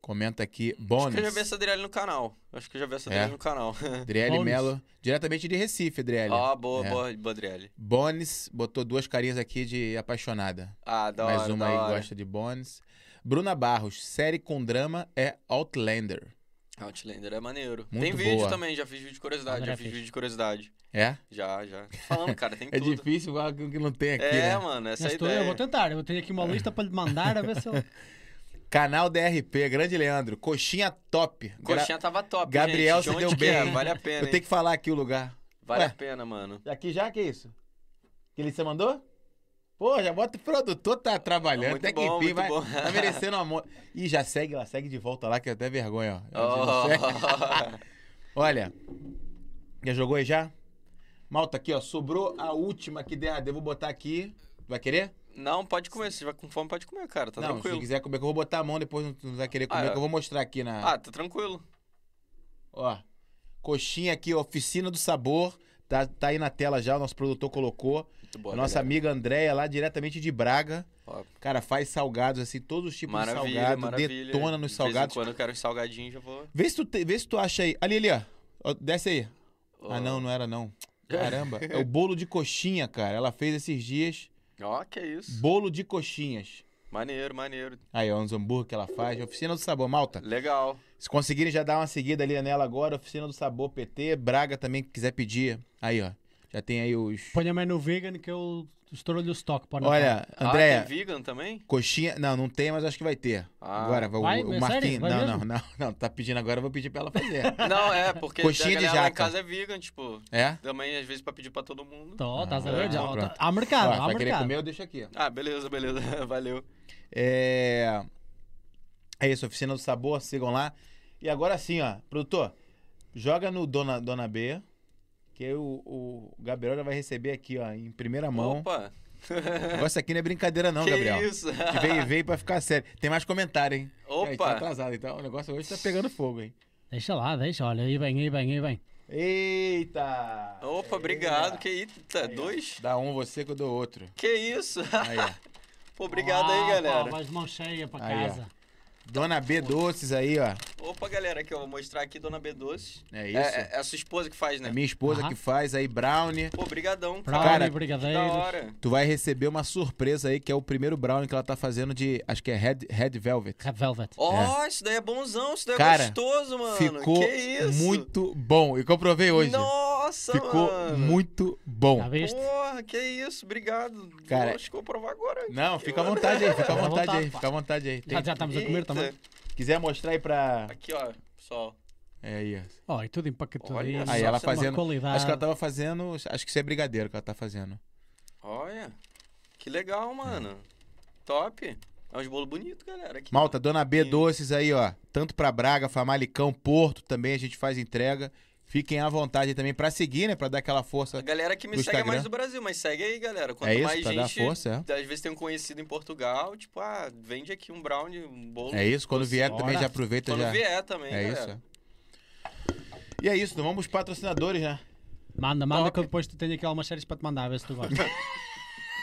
Speaker 1: comenta aqui.
Speaker 3: Acho que eu já vi
Speaker 1: Bônus.
Speaker 3: essa Adriele no canal. Acho que eu já vi essa
Speaker 1: É.
Speaker 3: Adriele no canal.
Speaker 1: Driele
Speaker 2: Bônus.
Speaker 1: Melo. Diretamente de Recife, Driele.
Speaker 3: Ah, boa,
Speaker 1: É.
Speaker 3: boa, boa, Adriele.
Speaker 1: Bones botou duas carinhas aqui de apaixonada.
Speaker 3: Ah, da hora.
Speaker 1: Mais uma
Speaker 3: da
Speaker 1: aí que
Speaker 3: hora.
Speaker 1: gosta de Bones. Bruna Barros, série com drama é Outlander.
Speaker 3: Outlander é maneiro.
Speaker 1: Muito
Speaker 3: tem vídeo
Speaker 1: boa.
Speaker 3: também, já fiz vídeo de curiosidade.
Speaker 2: André
Speaker 3: Já fiz
Speaker 2: fez.
Speaker 3: vídeo de curiosidade.
Speaker 1: É?
Speaker 3: Já, já. Tô Falando, cara, tem
Speaker 1: É
Speaker 3: tudo.
Speaker 1: difícil algo que não tem aqui,
Speaker 3: é,
Speaker 1: né?
Speaker 3: mano, essa é
Speaker 2: Mas
Speaker 3: a
Speaker 2: tô- eu
Speaker 3: ideia.
Speaker 2: vou tentar, eu tenho aqui
Speaker 1: É.
Speaker 2: uma lista para lhe mandar a ver se ele.
Speaker 1: Canal DRP, grande Leandro. Coxinha top. Gra-
Speaker 3: Coxinha tava top,
Speaker 1: Gabriel,
Speaker 3: gente.
Speaker 1: se
Speaker 3: De
Speaker 1: deu
Speaker 3: onde que é?
Speaker 1: bem.
Speaker 3: Vale a pena,
Speaker 1: Eu tenho
Speaker 3: hein?
Speaker 1: que falar aqui o lugar.
Speaker 3: Vale
Speaker 1: Ué.
Speaker 3: a pena, mano.
Speaker 1: Aqui já, que é isso? Que ele você mandou? Pô, já bota o produtor, tá trabalhando.
Speaker 3: Muito
Speaker 1: até que
Speaker 3: bom,
Speaker 1: enfim,
Speaker 3: muito
Speaker 1: vai.
Speaker 3: bom.
Speaker 1: Tá merecendo amor. Ih, já segue lá, segue de volta lá, que é até vergonha, ó. Eu
Speaker 3: Oh.
Speaker 1: digo, segue. Olha, já jogou aí já? Malta aqui, ó, sobrou a última aqui derradeira. Eu Vou botar aqui. Vai querer?
Speaker 3: Não, pode comer. Se tiver com fome, pode comer, cara. Tá
Speaker 1: não, se
Speaker 3: tranquilo.
Speaker 1: quiser comer, que eu vou botar a mão depois, não- não vai querer comer,
Speaker 3: Ah,
Speaker 1: que eu vou mostrar aqui na.
Speaker 3: Ah, tá tranquilo.
Speaker 1: Ó, coxinha aqui, oficina do sabor. Tá, tá aí na tela já, o nosso produtor colocou.
Speaker 3: Muito bom.
Speaker 1: a nossa amiga Andréia, lá diretamente de Braga.
Speaker 3: Ó.
Speaker 1: Cara, faz salgados, assim, todos os tipos de
Speaker 3: Maravilha,
Speaker 1: salgado.
Speaker 3: maravilha.
Speaker 1: Detona nos
Speaker 3: De vez em
Speaker 1: salgados.
Speaker 3: Quando eu quero um salgadinho, já vou.
Speaker 1: Vê se, tu te- vê se tu acha aí. Ali, ali, ó. Ó, Desce aí. Ah,
Speaker 3: Ó.
Speaker 1: não, não era não. Caramba. é o bolo de coxinha, cara. Ela fez esses dias.
Speaker 3: Ó, que isso.
Speaker 1: Bolo de coxinhas.
Speaker 3: Maneiro, maneiro.
Speaker 1: Aí, ó, uns hambúrguer que ela faz. Oficina do Sabor, malta.
Speaker 3: Legal.
Speaker 1: Se conseguirem já dar uma seguida ali nela agora, Oficina do Sabor PT, Braga também, que quiser pedir. Aí, ó. Já tem aí os.
Speaker 2: Põe né, a mãe no vegan que eu estouro-lhe o estoque para o Natal.
Speaker 1: Olha,
Speaker 3: Ah,
Speaker 1: Andréia,
Speaker 3: tem vegan também?
Speaker 1: coxinha. Não, não tem, mas acho que vai ter.
Speaker 3: Ah.
Speaker 1: agora, o,
Speaker 2: Vai? É
Speaker 1: o
Speaker 2: sério?
Speaker 1: Marquinhos.
Speaker 2: Vai
Speaker 1: Não, não,
Speaker 2: mesmo?
Speaker 1: não, não. Tá pedindo agora, eu vou pedir pra ela fazer.
Speaker 3: Não, é, porque
Speaker 1: Coxinha
Speaker 3: a
Speaker 1: de
Speaker 3: galera lá em
Speaker 1: jaca.
Speaker 3: casa é vegan, tipo.
Speaker 1: é?
Speaker 3: Também, às vezes, pra pedir pra todo mundo.
Speaker 2: Tô, estás a
Speaker 1: Ah,
Speaker 2: ver? Já,
Speaker 1: pronto.
Speaker 2: tá- há mercado,
Speaker 1: Ó,
Speaker 2: há
Speaker 1: vai querer
Speaker 2: mercado.
Speaker 1: comer, eu deixo aqui, ó.
Speaker 3: Ah, beleza, beleza. Valeu.
Speaker 1: É. É isso, Oficina do Sabor, sigam lá. E agora sim, ó, produtor, joga no Dona, Dona B, que o, o Gabriel já vai receber aqui, ó, em primeira mão.
Speaker 3: Opa.
Speaker 1: O negócio aqui não é brincadeira, não,
Speaker 3: que
Speaker 1: Gabriel.
Speaker 3: isso?
Speaker 1: Que veio e veio pra ficar sério. Tem mais comentário, hein? A gente tá
Speaker 3: Opa.
Speaker 1: atrasado, então o negócio hoje tá pegando fogo, hein?
Speaker 2: Deixa lá, deixa, olha, aí bem, aí bem, aí bem.
Speaker 1: Eita! É.
Speaker 3: Opa, obrigado. Que isso? Tá, Dois?
Speaker 1: Dá um você que eu dou outro.
Speaker 3: Que isso?
Speaker 1: Aí, ó.
Speaker 3: Pô, obrigado
Speaker 2: Ah,
Speaker 3: aí,
Speaker 2: pá,
Speaker 3: galera.
Speaker 2: Vai de mão cheia para
Speaker 1: Aí, ó.
Speaker 2: casa.
Speaker 1: Dona B Doces aí, ó.
Speaker 3: Opa, galera, aqui, ó. Vou mostrar aqui Dona B Doce.
Speaker 1: É
Speaker 3: É,
Speaker 1: isso. É,
Speaker 3: é, é a sua esposa que faz, né?
Speaker 1: minha esposa
Speaker 2: Aham.
Speaker 1: que faz aí, Brownie.
Speaker 3: Pô, brigadão, cara.
Speaker 2: Brownie,
Speaker 1: Cara,
Speaker 3: Que da
Speaker 2: brigadeiros.
Speaker 3: hora.
Speaker 1: Tu vai receber uma surpresa aí, que é o primeiro brownie que ela tá fazendo de. Acho que é Red, Red Velvet.
Speaker 2: Red Velvet.
Speaker 3: Ó, isso daí é bonzão, isso daí
Speaker 1: Cara,
Speaker 3: é gostoso, mano.
Speaker 1: Ficou
Speaker 3: que isso?
Speaker 1: muito bom. E comprovei hoje.
Speaker 3: Nossa,
Speaker 1: Ficou
Speaker 3: mano.
Speaker 1: muito bom.
Speaker 2: Já viste?
Speaker 3: Porra, que isso, obrigado.
Speaker 1: Cara,
Speaker 3: Acho que eu vou provar agora.
Speaker 1: Não, tá, fica à vontade aí, fica à
Speaker 2: Fica à
Speaker 1: vontade
Speaker 2: vontade,
Speaker 1: aí,
Speaker 2: pá.
Speaker 1: fica à vontade aí. Tem-
Speaker 2: Já, já estamos a comer
Speaker 3: Eita.
Speaker 2: também.
Speaker 1: Quiser mostrar aí pra.
Speaker 3: Aqui, ó, pessoal.
Speaker 1: É aí, ó.
Speaker 2: Ó, e tudo empaquetadinho.
Speaker 3: Olha
Speaker 1: Aí
Speaker 3: só,
Speaker 1: ela
Speaker 2: Isso é uma
Speaker 1: fazendo.
Speaker 2: Qualidade.
Speaker 1: Acho que ela tá- tava fazendo. Acho que isso é brigadeiro que ela tá fazendo.
Speaker 3: Olha, que legal, mano. Top. É uns bolos bonitos, galera. Aqui.
Speaker 1: Malta, Dona B
Speaker 3: Sim.
Speaker 1: Doces aí, ó. Tanto pra Braga, Famalicão, Porto também a gente faz entrega. Fiquem à vontade aí também pra seguir, né? Pra dar aquela
Speaker 3: A
Speaker 1: força.
Speaker 3: galera que me
Speaker 1: do
Speaker 3: segue é mais
Speaker 1: Instagram.
Speaker 3: do Brasil, mas segue aí, galera. Quanto
Speaker 1: É isso,
Speaker 3: mais
Speaker 1: pra dar
Speaker 3: gente.
Speaker 1: força, é.
Speaker 3: Às vezes tem um conhecido em Portugal, tipo, ah, vende aqui um brownie, um bolo.
Speaker 1: É isso, quando vier
Speaker 2: Bora.
Speaker 1: também já aproveita
Speaker 3: Quando
Speaker 1: já.
Speaker 3: vier também, né,
Speaker 1: É isso.
Speaker 3: galera.
Speaker 1: é. E é isso, não vamos pros patrocinadores, né?
Speaker 2: Manda, manda
Speaker 3: Top.
Speaker 2: que eu depois te tenho aqui algumas séries para te mandar, a ver se tu gostas.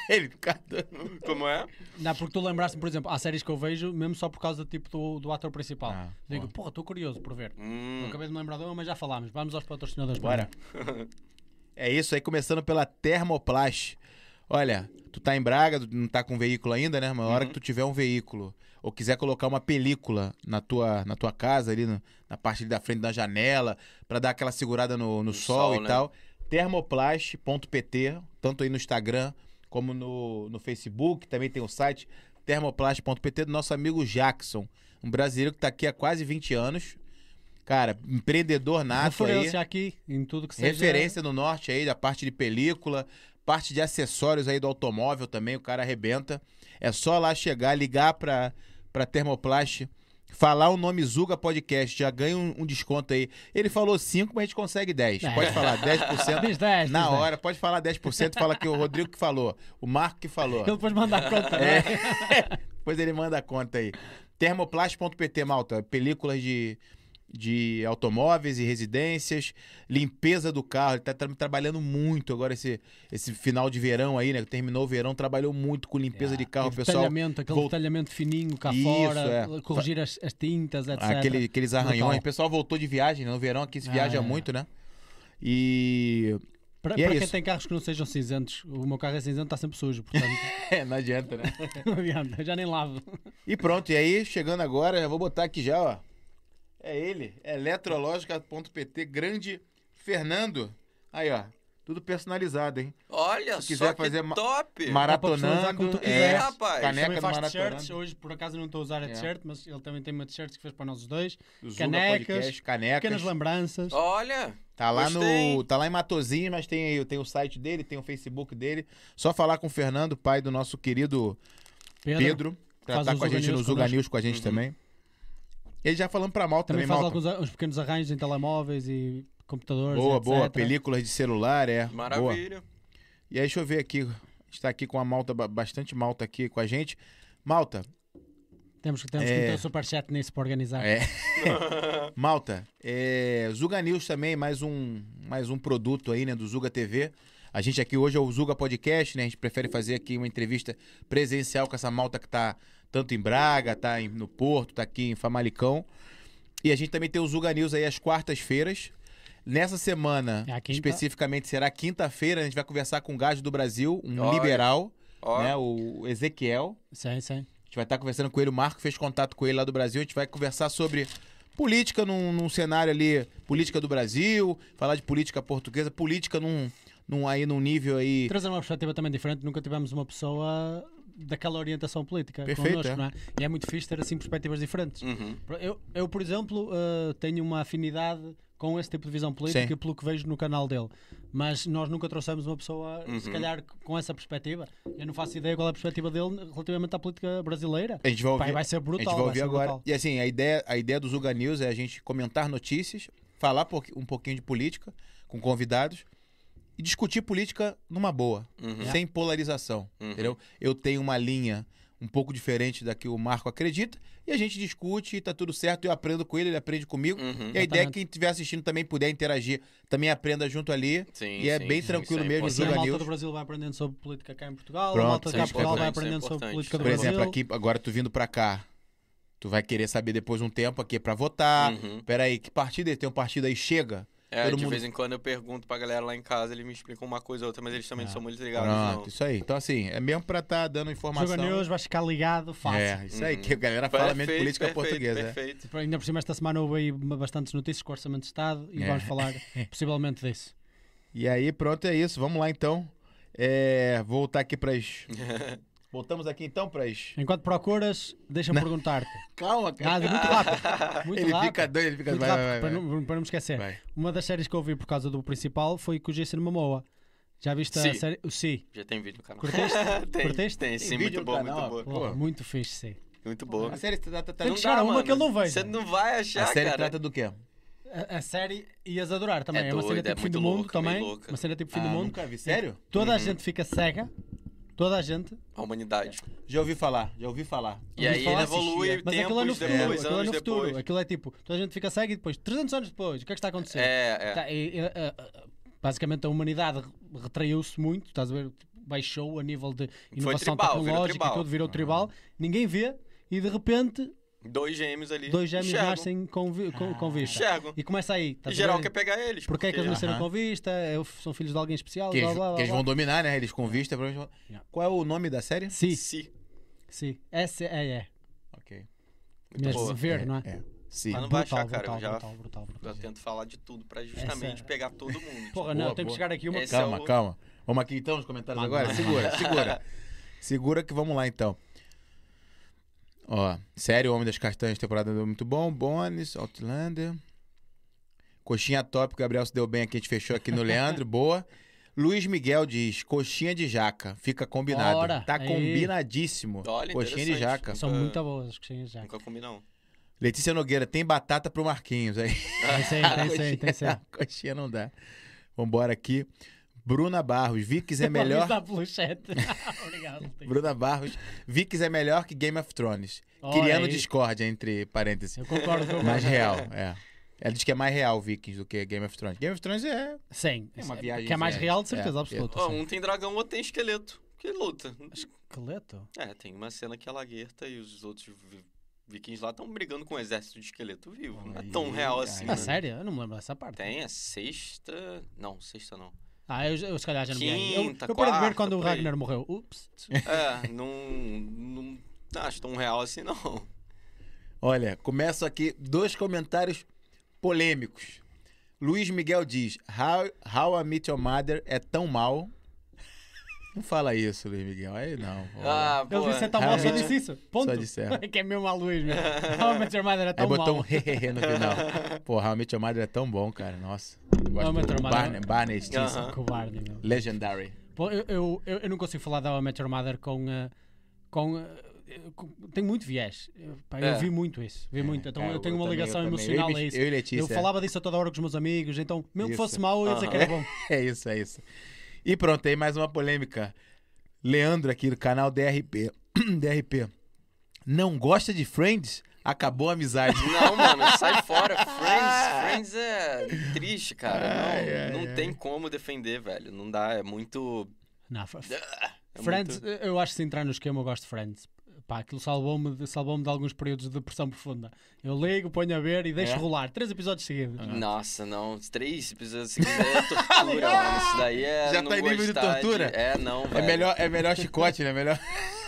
Speaker 1: Ele fica doido.
Speaker 3: Como é?
Speaker 2: Não, porque tu lembraste-me, por exemplo, há séries que eu vejo mesmo só por causa tipo, do, do ator principal.
Speaker 1: Ah,
Speaker 2: Digo,
Speaker 1: boa.
Speaker 2: porra, estou curioso por ver.
Speaker 3: Hum,
Speaker 2: Acabei de me lembrar de uma, mas já falámos. Vamos aos
Speaker 3: Uhum.
Speaker 2: patrocinadores.
Speaker 1: Bora. É isso aí, começando pela Termoplast. Olha, tu tá em Braga, tu não tá com veículo ainda, né? Mas na
Speaker 3: Uhum.
Speaker 1: hora que tu tiver um veículo ou quiser colocar uma película na tua, na tua casa, ali no- na parte ali da frente da janela, pra dar aquela segurada no, no sol,
Speaker 3: sol,
Speaker 1: e
Speaker 3: né?
Speaker 1: tal, termoplast.pt, tanto aí no Instagram como no, no Facebook, também tem o site termoplast.pt do nosso amigo Jackson, um brasileiro que tá aqui há quase 20 anos. Cara, empreendedor nato aí.
Speaker 2: Referência aqui em tudo que seja. né?
Speaker 1: Referência no norte aí, da parte de película, parte de acessórios aí do automóvel também, o cara arrebenta. É só lá chegar, ligar pra, pra Termoplast, falar o nome Zuga Podcast, já ganha um, um desconto aí. Ele falou 5, mas a gente consegue 10.
Speaker 2: É.
Speaker 1: Pode falar 10%.
Speaker 2: Bis 10,
Speaker 1: Na
Speaker 2: bis 10.
Speaker 1: hora, pode falar 10%, fala que o Rodrigo que falou, o Marco que falou.
Speaker 2: Ele depois manda a conta.
Speaker 1: É.
Speaker 2: né?
Speaker 1: Depois ele manda a conta aí. Termoplast.pt, malta. Películas de, de automóveis e residências, limpeza do carro. Ele tá tra- trabalhando muito agora esse, esse final de verão aí, né? Terminou o verão, trabalhou muito com limpeza É. de carro,
Speaker 2: Aquele
Speaker 1: pessoal.
Speaker 2: Detalhamento, Tipo, aquele
Speaker 1: vol-
Speaker 2: detalhamento fininho cá
Speaker 1: Isso,
Speaker 2: fora,
Speaker 1: é.
Speaker 2: corrigir as, as tintas, etc.
Speaker 1: Aquele, aqueles arranhões.
Speaker 2: Legal.
Speaker 1: O pessoal voltou de viagem, né? No verão aqui se
Speaker 2: Ah,
Speaker 1: viaja
Speaker 2: é.
Speaker 1: muito, né? E.
Speaker 2: Para,
Speaker 1: e é
Speaker 2: para quem
Speaker 1: isso.
Speaker 2: tem carros que não sejam cinzentos, o meu carro é cinzento, está sempre sujo, portanto,
Speaker 1: É, não adianta, né?
Speaker 2: não adianta, eu já nem lavo.
Speaker 1: E pronto, e aí, chegando agora, já vou botar aqui já, ó. É ele, eletrológica.pt, grande Fernando. Aí, ó, tudo personalizado, hein?
Speaker 3: Olha
Speaker 1: Se
Speaker 3: só
Speaker 1: quiser
Speaker 3: que
Speaker 1: fazer ma-
Speaker 3: top!
Speaker 2: personalizar como
Speaker 1: Maratonando.
Speaker 2: tu
Speaker 1: É,
Speaker 2: quiser.
Speaker 3: Rapaz,
Speaker 1: caneca
Speaker 2: também
Speaker 1: do
Speaker 2: faz
Speaker 1: maratonando.
Speaker 2: t-shirts, hoje por acaso não estou a usar a
Speaker 1: É.
Speaker 2: t-shirt, mas ele também tem uma t-shirt que fez para nós os dois,
Speaker 1: do Zuba
Speaker 2: canecas,
Speaker 1: Podcast, canecas.
Speaker 2: pequenas lembranças.
Speaker 3: Olha,
Speaker 1: Tá lá no,
Speaker 3: Gostei.
Speaker 1: tá lá em Matozinhos, mas tem aí, tem o site dele, tem o Facebook dele. Só falar com o Fernando, pai do nosso querido
Speaker 2: Pedro,
Speaker 1: Pedro, tá,
Speaker 2: faz
Speaker 1: tá
Speaker 2: o
Speaker 1: com a
Speaker 2: Zuga
Speaker 1: gente no
Speaker 2: News
Speaker 1: Zuga
Speaker 2: conosco.
Speaker 1: News com a gente também. Ele já falando pra malta
Speaker 2: também
Speaker 1: também,
Speaker 2: faz
Speaker 1: malta.
Speaker 2: alguns uns pequenos arranjos em telemóveis e computadores,
Speaker 1: Boa,
Speaker 2: etc.
Speaker 1: boa, películas de celular, é. Boa.
Speaker 3: maravilha.
Speaker 1: E aí, deixa eu ver aqui. Está aqui com a malta, ba- bastante malta aqui com a gente. Malta,
Speaker 2: Temos, que- temos
Speaker 1: É.
Speaker 2: que meter o superchat nisso para organizar.
Speaker 1: é. malta, é, Zuga News também, mais um, mais um produto aí, né, do Zuga TV. A gente aqui hoje é o Zuga Podcast, né? A gente prefere fazer aqui uma entrevista presencial com essa malta que tá tanto em Braga, tá em- no Porto, tá aqui em Famalicão. E a gente também tem o Zuga News aí às quartas-feiras. Nessa semana,
Speaker 2: É a quinta.
Speaker 1: especificamente, será quinta-feira, a gente vai conversar com o Gajo do Brasil, um
Speaker 3: Olha.
Speaker 1: liberal.
Speaker 3: Ó,
Speaker 1: né, o Ezequiel.
Speaker 2: Sim, sim.
Speaker 1: A gente vai estar conversando com ele. O Marco fez contato com ele lá do Brasil. A gente vai conversar sobre política num, num cenário ali, política do Brasil, falar de política portuguesa, política num, num, aí, num nível aí.
Speaker 2: Trazer uma perspectiva também diferente, nunca tivemos uma pessoa daquela orientação política
Speaker 1: Perfeito,
Speaker 2: connosco,
Speaker 1: é.
Speaker 2: não é? E é muito fixe ter assim perspectivas diferentes.
Speaker 3: uhum.
Speaker 2: Eu, eu, por exemplo, eh, tenho uma afinidade com esse tipo de visão política
Speaker 1: Sim.
Speaker 2: pelo que vejo no canal dele. Mas nós nunca trouxemos uma pessoa, se
Speaker 3: Uhum.
Speaker 2: calhar, com essa perspectiva. Eu não faço ideia qual é a perspectiva dele relativamente à política brasileira.
Speaker 1: A gente vai
Speaker 2: Pá,
Speaker 1: ouvir,
Speaker 2: vai ser brutal.
Speaker 1: a gente vai ouvir
Speaker 2: ser
Speaker 1: agora.
Speaker 2: brutal.
Speaker 1: E assim, a ideia, a ideia do Zuga News é a gente comentar notícias, falar por- um pouquinho de política com convidados e discutir política numa boa,
Speaker 3: Uhum.
Speaker 1: sem polarização.
Speaker 3: Uhum.
Speaker 1: Entendeu? Eu tenho uma linha um pouco diferente da que o Marco acredita e a gente discute e tá tudo certo. Eu aprendo com ele, ele aprende comigo.
Speaker 3: Uhum.
Speaker 1: E a ideia é que
Speaker 2: Exatamente.
Speaker 1: quem estiver assistindo também puder interagir, também aprenda junto ali.
Speaker 3: Sim,
Speaker 1: E é
Speaker 3: sim,
Speaker 1: bem
Speaker 3: sim,
Speaker 1: tranquilo
Speaker 3: isso é
Speaker 1: mesmo,
Speaker 3: importante.
Speaker 2: Assim, a
Speaker 1: Zuga
Speaker 2: malta
Speaker 1: News.
Speaker 2: do Brasil vai aprendendo sobre política cá em Portugal,
Speaker 1: Pronto,
Speaker 2: a malta
Speaker 1: isso
Speaker 2: cá
Speaker 1: é
Speaker 2: em Portugal vai
Speaker 3: importante, isso é
Speaker 2: aprendendo sobre
Speaker 3: importante.
Speaker 2: política do
Speaker 1: Por
Speaker 2: Brasil.
Speaker 1: exemplo, aqui, agora tu vindo pra cá, tu vai querer saber depois um tempo aqui pra votar.
Speaker 3: Uhum.
Speaker 1: Peraí, que partido aí? Tem um partido aí, chega.
Speaker 3: É,
Speaker 1: Todo
Speaker 3: de
Speaker 1: mundo-
Speaker 3: vez em quando eu pergunto pra galera lá em casa, eles me explicam uma coisa ou outra, mas eles
Speaker 2: É.
Speaker 3: também não são muito ligados,
Speaker 1: Pronto,
Speaker 3: não.
Speaker 1: isso aí. Então, assim, é mesmo pra tá dando informação.
Speaker 2: Zuga News vai ficar ligado é fácil. Tipo,
Speaker 1: É, isso aí,
Speaker 3: Uhum.
Speaker 1: que a galera fala mesmo de
Speaker 3: Perfeito,
Speaker 1: política
Speaker 3: perfeito,
Speaker 1: portuguesa. é.
Speaker 3: Perfeito.
Speaker 2: Ainda por cima, esta semana houve aí bastantes notícias com o Orçamento de Estado e
Speaker 1: É.
Speaker 2: vamos falar possivelmente disso.
Speaker 1: E aí, pronto, é isso. Vamos lá então. É, vou voltar aqui pras. Voltamos aqui então pras.
Speaker 2: Enquanto procuras, deixa-me perguntar-te.
Speaker 1: Calma, cara.
Speaker 2: Nada, muito rápido. Muito
Speaker 1: ele
Speaker 2: rápido.
Speaker 1: fica doido, ele fica
Speaker 2: Muito
Speaker 1: doido.
Speaker 2: rápido,
Speaker 1: Vai, vai,
Speaker 2: para,
Speaker 1: vai.
Speaker 2: não, para não me esquecer.
Speaker 1: Vai.
Speaker 2: Uma das séries que eu vi por causa do principal foi com o Jason Momoa. Já viste a
Speaker 3: Sim.
Speaker 2: série? O Si.
Speaker 3: Já tem vídeo no canal.
Speaker 2: Curtiste?
Speaker 3: tem,
Speaker 2: Curtiste?
Speaker 3: tem, sim,
Speaker 1: Tem vídeo
Speaker 3: muito
Speaker 1: no
Speaker 3: boa,
Speaker 1: canal,
Speaker 3: muito
Speaker 1: ó.
Speaker 3: boa.
Speaker 2: Pô,
Speaker 1: Boa.
Speaker 2: muito fixe, sim.
Speaker 3: Muito boa.
Speaker 1: A série tá, tá, tá-
Speaker 2: Tem
Speaker 3: Não
Speaker 2: que chegar a
Speaker 3: dá,
Speaker 2: uma que eu
Speaker 3: mano.
Speaker 2: não vejo.
Speaker 3: Você não vai achar,
Speaker 1: A série
Speaker 3: cara.
Speaker 1: trata do quê?
Speaker 2: A, a série ias adorar também. É,
Speaker 3: É
Speaker 2: uma
Speaker 3: doido,
Speaker 2: cena
Speaker 3: é
Speaker 2: tipo fim
Speaker 3: muito
Speaker 2: do mundo
Speaker 3: louca,
Speaker 2: também.
Speaker 3: meio louca.
Speaker 2: Uma cena tipo fim
Speaker 1: Ah,
Speaker 2: do mundo.
Speaker 1: Nunca vi, sério?
Speaker 2: Toda a
Speaker 3: Uhum.
Speaker 2: gente fica cega. Toda a gente.
Speaker 3: A humanidade.
Speaker 1: Já ouvi falar, já ouvi falar.
Speaker 3: E
Speaker 2: Ouvi
Speaker 3: aí
Speaker 2: falar,
Speaker 3: ele evolui
Speaker 1: assistia.
Speaker 2: Mas aquilo é no
Speaker 3: tempos
Speaker 2: futuro.
Speaker 3: depois,
Speaker 2: aquilo é
Speaker 3: anos
Speaker 2: no futuro.
Speaker 3: depois.
Speaker 2: Aquilo é tipo, toda a gente fica cega e depois, 300 anos depois, o que é que está acontecendo?
Speaker 3: É, é.
Speaker 2: Tá, e, e, a- a- basicamente a humanidade re- retraiu-se muito, estás a ver? Tipo, Baixou a nível de inovação
Speaker 3: tribal, virou
Speaker 2: tecnológica e
Speaker 3: tribal. Uhum.
Speaker 2: tudo, virou tribal, ninguém vê e de repente
Speaker 3: Dois gêmeos ali.
Speaker 2: dois gêmeos
Speaker 3: Enxergam. Ah.
Speaker 2: nascem Tá com, vi- com, com vista.
Speaker 3: Enxergam.
Speaker 2: E começa aí,
Speaker 3: E
Speaker 2: estás a
Speaker 3: geral
Speaker 2: ver?
Speaker 3: quer pegar eles.
Speaker 2: Porque é que eles nasceram
Speaker 1: Aham.
Speaker 2: com vista? É, f- São filhos de alguém especial?
Speaker 1: Que
Speaker 2: blá,
Speaker 1: eles,
Speaker 2: blá, blá,
Speaker 1: que eles
Speaker 2: blá.
Speaker 1: vão dominar, né? Eles com vista. provavelmente vão-
Speaker 2: Yeah.
Speaker 1: Qual é o nome da série?
Speaker 2: Sim,
Speaker 3: Si.
Speaker 2: sim. Essa é, é.
Speaker 1: Ok.
Speaker 2: Mas
Speaker 3: boa.
Speaker 2: ver, não é?
Speaker 1: Sim.
Speaker 2: Pá,
Speaker 3: Mas não vai
Speaker 2: brutal,
Speaker 3: achar, cara,
Speaker 2: brutal,
Speaker 3: já-
Speaker 2: brutal, brutal, brutal.
Speaker 3: Eu tento falar de tudo pra justamente
Speaker 2: Essa-
Speaker 3: pegar todo mundo.
Speaker 2: É
Speaker 3: tipo,
Speaker 2: Porra,
Speaker 1: Boa,
Speaker 2: não, tem que
Speaker 1: boa.
Speaker 2: chegar aqui uma.
Speaker 3: Esse-
Speaker 1: Calma,
Speaker 3: é o-
Speaker 1: calma. Vamos aqui então nos comentários
Speaker 2: Manda,
Speaker 1: agora?
Speaker 2: manda,
Speaker 1: segura, segura. Segura que vamos lá então. Ó, sério, Homem das Castanhas, temporada do muito bom. Bones, Outlander. Coxinha top, o Gabriel se deu bem aqui, a gente fechou aqui no Leandro, boa. Luiz Miguel diz, coxinha de jaca, fica combinado.
Speaker 2: Ora,
Speaker 1: tá
Speaker 2: aí.
Speaker 1: combinadíssimo.
Speaker 3: Olha,
Speaker 1: coxinha de
Speaker 3: interessante.
Speaker 1: jaca.
Speaker 2: São
Speaker 3: Nunca-
Speaker 2: muito boas as coxinhas já.
Speaker 3: Nunca comi, não.
Speaker 1: Letícia Nogueira, tem batata pro Marquinhos aí.
Speaker 2: Tem sim, tem sim, tem sim.
Speaker 1: A coxinha não dá. Vambora aqui. Bruna Barros, Vicks é melhor.
Speaker 2: Avisar pelo chat. Obrigado. Lutinho.
Speaker 1: Bruna Barros, Vicks é melhor que Game of Thrones.
Speaker 2: Olha
Speaker 1: criando
Speaker 2: aí.
Speaker 1: discórdia entre parênteses.
Speaker 2: Eu concordo com
Speaker 1: Mais real, é. Ela diz que é mais real Vikings do que Game of Thrones. Game of Thrones é.
Speaker 2: Sim.
Speaker 1: É uma
Speaker 2: sim.
Speaker 1: viagem
Speaker 2: Que é mais
Speaker 1: diferente.
Speaker 2: real, de certeza
Speaker 1: É,
Speaker 2: absoluta.
Speaker 3: Ó,
Speaker 2: sim.
Speaker 3: um tem dragão, o outro tem esqueleto. Que luta.
Speaker 2: Esqueleto?
Speaker 3: É, tem uma cena que é laguerta e os outros vi- vikings lá estão brigando com um exército de esqueleto vivo. Não é tão
Speaker 1: Aí,
Speaker 3: real assim.
Speaker 1: aí.
Speaker 2: Ah,
Speaker 3: né?
Speaker 2: sério? Eu não me lembro dessa parte.
Speaker 3: Tem a sexta. Não, sexta não.
Speaker 2: Ah, eu, eu se calhar já não vi. Eu,
Speaker 3: Quinta,
Speaker 2: eu parei de ver
Speaker 3: quarta,
Speaker 2: quando o
Speaker 3: por aí.
Speaker 2: Ragnar morreu. Ups.
Speaker 3: É, não. Não acho tão real assim, não.
Speaker 1: Olha, começo aqui dois comentários polêmicos. Luiz Miguel diz: How, how I Meet Your Mother é tão mal. Não fala isso, Luiz Miguel. Aí não. olha.
Speaker 3: Ah,
Speaker 2: Ele
Speaker 3: pô,
Speaker 2: disse é tão
Speaker 1: Ah,
Speaker 2: mal, só
Speaker 1: gente.
Speaker 2: disse isso. Ponto.
Speaker 1: Só disse, é.
Speaker 2: que é mesmo a luz, mesmo. How I Met Your Mother é
Speaker 1: Aí
Speaker 2: tão
Speaker 1: botou um
Speaker 2: mal.
Speaker 1: hehehe no final. Pô, How I Met Your Mother é tão bom, cara. Nossa. Eu gosto
Speaker 2: How I Met
Speaker 1: muito.
Speaker 2: Your Mother- é
Speaker 1: Barney, Barney Stinson.
Speaker 3: Aham.
Speaker 2: Covarde, meu.
Speaker 1: Legendary.
Speaker 2: Pô, eu, eu, eu, eu não consigo falar da How I Met Your Mother com... eh, com, eh, com- tem muito viés. Eu, pá, eu
Speaker 3: É.
Speaker 2: vi muito isso. Vi muito. Então
Speaker 1: Cara,
Speaker 2: eu tenho uma
Speaker 1: também, É, eu
Speaker 2: ligação
Speaker 1: também.
Speaker 2: emocional
Speaker 1: eu, e-
Speaker 2: a isso.
Speaker 1: Eu e Letícia.
Speaker 2: Eu falava disso a toda hora com os meus amigos, então, mesmo que fosse
Speaker 1: Isso.
Speaker 2: mau, eu ia dizer que era bom.
Speaker 1: É isso, é isso. E pronto, aí mais uma polêmica. Leandro aqui do canal DRP. DRP. Não gosta de Friends? Acabou a amizade.
Speaker 3: Não, mano, sai fora. Friends, Friends é triste, cara. não não tem como defender, velho. Não dá, é muito.
Speaker 2: Não, fr-
Speaker 3: é
Speaker 2: Friends,
Speaker 3: muito-
Speaker 2: eu acho que se entrar no esquema, eu gosto de Friends. Pá, aquilo salvou-me de, salvou de alguns períodos de depressão profunda. Eu ligo, ponho a ver e deixo
Speaker 1: É?
Speaker 2: rolar. Três episódios seguidos.
Speaker 3: Nossa, não. Três episódios seguidos é tortura, mano. Isso daí é.
Speaker 1: Já
Speaker 3: não
Speaker 1: tá em nível de
Speaker 3: gostar
Speaker 1: tortura?
Speaker 3: É, não, velho.
Speaker 1: É melhor, é melhor chicote, né? Melhor.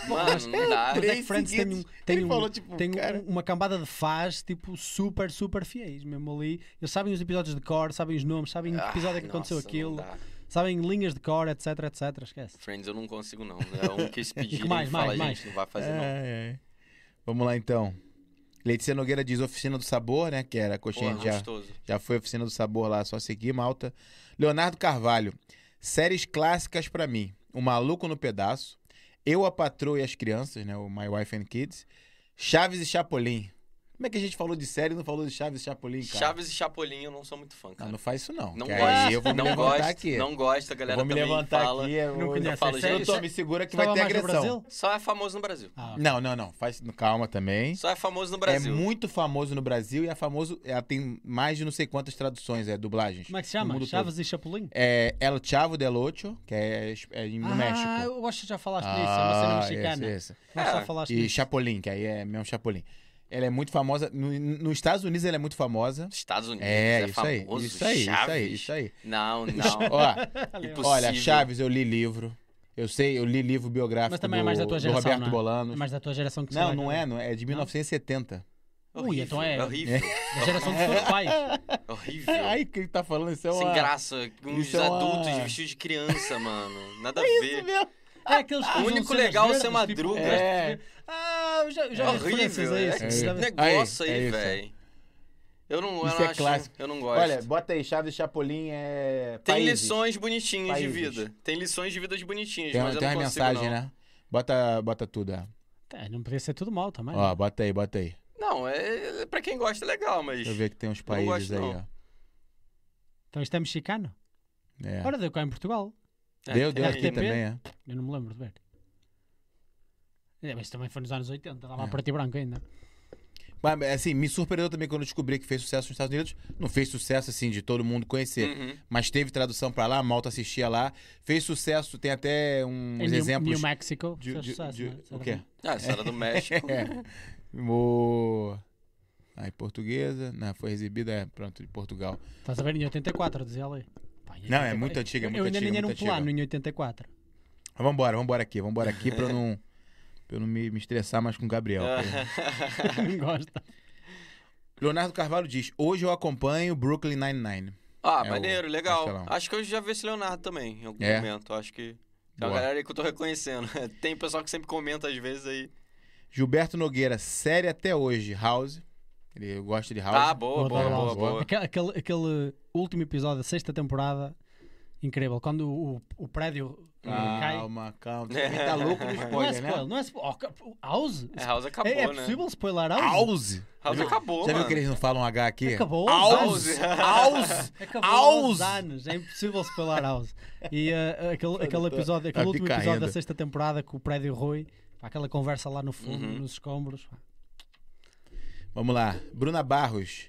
Speaker 3: Mano, não dá.
Speaker 2: Mas é que
Speaker 1: Três
Speaker 2: Friends tem, um,
Speaker 1: seguidos.
Speaker 2: tem,
Speaker 1: Ele
Speaker 2: um-
Speaker 1: falou,
Speaker 3: É,
Speaker 1: tipo,
Speaker 2: tem um-
Speaker 1: cara.
Speaker 2: uma cambada de fãs tipo super, super fiéis mesmo ali. Eles sabem os episódios de cor, sabem os nomes, sabem em que
Speaker 3: Ah,
Speaker 2: episódio é que aconteceu
Speaker 3: nossa, não
Speaker 2: aquilo,
Speaker 3: dá.
Speaker 2: sabem linhas de cor, etc, etc. Esquece.
Speaker 3: Friends eu não consigo, não. É um que se pedirem
Speaker 2: mais,
Speaker 3: mais, fala,
Speaker 2: mais,
Speaker 3: gente,
Speaker 2: mais?
Speaker 3: não vai fazer, não.
Speaker 1: É, é. Vamos lá então. Letícia Nogueira diz oficina do sabor, né? Que era a coxinha
Speaker 3: Porra,
Speaker 1: já.
Speaker 3: gostoso.
Speaker 1: Já foi oficina do sabor lá, só seguir, malta. Leonardo Carvalho. Séries clássicas pra mim. O Maluco no Pedaço. Eu, a Patroa e as Crianças, né? O My Wife and Kids. Chaves e Chapolin. Como é que a gente falou de série e não falou de Chaves e Chapolin, cara?
Speaker 3: Chaves e Chapolin eu não sou muito fã,
Speaker 1: Não,
Speaker 3: cara.
Speaker 1: não faz isso Ah, não.
Speaker 3: Não
Speaker 1: que
Speaker 3: gosto,
Speaker 1: Aí eu vou me
Speaker 3: não
Speaker 1: levantar
Speaker 3: gosto,
Speaker 1: aqui.
Speaker 3: não gosto, a
Speaker 1: Eu
Speaker 3: galera
Speaker 1: vou me
Speaker 3: também
Speaker 1: levantar
Speaker 3: fala.
Speaker 1: aqui. Eu,
Speaker 2: Não
Speaker 1: eu
Speaker 2: conhece
Speaker 1: falo,
Speaker 2: a série?
Speaker 1: eu tô me segura que vai
Speaker 2: Estava
Speaker 1: ter
Speaker 2: mais no
Speaker 1: agressão.
Speaker 2: Brasil?
Speaker 3: Só é famoso no Brasil.
Speaker 2: Ah, ok.
Speaker 1: Não, não, não. Faz, calma também.
Speaker 3: Só é famoso no
Speaker 1: É
Speaker 3: Brasil.
Speaker 1: muito famoso no Brasil e é famoso. Ela tem mais de não sei quantas traduções, é dublagens.
Speaker 2: Como é que se
Speaker 1: no
Speaker 2: chama?
Speaker 1: mundo todo.
Speaker 2: Chaves e Chapolin?
Speaker 1: É El Chavo del Ocho, que é, es- é no
Speaker 2: ah,
Speaker 1: México.
Speaker 2: eu acho que já falaste disso, é uma cena
Speaker 1: Ah,
Speaker 2: mexicana.
Speaker 1: esse, esse.
Speaker 2: Mas já
Speaker 3: É,
Speaker 2: falaste
Speaker 1: E
Speaker 2: disso.
Speaker 1: Chapolin, que aí é mesmo Chapolin. Ela é muito famosa. No, nos Estados Unidos ela é muito famosa.
Speaker 3: Estados Unidos
Speaker 1: É,
Speaker 3: é,
Speaker 1: isso aí.
Speaker 3: famoso.
Speaker 1: Isso aí, isso aí,
Speaker 3: Chaves.
Speaker 1: isso aí.
Speaker 3: Não, não. é
Speaker 1: Ó,
Speaker 3: Impossível.
Speaker 1: olha, Chaves, eu li livro. Eu sei, eu li livro biográfico
Speaker 2: Mas também é
Speaker 1: do,
Speaker 2: mais da tua
Speaker 1: do
Speaker 2: geração,
Speaker 1: Roberto
Speaker 2: não é?
Speaker 1: Bolano.
Speaker 2: Mas da tua geração né? que se
Speaker 1: Não,
Speaker 2: vai-
Speaker 1: não é, não é. É de 1970.
Speaker 2: Ui, então é-
Speaker 3: Horrível.
Speaker 2: Da geração dos teus pais.
Speaker 3: Horrível.
Speaker 1: É, aí que ele tá falando isso é uma...
Speaker 3: Sem graça. Uns
Speaker 1: isso é uma-
Speaker 3: adultos vestidos de criança, mano. Nada a
Speaker 1: Isso né?
Speaker 3: ver.
Speaker 1: mesmo.
Speaker 2: É aqueles que
Speaker 3: O
Speaker 2: usam
Speaker 3: único
Speaker 2: cenas
Speaker 3: legal é o
Speaker 2: verdes,
Speaker 3: seu Madruga.
Speaker 2: Tipo,
Speaker 1: É.
Speaker 2: Ah, eu já, eu já vi referências
Speaker 3: Horrível.
Speaker 2: a
Speaker 3: É,
Speaker 2: isso.
Speaker 3: esse
Speaker 1: É.
Speaker 2: sabe?
Speaker 3: negócio
Speaker 1: Aí,
Speaker 3: aí,
Speaker 1: é isso.
Speaker 3: velho. Eu não, eu
Speaker 1: Isso
Speaker 3: não
Speaker 1: é
Speaker 3: acho,
Speaker 1: clássico.
Speaker 3: eu não gosto.
Speaker 1: Olha, bota aí, Chaves e Chapolin é.
Speaker 3: Tem
Speaker 1: países.
Speaker 3: lições bonitinhas de
Speaker 1: Países.
Speaker 3: vida. Tem lições de vidas bonitinhas,
Speaker 1: Tem, um-
Speaker 3: mas eu
Speaker 1: tem
Speaker 3: não
Speaker 1: uma
Speaker 3: consigo,
Speaker 1: mensagem,
Speaker 3: não.
Speaker 1: né? Bota, bota tudo, é.
Speaker 2: Tá, não podia ser tudo mal também.
Speaker 1: Ó, bota aí, bota aí.
Speaker 3: Não, é, pra quem gosta é legal, mas...
Speaker 1: Deixa eu ver que tem uns
Speaker 3: não
Speaker 1: países
Speaker 3: gosto,
Speaker 1: aí,
Speaker 3: não.
Speaker 1: ó.
Speaker 2: Então isto é mexicano.
Speaker 1: É.
Speaker 2: Ora, deu cá em Portugal.
Speaker 3: É,
Speaker 1: Deu,
Speaker 3: tem
Speaker 1: deu aqui
Speaker 3: aí.
Speaker 2: RTP?
Speaker 1: também, é.
Speaker 2: Eu não me lembro de ver. É, mas também foi nos anos 80, dava
Speaker 1: É.
Speaker 2: a preto e branco ainda.
Speaker 1: Mas, assim, me surpreendeu também quando eu descobri que fez sucesso nos Estados Unidos. Não fez sucesso, assim, de todo mundo conhecer.
Speaker 3: Uhum.
Speaker 1: Mas teve tradução pra lá, a Malta assistia lá. Fez sucesso, tem até uns
Speaker 3: É,
Speaker 2: Em New-
Speaker 1: exemplos.
Speaker 2: New Mexico,
Speaker 1: de-
Speaker 2: fez
Speaker 1: de-
Speaker 2: sucesso,
Speaker 1: de-
Speaker 2: não é?
Speaker 1: o quê?
Speaker 3: Ah, a senhora do México.
Speaker 1: É. O... Aí, portuguesa. Não, foi exibida, é, pronto, de Portugal.
Speaker 2: Estás a ver em 84, dizia ali. Pá, em
Speaker 1: Não, é
Speaker 2: 84.
Speaker 1: muito antiga, é muito
Speaker 2: Eu ainda
Speaker 1: antiga,
Speaker 2: nem era um
Speaker 1: muito antiga.
Speaker 2: plano em 84.
Speaker 1: Mas vambora, vambora aqui, vambora aqui pra eu não, pra eu não me, me estressar mais com o Gabriel.
Speaker 2: não gosta.
Speaker 1: Leonardo Carvalho diz: Hoje eu acompanho Brooklyn Nine-Nine.
Speaker 3: Ah,
Speaker 1: É
Speaker 3: maneiro,
Speaker 1: o
Speaker 3: legal.
Speaker 1: Castelão.
Speaker 3: Acho que eu já vi esse Leonardo também, em algum
Speaker 1: É?
Speaker 3: momento. Acho que... Tem
Speaker 1: Boa.
Speaker 3: uma galera aí que eu tô reconhecendo. Tem pessoal que sempre comenta às vezes aí.
Speaker 1: Gilberto Nogueira, série até hoje, House. Ele gosta de House.
Speaker 3: Tá, boa, boa,
Speaker 2: Boa,
Speaker 3: boa,
Speaker 1: boa.
Speaker 3: boa.
Speaker 2: Aquele, aquele, aquele último episódio da sexta temporada, incrível. Quando o, o prédio eh,
Speaker 3: Hum.
Speaker 2: cai.
Speaker 1: calma, calma. Ele tá louco no
Speaker 2: não é
Speaker 1: Ah, spoiler,
Speaker 2: spoiler,
Speaker 1: né?
Speaker 2: não é spoiler. Oh, ca- House?
Speaker 3: É, House acabou,
Speaker 2: é, é
Speaker 3: né?
Speaker 2: possível spoiler House?
Speaker 1: House.
Speaker 3: House acabou,
Speaker 1: Já viu
Speaker 3: mano.
Speaker 1: que eles não falam H aqui?
Speaker 2: Acabou.
Speaker 1: House. House.
Speaker 2: Acabou
Speaker 1: House.
Speaker 2: aos anos, é impossível spoiler House. E eh, aquele, aquele episódio, aquele
Speaker 1: Tá
Speaker 2: último episódio
Speaker 1: picareta.
Speaker 2: da sexta temporada com o prédio Rui, pá, aquela conversa lá no fundo,
Speaker 3: Uhum.
Speaker 2: nos escombros. pá.
Speaker 1: Vamos lá. Bruna Barros.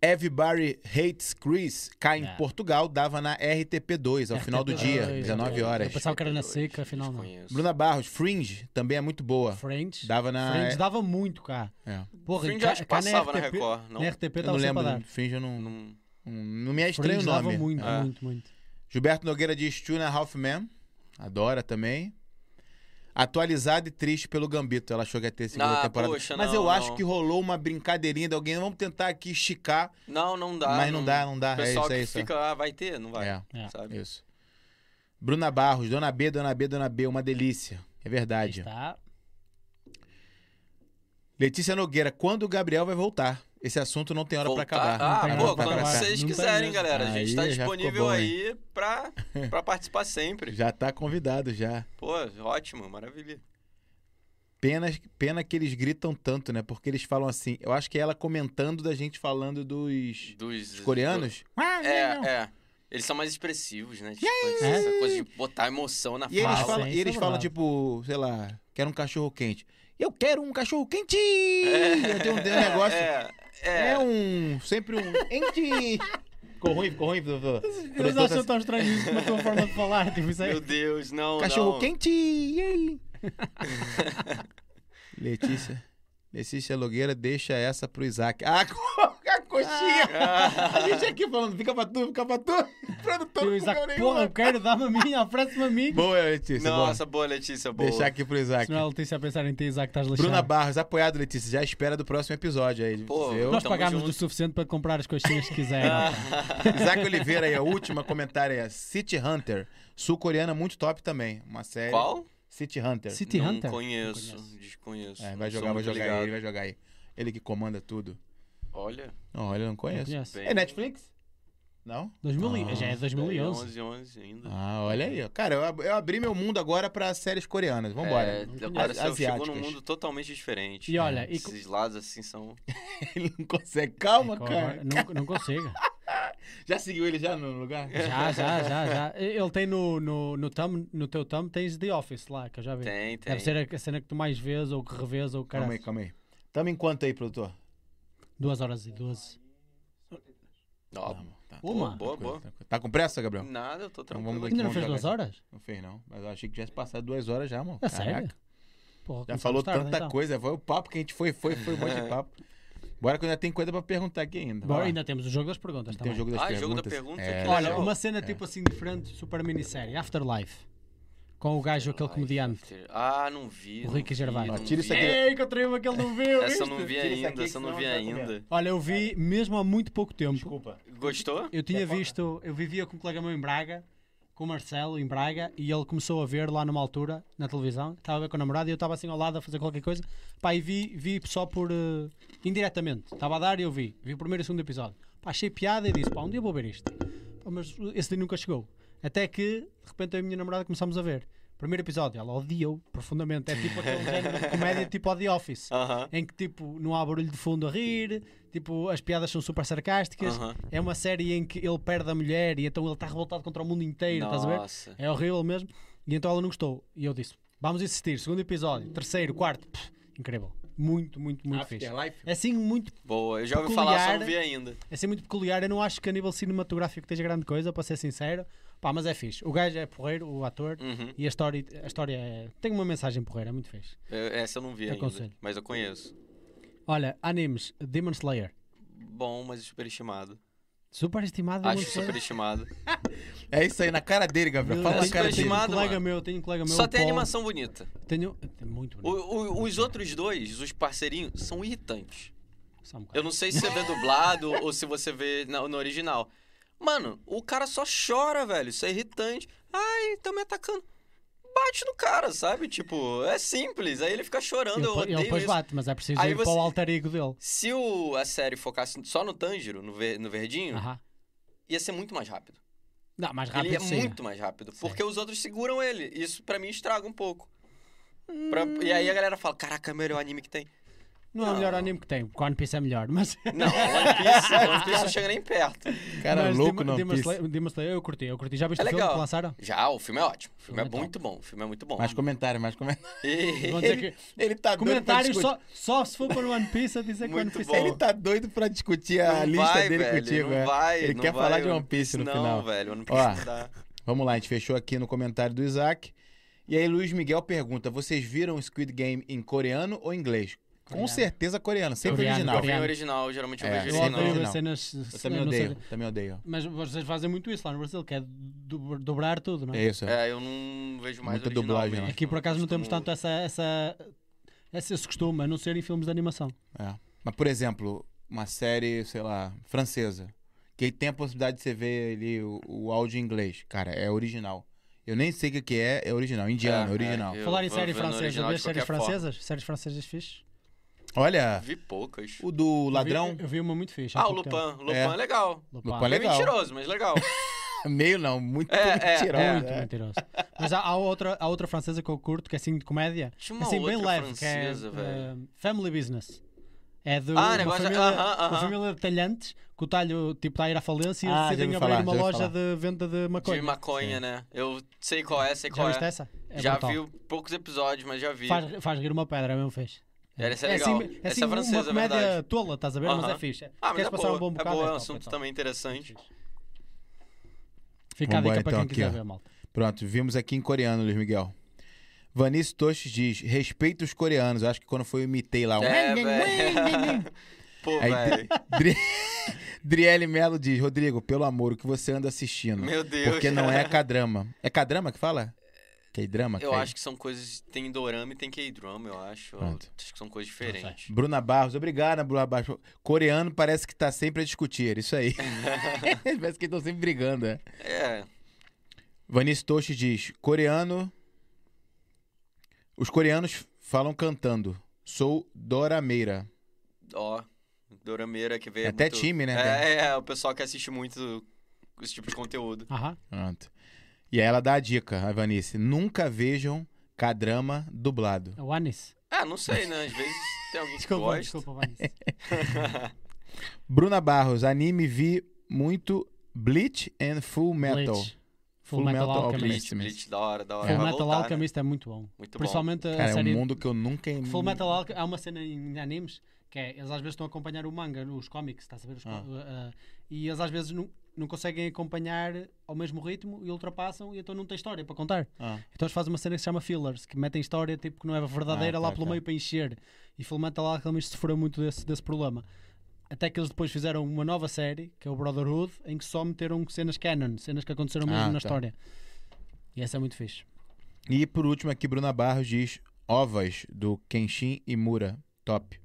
Speaker 1: Everybody Hates Chris cai em
Speaker 2: É.
Speaker 1: Portugal, dava na RTP2, ao final do dia,
Speaker 2: RTP2,
Speaker 1: 19
Speaker 2: é. Eu
Speaker 1: horas.
Speaker 2: pensava que era na seca, afinal não.
Speaker 3: Desconheço.
Speaker 1: Bruna Barros, Fringe, também é muito boa.
Speaker 2: Friends.
Speaker 1: Dava na.
Speaker 2: Friends dava muito cá.
Speaker 1: É.
Speaker 2: Porra,
Speaker 3: Fringe
Speaker 2: e cá-
Speaker 3: acho que
Speaker 2: cá
Speaker 3: passava na
Speaker 2: RTP
Speaker 3: Record, não?
Speaker 2: Na RTP
Speaker 1: Eu não
Speaker 2: estava sempre a dar.
Speaker 1: lembro. Fringe eu não. Não,
Speaker 3: Não-
Speaker 1: não me é estranho
Speaker 2: Friends
Speaker 1: o nome. Ah.
Speaker 2: dava muito,
Speaker 3: É.
Speaker 2: muito, muito.
Speaker 1: Gilberto Nogueira diz Tuna Halfman. Adora também. Atualizada e triste pelo Gambito. Ela achou que ia ter segunda
Speaker 3: Ah,
Speaker 1: temporada.
Speaker 3: poxa,
Speaker 1: mas
Speaker 3: não,
Speaker 1: eu acho
Speaker 3: não.
Speaker 1: que rolou uma brincadeirinha de alguém. Vamos tentar aqui esticar.
Speaker 3: Não, não dá.
Speaker 1: Mas não dá, não dá,
Speaker 3: O
Speaker 1: é
Speaker 3: pessoal
Speaker 1: isso, é
Speaker 3: que
Speaker 1: isso.
Speaker 3: fica, ah, vai ter, não vai.
Speaker 1: É,
Speaker 2: É.
Speaker 3: Sabe?
Speaker 1: isso. Bruna Barros, Dona B, Dona B, Dona B, uma delícia. É
Speaker 2: Aí
Speaker 1: verdade.
Speaker 2: está.
Speaker 1: Letícia Nogueira, quando o Gabriel vai voltar? Esse assunto não tem hora pra
Speaker 3: Voltar?
Speaker 1: acabar.
Speaker 3: Ah,
Speaker 2: Não tem
Speaker 3: pô,
Speaker 2: nada pra
Speaker 3: quando
Speaker 2: acabar.
Speaker 3: vocês
Speaker 2: Não tem
Speaker 3: quiserem,
Speaker 2: mesmo.
Speaker 3: galera. A gente tá
Speaker 1: Aí já ficou
Speaker 3: disponível
Speaker 1: bom, hein?
Speaker 3: aí pra, pra participar sempre.
Speaker 1: Já tá convidado já.
Speaker 3: Pô, ótimo, maravilha.
Speaker 1: Pena, pena que eles gritam tanto, né? Porque eles falam assim. Eu acho que é ela comentando da gente falando dos,
Speaker 3: Dos
Speaker 1: dos coreanos. Ah, não, não.
Speaker 3: É, é. Eles são mais expressivos, né? Tipo, essa coisa de botar emoção na
Speaker 1: E eles
Speaker 3: fala.
Speaker 2: Fala,
Speaker 1: falam,
Speaker 2: sim,
Speaker 1: e eles
Speaker 2: isso é
Speaker 1: falam
Speaker 2: verdade.
Speaker 1: tipo, sei lá, quero um cachorro quente. Eu quero um cachorro quentinho! Tem um, tem um negócio. É,
Speaker 3: É, é.
Speaker 1: um. Sempre um. Quente! Ficou ruim, ficou ruim. doutor?
Speaker 2: Eles
Speaker 1: Doutor,
Speaker 2: acham tão estranho isso na tua forma de falar. Tipo, isso aí.
Speaker 3: Meu Deus, não,
Speaker 2: tá-
Speaker 1: Cachorro
Speaker 3: não.
Speaker 1: quente! yay! Letícia. Letícia Logueira deixa essa pro Isaac. Ah, a coxinha!
Speaker 3: Ah.
Speaker 1: A gente aqui falando, fica pra tu, fica pra tu. Produtor,
Speaker 2: E o
Speaker 1: não
Speaker 2: tipo, Isaac,
Speaker 1: fica nenhuma.
Speaker 2: porra, eu quero dar-me a minha, oferece-me a mim.
Speaker 1: Boa, Letícia. boa.
Speaker 3: Nossa, boa, Letícia, boa.
Speaker 1: Deixar aqui pro
Speaker 2: Se
Speaker 1: Isaac.
Speaker 2: não é a Letícia a pensar em ti, Isaac, estás lixado.
Speaker 1: Bruna Barros, apoiado, Letícia. Já espera do próximo episódio aí.
Speaker 3: Pô,
Speaker 1: Eu-
Speaker 2: Nós
Speaker 3: Tamo
Speaker 2: pagámos
Speaker 3: junto.
Speaker 2: o suficiente para comprar as coxinhas que quiserem.
Speaker 1: Ah, Isaac Oliveira aí, a última comentário é City Hunter. Sul-coreana, muito top também. Uma série.
Speaker 3: Qual?
Speaker 1: City Hunter.
Speaker 2: City
Speaker 3: não
Speaker 2: Hunter?
Speaker 3: Conheço,
Speaker 2: Não conheço.
Speaker 3: desconheço.
Speaker 1: É,
Speaker 3: não
Speaker 1: vai
Speaker 3: sou
Speaker 1: jogar, vai
Speaker 3: muito
Speaker 1: jogar aí,
Speaker 3: ligado.
Speaker 1: ele vai jogar aí. Ele que comanda tudo.
Speaker 3: Olha,
Speaker 1: Não, ele não
Speaker 2: Não
Speaker 1: conhece.
Speaker 2: conheço.
Speaker 3: bem.
Speaker 1: É Netflix? Não?
Speaker 2: 2000
Speaker 1: Ah,
Speaker 2: já é 2011.
Speaker 3: 11, 11 ainda.
Speaker 1: Ah, olha aí. ó. Cara, eu, ab- eu abri meu mundo agora pra séries coreanas. Ah, Vambora.
Speaker 3: É,
Speaker 2: Não
Speaker 1: conheço.
Speaker 3: agora você chegou num
Speaker 1: Asiáticas.
Speaker 3: mundo totalmente diferente.
Speaker 2: E olha, e co-
Speaker 3: Esses lados assim são.
Speaker 1: Ele não consegue. Calma, cara.
Speaker 2: Agora, não, não consigo.
Speaker 1: Já seguiu ele já no lugar?
Speaker 2: Já, já, já, já. Ele tem no, no, no, thumb, no teu thumb, tens The Office lá, que eu já vi.
Speaker 3: Tem, tem.
Speaker 2: Deve ser a, a cena que tu mais vês ou que revês ou
Speaker 1: Calma aí,
Speaker 2: caralho.
Speaker 1: calma aí. Tamo em quanto aí, produtor?
Speaker 2: 2 horas e 12.
Speaker 1: é
Speaker 3: Ó,
Speaker 1: Tamo, tá.
Speaker 2: Uma?
Speaker 3: Boa,
Speaker 1: Tranquilo,
Speaker 3: boa.
Speaker 1: tranquilo. Tá com pressa, Gabriel?
Speaker 3: Nada, eu tô
Speaker 1: Então
Speaker 3: tranquilo.
Speaker 1: vamos
Speaker 3: aqui.
Speaker 2: Ainda não
Speaker 1: vamos
Speaker 2: fez
Speaker 1: jogar
Speaker 2: 2 horas?
Speaker 1: Não fez, não. Mas eu achei que tivesse passado duas horas já, mano.
Speaker 2: É
Speaker 1: Caraca.
Speaker 2: sério? Porra,
Speaker 1: Já
Speaker 2: começamos
Speaker 1: falou
Speaker 2: tarde,
Speaker 1: tanta
Speaker 2: então. É.
Speaker 1: coisa. Foi o papo que a gente foi, foi, foi um monte de papo. Bora que ainda tem coisa pra perguntar aqui ainda. Vai
Speaker 2: Bora,
Speaker 1: lá.
Speaker 2: ainda temos o jogo das perguntas
Speaker 1: Tem
Speaker 2: também.
Speaker 1: o jogo das
Speaker 3: Ah,
Speaker 1: perguntas.
Speaker 3: jogo da pergunta, né?
Speaker 1: É,
Speaker 3: que legal.
Speaker 2: Olha,
Speaker 3: Legal.
Speaker 2: uma cena tipo assim diferente, super minissérie, Afterlife. Com o gajo, aquele comediante.
Speaker 3: Ah, não vi.
Speaker 2: O
Speaker 3: não
Speaker 2: Ricky
Speaker 3: vi,
Speaker 2: Gervais.
Speaker 3: não
Speaker 1: Ó, tira
Speaker 3: vi.
Speaker 1: isso aqui.
Speaker 2: Ei, encontrei-me aquele não viu,
Speaker 3: Essa eu
Speaker 2: viste?
Speaker 3: não É. vi
Speaker 1: Tira isso aqui,
Speaker 3: ainda, essa eu não
Speaker 1: senão
Speaker 3: vi
Speaker 1: vai comer.
Speaker 3: ainda.
Speaker 2: Olha, eu vi mesmo há muito pouco tempo.
Speaker 1: Desculpa.
Speaker 3: Gostou?
Speaker 2: Eu tinha visto, eu vivia com um colega meu em Braga, com o Marcelo em Braga, e ele começou a ver lá numa altura, na televisão, estava a ver com a namorada e eu estava assim ao lado a fazer qualquer coisa. Pá, e vi, vi só por. eh, indiretamente. Estava a dar e eu vi. Vi o primeiro e o segundo episódio. Pá, achei piada e disse, pá, um dia vou ver isto. Pá, mas esse dia nunca chegou. Até que, de repente, eu e a minha namorada começámos a ver. Primeiro episódio, ela odiou profundamente. É tipo aquele género de comédia tipo a The Office.
Speaker 3: Aham.
Speaker 2: Em que tipo, não há barulho de fundo a rir, tipo, as piadas são super sarcásticas,
Speaker 3: Aham.
Speaker 2: é uma série em que ele perde a mulher e então ele está revoltado contra o mundo inteiro,
Speaker 1: tá
Speaker 2: estás
Speaker 3: Nossa.
Speaker 2: a ver? É horrível mesmo. E então ela não gostou. E eu disse: vamos insistir. Segundo episódio, terceiro, quarto. Pff, incrível. Muito, muito,
Speaker 1: Ah,
Speaker 2: muito fixe.
Speaker 1: Afterlife?
Speaker 2: É assim muito,
Speaker 3: Boa, eu já ouvi falar, só não
Speaker 2: Peculiar.
Speaker 3: vi ainda.
Speaker 2: é assim muito peculiar. Eu não acho que a nível cinematográfico esteja grande coisa, para ser sincero. Pá, mas é fixe. O gajo é porreiro, o ator.
Speaker 3: Uhum.
Speaker 2: E a história, a história é- tem uma mensagem porreira, é muito fixe.
Speaker 3: Eu- Essa eu não vi
Speaker 2: Te
Speaker 3: ainda,
Speaker 2: aconselho.
Speaker 3: mas eu conheço.
Speaker 2: Olha, animes, Demon Slayer.
Speaker 3: Bom, mas superestimado.
Speaker 2: Superestimado Demon
Speaker 3: Acho
Speaker 2: Slayer.
Speaker 3: superestimado.
Speaker 1: É isso aí, na cara dele, Gabriel. Fala na
Speaker 2: Tenho-
Speaker 1: cara
Speaker 2: tenho
Speaker 1: dele.
Speaker 2: um
Speaker 3: Superestimado,
Speaker 2: colega
Speaker 3: mano.
Speaker 2: meu, tenho um colega meu.
Speaker 3: Só
Speaker 2: o
Speaker 3: tem
Speaker 2: Paulo.
Speaker 3: animação bonita.
Speaker 2: Tenho, muito
Speaker 3: O-
Speaker 2: bonito.
Speaker 3: o- os outros dois, os parceirinhos, são irritantes.
Speaker 2: Só um bocado.
Speaker 3: Eu não sei se você vê dublado ou se você vê na- no original. Mano, o cara só chora, velho. Isso é irritante. Ai, estão me atacando. bate no cara, sabe? Tipo, é simples. Aí ele fica chorando,
Speaker 2: Ele
Speaker 3: eu
Speaker 2: depois- ele
Speaker 3: odeio
Speaker 2: depois
Speaker 3: isso.
Speaker 2: bate, mas é preciso
Speaker 3: Aí
Speaker 2: ir para
Speaker 3: você-
Speaker 2: o alter ego dele.
Speaker 3: Se o, a série focasse só no Tanjiro, no, ver- no verdinho,
Speaker 2: Aham.
Speaker 3: ia ser muito mais rápido.
Speaker 2: Não, mais rápido
Speaker 3: ele é
Speaker 2: sim.
Speaker 3: muito mais rápido,
Speaker 2: Sim.
Speaker 3: porque os outros seguram ele. Isso pra mim estraga um pouco.
Speaker 1: Hum.
Speaker 3: Pra- E aí a galera fala, caraca, é o melhor anime que tem.
Speaker 2: Não é o melhor
Speaker 3: Não.
Speaker 2: anime que tem, porque One Piece é melhor, mas...
Speaker 3: Não, One Piece, One Piece não chega nem perto.
Speaker 1: Cara
Speaker 2: mas
Speaker 1: louco,
Speaker 2: Demon-
Speaker 1: não.
Speaker 2: Demon Slayer- Demon Slayer eu curti, eu curti. Já viste
Speaker 3: É
Speaker 2: o filme
Speaker 3: legal.
Speaker 2: que lançaram?
Speaker 3: Já, o filme é ótimo. O filme é
Speaker 2: Filme é
Speaker 3: muito bom. O filme é muito bom.
Speaker 1: Mais comentários, mais comentários.
Speaker 3: E-
Speaker 2: Vão dizer que-
Speaker 1: Ele tá doido pra
Speaker 2: Comentários
Speaker 1: discutir.
Speaker 2: só, só se for para o One Piece a dizer que o One
Speaker 3: Muito
Speaker 2: Piece é
Speaker 3: bom.
Speaker 2: melhor.
Speaker 1: Ele tá doido pra discutir é a
Speaker 3: Não
Speaker 1: lista
Speaker 3: vai,
Speaker 1: dele
Speaker 3: velho,
Speaker 1: contigo.
Speaker 3: não
Speaker 1: é.
Speaker 3: vai,
Speaker 1: ele
Speaker 3: não
Speaker 1: quer
Speaker 3: vai,
Speaker 1: falar de
Speaker 3: One
Speaker 1: One Piece no
Speaker 3: não,
Speaker 1: final.
Speaker 3: velho, One
Speaker 1: Ó.
Speaker 3: Piece não dá.
Speaker 1: Vamos lá, a gente fechou aqui no comentário do Isaac. E aí, Luiz Miguel pergunta: vocês viram Squid Game em coreano ou inglês? Com
Speaker 2: Coreano.
Speaker 1: certeza coreano, sempre
Speaker 2: Coreano,
Speaker 1: original.
Speaker 3: Eu venho
Speaker 2: Coreano.
Speaker 3: original, geralmente eu
Speaker 1: É,
Speaker 3: vejo
Speaker 2: Eu
Speaker 1: original.
Speaker 2: odeio
Speaker 3: original.
Speaker 2: as cenas...
Speaker 1: Eu também
Speaker 2: não sei-
Speaker 1: odeio, também odeio.
Speaker 2: Mas vocês fazem muito isso lá no Brasil, que é du- dobrar tudo, não é?
Speaker 1: É isso.
Speaker 3: É, eu não vejo mais
Speaker 1: Muita
Speaker 3: original
Speaker 1: dublagem,
Speaker 3: mesmo.
Speaker 1: né?
Speaker 2: Aqui por acaso não temos
Speaker 3: Costumo-
Speaker 2: tanto essa, essa, essa- esse costume, a não ser em filmes de animação.
Speaker 1: É. Mas, por exemplo, uma série, sei lá, francesa, que tem a possibilidade de você ver ali o, o áudio em inglês. Cara, é original. Eu nem sei o que que é, é original. Indiano,
Speaker 3: É,
Speaker 1: original.
Speaker 3: é, eu
Speaker 2: Falar em
Speaker 3: vou
Speaker 2: série
Speaker 3: ver no
Speaker 2: francesa,
Speaker 3: original de
Speaker 2: vês séries
Speaker 3: qualquer forma.
Speaker 2: francesas? Séries francesas fixe?
Speaker 1: Olha,
Speaker 3: Vi poucas.
Speaker 1: o do
Speaker 2: Eu
Speaker 1: ladrão,
Speaker 2: vi, eu vi uma muito fixe. há
Speaker 3: Ah, o
Speaker 2: pouco tempo.
Speaker 3: Lupin. Lupin
Speaker 1: É.
Speaker 3: é legal.
Speaker 2: Lupin.
Speaker 1: Lupin é
Speaker 3: É
Speaker 1: Legal.
Speaker 3: mentiroso, mas legal.
Speaker 1: meio não, muito
Speaker 3: É, é,
Speaker 1: mentiroso.
Speaker 2: Muito mentiroso. Mas há, há outra, há outra francesa que eu curto, que é assim de comédia.
Speaker 3: Tinha uma
Speaker 2: assim,
Speaker 3: outra
Speaker 2: bem leve,
Speaker 3: francesa,
Speaker 2: que é eh,
Speaker 3: velho.
Speaker 2: Family Business. É de
Speaker 3: Ah,
Speaker 2: uma,
Speaker 3: negócio-
Speaker 2: família,
Speaker 3: aham, aham.
Speaker 2: uma família de talhantes que o talho tipo, está a ir à falência e
Speaker 1: Ah, já
Speaker 2: decidem
Speaker 1: ouvi
Speaker 2: abrir
Speaker 1: falar,
Speaker 2: uma
Speaker 1: já ouvi
Speaker 2: loja de venda de maconha.
Speaker 3: De maconha, né? Eu sei qual é, sei
Speaker 2: Já
Speaker 3: qual
Speaker 2: viste
Speaker 3: é.
Speaker 2: essa? É
Speaker 3: já
Speaker 2: brutal.
Speaker 3: vi poucos episódios, mas já vi.
Speaker 2: Faz, faz rir uma pedra, é mesmo fez.
Speaker 3: Essa é legal.
Speaker 2: assim, é
Speaker 3: Essa
Speaker 2: assim
Speaker 3: é francesa,
Speaker 2: uma
Speaker 3: é
Speaker 2: comédia
Speaker 3: verdade.
Speaker 2: tola, estás a ver? Mas
Speaker 3: Aham.
Speaker 2: é fixe.
Speaker 3: Ah, mas
Speaker 2: Queres
Speaker 3: é
Speaker 2: passar
Speaker 3: boa.
Speaker 2: um bom
Speaker 3: é
Speaker 2: bocado?
Speaker 3: boa, é um
Speaker 2: top,
Speaker 3: assunto
Speaker 2: top.
Speaker 3: também interessante.
Speaker 2: Fica a
Speaker 1: Vambora,
Speaker 2: dica para
Speaker 1: então,
Speaker 2: quem quiser
Speaker 1: aqui, ó.
Speaker 2: ver, malta.
Speaker 1: Pronto, vimos aqui em coreano, Luiz Miguel. Vanice Toches diz: respeita os coreanos. Eu acho que quando foi, eu imitei lá. um-
Speaker 3: É, velho. Pô,
Speaker 1: Aí,
Speaker 3: velho.
Speaker 1: Dri... Driele Melo diz: Rodrigo, pelo amor, o que você anda assistindo?
Speaker 3: Meu Deus.
Speaker 1: Porque não é K-drama. É K-drama que fala? K-drama?
Speaker 3: Eu acho que são coisas. Tem dorama e tem K-drama, eu acho. Eu
Speaker 1: Pronto.
Speaker 3: Acho que são coisas
Speaker 2: Então
Speaker 3: diferentes.
Speaker 1: Bruna Barros, obrigada, Bruna Barros. Coreano parece que tá sempre a discutir, isso aí. parece que estão sempre brigando, é.
Speaker 3: É.
Speaker 1: Vanice Toshi diz: coreano. Os coreanos falam cantando. Sou Dorameira.
Speaker 3: Ó. Dorameira que veio.
Speaker 1: É até
Speaker 3: muito-
Speaker 1: time, né?
Speaker 3: É, é, é, o pessoal que assiste muito esse tipo de conteúdo.
Speaker 2: Aham.
Speaker 1: Pronto. E aí ela dá a dica, a Vanice: nunca vejam K-drama dublado.
Speaker 2: É o Anis.
Speaker 3: Ah, não sei, né? Às vezes tem alguém que
Speaker 2: Desculpa,
Speaker 3: gosta.
Speaker 2: desculpa, Anis.
Speaker 1: Bruna Barros, anime vi muito Bleach and Full Metal.
Speaker 2: Bleach. Full Metal Alchemist.
Speaker 3: Bleach, Bleach, da hora, da hora.
Speaker 2: Full
Speaker 3: Vai
Speaker 2: Metal
Speaker 3: voltar, né?
Speaker 2: Alchemist é muito bom.
Speaker 3: Muito bom.
Speaker 2: Principalmente a
Speaker 1: Cara, é um
Speaker 2: série
Speaker 1: mundo que eu nunca.
Speaker 2: Full Metal Alchemist, há uma cena em animes que é, eles às vezes estão a acompanhar o manga, os cómics, está a saber? Os có-
Speaker 1: Ah.
Speaker 2: uh, uh, e eles às vezes não, não conseguem acompanhar ao mesmo ritmo e ultrapassam e então não tem história para contar.
Speaker 1: Ah.
Speaker 2: Então eles fazem uma cena que se chama fillers, que metem história tipo que não é verdadeira
Speaker 1: Ah, tá,
Speaker 2: lá pelo
Speaker 1: tá.
Speaker 2: meio para encher. E Full Metal Alchemist sofreu muito desse, desse problema. Até que eles depois fizeram uma nova série, que é o Brotherhood, em que só meteram cenas canon, cenas que aconteceram mesmo
Speaker 1: Ah,
Speaker 2: na
Speaker 1: tá.
Speaker 2: história. E essa é muito fixe.
Speaker 1: E por último aqui, Bruna Barros diz Ovas, do Kenshin Imura. Top.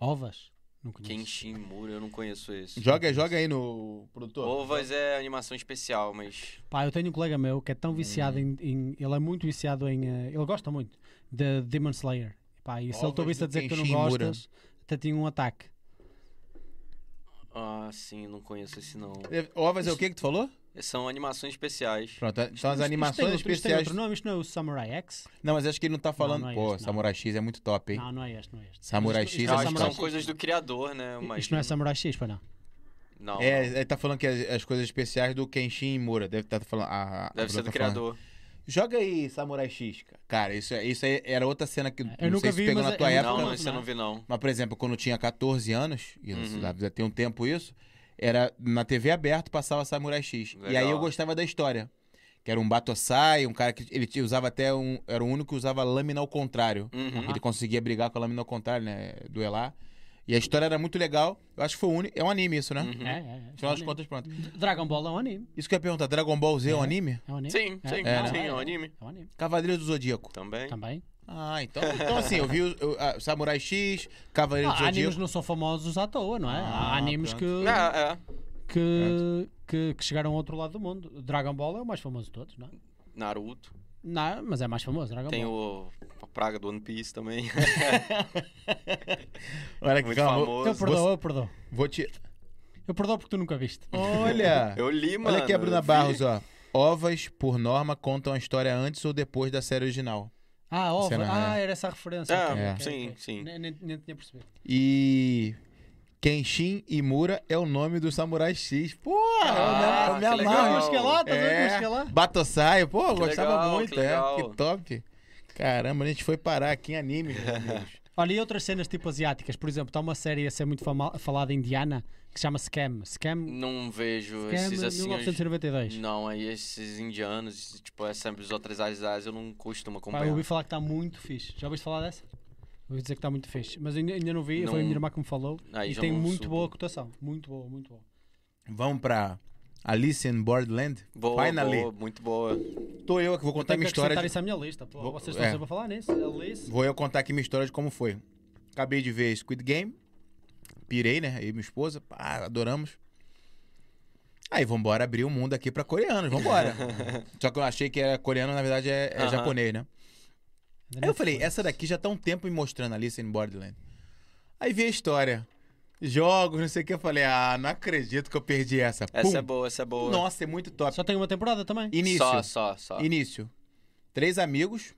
Speaker 2: Ovas? Não conheço.
Speaker 3: Kenshin Mura, eu não conheço esse.
Speaker 1: Joga, joga aí no produtor.
Speaker 3: Ovas é animação especial, mas.
Speaker 2: Pá, eu tenho um colega meu que é tão viciado
Speaker 1: Hum.
Speaker 2: em, em- Ele é muito viciado em. eh, ele gosta muito de Demon Slayer. Pá, e se ele te
Speaker 1: Ovas
Speaker 2: ouvisse
Speaker 1: do
Speaker 2: a dizer que tu não
Speaker 1: Kenshin Imura.
Speaker 2: gostas, até tinha um ataque.
Speaker 3: Ah, sim, não conheço esse não.
Speaker 1: É, Ovas é o que que tu falou?
Speaker 3: São animações especiais.
Speaker 1: Pronto, são as
Speaker 2: Isto- isto tem
Speaker 1: animações
Speaker 2: outro- isto tem
Speaker 1: especiais.
Speaker 2: outro nome, isto não é o Samurai X?
Speaker 1: Não, mas acho que ele não tá falando.
Speaker 2: não é
Speaker 1: Pô,
Speaker 2: este, não.
Speaker 1: Samurai X é muito top, hein?
Speaker 2: Não, não é este, não é este.
Speaker 1: Samurai
Speaker 2: Isto-
Speaker 1: X
Speaker 2: isto
Speaker 1: é
Speaker 2: é
Speaker 3: Eu acho que
Speaker 1: muito
Speaker 3: são
Speaker 2: Samurai
Speaker 1: top.
Speaker 3: coisas do criador, né? Mas
Speaker 2: Isto não é Samurai X, pois não.
Speaker 3: Não.
Speaker 1: É, ele tá falando que as, as coisas especiais do Kenshin Imura. Deve estar falando. a- a- a Bruna
Speaker 3: Deve ser
Speaker 1: tá
Speaker 3: do
Speaker 1: falando.
Speaker 3: criador.
Speaker 1: Joga aí Samurai X, cara. Cara, isso, é- isso aí era outra cena que não
Speaker 2: nunca
Speaker 1: sei se
Speaker 2: vi,
Speaker 1: pegou
Speaker 2: mas
Speaker 1: na
Speaker 2: é-
Speaker 1: tua
Speaker 2: é muito
Speaker 1: época.
Speaker 3: Não,
Speaker 2: bom.
Speaker 3: esse eu não vi não.
Speaker 1: Mas, por exemplo, quando eu tinha 14 anos, e
Speaker 3: Uhum.
Speaker 1: uhum. já tem um tempo isso, era na TV aberta passava Samurai X. E aí
Speaker 3: Legal.
Speaker 1: eu gostava da história. Que era um Batosai, um cara que ele t- usava até um. Era o único que usava a lâmina ao contrário.
Speaker 3: Uhum.
Speaker 1: Ele conseguia brigar com a lâmina ao contrário, né? Duelar. E a história era muito legal. Eu acho que foi o único. É um anime isso, né?
Speaker 3: Uhum.
Speaker 2: É, é, é.
Speaker 1: Afinal
Speaker 2: É
Speaker 1: de
Speaker 2: um
Speaker 1: contas, pronto.
Speaker 2: anime. Dragon Ball é um anime.
Speaker 1: Isso que eu ia perguntar: Dragon Ball Z é, um
Speaker 2: É.
Speaker 1: anime?
Speaker 2: É um anime.
Speaker 3: Sim,
Speaker 2: É, Tá.
Speaker 3: sim,
Speaker 2: não,
Speaker 3: sim, é um anime.
Speaker 2: É um anime.
Speaker 1: Cavaleiros do Zodíaco.
Speaker 3: Também.
Speaker 2: Também.
Speaker 1: Ah, então. Então, assim, eu vi o, o- a- Samurai X, Cavaleiros
Speaker 2: Ah,
Speaker 1: do Zodíaco.
Speaker 2: animes não são famosos à toa, não é?
Speaker 1: Ah,
Speaker 2: Há animes que,
Speaker 3: Não, é.
Speaker 2: que, que, que chegaram ao outro lado do mundo. Dragon Ball é o mais famoso de todos, não é?
Speaker 3: Naruto.
Speaker 2: Não, mas é mais famoso, Dragon
Speaker 3: Tem
Speaker 2: Ball.
Speaker 3: o a Praga do One Piece também.
Speaker 1: Olha que
Speaker 3: Muito
Speaker 1: calma. vou-
Speaker 3: famoso.
Speaker 2: Eu perdoo, eu perdoo.
Speaker 1: Vou te.
Speaker 2: Eu perdoo porque tu nunca viste.
Speaker 1: Olha!
Speaker 3: Eu li, mano.
Speaker 1: É. Olha aqui a Bruna
Speaker 3: eu vi.
Speaker 1: Barros, ó. Ovas, por norma, contam a história antes ou depois da série original.
Speaker 2: Ah, ó,
Speaker 1: Cena,
Speaker 2: ah,
Speaker 1: é.
Speaker 2: era essa a referência.
Speaker 3: Ah,
Speaker 2: ok,
Speaker 1: é.
Speaker 2: ok,
Speaker 3: sim,
Speaker 2: ok.
Speaker 3: sim.
Speaker 2: Nem, nem- nem tinha percebido.
Speaker 1: E. Kenshin Imura é o nome do Samurai X. Pô,
Speaker 3: Ah,
Speaker 1: eu me, eu
Speaker 3: que
Speaker 1: me
Speaker 3: legal.
Speaker 1: amarro.
Speaker 2: Mas que lá, tá vendo? Mas
Speaker 1: É,
Speaker 2: que lá.
Speaker 1: Batosai, pô, eu
Speaker 3: Que
Speaker 1: gostava
Speaker 3: legal,
Speaker 1: muito,
Speaker 3: que
Speaker 1: é.
Speaker 3: legal.
Speaker 1: Que top. Caramba, a gente foi parar aqui em anime, meus amigos.
Speaker 2: Olha, e outras cenas tipo asiáticas, por exemplo, está uma série a ser muito fama- falada indiana que se chama Scam. Scam,
Speaker 3: Não vejo
Speaker 2: Scam
Speaker 3: esses assim. hoje-
Speaker 2: 1992.
Speaker 3: Não, aí esses indianos, tipo, essas outras áreas eu não
Speaker 2: Pá,
Speaker 3: costumo
Speaker 2: eu
Speaker 3: acompanhar.
Speaker 2: ouvi falar que está muito fixe. Já ouviste falar dessa? Ouvi dizer que está muito fixe. Mas ainda, ainda não vi, foi a
Speaker 3: Não-
Speaker 2: minha irmã que me falou.
Speaker 3: Aí
Speaker 2: e
Speaker 3: já
Speaker 2: tem
Speaker 3: não
Speaker 2: muito
Speaker 3: soube.
Speaker 2: boa cotação. Muito boa, muito boa.
Speaker 1: Vamos pra Alice in Borderland?
Speaker 3: Boa,
Speaker 1: Finally.
Speaker 3: boa, muito boa.
Speaker 1: Tô eu que vou contar
Speaker 2: Tenho é que tá
Speaker 1: minha história.
Speaker 2: acrescentar
Speaker 1: de-
Speaker 2: isso à minha lista. pô.
Speaker 1: Vou-
Speaker 2: Vocês estão
Speaker 1: é.
Speaker 2: sempre a falar nisso. A lista.
Speaker 1: Vou eu contar aqui minha história de como foi. Acabei de ver Squid Game. Pirei, né? Eu e minha esposa. pá, adoramos. Aí, vambora abrir o mundo aqui pra coreanos. Vambora. Só que eu achei que era coreano, na verdade, é, é
Speaker 3: Aham.
Speaker 1: japonês, né? Aí eu falei, essa daqui já tá um tempo me mostrando Alice in Borderland. Aí vi a história. Jogos, não sei o que. Eu falei, ah, não acredito que eu perdi essa.
Speaker 3: Essa
Speaker 1: Pum.
Speaker 3: é boa, essa é boa.
Speaker 1: Nossa, é muito top.
Speaker 2: Só tem uma temporada também.
Speaker 1: Início.
Speaker 3: Só, só, só.
Speaker 1: Início. Três amigos.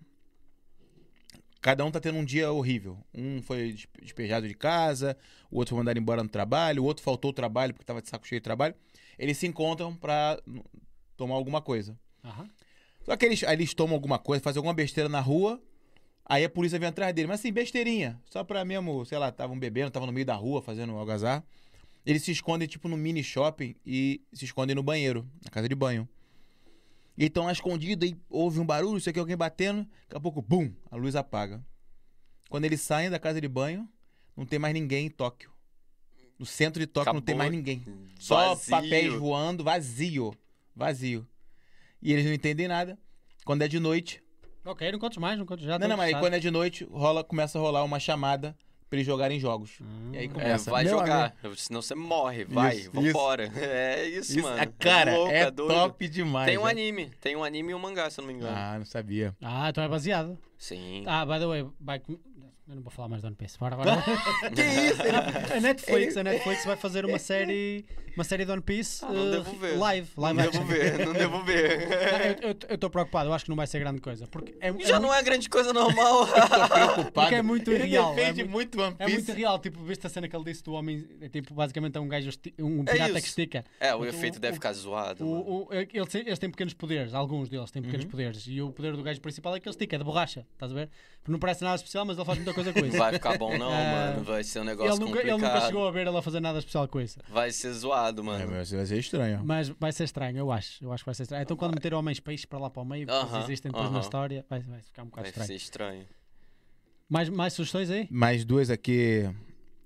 Speaker 1: Cada um tá tendo um dia horrível. Um foi despe- despejado de casa, o outro foi mandado embora no trabalho, o outro faltou o trabalho porque tava de saco cheio de trabalho. Eles se encontram pra n- tomar alguma coisa.
Speaker 2: Aham.
Speaker 1: Só que eles, aí eles tomam alguma coisa, fazem alguma besteira na rua, aí a polícia vem atrás dele. Mas assim, besteirinha. Só pra mesmo, sei lá, estavam bebendo, estavam no meio da rua fazendo um algazarra. Eles se escondem, tipo, no mini shopping e se escondem no banheiro, na casa de banho. E estão lá escondidos, aí houve um barulho, isso aqui, alguém batendo. Daqui a pouco, bum, a luz apaga. Quando eles saem da casa de banho, não tem mais ninguém em Tóquio. No centro de Tóquio não tem
Speaker 3: Acabou.
Speaker 1: mais ninguém. Só
Speaker 3: Vazio.
Speaker 1: papéis voando, vazio. Vazio. E eles não entendem nada. Quando é de noite.
Speaker 2: Ok, não contes mais, não contes já.
Speaker 1: não,
Speaker 2: tô
Speaker 1: não, mas aí
Speaker 2: interessado.
Speaker 1: quando é de noite, rola, começa a rolar uma chamada pra eles jogarem jogos. E aí
Speaker 3: É,
Speaker 1: começa.
Speaker 3: vai
Speaker 1: Meu amigo,
Speaker 3: jogar, senão você morre, vai,
Speaker 1: Isso,
Speaker 3: vambora. É isso,
Speaker 1: isso-
Speaker 3: mano.
Speaker 1: a cara,
Speaker 3: é, louco,
Speaker 1: é,
Speaker 3: doido.
Speaker 1: top demais.
Speaker 3: Tem um
Speaker 1: né?
Speaker 3: anime, tem um anime e um mangá, se eu não me engano.
Speaker 1: Ah, não sabia.
Speaker 2: Ah, então é baseado.
Speaker 3: Sim.
Speaker 2: Ah, by the way, vai. com- Eu não vou falar mais do One Piece. Bora, bora.
Speaker 1: que isso?
Speaker 2: a Netflix, a Netflix vai fazer uma série, uma série de One Piece
Speaker 3: Ah, não
Speaker 2: eh,
Speaker 3: devo ver.
Speaker 2: live, live
Speaker 3: não devo
Speaker 2: action.
Speaker 3: ver, não devo ver.
Speaker 2: Eu- Eu eu estou preocupado, eu acho que não vai ser grande coisa. Porque é,
Speaker 3: É. Já não é grande coisa normal.
Speaker 1: Tô preocupado.
Speaker 2: Porque é muito
Speaker 1: ele
Speaker 2: irreal,
Speaker 1: Defende
Speaker 2: é
Speaker 1: muito One
Speaker 2: É
Speaker 1: Piece.
Speaker 2: muito real, tipo, viste a cena que ele disse do homem, é tipo, basicamente é um gajo, esti- um pirata que
Speaker 3: isso.
Speaker 2: estica.
Speaker 3: é, o
Speaker 2: Então,
Speaker 3: efeito
Speaker 2: o-
Speaker 3: deve ficar zoado. mano.
Speaker 2: O, o- ele- eles, têm- eles têm pequenos poderes, alguns deles têm pequenos poderes, e o poder do gajo principal é que ele estica, é de borracha, estás a ver? Não parece nada especial, mas ele faz muita coisa com
Speaker 3: Não
Speaker 2: isso.
Speaker 3: vai ficar bom não,
Speaker 2: É.
Speaker 3: mano. Vai ser um negócio
Speaker 2: ele, nunca, ele
Speaker 3: complicado.
Speaker 2: nunca chegou a ver ele a fazer nada especial com isso.
Speaker 3: Vai ser zoado,
Speaker 1: É,
Speaker 3: mano.
Speaker 1: mas vai ser estranho.
Speaker 2: Mas vai ser estranho, eu acho. Eu acho que vai ser estranho. Então, quando meter homens peixes para lá para o meio, porque eles
Speaker 3: Aham,
Speaker 2: existem depois na
Speaker 3: aham.
Speaker 2: história, vai, vai ficar um bocado
Speaker 3: Vai
Speaker 2: estranho.
Speaker 3: ser estranho.
Speaker 2: Mais, mais sugestões aí?
Speaker 1: Mais duas aqui.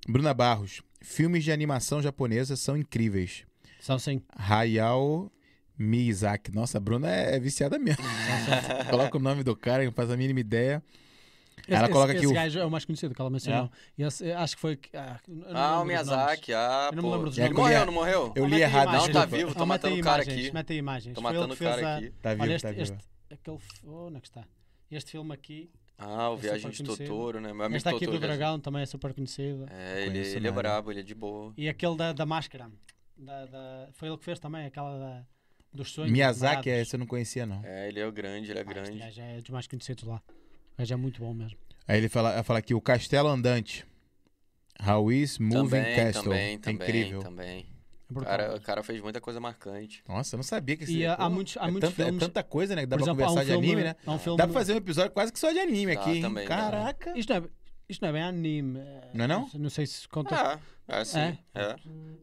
Speaker 1: Bruna Barros. Filmes de animação japonesa são incríveis.
Speaker 2: São sim.
Speaker 1: Hayao Miyazaki. Nossa, a Bruna é é viciada mesmo. coloca o nome do cara, não faz a mínima ideia. Ela
Speaker 2: esse,
Speaker 1: coloca
Speaker 2: esse,
Speaker 1: aqui
Speaker 2: esse
Speaker 1: o- É.
Speaker 2: gajo é o mais conhecido que ela mencionou. Esse, eh, acho que foi. que- Ah, eu não lembro
Speaker 3: Ah, o
Speaker 2: dos nomes.
Speaker 3: Miyazaki, ah,
Speaker 2: Eu não me
Speaker 3: pô.
Speaker 2: lembro dos
Speaker 3: Ele
Speaker 1: nomes.
Speaker 3: morreu, não morreu?
Speaker 1: Eu
Speaker 2: Ah,
Speaker 1: li
Speaker 2: mete aí
Speaker 1: errado.
Speaker 3: imagens. Não, tá
Speaker 1: desculpa.
Speaker 3: vivo, tá
Speaker 2: Ah, mete aí
Speaker 3: matando o cara
Speaker 2: imagens,
Speaker 3: aqui.
Speaker 2: Mete aí imagens.
Speaker 3: Tô
Speaker 2: Foi ele
Speaker 3: matando o
Speaker 2: que fez
Speaker 3: cara
Speaker 2: a-
Speaker 3: aqui.
Speaker 1: Tá vivo,
Speaker 2: Olha, este,
Speaker 1: tá vivo.
Speaker 2: este- aquele. f- oh, onde é que está? Este filme aqui.
Speaker 3: Ah, o
Speaker 2: É
Speaker 3: Viagem
Speaker 2: super
Speaker 3: de
Speaker 2: conhecido.
Speaker 3: Totoro, né? Meu amigo
Speaker 2: Este aqui
Speaker 3: Totoro.
Speaker 2: do
Speaker 3: viaja-
Speaker 2: Dragão também é super conhecido.
Speaker 3: É, ele,
Speaker 1: Conheço
Speaker 3: ele é
Speaker 1: nada.
Speaker 3: brabo, ele é de boa.
Speaker 2: E aquele da, da máscara. Da, da- Foi ele que fez também, aquela da, dos sonhos.
Speaker 1: Miyazaki, é
Speaker 2: dourados.
Speaker 1: esse eu não conhecia, não.
Speaker 3: É, ele é o grande, ele é
Speaker 2: Ah, este
Speaker 3: grande.
Speaker 2: gajo é dos mais conhecidos lá. O gajo é muito bom mesmo.
Speaker 1: Aí ele fala, ela fala aqui, o Castelo Andante. How is Moving
Speaker 3: Também,
Speaker 1: Castle.
Speaker 3: também,
Speaker 1: É
Speaker 3: também,
Speaker 1: Incrível.
Speaker 3: também.
Speaker 2: É
Speaker 3: O
Speaker 2: brutal.
Speaker 3: cara, o cara fez muita coisa marcante.
Speaker 1: Nossa, eu não sabia que
Speaker 2: E ah,
Speaker 1: pô,
Speaker 2: há muitos, há
Speaker 1: é
Speaker 2: muitos
Speaker 1: tanta, é
Speaker 2: filmes.
Speaker 1: tanta coisa, né? Que dá
Speaker 2: por
Speaker 1: pra
Speaker 2: exemplo, há um
Speaker 1: conversar de
Speaker 2: filme-
Speaker 1: anime, né?
Speaker 2: há um filme-
Speaker 1: Dá pra fazer um episódio quase que só de anime
Speaker 3: Dá,
Speaker 1: aqui, hein?
Speaker 3: também dá.
Speaker 1: Caraca.
Speaker 2: Isto não, é, isto não é bem anime. eh,
Speaker 1: Não é não?
Speaker 2: Não sei se conta.
Speaker 3: Ah, é sim.
Speaker 2: É?
Speaker 3: É.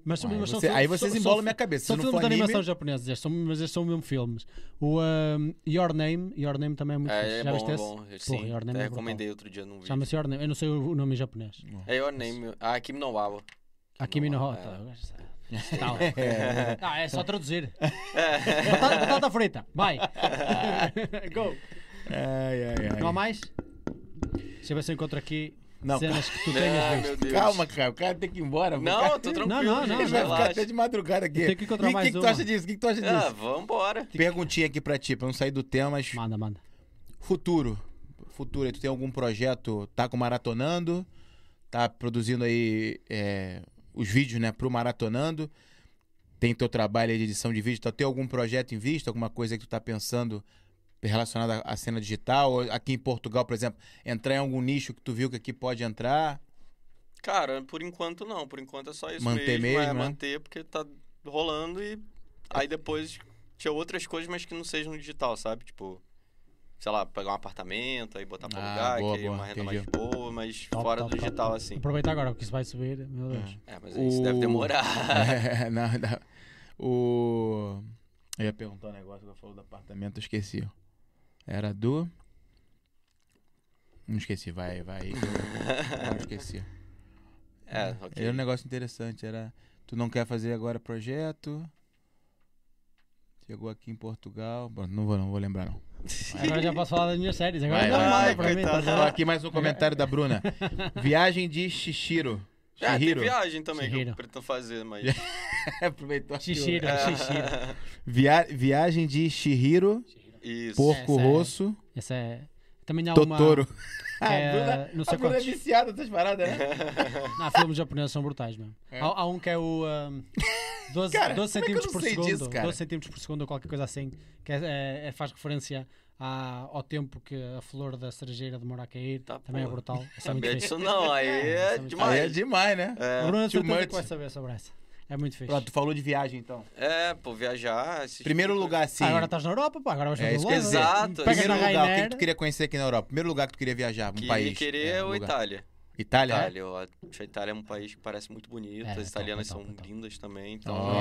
Speaker 2: mas,
Speaker 1: Uai,
Speaker 2: mas são
Speaker 1: você-
Speaker 2: fil-
Speaker 1: aí vocês
Speaker 2: são-
Speaker 1: embolam
Speaker 2: são
Speaker 1: minha cabeça.
Speaker 2: São
Speaker 1: Se não
Speaker 2: filmes
Speaker 1: for
Speaker 2: de
Speaker 1: anime,
Speaker 2: animação japoneses, estes são, mas estes são mesmo filmes. O ahm, Your Name, Your Name também é muito
Speaker 3: É,
Speaker 2: fixe.
Speaker 3: é
Speaker 2: Já
Speaker 3: bom,
Speaker 2: viste
Speaker 3: é
Speaker 2: esse?
Speaker 3: bom. Eu, Sim,
Speaker 2: Porra, Your Name
Speaker 3: até
Speaker 2: é brutal.
Speaker 3: recomendei outro dia num vídeo.
Speaker 2: Chama-se Your Name. Eu não sei o o nome em japonês.
Speaker 3: É Your Name. Ah, Kimi no Wawa.
Speaker 2: A Kimi no
Speaker 3: Não,
Speaker 2: Hota.
Speaker 3: é.
Speaker 2: o gajo sabe. Tal. Ah, é só traduzir. batata, batata frita, vai. Go.
Speaker 1: Ai, ai, ai.
Speaker 2: Não há mais? Deixa eu ver se eu encontro aqui
Speaker 1: Não,
Speaker 2: cenas que tu
Speaker 3: Ah,
Speaker 2: tenhas
Speaker 3: meu
Speaker 2: visto.
Speaker 3: Deus.
Speaker 1: Calma, cara. O cara tem que ir embora.
Speaker 3: Não, tô tranquilo.
Speaker 2: Não, não, não,
Speaker 1: Ele
Speaker 3: gente,
Speaker 1: vai ficar
Speaker 3: relaxa.
Speaker 1: até de madrugada aqui.
Speaker 2: Tem que encontrar
Speaker 1: E o
Speaker 2: mais
Speaker 1: que, que tu
Speaker 2: uma.
Speaker 1: acha disso? O que, que tu acha
Speaker 3: Ah,
Speaker 1: disso?
Speaker 3: vambora.
Speaker 1: Perguntinha aqui pra ti, pra não sair do tema, mas
Speaker 2: Manda, manda.
Speaker 1: Futuro. Futuro, aí tu tem algum projeto? Tá com o Maratonando? Tá produzindo aí é, os vídeos, né, pro Maratonando? Tem teu trabalho aí de edição de vídeo? Tá, tem algum projeto em vista? Alguma coisa que tu tá pensando relacionada à cena digital? Ou aqui em Portugal, por exemplo, entrar em algum nicho que tu viu que aqui pode entrar?
Speaker 3: Cara, por enquanto não. Por enquanto é só isso
Speaker 1: Manter
Speaker 3: mesmo. é
Speaker 1: mesmo, né? É.
Speaker 3: manter, porque tá rolando e aí depois tinha outras coisas, mas que não sejam no digital, sabe? Tipo, sei lá, pegar um apartamento, aí botar pra
Speaker 1: Ah,
Speaker 3: alugar,
Speaker 1: boa,
Speaker 3: que aí é uma
Speaker 1: boa,
Speaker 3: renda mais
Speaker 1: entendi.
Speaker 3: boa, mas
Speaker 2: Top,
Speaker 3: fora
Speaker 2: top,
Speaker 3: do
Speaker 2: top,
Speaker 3: digital,
Speaker 2: top.
Speaker 3: assim.
Speaker 2: Aproveitar agora, porque isso vai subir, meu Deus.
Speaker 3: É, mas aí isso deve
Speaker 1: O-
Speaker 3: demorar.
Speaker 1: É, não, não. O. Eu ia perguntar um negócio, eu falou do apartamento, eu esqueci. Era do. Não esqueci, vai, vai. aí que eu- eu esqueci.
Speaker 3: É, ok.
Speaker 1: Era um negócio interessante, era. Tu não quer fazer agora projeto. Chegou aqui em Portugal. Bom, não vou não, vou lembrar não.
Speaker 2: Agora já posso falar das minhas séries. Agora
Speaker 1: Vai,
Speaker 2: dá
Speaker 1: vai,
Speaker 2: uma
Speaker 3: vai,
Speaker 2: pra mim, tá
Speaker 3: coitado.
Speaker 1: Ó,
Speaker 2: ligado?
Speaker 1: aqui mais um comentário da Bruna. Viagem de Shishiro.
Speaker 3: É, tem
Speaker 1: Shihiro.
Speaker 3: viagem também que eu
Speaker 2: Shihiro.
Speaker 3: pretendo fazer, mas.
Speaker 1: Aproveitou. aqui, ó.
Speaker 2: Shishiro, Shishiro.
Speaker 1: Via... Viagem de Shihiro,
Speaker 3: Isso.
Speaker 1: Porco
Speaker 2: Essa é-
Speaker 1: Rosso.
Speaker 2: Essa é... Também há uma...
Speaker 1: Totoro.
Speaker 2: que é- não sei quantos.
Speaker 1: viciada dessas paradas, né?
Speaker 2: Não, filmes japoneses são brutais mesmo.
Speaker 1: É.
Speaker 2: Há, há um que é o... ahm, 12,
Speaker 1: Cara, como é
Speaker 2: 12
Speaker 1: que eu
Speaker 2: centímetros
Speaker 1: não
Speaker 2: por
Speaker 1: sei
Speaker 2: segundo.
Speaker 1: disso, cara?
Speaker 2: 12 centímetros por segundo ou qualquer coisa assim. Que é- é- é- faz referência à- ao tempo que a flor da cerejeira demora a cair.
Speaker 3: Tá,
Speaker 2: também é
Speaker 3: porra.
Speaker 2: brutal. Essa é muito
Speaker 3: Sabia
Speaker 2: fixe.
Speaker 3: disso não, aí
Speaker 1: Aí
Speaker 2: muito
Speaker 3: é
Speaker 1: é
Speaker 3: demais. É,
Speaker 1: demais, né?
Speaker 2: O Bruno
Speaker 1: Too
Speaker 2: certeza
Speaker 1: much.
Speaker 2: que vai saber sobre essa. É muito fixe.
Speaker 1: Pronto, tu falou de viagem, então.
Speaker 3: É, pô, viajar. assistir-
Speaker 1: Primeiro lugar, assim.
Speaker 2: Ah, agora estás na Europa, pá. Agora vais
Speaker 1: É
Speaker 2: fazer
Speaker 1: isso que eu ia dizer.
Speaker 3: Exato.
Speaker 2: Pega
Speaker 1: Primeiro
Speaker 2: na
Speaker 1: lugar, o que que
Speaker 2: Ryanair.
Speaker 1: tu queria conhecer aqui na Europa? Primeiro lugar que tu queria viajar, um
Speaker 3: que
Speaker 1: país.
Speaker 3: querer é,
Speaker 1: um
Speaker 3: o
Speaker 1: lugar.
Speaker 3: Itália.
Speaker 1: Itália? né?
Speaker 3: Itália, eu acho a Itália é um país que parece muito bonito,
Speaker 2: É,
Speaker 3: as
Speaker 2: top,
Speaker 3: italianas
Speaker 2: top,
Speaker 3: são
Speaker 2: top.
Speaker 3: lindas também, então.
Speaker 2: Oh.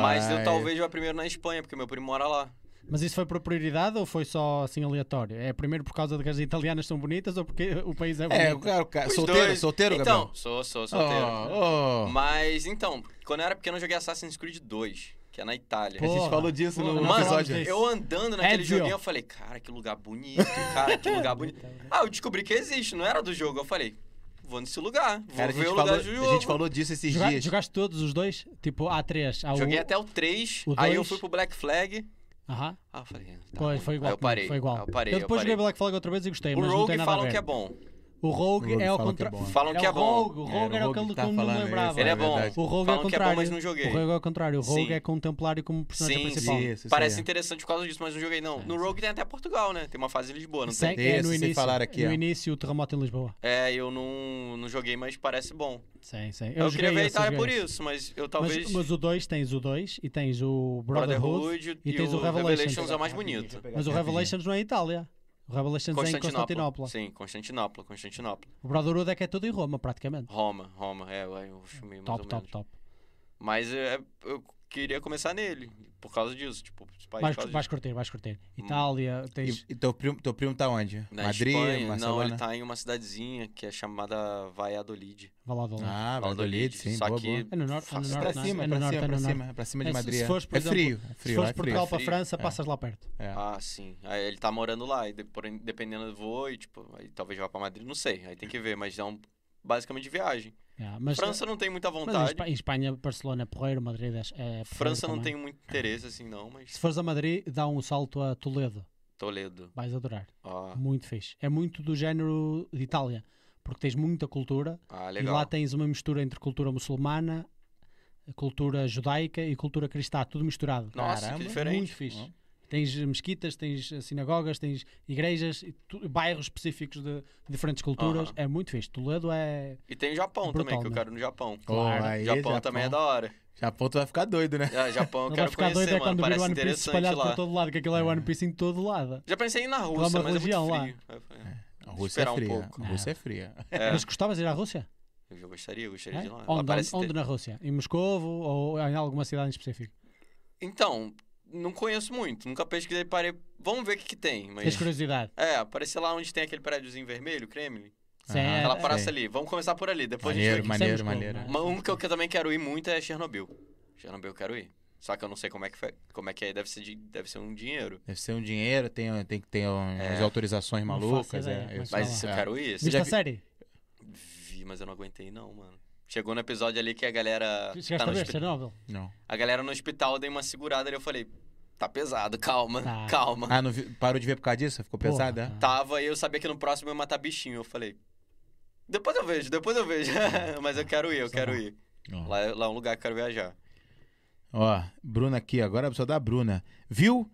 Speaker 3: Mas eu
Speaker 1: ai.
Speaker 3: talvez vá primeiro na Espanha, porque meu primo mora lá.
Speaker 2: Mas isso foi por prioridade ou foi só assim aleatório? É primeiro por causa de que as italianas são bonitas ou porque o país é
Speaker 1: É, o
Speaker 2: bonito?
Speaker 1: cara, o cara-
Speaker 3: Os
Speaker 1: solteiro,
Speaker 3: dois-
Speaker 1: solteiro,
Speaker 3: então,
Speaker 1: Gabriel?
Speaker 3: sou, sou solteiro.
Speaker 1: Oh, oh.
Speaker 3: Mas então, quando eu era pequeno eu joguei Assassin's Creed 2, que é na Itália.
Speaker 1: a gente
Speaker 2: Porra.
Speaker 1: falou disso no,
Speaker 2: Porra,
Speaker 1: no
Speaker 2: mano,
Speaker 1: um episódio.
Speaker 2: desse.
Speaker 3: Eu andando naquele
Speaker 2: Ezio.
Speaker 3: joguinho, eu falei, cara, que lugar bonito, cara, que lugar bonito. Ah, eu descobri que existe, não era do jogo. Eu falei, vou nesse lugar, vou
Speaker 1: Cara, a
Speaker 3: ver
Speaker 1: gente,
Speaker 3: o lugar
Speaker 1: falou,
Speaker 3: do
Speaker 1: a
Speaker 3: jogo.
Speaker 1: gente falou disso esses
Speaker 2: Joga-
Speaker 1: dias.
Speaker 2: Jogaste todos os dois? Tipo, há três. Há
Speaker 3: Joguei
Speaker 2: o...
Speaker 3: até o 3,
Speaker 2: o
Speaker 3: aí eu
Speaker 2: dois.
Speaker 3: fui pro Black Flag.
Speaker 2: Aham.
Speaker 3: Ah, eu falei, tá
Speaker 2: Pois,
Speaker 3: ruim.
Speaker 2: foi igual.
Speaker 3: Aí eu
Speaker 2: comigo,
Speaker 3: parei.
Speaker 2: Foi igual.
Speaker 3: Aí eu parei.
Speaker 2: eu depois
Speaker 3: eu
Speaker 2: joguei
Speaker 3: parei.
Speaker 2: Black Flag outra vez e gostei, mas
Speaker 3: o
Speaker 2: não tem
Speaker 3: Rogue
Speaker 2: nada a
Speaker 3: falam
Speaker 2: ver.
Speaker 3: que é bom.
Speaker 2: O
Speaker 1: O
Speaker 2: Rogue,
Speaker 1: Rogue
Speaker 2: é ao
Speaker 1: falam que é
Speaker 2: contrário.
Speaker 1: bom.
Speaker 3: Falam
Speaker 2: o
Speaker 3: que é bom.
Speaker 2: Rogue. O
Speaker 1: Era o
Speaker 2: Rogue era
Speaker 1: Rogue
Speaker 2: aquele
Speaker 1: que
Speaker 2: que
Speaker 1: tá
Speaker 2: eu não
Speaker 1: falando
Speaker 2: me
Speaker 1: isso,
Speaker 2: lembrava.
Speaker 3: Ele é
Speaker 1: É
Speaker 3: bom.
Speaker 1: verdade.
Speaker 2: O Rogue é ao
Speaker 3: Falam que é bom,
Speaker 2: contrário.
Speaker 3: mas não joguei.
Speaker 2: O Rogue é ao contrário. O Rogue
Speaker 3: Sim.
Speaker 2: é contemplário como personagem
Speaker 3: Sim,
Speaker 2: principal. É,
Speaker 1: Isso, isso aí. é.
Speaker 3: Parece interessante por causa disso, mas não joguei não. no Rogue tem até Portugal, né? Tem uma fase em Lisboa, não
Speaker 2: Sei-
Speaker 3: tem?
Speaker 1: tem
Speaker 2: é
Speaker 1: esse,
Speaker 2: no
Speaker 1: sem
Speaker 2: início,
Speaker 1: falar aqui,
Speaker 2: no
Speaker 1: ó.
Speaker 2: início o terremoto em Lisboa.
Speaker 3: É, eu não, não joguei, mas parece bom.
Speaker 2: Sim, sim.
Speaker 3: Eu, queria
Speaker 2: joguei
Speaker 3: ver a
Speaker 2: esse, joguei
Speaker 3: Itália por
Speaker 2: esse.
Speaker 3: isso, mas eu
Speaker 2: Mas-
Speaker 3: talvez.
Speaker 2: Mas, o 2 tens o 2 e tens o Brotherhood.
Speaker 3: Brotherhood
Speaker 2: e
Speaker 3: e,
Speaker 2: tens
Speaker 3: o
Speaker 2: o Revelations.
Speaker 3: Revelations é o mais bonito.
Speaker 2: Mas o Revelations não é Itália. O Revelations é em Constantinopla.
Speaker 3: Sim, Constantinopla, Constantinopla.
Speaker 2: O Brotherhood é que é tudo em Roma, praticamente.
Speaker 3: Roma, Roma, é, eu- eu filmei mais
Speaker 2: top,
Speaker 3: ou
Speaker 2: top,
Speaker 3: menos.
Speaker 2: top.
Speaker 3: Mas é, eu queria começar nele, por causa disso, tipo, os
Speaker 2: Vais,
Speaker 3: países. por causa
Speaker 2: vais
Speaker 3: disso.
Speaker 2: curtir, vais curtir.
Speaker 3: Hum.
Speaker 2: Itália, tens.
Speaker 1: E, e teu, primo, teu primo tá onde?
Speaker 3: Na
Speaker 1: Madrid,
Speaker 3: Espanha, não,
Speaker 1: Barcelona?
Speaker 3: ele tá em uma cidadezinha que é chamada Valladolid.
Speaker 2: Vai lá do lado.
Speaker 1: Ah, Valladolid, sim,
Speaker 3: Só
Speaker 1: boa,
Speaker 3: que
Speaker 1: boa.
Speaker 2: É no norte, é no
Speaker 3: Faço
Speaker 1: Pra
Speaker 2: norte, não é?
Speaker 1: cima,
Speaker 2: é
Speaker 1: pra
Speaker 2: no norte,
Speaker 1: cima,
Speaker 2: é no
Speaker 1: pra
Speaker 2: norte.
Speaker 1: cima, pra cima de
Speaker 2: É, se-
Speaker 1: Madrid.
Speaker 2: se
Speaker 1: é.
Speaker 2: fores, por
Speaker 1: é
Speaker 2: exemplo,
Speaker 1: frio, é frio,
Speaker 2: Se
Speaker 1: lá é
Speaker 2: fores de
Speaker 1: frio.
Speaker 2: Portugal para a
Speaker 3: frio.
Speaker 2: França, passas lá perto.
Speaker 1: É.
Speaker 3: Ah, sim. Aí ele tá morando lá, e depois, dependendo eu vou, e tipo, aí talvez vá pra Madrid, não sei. Aí tem que ver, mas é um basicamente de viagem.
Speaker 2: Yeah, mas, é,
Speaker 3: França não tem muita
Speaker 2: mas em
Speaker 3: vontade.
Speaker 2: Espa- em Espanha, Barcelona, Porreiro, Madrid é. é porreiro
Speaker 3: França não
Speaker 2: também.
Speaker 3: tem muito interesse, assim, não,
Speaker 2: Se
Speaker 3: mas.
Speaker 2: fores a Madrid, dá um salto a Toledo.
Speaker 3: Toledo.
Speaker 2: Vais adorar.
Speaker 3: Ó,
Speaker 2: Muito fixe. É muito do género de Itália, porque tens muita cultura
Speaker 3: ah,
Speaker 2: e lá
Speaker 3: legal.
Speaker 2: tens uma mistura entre cultura muçulmana, cultura judaica e cultura cristã, tudo misturado.
Speaker 3: Nossa,
Speaker 1: Caramba,
Speaker 3: que diferente.
Speaker 2: é Muito fixe.
Speaker 1: Ó.
Speaker 2: Tens mesquitas, tens sinagogas, tens igrejas, e tu- bairros específicos de diferentes culturas.
Speaker 3: Aham.
Speaker 2: É muito fixe. Toledo é.
Speaker 3: E tem o Japão também,
Speaker 2: Brutal,
Speaker 3: que eu
Speaker 2: né?
Speaker 3: quero ir no Japão.
Speaker 2: Claro.
Speaker 1: Oh, aí,
Speaker 3: Japão, também é da hora.
Speaker 1: Japão tu vai ficar doido, né?
Speaker 3: É, Japão eu
Speaker 2: Ele vai
Speaker 3: quero
Speaker 2: ficar doido
Speaker 3: conhecer,
Speaker 2: é
Speaker 3: mano.
Speaker 2: quando vir o
Speaker 3: Parece
Speaker 2: One Piece
Speaker 3: interessante
Speaker 2: espalhado por
Speaker 3: lá.
Speaker 2: todo lado, que aquilo é o One Piece em todo lado.
Speaker 3: Já pensei em ir na
Speaker 2: uma
Speaker 3: Rússia, mas é muito
Speaker 2: religião lá.
Speaker 3: frio. Aí eu falei, é.
Speaker 1: A Rússia
Speaker 3: Esperar
Speaker 1: é
Speaker 3: um
Speaker 1: fria.
Speaker 3: pouco.
Speaker 1: A Rússia é fria.
Speaker 2: Mas gostavas de ir à Rússia?
Speaker 3: Eu já gostaria, eu gostaria de ir
Speaker 2: É?
Speaker 3: lá. Lá
Speaker 2: Onde,
Speaker 3: parece
Speaker 2: onde,
Speaker 3: ter-
Speaker 2: onde na Rússia? Em Moscou ou em alguma cidade em específico?
Speaker 3: Então, não conheço muito, nunca pesquisei, parei. Vamos ver o que, que tem, mas.
Speaker 2: Tens curiosidade?
Speaker 3: É, aparecer lá onde tem aquele prédiozinho vermelho, Kremlin.
Speaker 2: Sim,
Speaker 1: Aham.
Speaker 2: é-
Speaker 3: Aquela
Speaker 2: é-
Speaker 3: praça ali. Vamos começar por ali, depois a
Speaker 1: Maneiro,
Speaker 3: gente vê
Speaker 1: maneiro,
Speaker 2: Sempre
Speaker 1: maneiro.
Speaker 2: com-
Speaker 3: o que- Mas Um que eu que eu também quero ir muito é Chernobyl. Chernobyl eu quero ir. Só que eu não sei como é que, foi- como é, que é, deve ser, de- deve ser um dinheiro.
Speaker 1: Deve ser um dinheiro, tem, tem que ter um, umas autorizações
Speaker 2: Não faço
Speaker 1: malucas.
Speaker 2: ideia,
Speaker 1: É,
Speaker 2: mas
Speaker 1: sei
Speaker 3: Mas
Speaker 2: Vai
Speaker 1: lá.
Speaker 3: isso É. eu
Speaker 1: É.
Speaker 3: quero ir. esse-
Speaker 2: Viste
Speaker 1: já
Speaker 2: a
Speaker 1: vi-
Speaker 2: série?
Speaker 3: Vi, mas eu não aguentei não, mano. Chegou no episódio ali que a galera.
Speaker 2: Chegaste
Speaker 3: tá no
Speaker 2: a ver
Speaker 3: hospi-
Speaker 2: Chernobyl?
Speaker 1: Não.
Speaker 3: A galera no hospital deu uma segurada ali. Eu falei, tá pesado, calma,
Speaker 2: Tá.
Speaker 3: calma.
Speaker 1: Ah, não vi- parou de ver por causa disso? Ficou
Speaker 2: Porra,
Speaker 1: pesada?
Speaker 2: cara.
Speaker 3: Tava e eu sabia que no próximo eu ia matar bichinho. Eu falei, depois eu vejo, depois eu vejo. Mas eu quero ir,
Speaker 1: é
Speaker 3: eu quero ir.
Speaker 1: Ó.
Speaker 3: Lá, lá é um lugar que eu quero viajar.
Speaker 1: Ó, Bruna aqui, agora só da Bruna. Viu?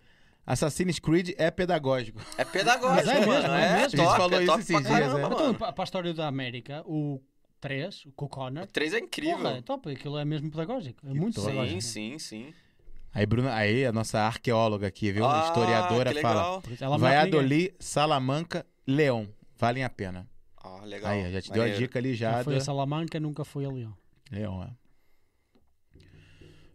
Speaker 1: Assassin's Creed é pedagógico.
Speaker 3: É pedagógico,
Speaker 2: Mas é mesmo,
Speaker 3: mano.
Speaker 2: é
Speaker 3: É,
Speaker 2: mesmo. A
Speaker 1: gente
Speaker 3: top,
Speaker 1: falou
Speaker 3: é
Speaker 1: isso
Speaker 3: top
Speaker 1: esses
Speaker 3: pra
Speaker 1: dias,
Speaker 3: caramba,
Speaker 1: é.
Speaker 2: Então,
Speaker 3: mano.
Speaker 2: para a história da América, o 3, com o
Speaker 3: O
Speaker 2: Connor.
Speaker 3: 3 é incrível.
Speaker 2: Porra, é top, aquilo é mesmo pedagógico. É
Speaker 1: Que
Speaker 2: muito
Speaker 1: top.
Speaker 2: pedagógico.
Speaker 3: Sim, sim, sim.
Speaker 1: Aí, Bruna, aí a nossa arqueóloga aqui, viu?
Speaker 3: Ah,
Speaker 1: Historiadora
Speaker 3: que
Speaker 1: fala.
Speaker 3: legal.
Speaker 2: Ela
Speaker 1: Vai
Speaker 2: mata ninguém.
Speaker 1: Adoli, Salamanca, Leão. Valem a pena.
Speaker 3: Ah, legal.
Speaker 1: aí, já te deu a
Speaker 3: Maneiro.
Speaker 1: dica ali já.
Speaker 2: Já foi a
Speaker 1: da-
Speaker 2: Salamanca, nunca foi a Leão.
Speaker 1: Leão,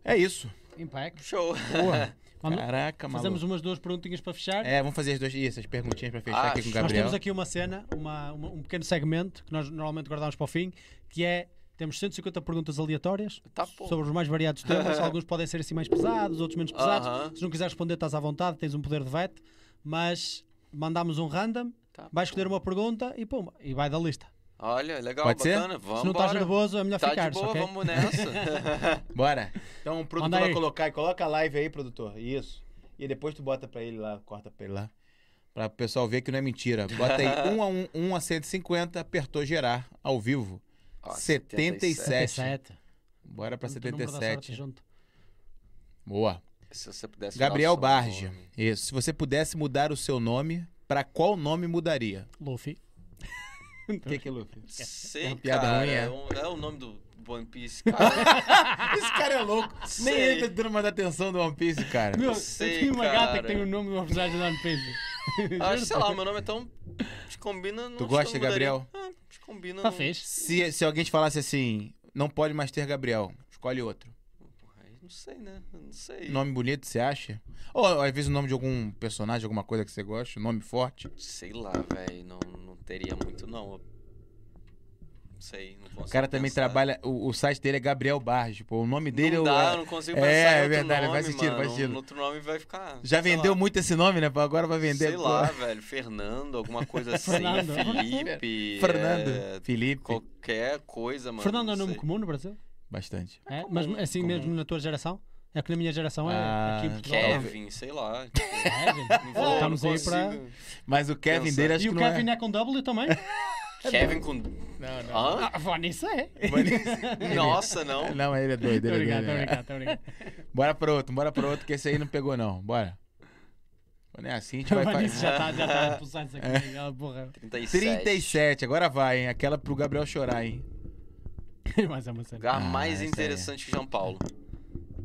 Speaker 1: é. É isso.
Speaker 2: Impacto.
Speaker 3: Show.
Speaker 1: Porra.
Speaker 2: Vamos-
Speaker 1: Caraca, maluco.
Speaker 2: Fazemos umas duas perguntinhas para fechar.
Speaker 1: É, vamos fazer as duas. Ih, essas perguntinhas pra fechar
Speaker 3: Ah,
Speaker 1: aqui com o
Speaker 3: nós
Speaker 2: Nós
Speaker 1: Gabriel.
Speaker 2: temos aqui uma cena, uma- uma- um pequeno segmento que nós normalmente guardamos para o fim, que é temos 150 perguntas aleatórias
Speaker 3: Tá, pô.
Speaker 2: sobre os mais variados temas. Alguns podem ser assim mais pesados, outros menos pesados.
Speaker 3: Aham.
Speaker 2: Se não quiseres responder, estás à vontade, tens um poder de veto. Mas mandámos um random,
Speaker 3: Tá,
Speaker 2: vais escolher uma pergunta e pumba, e vai da lista.
Speaker 3: Olha, legal,
Speaker 1: Pode ser? tá
Speaker 3: bacana. Vamos
Speaker 2: Se não estás nervoso, é melhor
Speaker 3: Tá
Speaker 2: ficar.
Speaker 3: de boa,
Speaker 2: ok?
Speaker 3: vamos nessa.
Speaker 1: Bora. Então o
Speaker 2: Manda
Speaker 1: produtor
Speaker 2: aí.
Speaker 1: vai colocar. Coloca a live aí, produtor. Isso. E depois tu bota pra ele lá, corta pra ele lá. Pra o pessoal ver que não é mentira. Bota aí 1 a 1, 1 a 150, apertou gerar ao vivo.
Speaker 3: Ó,
Speaker 1: 77.
Speaker 2: 77.
Speaker 1: Bora pra
Speaker 2: Junto o número da sorte
Speaker 3: tá
Speaker 1: 77.
Speaker 2: junto.
Speaker 1: Boa.
Speaker 3: Se você pudesse dar
Speaker 1: Gabriel
Speaker 3: o seu
Speaker 1: Barge.
Speaker 3: nome.
Speaker 1: Isso. Se você pudesse mudar o seu nome, pra qual nome mudaria?
Speaker 2: Luffy.
Speaker 1: O que que é, Luffy?
Speaker 3: Sei,
Speaker 1: É uma piada
Speaker 3: cara,
Speaker 1: ruim, é?
Speaker 3: é? um- é o nome do One Piece, cara.
Speaker 1: Esse cara é louco. Nem
Speaker 3: Sei.
Speaker 1: ele tá dando mais atenção do One Piece, cara.
Speaker 2: Meu,
Speaker 3: sei,
Speaker 2: eu tenho uma gata que
Speaker 3: cara.
Speaker 2: tem o nome de uma personagem da One Piece.
Speaker 3: Acho, sei lá, meu nome é tão... Descombina... não-
Speaker 1: Tu gosta,
Speaker 3: não mudaria.
Speaker 1: Gabriel?
Speaker 3: Ah, descombina...
Speaker 2: Tá
Speaker 3: não-
Speaker 2: fixe.
Speaker 1: Se, se alguém te falasse assim, não pode mais ter Gabriel, escolhe outro.
Speaker 3: Porra, aí Não sei, né? Não sei.
Speaker 1: Nome bonito, você acha? Ou às vezes o nome de algum personagem, alguma coisa que você gosta, um nome forte.
Speaker 3: Sei lá, velho. Não, não teria muito, não. Não sei, não consigo
Speaker 1: O cara também
Speaker 3: pensar.
Speaker 1: trabalha. O, o site dele é Gabriel Barge. Pô, o nome dele
Speaker 3: não
Speaker 1: é o-
Speaker 3: dá,
Speaker 1: é-
Speaker 3: eu não consigo
Speaker 1: é,
Speaker 3: pensar em
Speaker 1: é
Speaker 3: outro
Speaker 1: verdade,
Speaker 3: nome,
Speaker 1: faz sentido,
Speaker 3: mano.
Speaker 1: faz sentido.
Speaker 3: Um outro nome vai ficar...
Speaker 1: Já
Speaker 3: sei
Speaker 1: vendeu
Speaker 3: lá.
Speaker 1: muito esse nome, né? pô, Agora vai vender.
Speaker 3: Sei
Speaker 1: pô.
Speaker 3: lá, velho. Fernando, alguma coisa assim.
Speaker 2: Fernando.
Speaker 3: Felipe.
Speaker 1: Fernando.
Speaker 3: é,
Speaker 1: Felipe.
Speaker 3: qualquer coisa, mano.
Speaker 2: Fernando é um
Speaker 3: não
Speaker 2: nome
Speaker 3: sei.
Speaker 2: comum no Brasil?
Speaker 1: Bastante.
Speaker 2: É, mas assim
Speaker 1: comum.
Speaker 2: mesmo na tua geração? É que na minha geração é
Speaker 1: Ah,
Speaker 2: aqui em Portugal.
Speaker 1: Kevin.
Speaker 3: Kevin, sei lá.
Speaker 2: Kevin.
Speaker 3: é, Não vou,
Speaker 2: Estamos
Speaker 3: não
Speaker 2: aí para.
Speaker 3: consigo.
Speaker 1: Mas o Kevin
Speaker 3: Pensa.
Speaker 1: dele acho
Speaker 2: E
Speaker 1: que
Speaker 2: o
Speaker 1: não
Speaker 2: Kevin é... com W também?
Speaker 3: Kevin com.
Speaker 1: Não, não.
Speaker 3: Hã?
Speaker 2: Ah, vó, nisso é.
Speaker 3: Nossa, não.
Speaker 1: Não, ele é doido.
Speaker 2: Tô
Speaker 1: Ele é
Speaker 2: obrigado,
Speaker 1: doido.
Speaker 2: tô
Speaker 1: né?
Speaker 2: obrigado, tô obrigado.
Speaker 1: Bora pro outro, bora pro outro, que esse aí não pegou, não. Bora. Quando é assim, a gente vai
Speaker 2: Vó,
Speaker 1: fazer.
Speaker 2: nisso já está já tá a pulsar isso aqui. Ah, porra.
Speaker 3: 37.
Speaker 1: 37, agora vai, hein? Aquela pro Gabriel chorar, hein?
Speaker 2: mas é uma cena.
Speaker 3: Lugar
Speaker 1: Ah,
Speaker 3: mais
Speaker 1: essa é.
Speaker 3: interessante que João Paulo.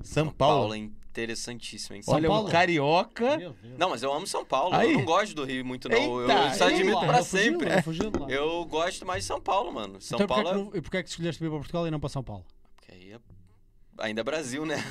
Speaker 1: São
Speaker 3: Paulo.
Speaker 1: Paulo.
Speaker 3: é interessantíssimo, hein?
Speaker 1: Olha,
Speaker 2: Paulo?
Speaker 1: o Carioca.
Speaker 2: Meu Deus.
Speaker 3: Não, mas eu amo São Paulo.
Speaker 1: Aí.
Speaker 3: Eu não gosto do Rio muito, não. eu
Speaker 1: Eita,
Speaker 3: eu só admito
Speaker 1: eita.
Speaker 3: pra sempre.
Speaker 2: Eu fugi de lá.
Speaker 3: Eu gosto mais de São Paulo, mano. São
Speaker 2: então,
Speaker 3: Paulo
Speaker 2: porquê
Speaker 3: é.
Speaker 2: é que, não- e porquê é que escolheste vir para Portugal e não Ah. para São Paulo?
Speaker 3: Porque aí é- Ainda é Brasil, né?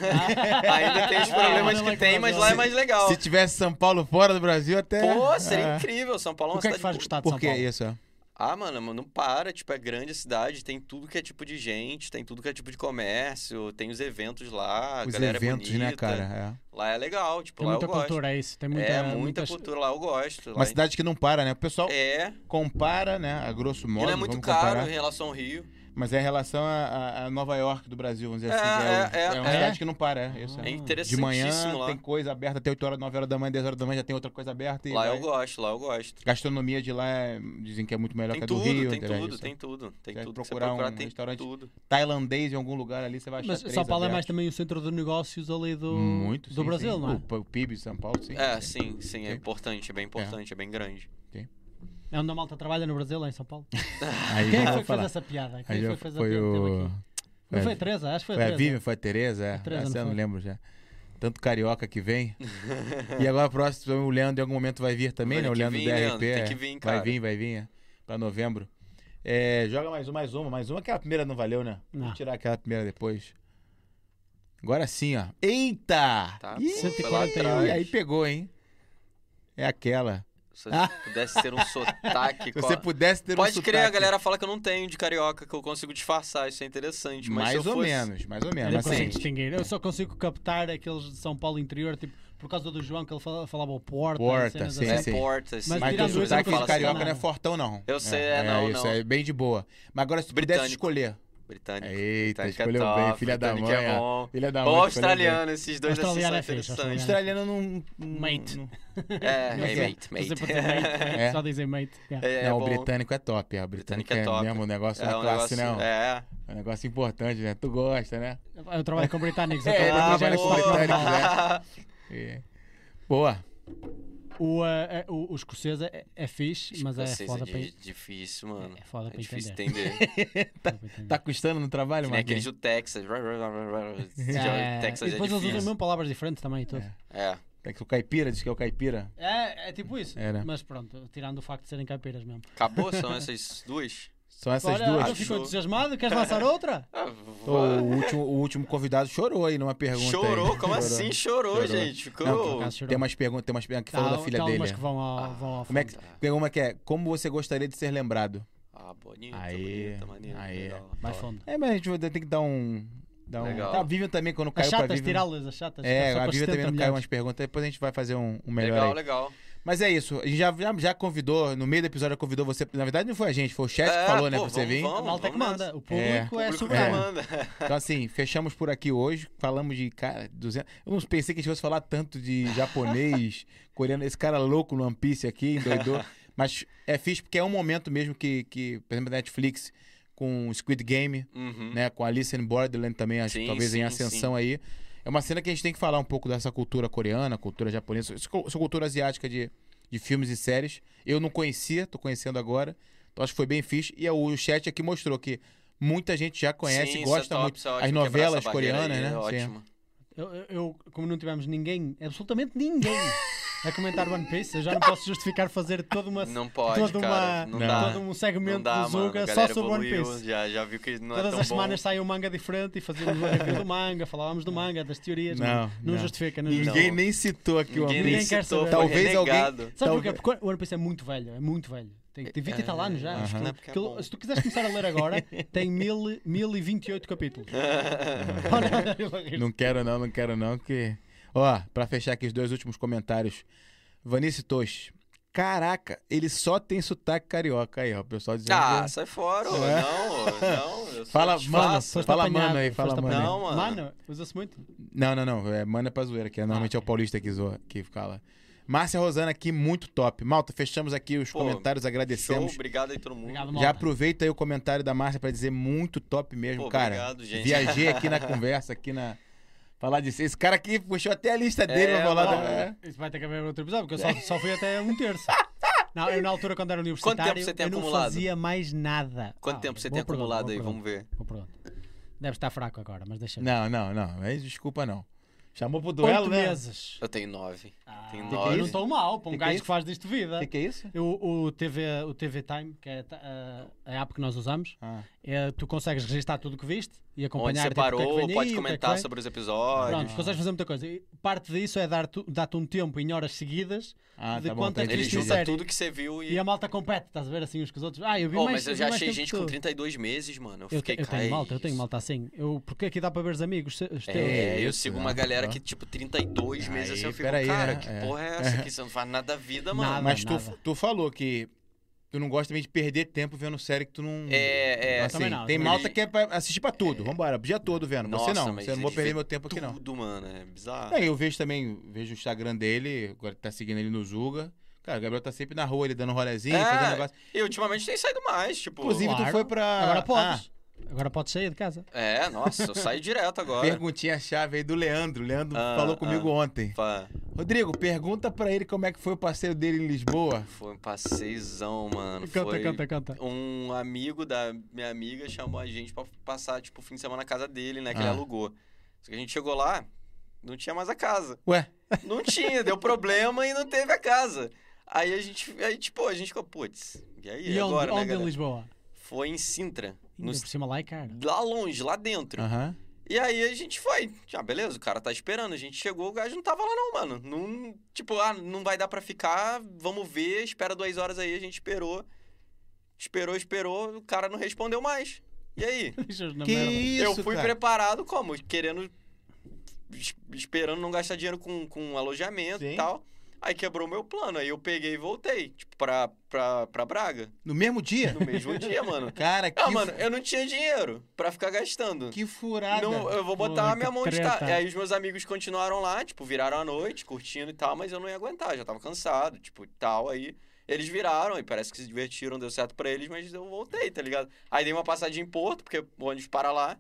Speaker 3: Ainda tem os problemas
Speaker 2: Ah,
Speaker 3: que
Speaker 2: olha
Speaker 3: tem,
Speaker 2: lá
Speaker 3: mas
Speaker 2: que
Speaker 3: lá é
Speaker 2: Brasil.
Speaker 3: mais legal.
Speaker 1: Se tivesse São Paulo fora do Brasil, até.
Speaker 3: Pô, seria
Speaker 1: Ah.
Speaker 3: incrível. São Paulo é uma
Speaker 2: o que é que
Speaker 3: cidade
Speaker 2: faz gostar de
Speaker 1: Por
Speaker 2: São
Speaker 1: que
Speaker 2: Paulo?
Speaker 1: isso? é? ó?
Speaker 3: Ah, mano, mano, não para. Tipo, é grande a cidade, tem tudo que é tipo de gente, tem tudo que é tipo de comércio, tem os eventos lá, a
Speaker 1: Os
Speaker 3: galera é
Speaker 1: eventos, né,
Speaker 3: bonita.
Speaker 1: cara? É.
Speaker 3: Lá é legal, tipo,
Speaker 2: Tem
Speaker 3: lá eu
Speaker 2: muita
Speaker 3: gosto.
Speaker 2: cultura, é isso. Tem muita,
Speaker 3: é, muita
Speaker 2: muitas-
Speaker 3: cultura lá eu gosto.
Speaker 1: Uma
Speaker 3: lá
Speaker 1: cidade que não para, né? O pessoal
Speaker 3: É,
Speaker 1: compara, né? A grosso
Speaker 3: e
Speaker 1: modo.
Speaker 3: não é muito
Speaker 1: vamos
Speaker 3: caro
Speaker 1: comparar.
Speaker 3: em relação ao Rio.
Speaker 1: Mas é em relação a, a- a Nova York do Brasil, vamos dizer assim.
Speaker 3: É,
Speaker 1: que o-
Speaker 3: é, é,
Speaker 1: uma
Speaker 3: é.
Speaker 1: cidade que não para, é isso.
Speaker 3: É
Speaker 1: é. De
Speaker 3: interessantíssimo
Speaker 1: manhã
Speaker 3: lá.
Speaker 1: tem coisa aberta até 8 horas, 9 horas da manhã, 10 horas da manhã já tem outra coisa aberta. E
Speaker 3: Lá eu
Speaker 1: vai.
Speaker 3: gosto, lá eu gosto.
Speaker 1: Gastronomia de lá é- dizem que é muito melhor
Speaker 3: Tem
Speaker 1: que a do
Speaker 3: tudo,
Speaker 1: Rio.
Speaker 3: tem
Speaker 1: né,
Speaker 3: tudo,
Speaker 1: isso.
Speaker 3: tem tudo, tem
Speaker 1: Quer
Speaker 3: tudo. que você
Speaker 1: procurar um
Speaker 3: procurar, tem
Speaker 1: restaurante?
Speaker 3: tudo.
Speaker 1: Tailandês em algum lugar ali, você vai achar
Speaker 2: Mas
Speaker 1: três
Speaker 2: São Paulo é mais
Speaker 1: abertos.
Speaker 2: também o centro de negócios ali do,
Speaker 1: Muito,
Speaker 2: do
Speaker 1: sim,
Speaker 2: Brasil,
Speaker 1: sim.
Speaker 2: não é?
Speaker 1: O, o PIB de São Paulo, sim.
Speaker 3: É, sim, sim, é
Speaker 1: Sim.
Speaker 3: importante, é bem importante, é bem grande.
Speaker 2: É onde a malta trabalha no Brasil, lá em São Paulo.
Speaker 1: Aí
Speaker 2: Quem é
Speaker 1: já vou
Speaker 2: que foi que fez
Speaker 1: falar.
Speaker 2: essa piada?
Speaker 1: Aí
Speaker 2: Quem
Speaker 1: já
Speaker 2: foi que fez a piada? Teve
Speaker 1: o... é,
Speaker 2: aqui.
Speaker 1: foi
Speaker 2: Não
Speaker 1: a-
Speaker 2: foi a Teresa? Acho que foi a
Speaker 1: Foi a
Speaker 2: Teresa.
Speaker 1: Vivian, foi a Tereza, é.
Speaker 2: Tereza,
Speaker 1: Essa
Speaker 2: não
Speaker 1: eu não
Speaker 2: foi?
Speaker 1: lembro já. Tanto carioca que vem. e agora próximo, o Leandro em algum momento vai vir também,
Speaker 3: Vai
Speaker 1: né? O
Speaker 3: que
Speaker 1: Leandro
Speaker 3: vir,
Speaker 1: do DRP.
Speaker 3: Leandro, tem
Speaker 1: é.
Speaker 3: que vir,
Speaker 1: vai
Speaker 3: cara.
Speaker 1: vir, vai vir, é. Pra novembro. É, joga mais uma, mais uma, mais uma. Aquela primeira não valeu, né?
Speaker 2: Não.
Speaker 1: Vou tirar aquela primeira depois. Agora sim, ó. Eita!
Speaker 3: Tá,
Speaker 1: Ih,
Speaker 3: pô, foi lá
Speaker 2: 141.
Speaker 3: atrás.
Speaker 1: e aí pegou, hein? É aquela.
Speaker 3: Se você pudesse ter um sotaque...
Speaker 1: Se
Speaker 3: qual-
Speaker 1: você pudesse ter um
Speaker 3: Pode crer, a
Speaker 1: sotaque-
Speaker 3: galera fala que eu não tenho de carioca, que eu consigo disfarçar, isso é interessante. Mas se
Speaker 1: Mais
Speaker 3: eu
Speaker 1: ou
Speaker 3: fosse-
Speaker 1: menos, mais ou
Speaker 2: Eu
Speaker 1: menos.
Speaker 2: não
Speaker 1: Mas, assim,
Speaker 2: consigo é? distinguir. Eu só consigo captar aqueles de São Paulo interior, tipo, por causa do João que ele fala- falava o Porta.
Speaker 1: Porta,
Speaker 2: cenas
Speaker 1: sim,
Speaker 3: É
Speaker 2: assim.
Speaker 1: sim.
Speaker 3: porta, assim.
Speaker 2: Mas
Speaker 1: Mas
Speaker 2: Tirar
Speaker 1: o
Speaker 2: dois eu não
Speaker 1: sotaque
Speaker 2: consigo
Speaker 1: de
Speaker 2: falar assim,
Speaker 1: carioca não é
Speaker 2: não.
Speaker 1: fortão, não.
Speaker 3: Eu sei, é, não,
Speaker 1: Isso
Speaker 3: não.
Speaker 1: é bem de boa. Mas agora, se tu pudesse
Speaker 3: Britânico.
Speaker 1: escolher
Speaker 3: Britânico.
Speaker 1: Eita,
Speaker 3: Britânico
Speaker 1: escolheu
Speaker 3: é top,
Speaker 1: bem, filha da
Speaker 3: britânico
Speaker 1: mãe.
Speaker 3: É
Speaker 1: ó.
Speaker 3: bom.
Speaker 1: Filha da mãe.
Speaker 3: Ou
Speaker 1: escolheu bem.
Speaker 3: australiano, esses dois assim
Speaker 2: Australiano
Speaker 3: são
Speaker 2: é feio,
Speaker 3: interessantes.
Speaker 2: australiano
Speaker 1: Australiano não. não-
Speaker 2: Mate.
Speaker 1: não-
Speaker 3: É,
Speaker 2: Não
Speaker 3: hey,
Speaker 2: sei.
Speaker 3: mate,
Speaker 2: Você
Speaker 3: mate.
Speaker 2: pode dizer mate,
Speaker 1: É.
Speaker 2: Só dizer mate. yeah.
Speaker 3: É, é
Speaker 1: não,
Speaker 3: bom.
Speaker 1: o britânico é top. É. O britânico,
Speaker 3: Britânico é
Speaker 1: é,
Speaker 3: top.
Speaker 1: mesmo um negócio
Speaker 3: é
Speaker 1: da
Speaker 3: um
Speaker 1: classe,
Speaker 3: negócio,
Speaker 1: não. É.
Speaker 3: É,
Speaker 1: um negócio importante, né? Tu gosta, né?
Speaker 2: Eu trabalho com britânicos. então eu
Speaker 1: É,
Speaker 2: trabalho
Speaker 1: ele trabalha
Speaker 2: com
Speaker 1: com
Speaker 2: sotaque
Speaker 1: britânicos,
Speaker 2: normal.
Speaker 1: né? É. Boa.
Speaker 2: O, eh, eh, o, o escocês é, é fixe, mas é
Speaker 3: escocês
Speaker 2: foda
Speaker 3: di-
Speaker 2: para
Speaker 3: difícil, mano.
Speaker 2: É foda
Speaker 3: É
Speaker 2: para
Speaker 3: difícil
Speaker 2: entender.
Speaker 3: entender.
Speaker 2: Foda pra entender.
Speaker 1: Tá custando no trabalho,
Speaker 3: Que nem aqueles
Speaker 1: Marquinhos?
Speaker 3: do Texas.
Speaker 2: É,
Speaker 3: Texas
Speaker 2: e depois
Speaker 3: é
Speaker 2: eles usam
Speaker 3: difícil.
Speaker 2: mesmo palavras diferentes também e tudo.
Speaker 1: É.
Speaker 3: É,
Speaker 1: Tem que o caipira, diz que é o caipira.
Speaker 2: É, é tipo isso.
Speaker 1: Era.
Speaker 2: Mas pronto, tirando o facto de serem caipiras mesmo.
Speaker 3: acabou, são essas duas.
Speaker 1: São essas
Speaker 2: Olha,
Speaker 1: duas.
Speaker 2: olha, ficou
Speaker 3: Achou.
Speaker 2: entusiasmado? Queres lançar outra?
Speaker 3: Ah,
Speaker 1: Ô, o, último, o último convidado chorou aí numa pergunta.
Speaker 3: Chorou?
Speaker 1: aí.
Speaker 3: Como assim chorou,
Speaker 1: Chorou.
Speaker 3: gente? Ficou...
Speaker 1: Não, por
Speaker 2: acaso chorou.
Speaker 1: Tem umas perguntas, tem umas perguntas que falou da filha
Speaker 2: tá
Speaker 1: dele.
Speaker 2: umas que vão ao,
Speaker 3: Ah,
Speaker 2: vão ao
Speaker 1: Como é que,
Speaker 3: Tá.
Speaker 1: tem uma que é, como você gostaria de ser lembrado?
Speaker 3: Ah, bonita,
Speaker 1: Aê,
Speaker 3: bonita, maneira.
Speaker 1: aê.
Speaker 3: legal.
Speaker 2: Mais fundo.
Speaker 1: É, mas a gente vai ter que dar um... Dar um...
Speaker 3: Legal.
Speaker 1: Tá, a Vivian também, quando
Speaker 2: As
Speaker 1: caiu pra
Speaker 2: chatas,
Speaker 1: Vivian...
Speaker 2: tirá-las, as chatas.
Speaker 1: É,
Speaker 2: só
Speaker 1: a
Speaker 2: com
Speaker 1: Vivian
Speaker 2: 70
Speaker 1: também não
Speaker 2: milhões.
Speaker 1: caiu umas perguntas, depois a gente vai fazer um, um melhor
Speaker 3: Legal,
Speaker 1: aí.
Speaker 3: legal.
Speaker 1: Mas é isso, a gente já, já, já convidou, no meio do episódio já convidou você, na verdade não foi a gente, foi o chat que
Speaker 3: É,
Speaker 1: falou, né,
Speaker 3: pô,
Speaker 1: pra você
Speaker 3: vamos-
Speaker 1: vir.
Speaker 2: A malta que
Speaker 3: Vamos
Speaker 2: manda.
Speaker 3: nessa.
Speaker 2: O público é,
Speaker 3: Público que
Speaker 2: soberano.
Speaker 3: manda.
Speaker 1: Então assim, fechamos por aqui hoje, falamos de, cara, 200... Eu não pensei que a gente fosse falar tanto de japonês, coreano, esse cara louco no One Piece aqui, endoidou. Mas é fixe porque é um momento mesmo que, que por exemplo, Netflix com Squid Game,
Speaker 3: Uhum.
Speaker 1: né, com Alice in Borderland também, acho que
Speaker 3: Sim,
Speaker 1: talvez em
Speaker 3: sim,
Speaker 1: ascensão aí. É uma cena que a gente tem que falar um pouco dessa cultura coreana, cultura japonesa, essa cu- essa cultura asiática de, de filmes e séries. Eu não conhecia, tô conhecendo agora. Então acho que foi bem fixe. E o chat aqui mostrou que muita gente já conhece
Speaker 3: Sim,
Speaker 1: e
Speaker 3: isso
Speaker 1: gosta
Speaker 3: é top,
Speaker 1: muito.
Speaker 3: isso é ótimo,
Speaker 1: As
Speaker 3: quebrar
Speaker 1: novelas
Speaker 3: essa barreira
Speaker 1: coreanas,
Speaker 3: aí,
Speaker 1: né?
Speaker 3: é
Speaker 1: Sim.
Speaker 3: Ótimo.
Speaker 2: Eu, eu- eu, como não tivemos ninguém, absolutamente ninguém, a comentar One Piece, eu já não posso justificar fazer toda uma,
Speaker 3: Não pode,
Speaker 2: toda uma,
Speaker 3: cara. Não
Speaker 1: Não.
Speaker 3: dá.
Speaker 2: todo um
Speaker 3: Não
Speaker 2: segmento
Speaker 3: dá,
Speaker 2: do
Speaker 3: mano.
Speaker 2: Zuga
Speaker 3: A
Speaker 2: só
Speaker 3: galera
Speaker 2: sobre One
Speaker 3: evoluiu,
Speaker 2: Piece.
Speaker 3: Já, já viu que não é
Speaker 2: Todas
Speaker 3: tão
Speaker 2: as
Speaker 3: bom.
Speaker 2: semanas sai um manga diferente e fazíamos uma review do manga, falávamos do manga, das teorias.
Speaker 1: Não, não.
Speaker 2: justifica, não justifica.
Speaker 1: Ninguém nem citou aqui o
Speaker 3: Ninguém
Speaker 1: One
Speaker 3: nem
Speaker 1: Piece.
Speaker 2: quer
Speaker 3: citou,
Speaker 2: saber.
Speaker 3: foi
Speaker 1: Talvez alguém-
Speaker 3: renegado.
Speaker 2: Sabe porquê?
Speaker 1: Talvez-
Speaker 2: Porque o One Piece é muito velho, é muito velho. Tem, tem 20 e tal anos já.
Speaker 3: Acho que
Speaker 1: Aham.
Speaker 3: não é porque é
Speaker 2: Aquilo-
Speaker 3: bom.
Speaker 2: se tu quiseres começar a ler agora, tem mil, 1028 capítulos. Olha, eu vou rir.
Speaker 1: Não quero não, não quero não, que... Ó, pra fechar aqui os dois últimos comentários. Vanice Tosh. Caraca, ele só tem sotaque carioca aí, ó. O pessoal dizendo
Speaker 3: Ah,
Speaker 1: que... é
Speaker 3: sai fora, ô. não, ô, não. eu sou
Speaker 1: Fala,
Speaker 3: de
Speaker 1: mano,
Speaker 3: faça.
Speaker 2: Foste
Speaker 1: fala
Speaker 2: apanhado,
Speaker 1: mano aí, fala
Speaker 2: foste
Speaker 1: mano. aí.
Speaker 2: apanhado.
Speaker 3: Não, mano.
Speaker 2: Mano, usa-se muito.
Speaker 1: Não, não, não. É, mano é pra zoeira, que é- normalmente
Speaker 3: Ah.
Speaker 1: é o paulista que zoa, que fala. Márcia Rosana aqui, muito top. Malta, fechamos aqui os
Speaker 3: Pô,
Speaker 1: comentários, agradecemos.
Speaker 3: Show, obrigado aí todo mundo.
Speaker 2: Obrigado,
Speaker 1: Já
Speaker 2: malta.
Speaker 1: aproveita aí o comentário da Márcia pra dizer muito top mesmo,
Speaker 3: Pô,
Speaker 1: cara.
Speaker 3: obrigado, gente.
Speaker 1: Viajei aqui na conversa, aqui na. Falar disso. Esse cara aqui puxou até a lista dele
Speaker 3: É,
Speaker 1: pra falar.
Speaker 3: mano.
Speaker 1: Da... É.
Speaker 2: Isso vai ter que haver outro episódio, porque eu só, só fui até um terço. Não, eu na altura, quando era universitário,
Speaker 3: tempo você tem
Speaker 2: eu não
Speaker 3: acumulado?
Speaker 2: fazia mais nada.
Speaker 3: Quanto
Speaker 2: Ah,
Speaker 3: tempo você tem
Speaker 2: boa pergunta,
Speaker 3: acumulado
Speaker 2: boa
Speaker 3: aí?
Speaker 2: pergunta.
Speaker 3: Vamos ver.
Speaker 2: Boa pergunta. Deve estar fraco agora, mas deixa eu ver.
Speaker 1: Não, não, não. Mas desculpa, não. Chamou pro duelo,
Speaker 2: Oito
Speaker 1: né?
Speaker 2: meses.
Speaker 3: Eu tenho nove. tem
Speaker 2: eu
Speaker 3: nove.
Speaker 2: Ah. não estou mal para um
Speaker 1: Que que é
Speaker 2: gajo
Speaker 1: isso?
Speaker 2: que faz disto vida.
Speaker 1: O que, que é isso?
Speaker 2: Eu- o, TV, o TV Time, que é a, a app que nós usamos,
Speaker 1: Ah,
Speaker 2: é, tu consegues registrar tudo o que viste e
Speaker 3: Onde
Speaker 2: acompanhar.
Speaker 3: você
Speaker 2: tipo, o que é que
Speaker 3: parou,
Speaker 2: vem aí, o
Speaker 3: pode
Speaker 2: que é que
Speaker 3: comentar
Speaker 2: vem.
Speaker 3: sobre os episódios.
Speaker 2: Pronto, consegues fazer muita coisa. E parte disso é dar tu- dar-te um tempo em horas seguidas
Speaker 1: ah
Speaker 2: De
Speaker 1: tá bom.
Speaker 2: quanto
Speaker 1: Tá
Speaker 2: é que
Speaker 3: Ele
Speaker 2: Existe
Speaker 1: entendido.
Speaker 2: um
Speaker 3: junta
Speaker 2: série.
Speaker 3: tudo que você viu
Speaker 2: e
Speaker 3: e.
Speaker 2: a malta compete, estás a ver assim uns com os outros. Ah, eu vi
Speaker 3: Oh,
Speaker 2: mais
Speaker 3: mas eu
Speaker 2: vi
Speaker 3: já
Speaker 2: mais
Speaker 3: achei
Speaker 2: tempo
Speaker 3: gente
Speaker 2: que
Speaker 3: com
Speaker 2: tu.
Speaker 3: 32 meses, mano. Eu
Speaker 2: Eu,
Speaker 3: fiquei
Speaker 2: te- eu
Speaker 3: "Cara,
Speaker 2: tenho malta, eu tenho
Speaker 3: isso".
Speaker 2: malta assim. Eu, porque aqui dá para ver os amigos. se- os teus.
Speaker 3: É, eu
Speaker 1: isso,
Speaker 3: sigo
Speaker 1: né?
Speaker 3: uma galera
Speaker 1: Ó.
Speaker 3: que, tipo, 32 meses assim, eu
Speaker 1: Aí,
Speaker 3: fico,
Speaker 1: peraí,
Speaker 3: cara,
Speaker 1: né?
Speaker 3: que
Speaker 1: É.
Speaker 3: porra é essa aqui? Você não faz nada da vida, mano.
Speaker 2: Nada.
Speaker 1: Mas tu,
Speaker 2: nada.
Speaker 1: tu falou que tu não gosta também de perder tempo vendo série que tu não.
Speaker 3: É, é.
Speaker 1: Assim,
Speaker 2: também não,
Speaker 1: tem
Speaker 2: também
Speaker 1: malta
Speaker 3: não.
Speaker 1: que é pra assistir pra tudo. Vambora, o dia todo vendo.
Speaker 3: Nossa,
Speaker 1: você não.
Speaker 3: mas
Speaker 1: Você não
Speaker 3: ele
Speaker 1: vou perder
Speaker 3: vê
Speaker 1: meu tempo aqui, não.
Speaker 3: Tudo, mano. É bizarro.
Speaker 1: É, eu vejo também, vejo o Instagram dele, agora tá seguindo ele no Zuga. Cara, o Gabriel tá sempre na rua, ele dando um rolezinho,
Speaker 3: É,
Speaker 1: fazendo negócio.
Speaker 3: E ultimamente tem saído mais, tipo.
Speaker 1: Inclusive, tu
Speaker 2: claro.
Speaker 1: foi pra.
Speaker 3: Ah,
Speaker 1: Ah,
Speaker 2: Agora
Speaker 1: pode.
Speaker 2: podes. Agora podes sair de casa.
Speaker 3: É, nossa, eu saio direto agora.
Speaker 1: perguntinha chave aí do Leandro. O Leandro
Speaker 3: Ah,
Speaker 1: falou comigo
Speaker 3: ah.
Speaker 1: ontem.
Speaker 3: Pá,
Speaker 1: Rodrigo, pergunta pra ele como é que foi o passeio dele em Lisboa.
Speaker 3: Foi um passeizão, mano.
Speaker 2: Canta,
Speaker 3: foi...
Speaker 2: canta, canta.
Speaker 3: Um amigo da minha amiga chamou a gente pra passar, tipo, o fim de semana na casa dele, né? Que ele
Speaker 1: Ah.
Speaker 3: alugou. Só que a gente chegou lá, não tinha mais a casa.
Speaker 1: Ué,
Speaker 3: Não tinha, deu problema e não teve a casa. Aí a gente, aí, tipo, a gente ficou, putz, e aí
Speaker 2: E, é onde,
Speaker 3: agora, né,
Speaker 2: onde em
Speaker 3: galera?
Speaker 2: Lisboa?
Speaker 3: Foi em Sintra,
Speaker 2: Ainda
Speaker 3: no-
Speaker 2: por cima lá é caro.
Speaker 3: lá longe, lá dentro.
Speaker 1: aham.
Speaker 3: E aí a gente foi. Ah, beleza, o cara tá esperando. A gente chegou, o gajo não tava lá não, mano. Não, tipo, ah, não vai dar pra ficar, vamos ver, espera duas horas aí. A gente esperou, esperou, esperou, o cara não respondeu mais. E aí?
Speaker 2: Deixa-os na
Speaker 1: Que
Speaker 2: merda.
Speaker 1: isso,
Speaker 3: eu fui
Speaker 1: cara.
Speaker 3: preparado como? Querendo. es- Esperando não gastar dinheiro com, com alojamento
Speaker 1: Sim.
Speaker 3: e tal. Aí quebrou meu plano. Aí eu peguei e voltei, tipo, pra, pra, pra Braga.
Speaker 1: No mesmo dia?
Speaker 3: No mesmo dia, mano.
Speaker 1: Cara, que,
Speaker 3: Ah, mano,
Speaker 1: fu-
Speaker 3: eu não tinha dinheiro pra ficar gastando.
Speaker 1: que furada.
Speaker 3: Não, eu vou botar
Speaker 2: Pô,
Speaker 3: a minha
Speaker 2: que
Speaker 3: mão de
Speaker 2: treta.
Speaker 3: tá. E aí os meus amigos continuaram lá, tipo, viraram a noite, curtindo e tal, mas eu não ia aguentar, já tava cansado, tipo, e tal. Aí eles viraram e parece que se divertiram, deu certo pra eles, mas eu voltei, tá ligado? Aí dei uma passadinha em Porto, porque o ônibus para lá.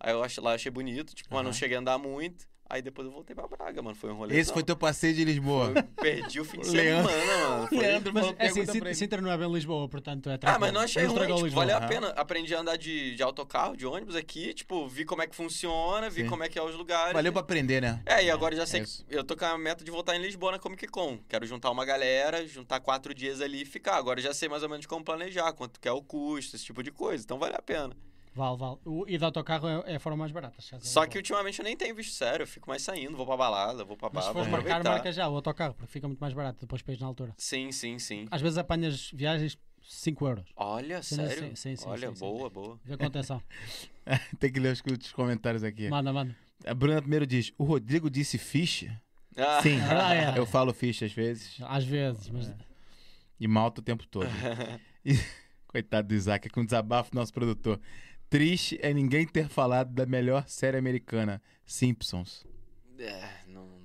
Speaker 3: Aí eu ach- lá achei bonito, tipo, mas não
Speaker 1: Aham.
Speaker 3: cheguei a andar muito. Aí depois eu voltei pra Braga, mano. Foi um rolê.
Speaker 1: Esse foi teu passeio de Lisboa.
Speaker 3: Perdi o fim de
Speaker 1: Leandro.
Speaker 3: semana, mano. Foi-
Speaker 1: Leandro
Speaker 2: Mas
Speaker 1: falou,
Speaker 2: é assim,
Speaker 1: pergunta pra
Speaker 2: Sin-
Speaker 1: ele.
Speaker 2: Sintra não é bem Lisboa, portanto é
Speaker 3: Ah,
Speaker 2: tranquilo.
Speaker 3: mas não achei
Speaker 2: Não estragou
Speaker 3: ruim, tipo,
Speaker 2: Lisboa. é.
Speaker 3: valeu a
Speaker 1: Aham.
Speaker 3: pena. Aprendi a andar de, de autocarro, de ônibus aqui, tipo, vi como é que funciona, vi
Speaker 1: Sim.
Speaker 3: como é que é os lugares.
Speaker 1: Valeu pra aprender, né?
Speaker 3: É, e agora já
Speaker 1: é
Speaker 3: sei
Speaker 1: isso.
Speaker 3: que eu tô com a meta de voltar em Lisboa na Comic Con. Quero juntar uma galera, juntar quatro dias ali e ficar. Agora já sei mais ou menos como planejar, quanto que é o custo, esse tipo de coisa. Então vale a pena.
Speaker 2: Vale, vale. O, e de autocarro é, é a forma mais barata. se calhar,
Speaker 3: Só
Speaker 2: Lisboa.
Speaker 3: que ultimamente eu nem tenho visto sério. Eu fico mais saindo, vou pra balada, vou pra
Speaker 2: Mas
Speaker 3: bar,
Speaker 2: se
Speaker 3: vou
Speaker 2: fores marcar,
Speaker 3: aproveitar.
Speaker 2: marca já o autocarro, porque fica muito mais barato depois país na altura.
Speaker 3: Sim, sim, sim.
Speaker 2: Às vezes apanhas viagens 5 euros.
Speaker 3: Olha,
Speaker 2: Sim,
Speaker 3: sério?
Speaker 2: sim, sim, sim,
Speaker 3: Olha,
Speaker 2: sim, sim.
Speaker 3: boa, boa.
Speaker 2: Vê com atenção.
Speaker 1: Tem que ler os, os comentários aqui.
Speaker 2: Manda, manda.
Speaker 1: A Bruna primeiro diz: O Rodrigo disse ficha?
Speaker 3: Ah,
Speaker 1: Sim,
Speaker 2: Ah, é.
Speaker 1: eu falo ficha às vezes.
Speaker 2: Às vezes,
Speaker 3: É.
Speaker 2: mas
Speaker 1: E malta o tempo todo. E- coitado do Isaac, é com desabafo do nosso produtor. Triste é ninguém ter falado da melhor série americana, Simpsons.
Speaker 3: é, não...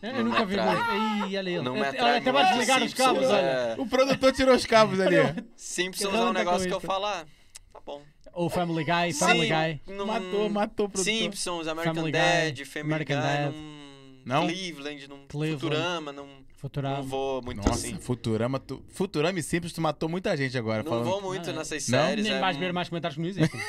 Speaker 2: Eu,
Speaker 3: Não me
Speaker 2: nunca vi.
Speaker 3: atrai.
Speaker 2: muito. Ih, olha ele.
Speaker 3: Não me
Speaker 2: Olha,
Speaker 3: atrai
Speaker 2: Até vai
Speaker 3: muito
Speaker 2: desligar os
Speaker 3: Simpsons,
Speaker 2: cabos, olha.
Speaker 3: é.
Speaker 1: O produtor tirou os cabos ali.
Speaker 3: Simpsons
Speaker 2: Eu
Speaker 3: é
Speaker 2: não
Speaker 3: um
Speaker 2: tô
Speaker 3: negócio
Speaker 2: com
Speaker 3: que eu
Speaker 2: isso.
Speaker 3: falar. Tá bom.
Speaker 2: Ou Family Guy, Family Guy.
Speaker 3: Não-
Speaker 1: Matou, matou o produtor.
Speaker 3: Simpsons, American
Speaker 2: Family
Speaker 3: Dad,
Speaker 2: Guy,
Speaker 3: Family
Speaker 2: American
Speaker 3: Guy,
Speaker 2: Dad.
Speaker 3: num-
Speaker 1: Não?
Speaker 3: Cleveland, num
Speaker 2: Cleveland.
Speaker 3: Futurama, num...
Speaker 2: Futurama.
Speaker 3: Não vou muito
Speaker 1: Nossa,
Speaker 3: assim.
Speaker 1: Futurama, tu- Futurama e Simpsons, tu matou muita gente agora.
Speaker 3: Não
Speaker 1: falando
Speaker 3: vou muito nessas
Speaker 1: Não?
Speaker 3: séries.
Speaker 2: Ah, Nem
Speaker 3: é,
Speaker 2: vais
Speaker 3: hum.
Speaker 2: ver mais comentários que não existem.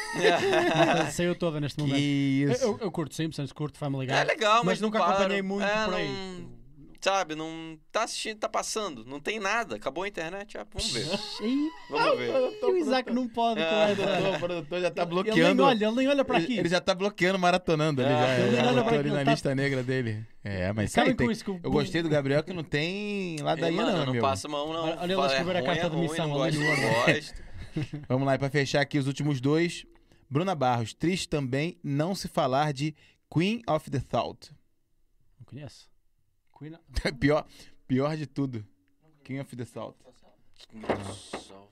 Speaker 2: Saiu toda neste
Speaker 1: que
Speaker 2: momento.
Speaker 1: isso.
Speaker 2: Eu, eu curto Simpsons, curto Family Guy.
Speaker 3: É legal, mas,
Speaker 2: mas nunca
Speaker 3: não paro.
Speaker 2: acompanhei muito
Speaker 3: É,
Speaker 2: por aí.
Speaker 3: não- Sabe, não tá assistindo, tá passando. Não tem nada. Acabou a internet, ah, vamos ver.
Speaker 2: Ih,
Speaker 3: Vamos ver.
Speaker 2: o Isaac não pode.
Speaker 3: É.
Speaker 2: colega.
Speaker 1: O produtor já tá
Speaker 2: Ele nem
Speaker 1: bloqueando.
Speaker 2: olha, ele nem olha para aqui.
Speaker 1: Ele, ele já tá bloqueando, maratonando ali.
Speaker 3: Ah,
Speaker 1: já,
Speaker 2: ele
Speaker 1: já
Speaker 2: olha pra
Speaker 1: botou ali
Speaker 2: aquilo,
Speaker 1: na
Speaker 2: tá-
Speaker 1: lista negra dele. É, mas
Speaker 2: Acabem
Speaker 1: sai, tem-
Speaker 2: com isso que o-
Speaker 1: Eu gostei do Gabriel que não tem
Speaker 3: Ei,
Speaker 1: ladainha
Speaker 3: É, mano,
Speaker 1: não,
Speaker 3: eu não
Speaker 1: meu.
Speaker 3: passo mão, não.
Speaker 2: Olha, olha
Speaker 3: Fala,
Speaker 2: lá escrever
Speaker 3: é
Speaker 2: a carta
Speaker 3: ruim,
Speaker 2: de
Speaker 3: é ruim,
Speaker 2: missão,
Speaker 3: Não
Speaker 2: olha
Speaker 3: gosto,
Speaker 2: ali no
Speaker 3: não gosto.
Speaker 1: Vamos lá, e pra fechar aqui os últimos dois. Bruna Barros, triste também não se falar de Queen of the Thought.
Speaker 2: Não conheço. Queen of-
Speaker 1: pior, pior de tudo. Queen of the Thought.
Speaker 3: Nossa, desconheço.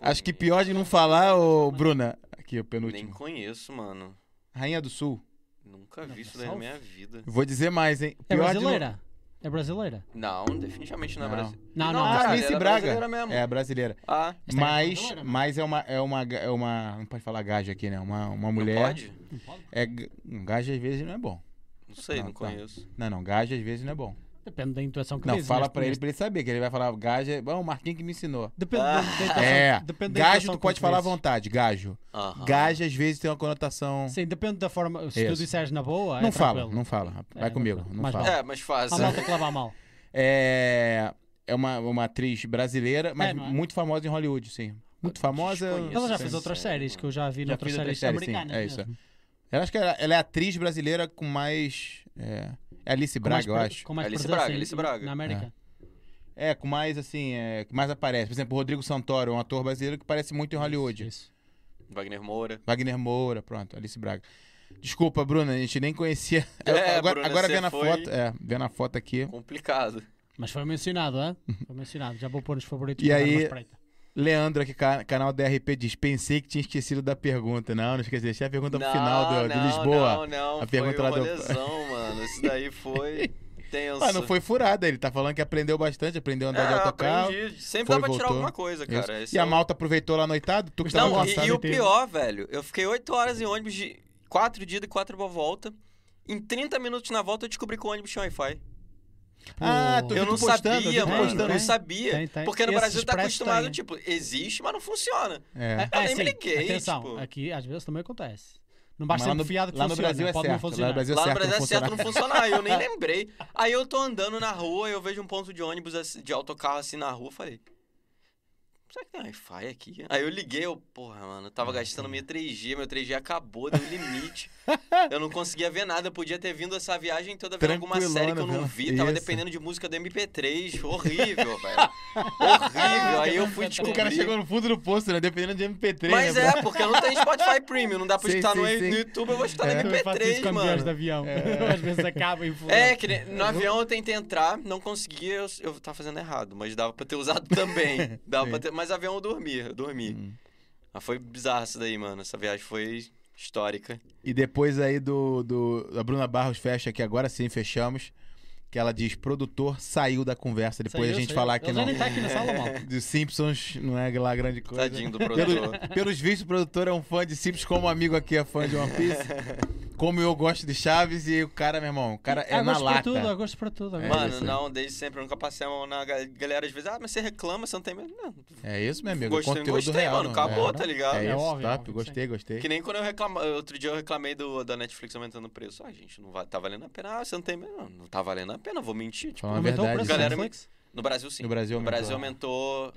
Speaker 1: Acho que pior é de não falar, ô Bruna. Aqui, o
Speaker 3: Nem
Speaker 1: penúltimo.
Speaker 3: conheço, mano.
Speaker 1: Rainha do Sul.
Speaker 3: Nunca
Speaker 2: Não,
Speaker 3: vi isso daí na
Speaker 2: salve.
Speaker 3: minha vida.
Speaker 1: Vou dizer mais, hein?
Speaker 2: É
Speaker 1: Pior de não-
Speaker 2: brasileira? É brasileira?
Speaker 3: Não, definitivamente não é
Speaker 1: Não.
Speaker 3: brasileiro.
Speaker 2: Não, não.
Speaker 3: Não,
Speaker 1: Ah,
Speaker 3: cara,
Speaker 1: Alice
Speaker 3: era
Speaker 1: Braga.
Speaker 3: brasileira mesmo.
Speaker 1: É, brasileira.
Speaker 3: Ah,
Speaker 2: Esta é
Speaker 1: Mas,
Speaker 2: brasileira, né?
Speaker 1: mas é uma, é uma, ga- é uma, não pode falar gaja aqui, né? Uma, uma
Speaker 3: não
Speaker 1: mulher.
Speaker 3: pode?
Speaker 2: Não pode?
Speaker 1: É, g- gaja às vezes não é bom.
Speaker 3: Não sei,
Speaker 1: Não,
Speaker 3: não
Speaker 1: tá.
Speaker 3: conheço.
Speaker 1: Não, não, gaja às vezes não é bom.
Speaker 2: Depende da intuação que
Speaker 1: Não,
Speaker 2: dizes,
Speaker 1: fala
Speaker 2: neste-
Speaker 1: pra ele
Speaker 2: neste-
Speaker 1: pra ele saber, que ele vai falar, gajo é. Bom, o Marquinhos que me ensinou.
Speaker 2: Depende da, da intuação-
Speaker 1: É,
Speaker 2: depende da
Speaker 1: gajo
Speaker 2: intuação
Speaker 1: tu
Speaker 2: que
Speaker 1: pode falar à
Speaker 2: dizes.
Speaker 1: vontade, gajo.
Speaker 2: Ah.
Speaker 3: Aham.
Speaker 1: Gajo às vezes tem uma conotação.
Speaker 2: Sim, depende da forma. Se tu
Speaker 1: Isso.
Speaker 2: disseres na boa.
Speaker 1: não
Speaker 2: é
Speaker 1: fala,
Speaker 2: tranquilo.
Speaker 1: não fala. rapaz. Vai
Speaker 2: É,
Speaker 1: comigo,
Speaker 2: mas-
Speaker 1: não
Speaker 2: mas
Speaker 1: fala.
Speaker 2: vai.
Speaker 3: É, mas faz.
Speaker 1: Ah,
Speaker 2: A malta que lava mal.
Speaker 1: É, é uma, uma atriz brasileira, mas
Speaker 2: É, não é?
Speaker 1: muito famosa em Hollywood, sim. Muito famosa.
Speaker 3: desconheço.
Speaker 2: Ela já
Speaker 3: Sim,
Speaker 2: fez outras
Speaker 3: sim,
Speaker 2: séries
Speaker 3: mano.
Speaker 2: que eu já vi
Speaker 1: Já
Speaker 2: noutras
Speaker 1: fiz outras
Speaker 2: séries
Speaker 1: séries, sim,
Speaker 2: americanas. né?
Speaker 1: é isso.
Speaker 2: mesmo.
Speaker 1: Eu acho que ela, ela é a atriz brasileira com mais. É, é Alice
Speaker 2: Com
Speaker 1: Braga,
Speaker 2: mais
Speaker 1: eu
Speaker 2: pre-
Speaker 1: acho.
Speaker 2: Com mais
Speaker 3: Alice
Speaker 2: presença
Speaker 3: Braga,
Speaker 2: em-
Speaker 3: Alice Braga.
Speaker 2: Na América.
Speaker 1: É, com mais assim, é, que mais aparece. Por exemplo, o Rodrigo Santoro, é um ator brasileiro que parece muito em Hollywood.
Speaker 2: Isso.
Speaker 3: Wagner Moura.
Speaker 1: Wagner Moura, pronto, Alice Braga. Desculpa, Bruna, a gente nem conhecia.
Speaker 3: É,
Speaker 1: agora
Speaker 3: Bruna,
Speaker 1: agora
Speaker 3: você
Speaker 1: vendo a
Speaker 3: foi-
Speaker 1: foto, é, vendo a foto aqui.
Speaker 3: Complicado.
Speaker 2: Mas foi mencionado, é? Foi mencionado. Já vou pôr nos favoritos
Speaker 1: Uhum. E
Speaker 2: para dar
Speaker 1: aí-
Speaker 2: uma espreita.
Speaker 1: Leandro aqui, ca- canal DRP diz: pensei que tinha esquecido da pergunta. Não, não esqueci. Deixei a pergunta pro final do, de
Speaker 3: não,
Speaker 1: Lisboa.
Speaker 3: Não, não,
Speaker 1: A
Speaker 3: a
Speaker 1: pergunta
Speaker 3: pergunta foi
Speaker 1: lá
Speaker 3: um
Speaker 1: do-
Speaker 3: rolezão, mano. Isso daí foi tenso.
Speaker 1: Ah, não foi furada. Ele tá falando que aprendeu bastante, aprendeu a andar de
Speaker 3: É,
Speaker 1: autocarro.
Speaker 3: aprendi. Sempre
Speaker 1: foi,
Speaker 3: dá pra tirar
Speaker 1: voltou.
Speaker 3: alguma coisa,
Speaker 1: Isso.
Speaker 3: cara. Esse
Speaker 1: E
Speaker 3: é
Speaker 1: a
Speaker 3: o-
Speaker 1: malta aproveitou lá noitado? Tu que tava
Speaker 3: Não, e,
Speaker 1: cansado.
Speaker 3: e o
Speaker 2: inteiro.
Speaker 3: pior, velho, eu fiquei 8 horas em ônibus de 4 dias e 4 pra volta. Em 30 minutos na volta eu descobri que o ônibus tinha Wi-Fi.
Speaker 1: Ah, tu
Speaker 2: Pô.
Speaker 1: viu
Speaker 3: Eu
Speaker 1: tu
Speaker 3: não
Speaker 1: postando,
Speaker 3: sabia,
Speaker 1: tu
Speaker 2: tem,
Speaker 3: mano.
Speaker 1: postando.
Speaker 3: Eu
Speaker 2: tem.
Speaker 3: não sabia.
Speaker 2: Tem, tem.
Speaker 3: Porque no
Speaker 2: Esses
Speaker 3: Brasil tá
Speaker 2: expresso
Speaker 3: acostumado,
Speaker 2: tem.
Speaker 3: tipo, existe, mas não funciona.
Speaker 1: É.
Speaker 3: Eu nem me
Speaker 2: sim,
Speaker 3: liguei,
Speaker 2: Atenção,
Speaker 3: tipo.
Speaker 2: aqui às vezes também acontece. Não basta
Speaker 1: Mas lá
Speaker 2: ser
Speaker 1: no-
Speaker 2: fiado que
Speaker 1: lá no
Speaker 2: funciona,
Speaker 1: Brasil é
Speaker 2: pode
Speaker 1: certo,
Speaker 2: não
Speaker 1: lá no
Speaker 2: funcionar.
Speaker 1: Brasil-
Speaker 3: Lá no
Speaker 1: certo, não
Speaker 3: Brasil é certo não
Speaker 1: funcionava.
Speaker 3: funcionar, eu nem lembrei. Aí eu tô andando na rua, eu vejo um ponto de ônibus, assim, de autocarro assim na rua, eu falei. será que tem Wi-Fi aqui? Aí eu liguei, eu, porra, mano, eu
Speaker 1: Ah,
Speaker 3: tava gastando minha 3G, meu 3G acabou, deu limite. eu não conseguia ver nada, eu podia ter vindo essa viagem toda vendo alguma série que eu não
Speaker 1: Tranquilona,
Speaker 3: vi,
Speaker 1: viu?
Speaker 3: tava
Speaker 1: Isso.
Speaker 3: dependendo de música do MP3, horrível, velho. Horrível. Aí eu fui descobrir.
Speaker 1: O cara chegou no fundo do posto, né? Dependendo de MP3.
Speaker 3: Mas
Speaker 1: né?
Speaker 3: é, porque eu não tenho Spotify Premium, não dá pra
Speaker 1: Sim,
Speaker 3: escutar no,
Speaker 1: sim, sim.
Speaker 3: no YouTube, eu vou escutar
Speaker 1: É.
Speaker 3: no
Speaker 2: Eu faço isso
Speaker 3: MP3,
Speaker 2: quando viajo de
Speaker 3: mano.
Speaker 2: avião. Às vezes acaba e fudeu.
Speaker 3: É, que nem-
Speaker 1: Uhum.
Speaker 3: no avião eu tentei entrar, não consegui, eu, eu tava fazendo errado, mas dava pra ter usado também. Dava
Speaker 1: Sim. Hum.
Speaker 3: pra ter, mas avião eu dormi, eu dormi. Mas foi bizarro isso daí, mano. Essa viagem foi histórica.
Speaker 1: E depois aí do, do. A Bruna Barros fecha aqui, agora sim fechamos. Que ela diz: produtor saiu da conversa. Depois
Speaker 2: Saiu,
Speaker 1: a gente
Speaker 2: saiu.
Speaker 1: falar que
Speaker 2: Ele já
Speaker 1: não.
Speaker 2: nem tá aqui na sala, mal.
Speaker 1: Dos Simpsons não é lá grande coisa.
Speaker 3: Tadinho do produtor.
Speaker 1: Pelo- pelos vistos, o produtor é um fã de Simpsons, como o amigo aqui é fã de One Piece. como eu gosto de Chaves e o cara, meu irmão, o cara é
Speaker 2: Ah,
Speaker 1: na
Speaker 2: gosto pra tudo, eu
Speaker 1: lata.
Speaker 2: gosto pra tudo.
Speaker 1: É,
Speaker 3: Mano,
Speaker 1: isso aí.
Speaker 3: não, desde sempre, eu nunca passei a mão na ga- galera. Às vezes, ah, mas você reclama, você não tem medo. Não,
Speaker 1: É isso, meu amigo. é
Speaker 3: gostei,
Speaker 1: conteúdo
Speaker 3: gostei,
Speaker 1: real.
Speaker 3: mano,
Speaker 1: não
Speaker 3: acabou,
Speaker 1: é?
Speaker 3: tá ligado?
Speaker 1: É isso,
Speaker 2: É óbvio,
Speaker 1: top.
Speaker 2: óbvio,
Speaker 1: gostei, gostei.
Speaker 3: Que nem quando eu reclamo. Outro dia eu reclamei do, da Netflix aumentando o preço. Ah, gente, não vai, tá valendo a pena. Ah, você não tem medo. Não, não tá valendo a pena, eu vou mentir. Tipo,
Speaker 1: Fala a
Speaker 2: Aumentou o
Speaker 1: verdade. assim. isso.
Speaker 2: preço da
Speaker 3: Galera,
Speaker 2: Netflix?
Speaker 3: no Brasil, sim.
Speaker 1: No Brasil
Speaker 3: No
Speaker 1: aumentou. né?
Speaker 3: Brasil aumentou.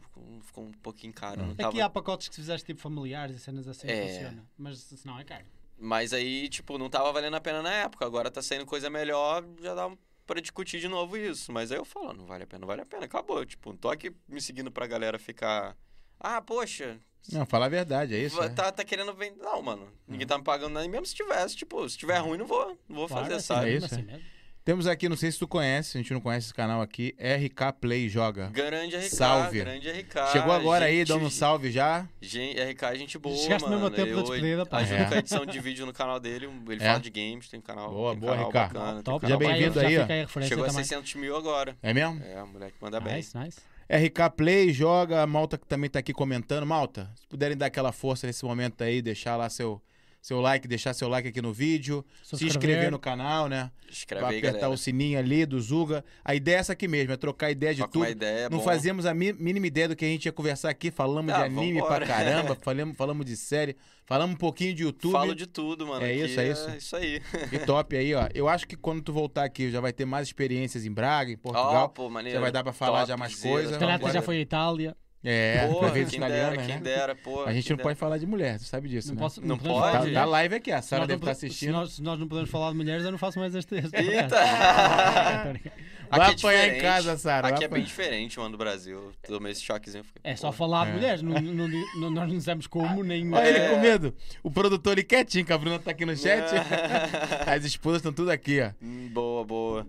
Speaker 3: ficou- Ficou um pouquinho caro. Não
Speaker 2: Aqui há
Speaker 3: tava,
Speaker 2: pacotes É que se fizeste tipo familiares e cenas assim
Speaker 3: É.
Speaker 2: que funciona. Mas se não é caro.
Speaker 3: mas aí, tipo, não tava valendo a pena na época. Agora tá saindo coisa melhor, já dá um, pra discutir de novo isso. Mas aí eu falo, não vale a pena, não vale a pena. Acabou. Tipo, não tô aqui me seguindo pra galera ficar. Ah, poxa,
Speaker 1: Não, fala a verdade, é isso.
Speaker 3: va-
Speaker 1: é. Uhum.
Speaker 3: tá, tá querendo vender. Não, mano. Ninguém tá me pagando nada. E mesmo se tivesse, tipo, se tiver ruim, não vou. Não vou fazer,
Speaker 2: Claro, assim
Speaker 3: sabe?
Speaker 1: É
Speaker 2: mesmo,
Speaker 1: isso,
Speaker 2: assim
Speaker 1: é.
Speaker 2: mesmo.
Speaker 1: Temos aqui, não sei se tu conhece, a gente não conhece esse canal aqui, RK Play Joga.
Speaker 3: Grande RK,
Speaker 1: Salve.
Speaker 3: grande RK.
Speaker 1: Chegou agora aí,
Speaker 3: gente-
Speaker 1: dando um salve já.
Speaker 3: Gente, RK é gente boa,
Speaker 2: Chegaste
Speaker 3: mano.
Speaker 2: mesmo a tempo da
Speaker 3: eu
Speaker 2: despedida, pá.
Speaker 3: ajudo
Speaker 1: É.
Speaker 3: com a edição de vídeo no canal dele. um, Ele
Speaker 1: É.
Speaker 3: fala de games, tem canal,
Speaker 1: Boa,
Speaker 3: tem um
Speaker 1: boa,
Speaker 3: canal
Speaker 1: RK.
Speaker 3: bacana. tem
Speaker 2: Top,
Speaker 1: Já
Speaker 3: canal
Speaker 2: top,
Speaker 1: bem-vindo
Speaker 2: já
Speaker 1: aí, ó.
Speaker 2: fica a referência
Speaker 3: Chegou a
Speaker 2: também.
Speaker 3: 600 mil agora.
Speaker 1: É mesmo?
Speaker 3: É, o moleque manda bem.
Speaker 2: Nice, nice.
Speaker 1: RK Play Joga, a Malta que também tá aqui comentando. Malta, se puderem dar aquela força nesse momento aí, deixar lá seu, seu like, deixar seu like aqui no vídeo, se inscrever no canal, né?
Speaker 3: Escreve
Speaker 1: pra
Speaker 3: aí,
Speaker 1: apertar
Speaker 3: galera.
Speaker 1: o sininho ali do Zuga. A ideia é essa aqui mesmo, é trocar ideia de
Speaker 3: Toca
Speaker 1: tudo.
Speaker 3: uma ideia, é
Speaker 1: Não
Speaker 3: bom.
Speaker 1: fazíamos a mi- mínima ideia do que a gente ia conversar aqui. Falamos
Speaker 3: Ah,
Speaker 1: de anime
Speaker 3: vambora.
Speaker 1: pra caramba, falamos, falamos de série, falamos um pouquinho de YouTube.
Speaker 3: Falo de tudo, mano.
Speaker 1: É
Speaker 3: aqui
Speaker 1: isso, é isso.
Speaker 3: isso aí.
Speaker 1: E top aí, ó. Eu acho que quando tu voltar aqui, já vai ter mais experiências em Braga, em
Speaker 3: Ó,
Speaker 1: Portugal.
Speaker 3: pô, maneiro.
Speaker 1: já vai dar pra falar
Speaker 3: Top,
Speaker 1: já mais
Speaker 3: zero,
Speaker 1: coisa.
Speaker 3: top.
Speaker 1: Então,
Speaker 2: Calhar até
Speaker 1: agora-
Speaker 2: já foi à Itália.
Speaker 1: é,
Speaker 3: Porra,
Speaker 1: prefeito
Speaker 3: quem dera,
Speaker 1: italiana,
Speaker 3: quem
Speaker 1: né?
Speaker 3: dera, pô.
Speaker 1: A gente
Speaker 3: quem
Speaker 1: não pode falar de mulher, tu sabe disso,
Speaker 2: Não
Speaker 1: né?
Speaker 2: posso.
Speaker 3: Não
Speaker 2: podemos
Speaker 3: pode?
Speaker 2: falar
Speaker 1: Tá,
Speaker 2: de
Speaker 1: tá
Speaker 2: mulheres.
Speaker 1: live aqui, a
Speaker 2: Se nós
Speaker 1: Sara
Speaker 2: não
Speaker 1: deve estar
Speaker 2: pode- Se
Speaker 1: assistindo.
Speaker 2: nós, se nós não podemos falar de mulheres, eu não faço mais este. este
Speaker 3: dera.
Speaker 2: podcast.
Speaker 3: Eita!
Speaker 2: Tô brincando.
Speaker 1: Vai
Speaker 3: Aqui
Speaker 1: apanhar
Speaker 3: é
Speaker 1: em
Speaker 3: diferente.
Speaker 1: casa, Sara. vai
Speaker 3: Aqui é bem
Speaker 1: apanhar.
Speaker 3: diferente, mano, do Brasil. Eu Tomei esse choquezinho. eu fiquei,
Speaker 2: É só
Speaker 3: pô.
Speaker 2: falar de
Speaker 1: É.
Speaker 2: mulheres. Não, não, não- nós não dizemos como, nem.
Speaker 1: Olha ele
Speaker 3: É.
Speaker 1: com medo. O produtor ali quietinho, que a Bruna tá aqui no chat.
Speaker 3: Não.
Speaker 1: As esposas estão tudo aqui, ó.
Speaker 3: Hum, Boa, boa.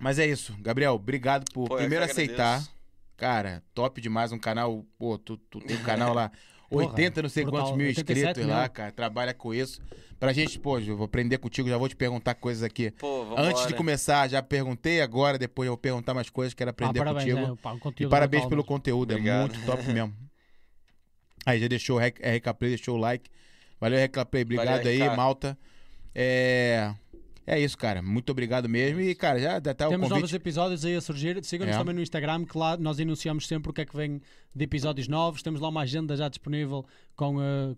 Speaker 1: Mas é isso, Gabriel, obrigado por
Speaker 3: Pô, eu
Speaker 1: primeiro
Speaker 3: que agradeço.
Speaker 1: aceitar. Cara, top demais um canal, pô, tu, tu tem um canal lá,
Speaker 2: Porra,
Speaker 1: 80 não sei
Speaker 2: brutal,
Speaker 1: quantos mil
Speaker 2: 87
Speaker 1: inscritos
Speaker 2: mil.
Speaker 1: lá, cara, trabalha com isso. Pra gente, pô, eu vou aprender contigo, já vou te perguntar coisas aqui.
Speaker 3: Pô, vamos
Speaker 1: Antes de começar, já perguntei, agora depois eu vou perguntar mais coisas, quero
Speaker 2: Pá,
Speaker 1: aprender
Speaker 2: parabéns,
Speaker 1: contigo.
Speaker 2: né? Pá, um
Speaker 1: E
Speaker 2: conteúdo
Speaker 1: parabéns
Speaker 2: brutal
Speaker 1: pelo
Speaker 2: mesmo.
Speaker 1: conteúdo, é
Speaker 3: Obrigado.
Speaker 1: muito top mesmo. Aí já deixou o Rec- RK Play, deixou o like. Valeu, RK Play, obrigado
Speaker 3: Valeu,
Speaker 1: aí,
Speaker 3: RK.
Speaker 1: malta. É... é isso, cara, muito obrigado mesmo. E, cara, já dá até É o
Speaker 2: Temos
Speaker 1: convite.
Speaker 2: novos episódios aí a surgir. Sigam-nos
Speaker 1: É.
Speaker 2: também no Instagram, que lá nós anunciamos sempre o que é que vem de episódios novos. Temos lá uma agenda já disponível com eh,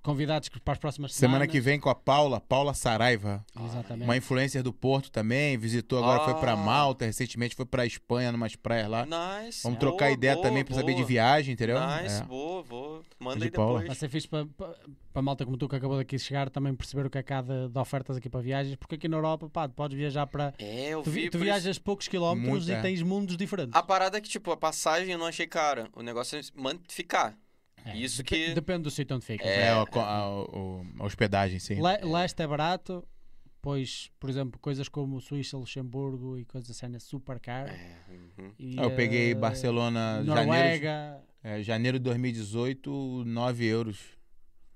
Speaker 2: convidados que- para as próximas
Speaker 1: Semana
Speaker 2: semanas.
Speaker 1: que vem com a Paula, Paula Saraiva,
Speaker 2: Exatamente.
Speaker 1: uma influencer do Porto também, visitou agora, foi pra
Speaker 3: Ah.
Speaker 1: Malta, recentemente foi pra Espanha, numas praias lá.
Speaker 3: Nice.
Speaker 1: Vamos
Speaker 3: boa,
Speaker 1: trocar ideia
Speaker 3: boa,
Speaker 1: também pra saber de
Speaker 3: boa.
Speaker 1: viagem, entendeu?
Speaker 3: Nice,
Speaker 1: É.
Speaker 3: boa, boa. Manda
Speaker 1: De
Speaker 3: aí
Speaker 1: Paula.
Speaker 2: Vai
Speaker 3: depois.
Speaker 2: ser fixe para, para, para a malta como tu que acabou daqui de chegar também perceber o que é que há de, de ofertas aqui para viagens, porque aqui na Europa, pá, podes viajar para.
Speaker 3: É, eu
Speaker 2: Tu, vi-
Speaker 3: vi.
Speaker 2: tu
Speaker 3: por isso-
Speaker 2: viajas poucos quilómetros
Speaker 1: Muito,
Speaker 2: e
Speaker 1: é.
Speaker 2: tens mundos diferentes.
Speaker 3: A parada é que, tipo, a passagem eu não achei cara. O negócio é man- ficar.
Speaker 2: É.
Speaker 3: Isso
Speaker 2: Dep-
Speaker 3: que.
Speaker 2: Depende do sítio onde ficas.
Speaker 3: É.
Speaker 1: É, a, a- a- a hospedagem, sim.
Speaker 2: Le- Leste é barato, pois, por exemplo, coisas como Suíça, Luxemburgo e coisas assim é super caro.
Speaker 3: É, uhum.
Speaker 2: E,
Speaker 1: Ah, Eu peguei
Speaker 2: eh,
Speaker 1: Barcelona, janeiro,
Speaker 2: Noruega.
Speaker 1: é, janeiro de 2018, 9 euros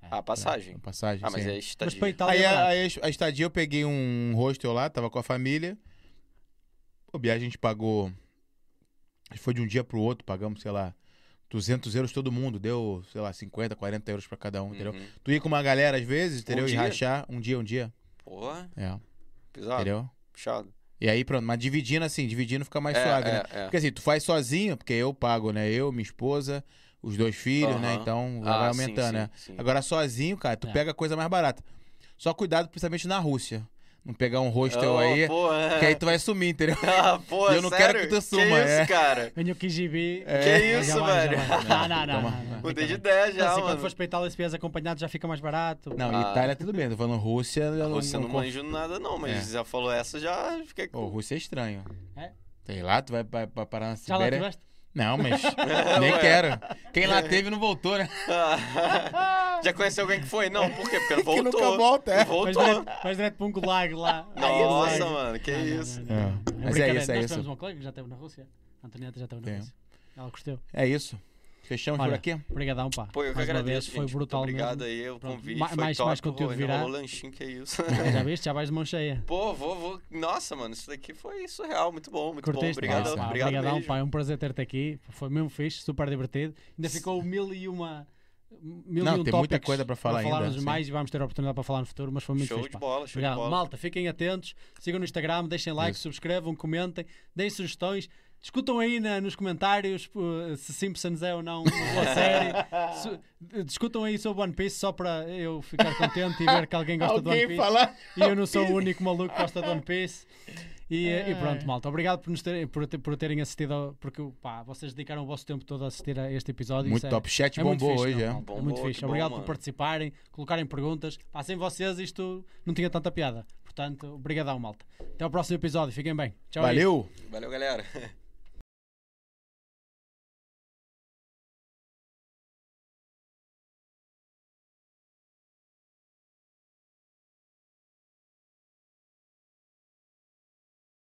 Speaker 2: É,
Speaker 3: A passagem.
Speaker 1: a passagem.
Speaker 3: Ah, mas
Speaker 1: sim.
Speaker 3: é
Speaker 2: Mas para a
Speaker 3: estadia.
Speaker 2: Itália.
Speaker 1: Aí
Speaker 2: é
Speaker 1: a,
Speaker 2: barato.
Speaker 1: a es- a estadia eu peguei um hostel lá, tava com a família. Pô, Bia, a gente pagou. acho que Foi de um dia pro outro, pagamos, sei lá, 200 euros todo mundo. Deu, sei lá, 50, 40 euros pra cada um, entendeu?
Speaker 3: Uhum.
Speaker 1: Tu ia com uma galera às vezes, entendeu? e
Speaker 3: dia? Tá.
Speaker 1: rachar um dia, um dia.
Speaker 3: Porra,
Speaker 1: É,
Speaker 3: pesado.
Speaker 1: entendeu?
Speaker 3: Puxado.
Speaker 1: E aí pronto, mas dividindo assim, dividindo fica mais
Speaker 3: é,
Speaker 1: suave,
Speaker 3: é,
Speaker 1: né?
Speaker 3: é.
Speaker 1: Porque assim, tu faz sozinho, porque eu pago, né? Eu, minha esposa, os dois filhos, né?
Speaker 3: Aham.
Speaker 1: Então já
Speaker 3: Ah,
Speaker 1: vai
Speaker 3: sim,
Speaker 1: aumentando,
Speaker 3: sim,
Speaker 1: né?
Speaker 3: sim.
Speaker 1: Agora sozinho, cara, tu
Speaker 2: É.
Speaker 1: pega a coisa mais barata. Só cuidado, principalmente na Rússia. Não pegar um hostel
Speaker 3: Ah,
Speaker 1: aí,
Speaker 3: Pô, é.
Speaker 1: que aí tu vai sumir, entendeu?
Speaker 3: Ah, pô,
Speaker 1: E eu não
Speaker 3: sério?
Speaker 1: quero que tu suma,
Speaker 3: isso,
Speaker 1: é.
Speaker 3: cara?
Speaker 2: Ganhou 15 GB.
Speaker 3: Que isso, velho?
Speaker 2: Não, não, não.
Speaker 1: Toma.
Speaker 2: não, não.
Speaker 3: Mudei de ideia já,
Speaker 2: Então, assim, quando
Speaker 3: mano.
Speaker 2: fores para Itália, se vieres acompanhado, já fica mais barato.
Speaker 1: Não,
Speaker 3: Ah.
Speaker 1: Itália é tudo bem, tô falando Rússia. eu
Speaker 2: um
Speaker 3: Você não
Speaker 1: conf-
Speaker 3: manjo nada não, mas
Speaker 1: É.
Speaker 3: já falou essa, já fiquei...
Speaker 1: Pô, Rússia é estranho.
Speaker 2: É?
Speaker 1: Sei lá, tu vai pra, pra parar na
Speaker 2: já lá
Speaker 1: Sibéria.
Speaker 2: tiveste?
Speaker 1: Não, mas nem
Speaker 3: Ué.
Speaker 1: quero. Quem lá teve não voltou, né?
Speaker 3: já conheceu alguém que foi? Não, por quê? Porque não
Speaker 1: Que
Speaker 3: voltou.
Speaker 1: nunca volta, é.
Speaker 2: Mas
Speaker 3: Voltou.
Speaker 2: direto, mas direto para um gulag lá.
Speaker 3: Nossa,
Speaker 2: Aí, gulag.
Speaker 3: mano, que
Speaker 2: Não, não,
Speaker 3: isso.
Speaker 2: não, não.
Speaker 1: É. Mas é
Speaker 2: brincadeira.
Speaker 1: isso, é
Speaker 2: Nós tivemos
Speaker 1: isso.
Speaker 2: uma colega que já esteve na Rússia. A Antonieta já esteve na
Speaker 1: Tem.
Speaker 2: Rússia. Ela gostou.
Speaker 1: É isso. Fechamos por
Speaker 2: Olha,
Speaker 1: aqui?
Speaker 2: Obrigadão, pá.
Speaker 3: Pô, eu que
Speaker 2: Mais uma vez,
Speaker 3: agradeço,
Speaker 2: Foi
Speaker 3: gente.
Speaker 2: brutal
Speaker 3: Muito obrigado
Speaker 2: mesmo.
Speaker 3: aí, o
Speaker 2: Pronto,
Speaker 3: convite
Speaker 2: ma-
Speaker 3: foi
Speaker 2: mais-
Speaker 3: top.
Speaker 2: mais conteúdo
Speaker 3: Pô, ainda rolou
Speaker 2: virá.
Speaker 3: lanchinho, que isso.
Speaker 2: Já viste? Já vais de mão cheia.
Speaker 3: Pô, vou, vou. Nossa, mano, isso daqui foi surreal, muito bom, muito bom.
Speaker 2: Curtiste?
Speaker 3: Obrigado,
Speaker 2: Pá,
Speaker 3: obrigado
Speaker 2: obrigadão,
Speaker 3: mesmo.
Speaker 2: pá. É um prazer ter-te aqui. Foi mesmo fixe, super divertido. Ainda ficou mil e uma. Mil
Speaker 1: Não,
Speaker 2: e um
Speaker 1: tem muita
Speaker 2: tópicos
Speaker 1: coisa para falar ainda,
Speaker 2: falarmos
Speaker 1: sim.
Speaker 2: mais e vamos ter a oportunidade para falar no futuro, mas foi muito
Speaker 3: Show
Speaker 2: fixe.
Speaker 3: de
Speaker 2: pá.
Speaker 3: bola, show de
Speaker 2: Obrigado.
Speaker 3: bola.
Speaker 2: Malta, fiquem atentos, sigam no Instagram, deixem like,
Speaker 1: Isso.
Speaker 2: subscrevam, comentem, deem sugestões. Discutam aí na- nos comentários pô, se Simpsons é ou não uma boa série. Su- discutam aí sobre One Piece só para eu ficar contente e ver que alguém gosta de One Piece.
Speaker 1: falar?
Speaker 2: E eu não sou o único maluco que gosta de One Piece. E,
Speaker 3: É.
Speaker 2: e pronto, malta. Obrigado por, nos terem, por, te- por terem assistido, ao- porque pá, vocês dedicaram o vosso tempo todo a assistir a este episódio.
Speaker 1: Muito
Speaker 2: Isso é-
Speaker 1: top. Chat
Speaker 2: é muito
Speaker 1: bombou
Speaker 2: fixe,
Speaker 1: hoje,
Speaker 2: não,
Speaker 1: é.
Speaker 2: malta. É
Speaker 3: Bombou,
Speaker 2: muito
Speaker 3: que
Speaker 2: fixe.
Speaker 3: bom,
Speaker 2: obrigado
Speaker 3: mano.
Speaker 2: por participarem, colocarem perguntas. Pá, sem vocês isto não tinha tanta piada. Portanto, obrigadão, malta. Até ao próximo episódio. Fiquem bem. Tchau. aí.
Speaker 1: Valeu!
Speaker 3: Valeu, galera.